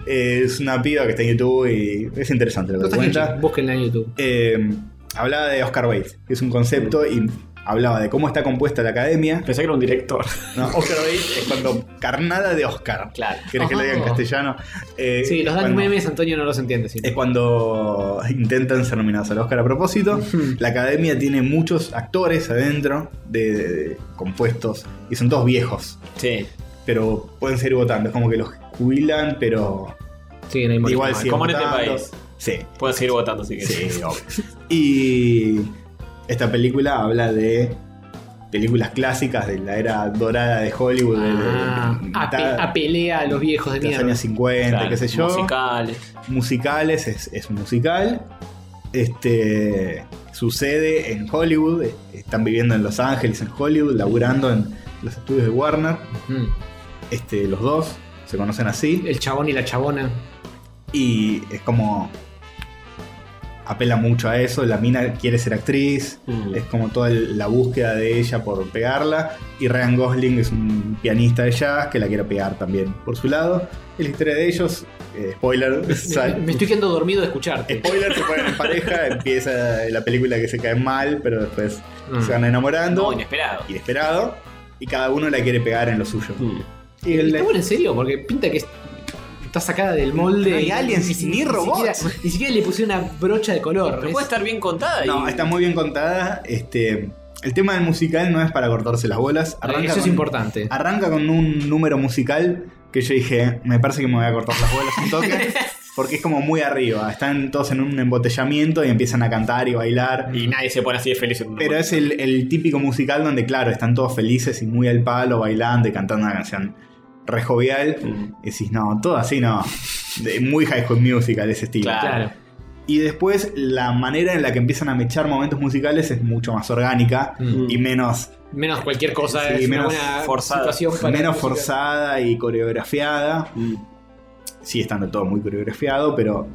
A: Eh, Es una piba que está en YouTube y es interesante lo que
D: Nostalgia
A: cuenta.
D: chic. Búsquenla en YouTube.
A: Eh, hablaba de Oscar Bates, que es un concepto, y hablaba de cómo está compuesta la academia.
B: Pensé que era un director.
A: No, [laughs] Oscar Bates es cuando carnada de Oscar.
B: Claro.
A: ¿Querés que lo diga en
D: Ajá.
A: castellano? Eh,
D: Sí, los dan
A: cuando-
D: memes, Antonio no los entiende. sí.
A: Es cuando intentan ser nominados al Oscar a propósito. La academia tiene muchos actores adentro de, de- de- compuestos y son todos viejos,
B: Sí.
A: pero pueden seguir votando. Es como que los jubilan, pero
D: Sí, no hay molestia.
A: Igual
B: mal.
A: sí.
B: Como en este
A: votando.
B: país.
A: Sí.
B: Pueden seguir votando si quieres.
A: Sí, obvio. Y esta película habla de películas clásicas de la era dorada de Hollywood, de- de- de
D: Ah,
A: mitad
D: ape- apelea a los viejos de
A: de los
D: mierda.
A: años 50,
B: Claro,
A: qué sé yo.
B: Musicales.
A: Musicales, es, es un musical. Este sucede en Hollywood, eh, están viviendo en Los Ángeles, en Hollywood, laburando en los estudios de Warner.
D: Mm.
A: Este, los dos se conocen así.
D: El chabón y la chabona.
A: Y es como. apela mucho a eso. La mina quiere ser actriz.
B: Mm.
A: Es como toda el- la búsqueda de ella por pegarla. Y Ryan Gosling es un pianista de jazz que la quiere pegar también por su lado. Es la historia de ellos.
B: [laughs]
A: eh, spoiler.
D: Me,
A: sal-
D: me estoy quedando dormido de escucharte.
A: Spoiler, se ponen en pareja, [laughs] empieza la película que se caen mal, pero después
D: Mm.
A: se van enamorando.
B: No, inesperado.
A: inesperado. Y cada uno la quiere pegar en lo suyo.
B: Mm.
A: Y el-
D: ¿Está bueno en serio? Porque pinta que es- está sacada del molde.
A: No hay
D: y-
A: aliens,
D: y-
A: ni robots.
D: siquiera- ni siquiera le pusieron una brocha de color. Eh,
B: Pero
D: Es-
B: puede estar bien contada.
A: No,
B: y...
A: está muy bien contada. Este, el tema del musical no es para cortarse las bolas. Arranca
D: Eso es
A: con- Ah,
D: importante.
A: Arranca con un número musical que yo dije, me parece que me voy a cortar las bolas un
D: [laughs]
A: toque. Porque es como muy arriba. Están todos en un embotellamiento y empiezan a cantar y bailar.
B: Y nadie se pone así de feliz en un
A: Pero es el, el típico musical donde, claro, están todos felices y muy al palo, bailando y cantando una canción re jovial.
B: Mm.
A: Y decís, no, todo así no. De- muy high school musical ese estilo.
B: Claro.
D: Claro.
A: Y después la manera en la que empiezan a mechar momentos musicales es mucho más orgánica
D: Mm.
A: y menos,
D: Menos cualquier cosa.
A: Sí,
D: es
A: menos
D: una buena
B: forzada.
D: situación para
A: menos
D: la música.
A: forzada y coreografiada.
B: Mm.
A: Sigue estando todo muy coreografiado, pero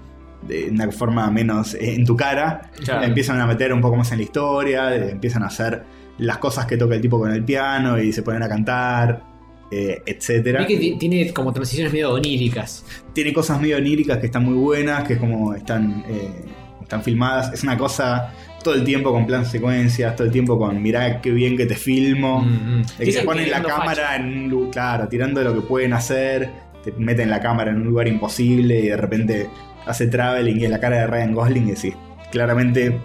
A: de una forma menos eh, en tu cara.
B: Claro.
A: Le empiezan a meter un poco más en la historia, le empiezan a hacer las cosas que toca el tipo con el piano y se ponen a cantar, eh, etcétera.
D: Vi que ti- tiene como transiciones medio oníricas.
A: Tiene cosas medio oníricas que están muy buenas, que es como están, eh, están filmadas. Es una cosa todo el tiempo con plan secuencias, todo el tiempo con mirá qué bien que te filmo.
D: Mm.
A: De que
D: Dicen
A: se
D: que
A: ponen la
D: tirando
A: cámara
D: facha.
A: en un lugar, claro, tirando lo que pueden hacer, te meten la cámara en un lugar imposible y de repente hace traveling y es la cara de Ryan Gosling y decís, claramente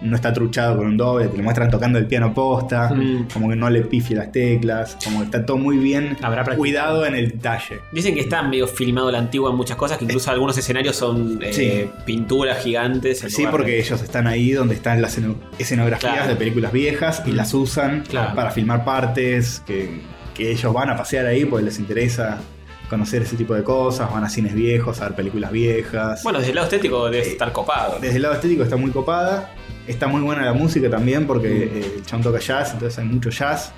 A: no está truchado con un doble, te lo muestran tocando el piano posta,
B: Mm.
A: como que no le pifia las teclas, como que está todo muy bien
D: Habrá practicado.
A: cuidado en el detalle.
B: Dicen que está medio filmado la antigua en muchas cosas, que incluso algunos escenarios son eh,
A: Sí.
B: pinturas gigantes. en
A: Sí,
B: lugar
A: porque
B: de-
A: ellos están ahí donde están las esceno- escenografías
B: Claro.
A: de películas viejas y las usan
D: Claro.
A: para filmar partes que, que ellos van a pasear ahí porque les interesa conocer ese tipo de cosas, van a cines viejos, a ver películas viejas.
B: Bueno, desde el lado estético debe
A: Sí.
B: estar copado.
A: Desde el lado estético está muy copada, está muy buena la música también porque
B: Mm.
A: eh, el chabón toca jazz, entonces hay mucho jazz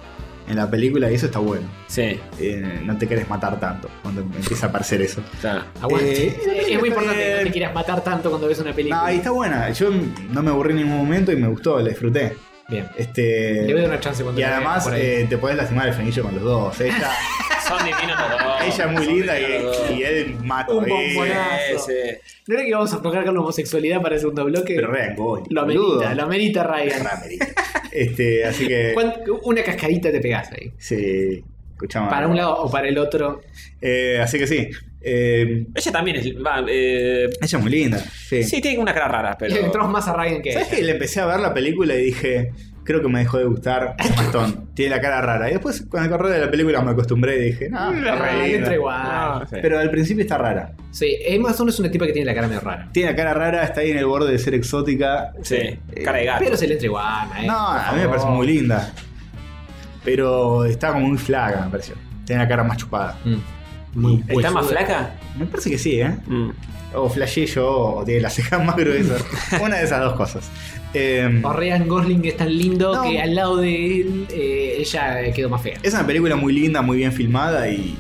A: en la película y eso está bueno.
B: Sí,
A: Eh, no te querés matar tanto cuando empieza a aparecer eso.
B: claro.
D: Aguante.
A: Eh, la
D: es
A: película
D: muy
A: está
D: importante que no te
A: bien.
D: quieras matar tanto cuando ves una película.
A: No, y está buena. Yo no me aburrí en ningún momento y me gustó, la disfruté.
D: Bien.
A: Este,
D: Le voy a dar una chance cuando
A: Y
D: la vea
A: además
D: por ahí.
A: eh, te podés lastimar el frenillo con los dos.
B: [laughs]
A: Ella,
B: Son divinos los dos.
A: [laughs] ella es muy
B: Son
A: linda
B: divinos los dos.
A: y, y él mata.
D: Un
A: eh,
D: bombonazo.
B: Sí, sí.
D: ¿No era que íbamos a tocar con la homosexualidad para el segundo bloque?
A: Pero re angónico,
D: lo
A: boludo.
D: amerita, lo amerita Ryan.
A: Re amerita. este, así que.
D: ¿Cuán- Una cascadita te pegás ahí.
A: Sí, escuchamos.
D: Para un lado o para el otro.
A: Eh, así que sí. eh,
B: Ella también es. va, eh,
A: ella es muy linda. Sí.
B: sí, tiene una cara rara, pero.
D: Le entramos más a Ryan que a
A: ¿Sabes
D: ella.
A: que le empecé a ver la película y dije, creo que me dejó de gustar un
D: [laughs]
A: montón? Tiene la cara rara. Y después, con el correr de la película, me acostumbré y dije, no, está re
D: Ah, le
A: linda".
D: entra igual.
B: Ah, sí.
A: Pero al principio está rara.
D: Sí, es más o menos una tipa que tiene la cara medio rara.
A: Tiene la cara rara, está ahí en el borde de ser exótica.
B: Sí,
A: Eh,
B: cara de gato.
D: Pero se le entra igual, maestro,
A: No, a
D: por
A: mí me
D: favor.
A: parece muy linda. Pero está como muy flaca, me pareció. Tiene la cara más chupada.
D: Mm. Muy
A: ¿Está
B: ¿Está
D: huesuda.
B: más flaca?
A: Me parece que sí, ¿eh?
B: Mm.
A: O flashé yo, o tiene las cejas [laughs] más
D: [laughs]
A: gruesas. Una de esas dos cosas. Eh,
D: O Ryan Gosling es tan lindo
A: No.
D: que al lado de él eh, ella quedó más fea.
A: es una película muy linda, muy bien filmada y,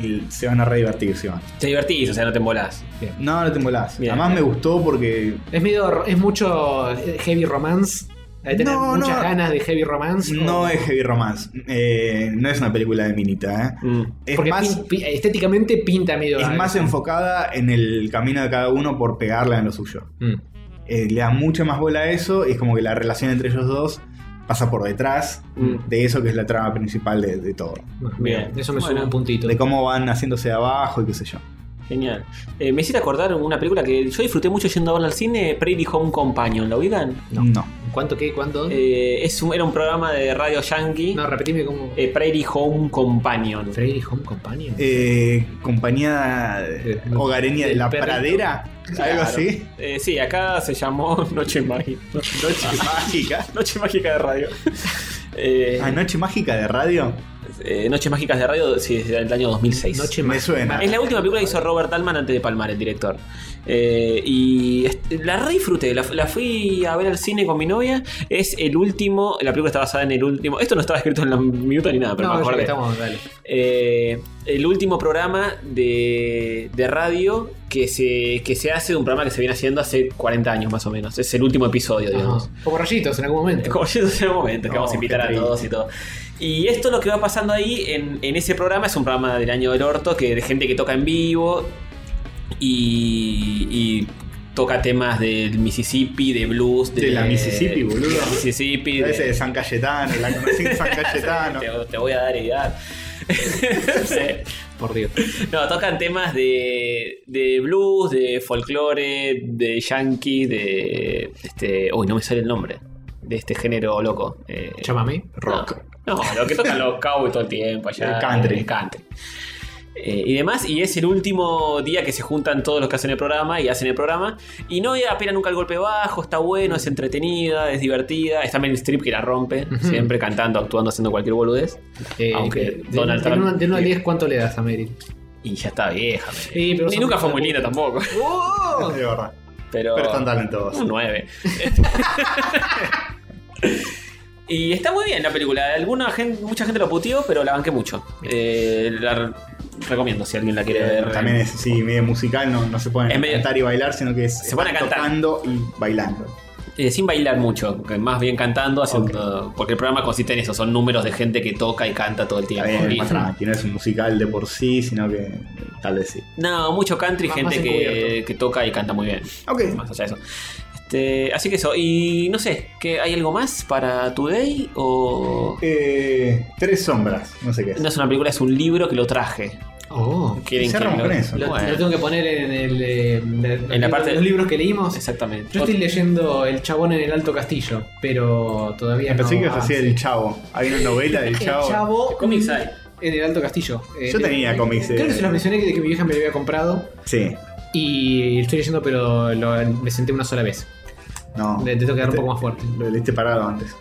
A: y se van a re divertir, se van.
B: Te divertís, o sea, no te embolás.
A: No, no te molás.
B: Bien,
A: Además
B: bien.
A: me gustó porque
D: Es medio, es mucho eh, heavy romance. Hay que tener
A: No,
D: muchas
A: no.
D: ganas de heavy romance.
A: no
D: o-
A: es heavy romance. Eh, no es una película de minita, ¿eh?
B: Mm.
A: Es
D: porque ¿eh?
A: más...
D: pin- pi- estéticamente pinta medio.
A: Es más enfocada en el camino de cada uno por pegarla en lo suyo.
D: Mm.
A: eh, le da mucha más bola a eso y es como que la relación entre ellos dos pasa por detrás
B: Mm.
A: de eso que es la trama principal de, de todo.
D: Bien, eso me
B: Bueno.
D: sube un puntito.
A: De cómo van haciéndose de abajo y qué sé yo.
B: Genial. Eh, me hiciste acordar una película que yo disfruté mucho yendo a verla al cine, Pretty Home Companion. ¿La ubican?
A: No.
D: ¿Cuánto qué? ¿Cuánto?
B: Eh, es un- era un programa de Radio Yankee.
D: no, repetime cómo.
B: eh, Prairie Home Companion.
D: Freddy Home Companion.
A: Eh, compañía
D: Eh,
A: hogareña de
D: del
A: la
D: perrito.
A: pradera, algo
B: Claro.
A: así.
B: Eh, sí, acá se llamó [laughs] Noche Mágica.
A: Noche mágica.
B: Noche Mágica de Radio. [laughs] Eh,
A: Ah, Noche mágica de radio.
B: eh, Noches Mágicas de Radio, sí, desde el año 2006.
D: Noche
A: Me
D: más.
A: suena.
B: Es la última película que hizo Robert Altman antes de palmar el director. Eh, y est- la re disfruté, la, la fui a ver al cine con mi novia. Es el último, la película está basada en el último. Esto no estaba escrito en la minuta ni nada, pero
D: No,
B: me
D: ya que
B: acordé.
D: estamos, dale.
B: Eh, el último programa de, de radio que se, que se hace de un programa que se viene haciendo hace 40 años más o menos. Es el último episodio, digamos.
D: Ajá. Como rayitos en algún momento.
B: Como yendo en un momento, que
A: No,
B: vamos a invitar
A: qué
B: a
A: triste.
B: todos y todo. Y esto lo que va pasando ahí en, en ese programa es un programa del año del orto, que de gente que toca en vivo y, y toca temas del Mississippi, de blues, de,
A: De la Mississippi, boludo.
B: de la Mississippi,
A: A
B: de-
A: veces de San Cayetano, la conocí en San
B: [laughs]
A: Cayetano.
B: te, te voy a dar y
A: [laughs]
B: dar. [laughs] Sí.
D: Por Dios.
B: No, tocan temas de, de blues, de folclore, de yankee, de. Este, uy, no me sale el nombre. De este género loco. Eh,
D: Llámame.
A: Rock.
B: No, no, lo que tocan los cowboys todo el tiempo allá.
A: El country.
B: el country. Eh, y demás, y es el último día que se juntan todos los que hacen el programa y hacen el programa. Y no apelan nunca el golpe bajo, está bueno, es entretenida, es divertida. Está Meryl Streep que la rompe,
D: Ujú.
B: siempre cantando, actuando, haciendo cualquier boludez.
D: Eh,
B: Aunque
D: de- de-
B: Ah, Donald
D: de
B: Trump-
D: uno- De 1 al 10, ¿cuánto le das a Meryl?
B: Y ya está vieja. Meryl.
D: Sí, pero
B: y
D: son
B: nunca
D: hijos
B: fue
D: de
B: muy linda tampoco.
A: Es Oh, de verdad.
B: Pero,
A: Pero están talentosos.
B: Un 9. [laughs] y está muy bien la película. Alguna gente, mucha gente lo puteó, pero la banqué mucho. Eh, la- recomiendo si alguien la quiere ver.
A: Eh, También es, sí, medio musical, no, no se pueden
B: Es medio-
A: cantar y bailar, sino que es
B: Se pone a
A: están
B: cantar.
A: tocando y bailando.
B: Eh, sin bailar mucho, que más bien cantando, haciendo, porque el programa consiste en eso, son números de gente que toca y canta todo el
A: Está
B: tiempo.
A: bien,
B: Y-
A: más tranqui, no es un musical de por sí, sino que eh, tal vez sí.
B: No, mucho country,
D: Más-
B: gente
D: más
B: que,
D: encubierto.
B: que toca y canta muy bien.
A: Ok.
B: Más allá de eso. Este, así que eso, y no sé, ¿qué, ¿hay algo más para Today? O...
A: Eh, tres sombras, no sé qué es.
B: No es una película, es un libro que lo traje.
D: Oh.
B: ¿Quieren
A: Cerramos
B: que
A: con
B: lo-
A: eso.
D: Lo,
B: Bueno,
D: lo tengo que poner en el. eh,
B: En la parte-
D: Los libros que leímos.
B: Exactamente.
D: Yo estoy leyendo El Chabón en el Alto Castillo, pero todavía
A: Pensé
D: no.
A: que ibas a
B: ah,
D: avancé.
A: decir el chavo. Hay una novela
B: [laughs]
A: del
D: El
A: chavo.
D: Chavo
B: Comics hay.
D: en el Alto Castillo. Eh,
A: Yo
D: le-
A: tenía cómics,
D: Creo
A: eh.
D: que se los mencioné que, que mi vieja me lo había comprado.
A: Sí,
D: Y estoy leyendo, pero lo- me senté una sola vez.
A: no.
D: Le- le tengo que dar un
A: Este-
D: poco más fuerte.
A: Lo leíste parado antes.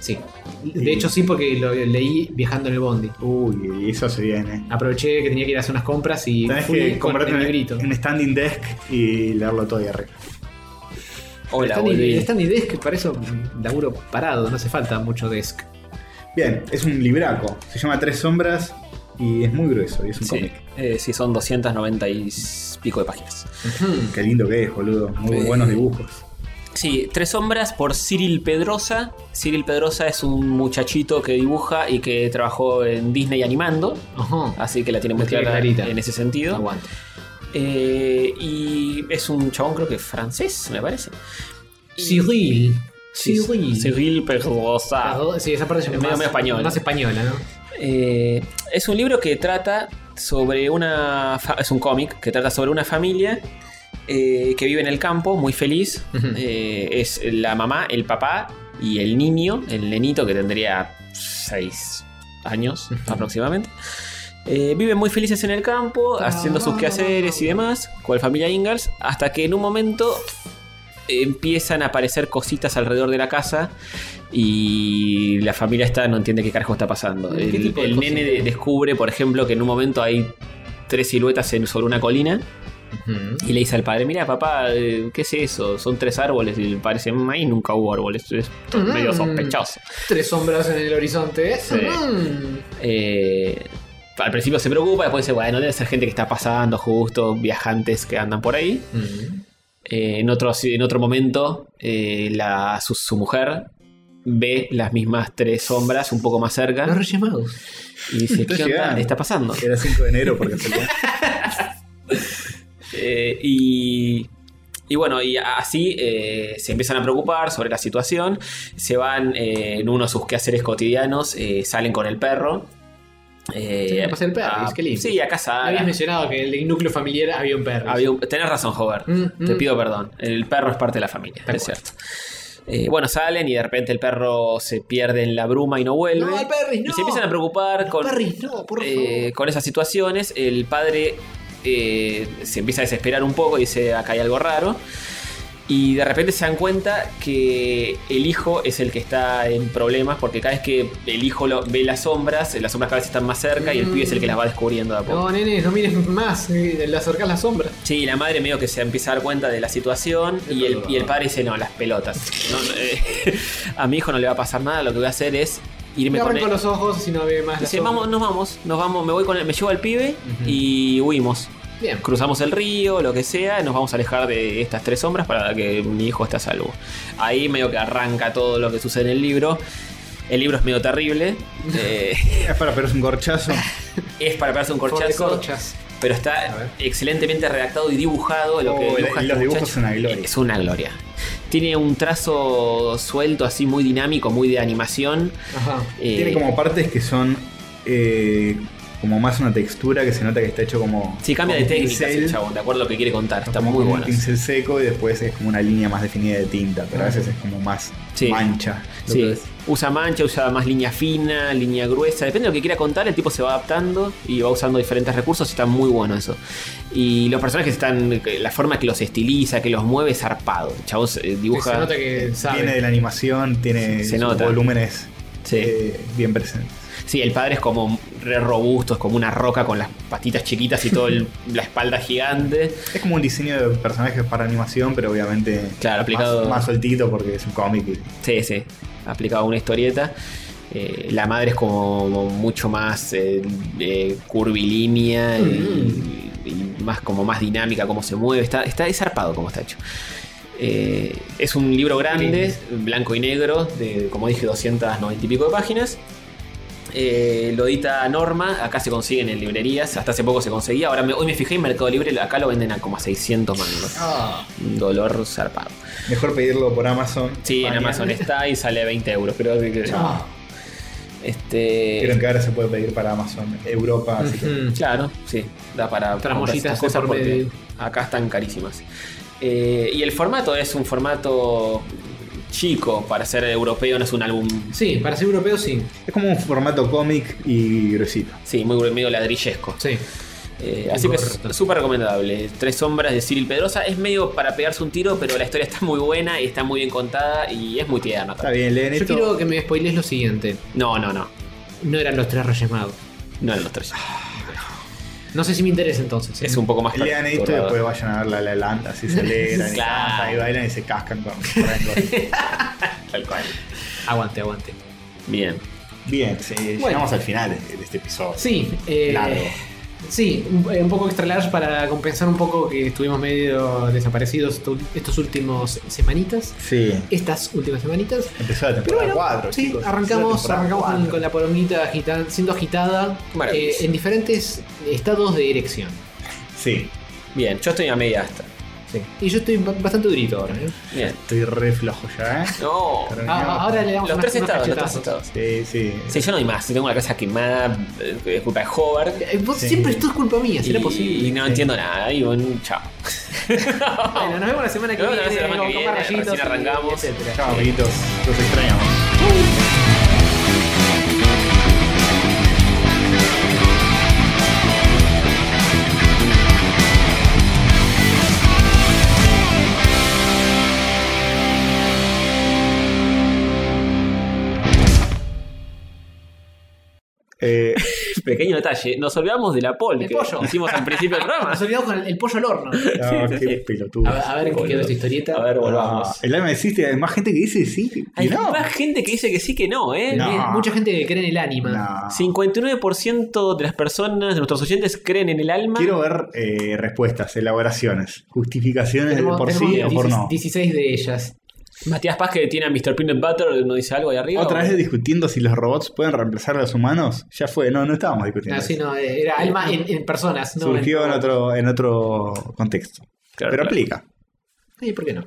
D: Sí.
A: Y-
D: De hecho, sí, porque lo leí viajando en el bondi.
A: Uy, y eso se
B: Ah,
A: viene.
D: Aproveché que tenía que ir a hacer unas compras y
A: Tenés
D: fui
A: que
D: con
A: comprarte
D: el
A: un,
D: librito.
A: un standing desk y leerlo todo ahí arriba.
B: Hola,
D: Está ni-
B: volví.
D: está ni desk, para eso mm, laburo parado, no hace falta mucho desk.
A: Bien, es un libraco. Se llama Tres Sombras y es muy grueso y es un
B: Sí,
A: cómic.
B: eh, sí, son 290 y pico de páginas.
A: Qué lindo que es, boludo. Muy
B: Sí.
A: buenos dibujos.
B: Sí, Tres Sombras por Cyril Pedrosa. Cyril Pedrosa es un muchachito que dibuja y que trabajó en Disney animando.
D: Ajá.
B: Así que la tiene muy
D: La tiene
B: clara
D: clarita.
B: en ese sentido.
D: Aguante.
B: Eh, y es un chabón, creo que francés, me parece.
D: Cyril. Cyril.
B: Cyril
D: Ah,
B: Pedrosa.
D: Sí, esa parte es
B: Medio-
D: más,
B: medio española.
D: más española, ¿no?
B: Eh, es un libro que trata sobre una. fa- Es un cómic que trata sobre una familia eh, que vive en el campo, muy feliz.
D: Ujú.
B: Eh, es la mamá, el papá y el niño, el nenito que tendría 6 años
D: Ujú.
B: aproximadamente. Eh, viven muy felices en el campo, haciendo sus quehaceres y demás, con la familia Ingalls, hasta que en un momento empiezan a aparecer cositas alrededor de la casa y la familia esta no entiende qué carajo está pasando.
D: ¿Qué
B: El,
D: tipo de
B: el nene
D: cositas?
B: de- descubre, por ejemplo, que en un momento hay tres siluetas en- sobre una colina y le dice al padre, mira papá, eh, ¿qué es eso? Son tres árboles y parece, "Mm, ahí nunca hubo árboles, es
D: Mm.
B: medio sospechoso.
D: Tres sombras en el horizonte.
B: Sí.
D: Mm.
B: Eh, al principio se preocupa, después dice, bueno, debe ser gente que está pasando justo, viajantes que andan por ahí. Eh, en, otro, en otro momento, eh, la, su, su mujer ve las mismas tres sombras un poco más
D: Los
B: cerca
D: Reyes Magos.
B: y dice, ¿qué onda
A: llegando".
B: está pasando?
A: Era 5 de enero porque
B: [laughs]
A: se
B: Eh, y, y bueno, y así eh, se empiezan a preocupar sobre la situación, se van eh, en uno de sus quehaceres cotidianos, eh, salen con el perro. eh,
D: Sí, a pasear el perro,
B: a-
D: es que lindo.
B: Sí, a casa.
D: Habías mencionado que en el núcleo familiar había un perro.
B: Ah, Había un- tenés razón, Hover.
D: Mm,
B: Te
D: mm.
B: pido perdón. El perro es parte de la familia,
D: Tal
B: es
D: cual.
B: cierto. Eh, bueno, salen y de repente el perro se pierde en la bruma y no vuelve.
D: No, el perris, no.
B: Y se empiezan a preocupar con,
D: Perris, no, por favor.
B: eh, con esas situaciones. El padre eh, se empieza a desesperar un poco y dice, acá hay algo raro. Y de repente se dan cuenta que el hijo es el que está en problemas porque cada vez que el hijo lo- ve las sombras, eh, las sombras cada vez están más cerca y el
D: Mm.
B: pibe es el que las va descubriendo de a poco.
D: No, nene, no mires más. eh, Le acercás la sombra.
B: Sí, la madre medio que se empieza a dar cuenta de la situación y el, y el padre dice, no, las pelotas. No, no, eh, [laughs] a mi hijo no le va a pasar nada, lo que voy a hacer es irme
D: Me
B: con
D: arranco
B: él.
D: los ojos si no ve más la
B: Dice,
D: sombra.
B: vamos, nos vamos, nos vamos, me voy con él, me llevo al pibe y huimos.
D: Bien.
B: Cruzamos el río, lo que sea, nos vamos a alejar de estas tres sombras para que mi hijo esté a salvo. Ahí medio que arranca todo lo que sucede en el libro. El libro es medio
A: [laughs]
B: terrible. eh,
A: Es para pero es un corchazo.
B: es para pegarse un
D: Por de
B: corchazo.
D: corchas.
B: Pero
A: A
B: está
A: ver.
B: excelentemente redactado y dibujado. Lo que
A: Oh,
B: dibuja este
A: el- los dibujos
B: muchacho.
A: son una gloria.
B: Es una gloria. Tiene un trazo suelto, así muy dinámico, muy de animación.
D: Ajá.
B: Eh,
A: Tiene como partes que son eh, como más una textura que se nota que está hecho como.
B: Sí, cambia de
A: como un
B: técnica
A: pincel,
B: el chabón, de acuerdo a lo que quiere contar. Está
A: como
B: muy
A: con
B: bueno.
A: Un pincel seco y después es como una línea más definida de tinta, pero a
D: Ah.
A: veces es como más
B: Sí.
A: mancha. lo que
B: Sí,
A: ves.
B: usa mancha, usa más línea fina, línea gruesa, depende de lo que quiera contar, el tipo se va adaptando y va usando diferentes recursos y está muy bueno eso. Y los personajes están, la forma que los estiliza, que los mueve es zarpado. El chabón eh, dibuja...
D: Se nota que
A: Viene de
D: sabe.
A: la animación, tiene
B: Se
A: sus
B: nota.
A: volúmenes
B: Sí.
A: eh, bien presentes.
B: Sí, el padre es como re robusto, es como una roca con las patitas chiquitas y toda
D: [laughs]
B: la espalda gigante.
A: Es como un diseño de personajes para animación, pero obviamente
B: Claro, aplicado-
A: más, más soltito porque es un cómic. y-
B: Sí, sí, aplicado a una historieta. eh, la madre es como mucho más eh, eh, curvilínea y, y más como más dinámica, cómo se mueve. Está, está es zarpado como está hecho. Eh, es un libro grande, blanco y negro, de como dije, 290 y pico de páginas. Eh, lo edita Norma, acá se consiguen en librerías, hasta hace poco se conseguía, ahora me- hoy me fijé en Mercado Libre, acá lo venden a como a 600 mangos.
D: Ah,
B: Un dolor zarpado.
A: Mejor pedirlo por Amazon.
B: Sí, en
A: España.
B: Amazon está y sale 20 euros, creo que...
A: Ah.
B: Este,
A: Creo que ahora se puede pedir para Amazon Europa. así que-
D: Mm,
B: Claro, sí, da para comprar
D: Otras mollitas
B: estas
D: de
B: cosas
D: por
B: porque
D: medio.
B: acá están carísimas. Eh, y el formato es un formato chico para ser europeo, no es un álbum,
D: Sí, para ser europeo sí.
A: Es como un formato cómic y gruesito.
B: sí, muy medio ladrillesco.
D: Sí.
B: Eh, así que es
D: Correcto.
B: súper recomendable. Tres sombras de Cyril Pedrosa es medio para pegarse un tiro, pero la historia está muy buena y está muy bien contada y es muy tierna.
A: Está bien, leen
D: Yo
A: esto.
D: quiero que me spoilees lo siguiente.
B: No, no, no,
D: No eran los tres Reyes Magos.
B: no eran los tres.
D: No sé si me interesa entonces. ¿eh?
B: Es un poco más
A: Lean esto y
B: perturbador.
A: después vayan a ver la La Land, así se alegran y,
B: Claro.
A: danzan y bailan y se cascan con, con
B: [laughs]
A: algo.
B: Tal cual.
D: Aguante, aguante.
B: Bien.
A: Bien, sí, llegamos al final de, de este episodio.
D: Sí, eh,
A: Largo.
D: Sí, un, eh, un poco extra large para compensar un poco que estuvimos medio desaparecidos tu- estos últimos semanitas.
A: Sí.
D: Estas últimas semanitas.
A: Empezó la
D: Pero
A: temporada
D: bueno,
A: 4.
D: sí, arrancamos, arrancamos con, con la poronguita agita- siendo agitada
B: Maravilloso.
D: eh, en diferentes estados de erección.
A: Sí,
B: Bien, yo estoy a media hasta.
D: Y yo estoy ba- bastante durito ahora. ¿eh?
B: Bien.
A: estoy re flojo ya, ¿eh?
B: No.
A: Terminamos.
D: Ah, ahora le damos
B: Los
D: unas-
B: tres
D: unos
B: estados, los tres
D: cachetazos.
B: estados.
A: Sí,
B: Sí,
A: sí.
B: yo no hay más. Tengo la casa quemada, eh, es culpa de Hobart.
D: Eh, vos-
A: Sí.
D: Siempre esto es culpa mía, será
B: y,
D: posible.
B: Y no pues
A: Sí.
B: entiendo nada. Y bueno, chao.
D: Bueno, nos vemos la semana que
B: Nos
D: viene.
B: vemos la semana
D: con
B: que
D: Copa
B: viene,
D: Rayitos,
B: recién arrancamos.
D: etcétera.
A: Chao, amiguitos. Los extrañamos.
D: [laughs]
A: Eh,
B: [laughs] Pequeño detalle, nos olvidamos de la pol
D: El
B: que
D: pollo.
B: hicimos al principio del [laughs] programa.
D: Nos olvidamos con el, el pollo al horno.
A: no,
B: sí,
A: qué
B: sí.
A: pelotudo.
D: A ver, a ver en qué quedó esta historieta.
B: A ver, volvamos.
A: Ah, el alma existe, hay más gente que dice sí.
B: Hay
A: y no.
B: más gente que dice que sí que no, ¿eh?
A: No.
D: Bien, Mucha gente que cree en el ánima.
A: No.
B: 59% de las personas, de nuestros oyentes, creen en el alma.
A: Quiero ver eh, respuestas, elaboraciones, justificaciones de
D: Tenemos-
A: por sí o
D: tenemos
A: por
D: 16
A: no.
D: 16 de ellas.
B: Matías Paz, que tiene a Mr. Peanut Butter, nos dice algo ahí arriba.
A: Otra
B: ¿o?
A: vez discutiendo si los robots pueden reemplazar a los humanos. Ya fue, no, no estábamos discutiendo.
D: No, sí,
A: eso.
D: no, eh, era alma en, en personas. No,
A: Surgió en
D: robots.
A: otro, en otro contexto.
B: Claro,
A: Pero
B: claro.
A: aplica.
D: Sí, ¿por qué no?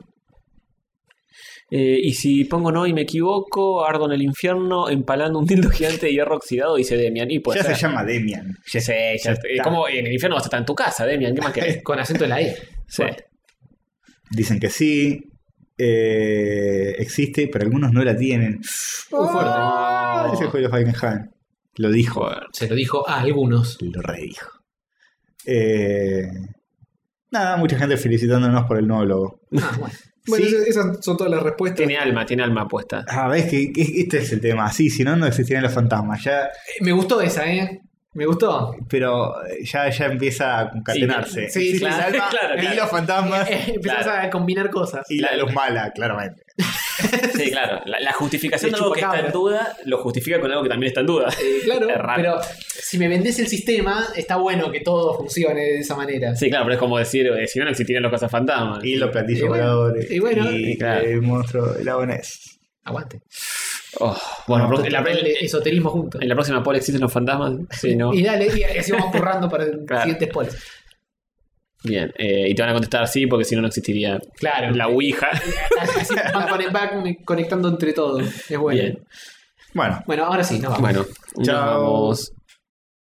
B: Eh, y si pongo no y me equivoco, ardo en el infierno empalando un dildo gigante de hierro oxidado, dice Demian. Y pues.
A: ya se llama Demian.
B: Ya sé, ya,
A: Ya
B: sé.
A: está.
B: ¿Cómo en el infierno vas a estar en tu casa, Demian? ¿Qué más
D: [laughs]
B: querés?
D: Con acento de la E.
B: Sí.
A: Dicen que sí. eh, existe, pero algunos no la tienen.
D: Muy fuerte.
B: Oh.
A: Ah, Ese fue el Falkenhayn. Lo dijo.
D: Se lo dijo a algunos.
A: Lo redijo. Eh, nada, mucha gente felicitándonos por el nuevo logo.
D: Ah, bueno.
A: Bueno,
D: esas son todas las respuestas.
B: Tiene alma, tiene alma
A: [laughs]
B: puesta.
A: Ah, ves que, que este es el tema. Sí, si no, no existirían los fantasmas. Ya,
D: Me gustó esa, ¿eh? Me gustó.
A: pero eh, ya, ya empieza a concatenarse.
D: Sí, sí,
A: Existe
B: claro,
A: el alma
B: claro,
A: y
B: claro.
A: los fantasmas
D: [laughs] Eh, Empezás
B: Claro.
D: a combinar cosas.
A: y la luz mala, claramente.
B: Sí, claro. La, la justificación
D: Le
B: de algo que está en
D: chupacabras.
B: duda lo justifica con algo que también está en duda.
D: Eh, claro,
B: Es raro.
D: pero si me vendés el sistema, está bueno que todo funcione de esa manera.
B: [laughs] Sí, claro, pero es como decir, eh, si no, no existirían los cazafantasmas.
A: Y los platillos
D: Y bueno,
A: voladores.
D: y bueno,
A: y,
B: claro.
A: el monstruo de la ONES.
D: Aguante.
B: Oh, bueno,
D: Todo
B: en la,
D: el esoterismo junto.
B: en la próxima poll existen los fantasmas. Sí, ¿no?
D: Y dale, y así vamos currando para el
B: Claro.
D: siguiente spoiler.
B: Bien. eh, y te van a contestar sí, porque si no, no existiría
D: Claro.
B: la Ouija.
D: Así van con el back conectando entre todos. Es bueno.
B: Bien.
A: Bueno,
D: Bueno, ahora sí, nos vamos.
B: Bueno, nos
A: Chao.
B: vamos.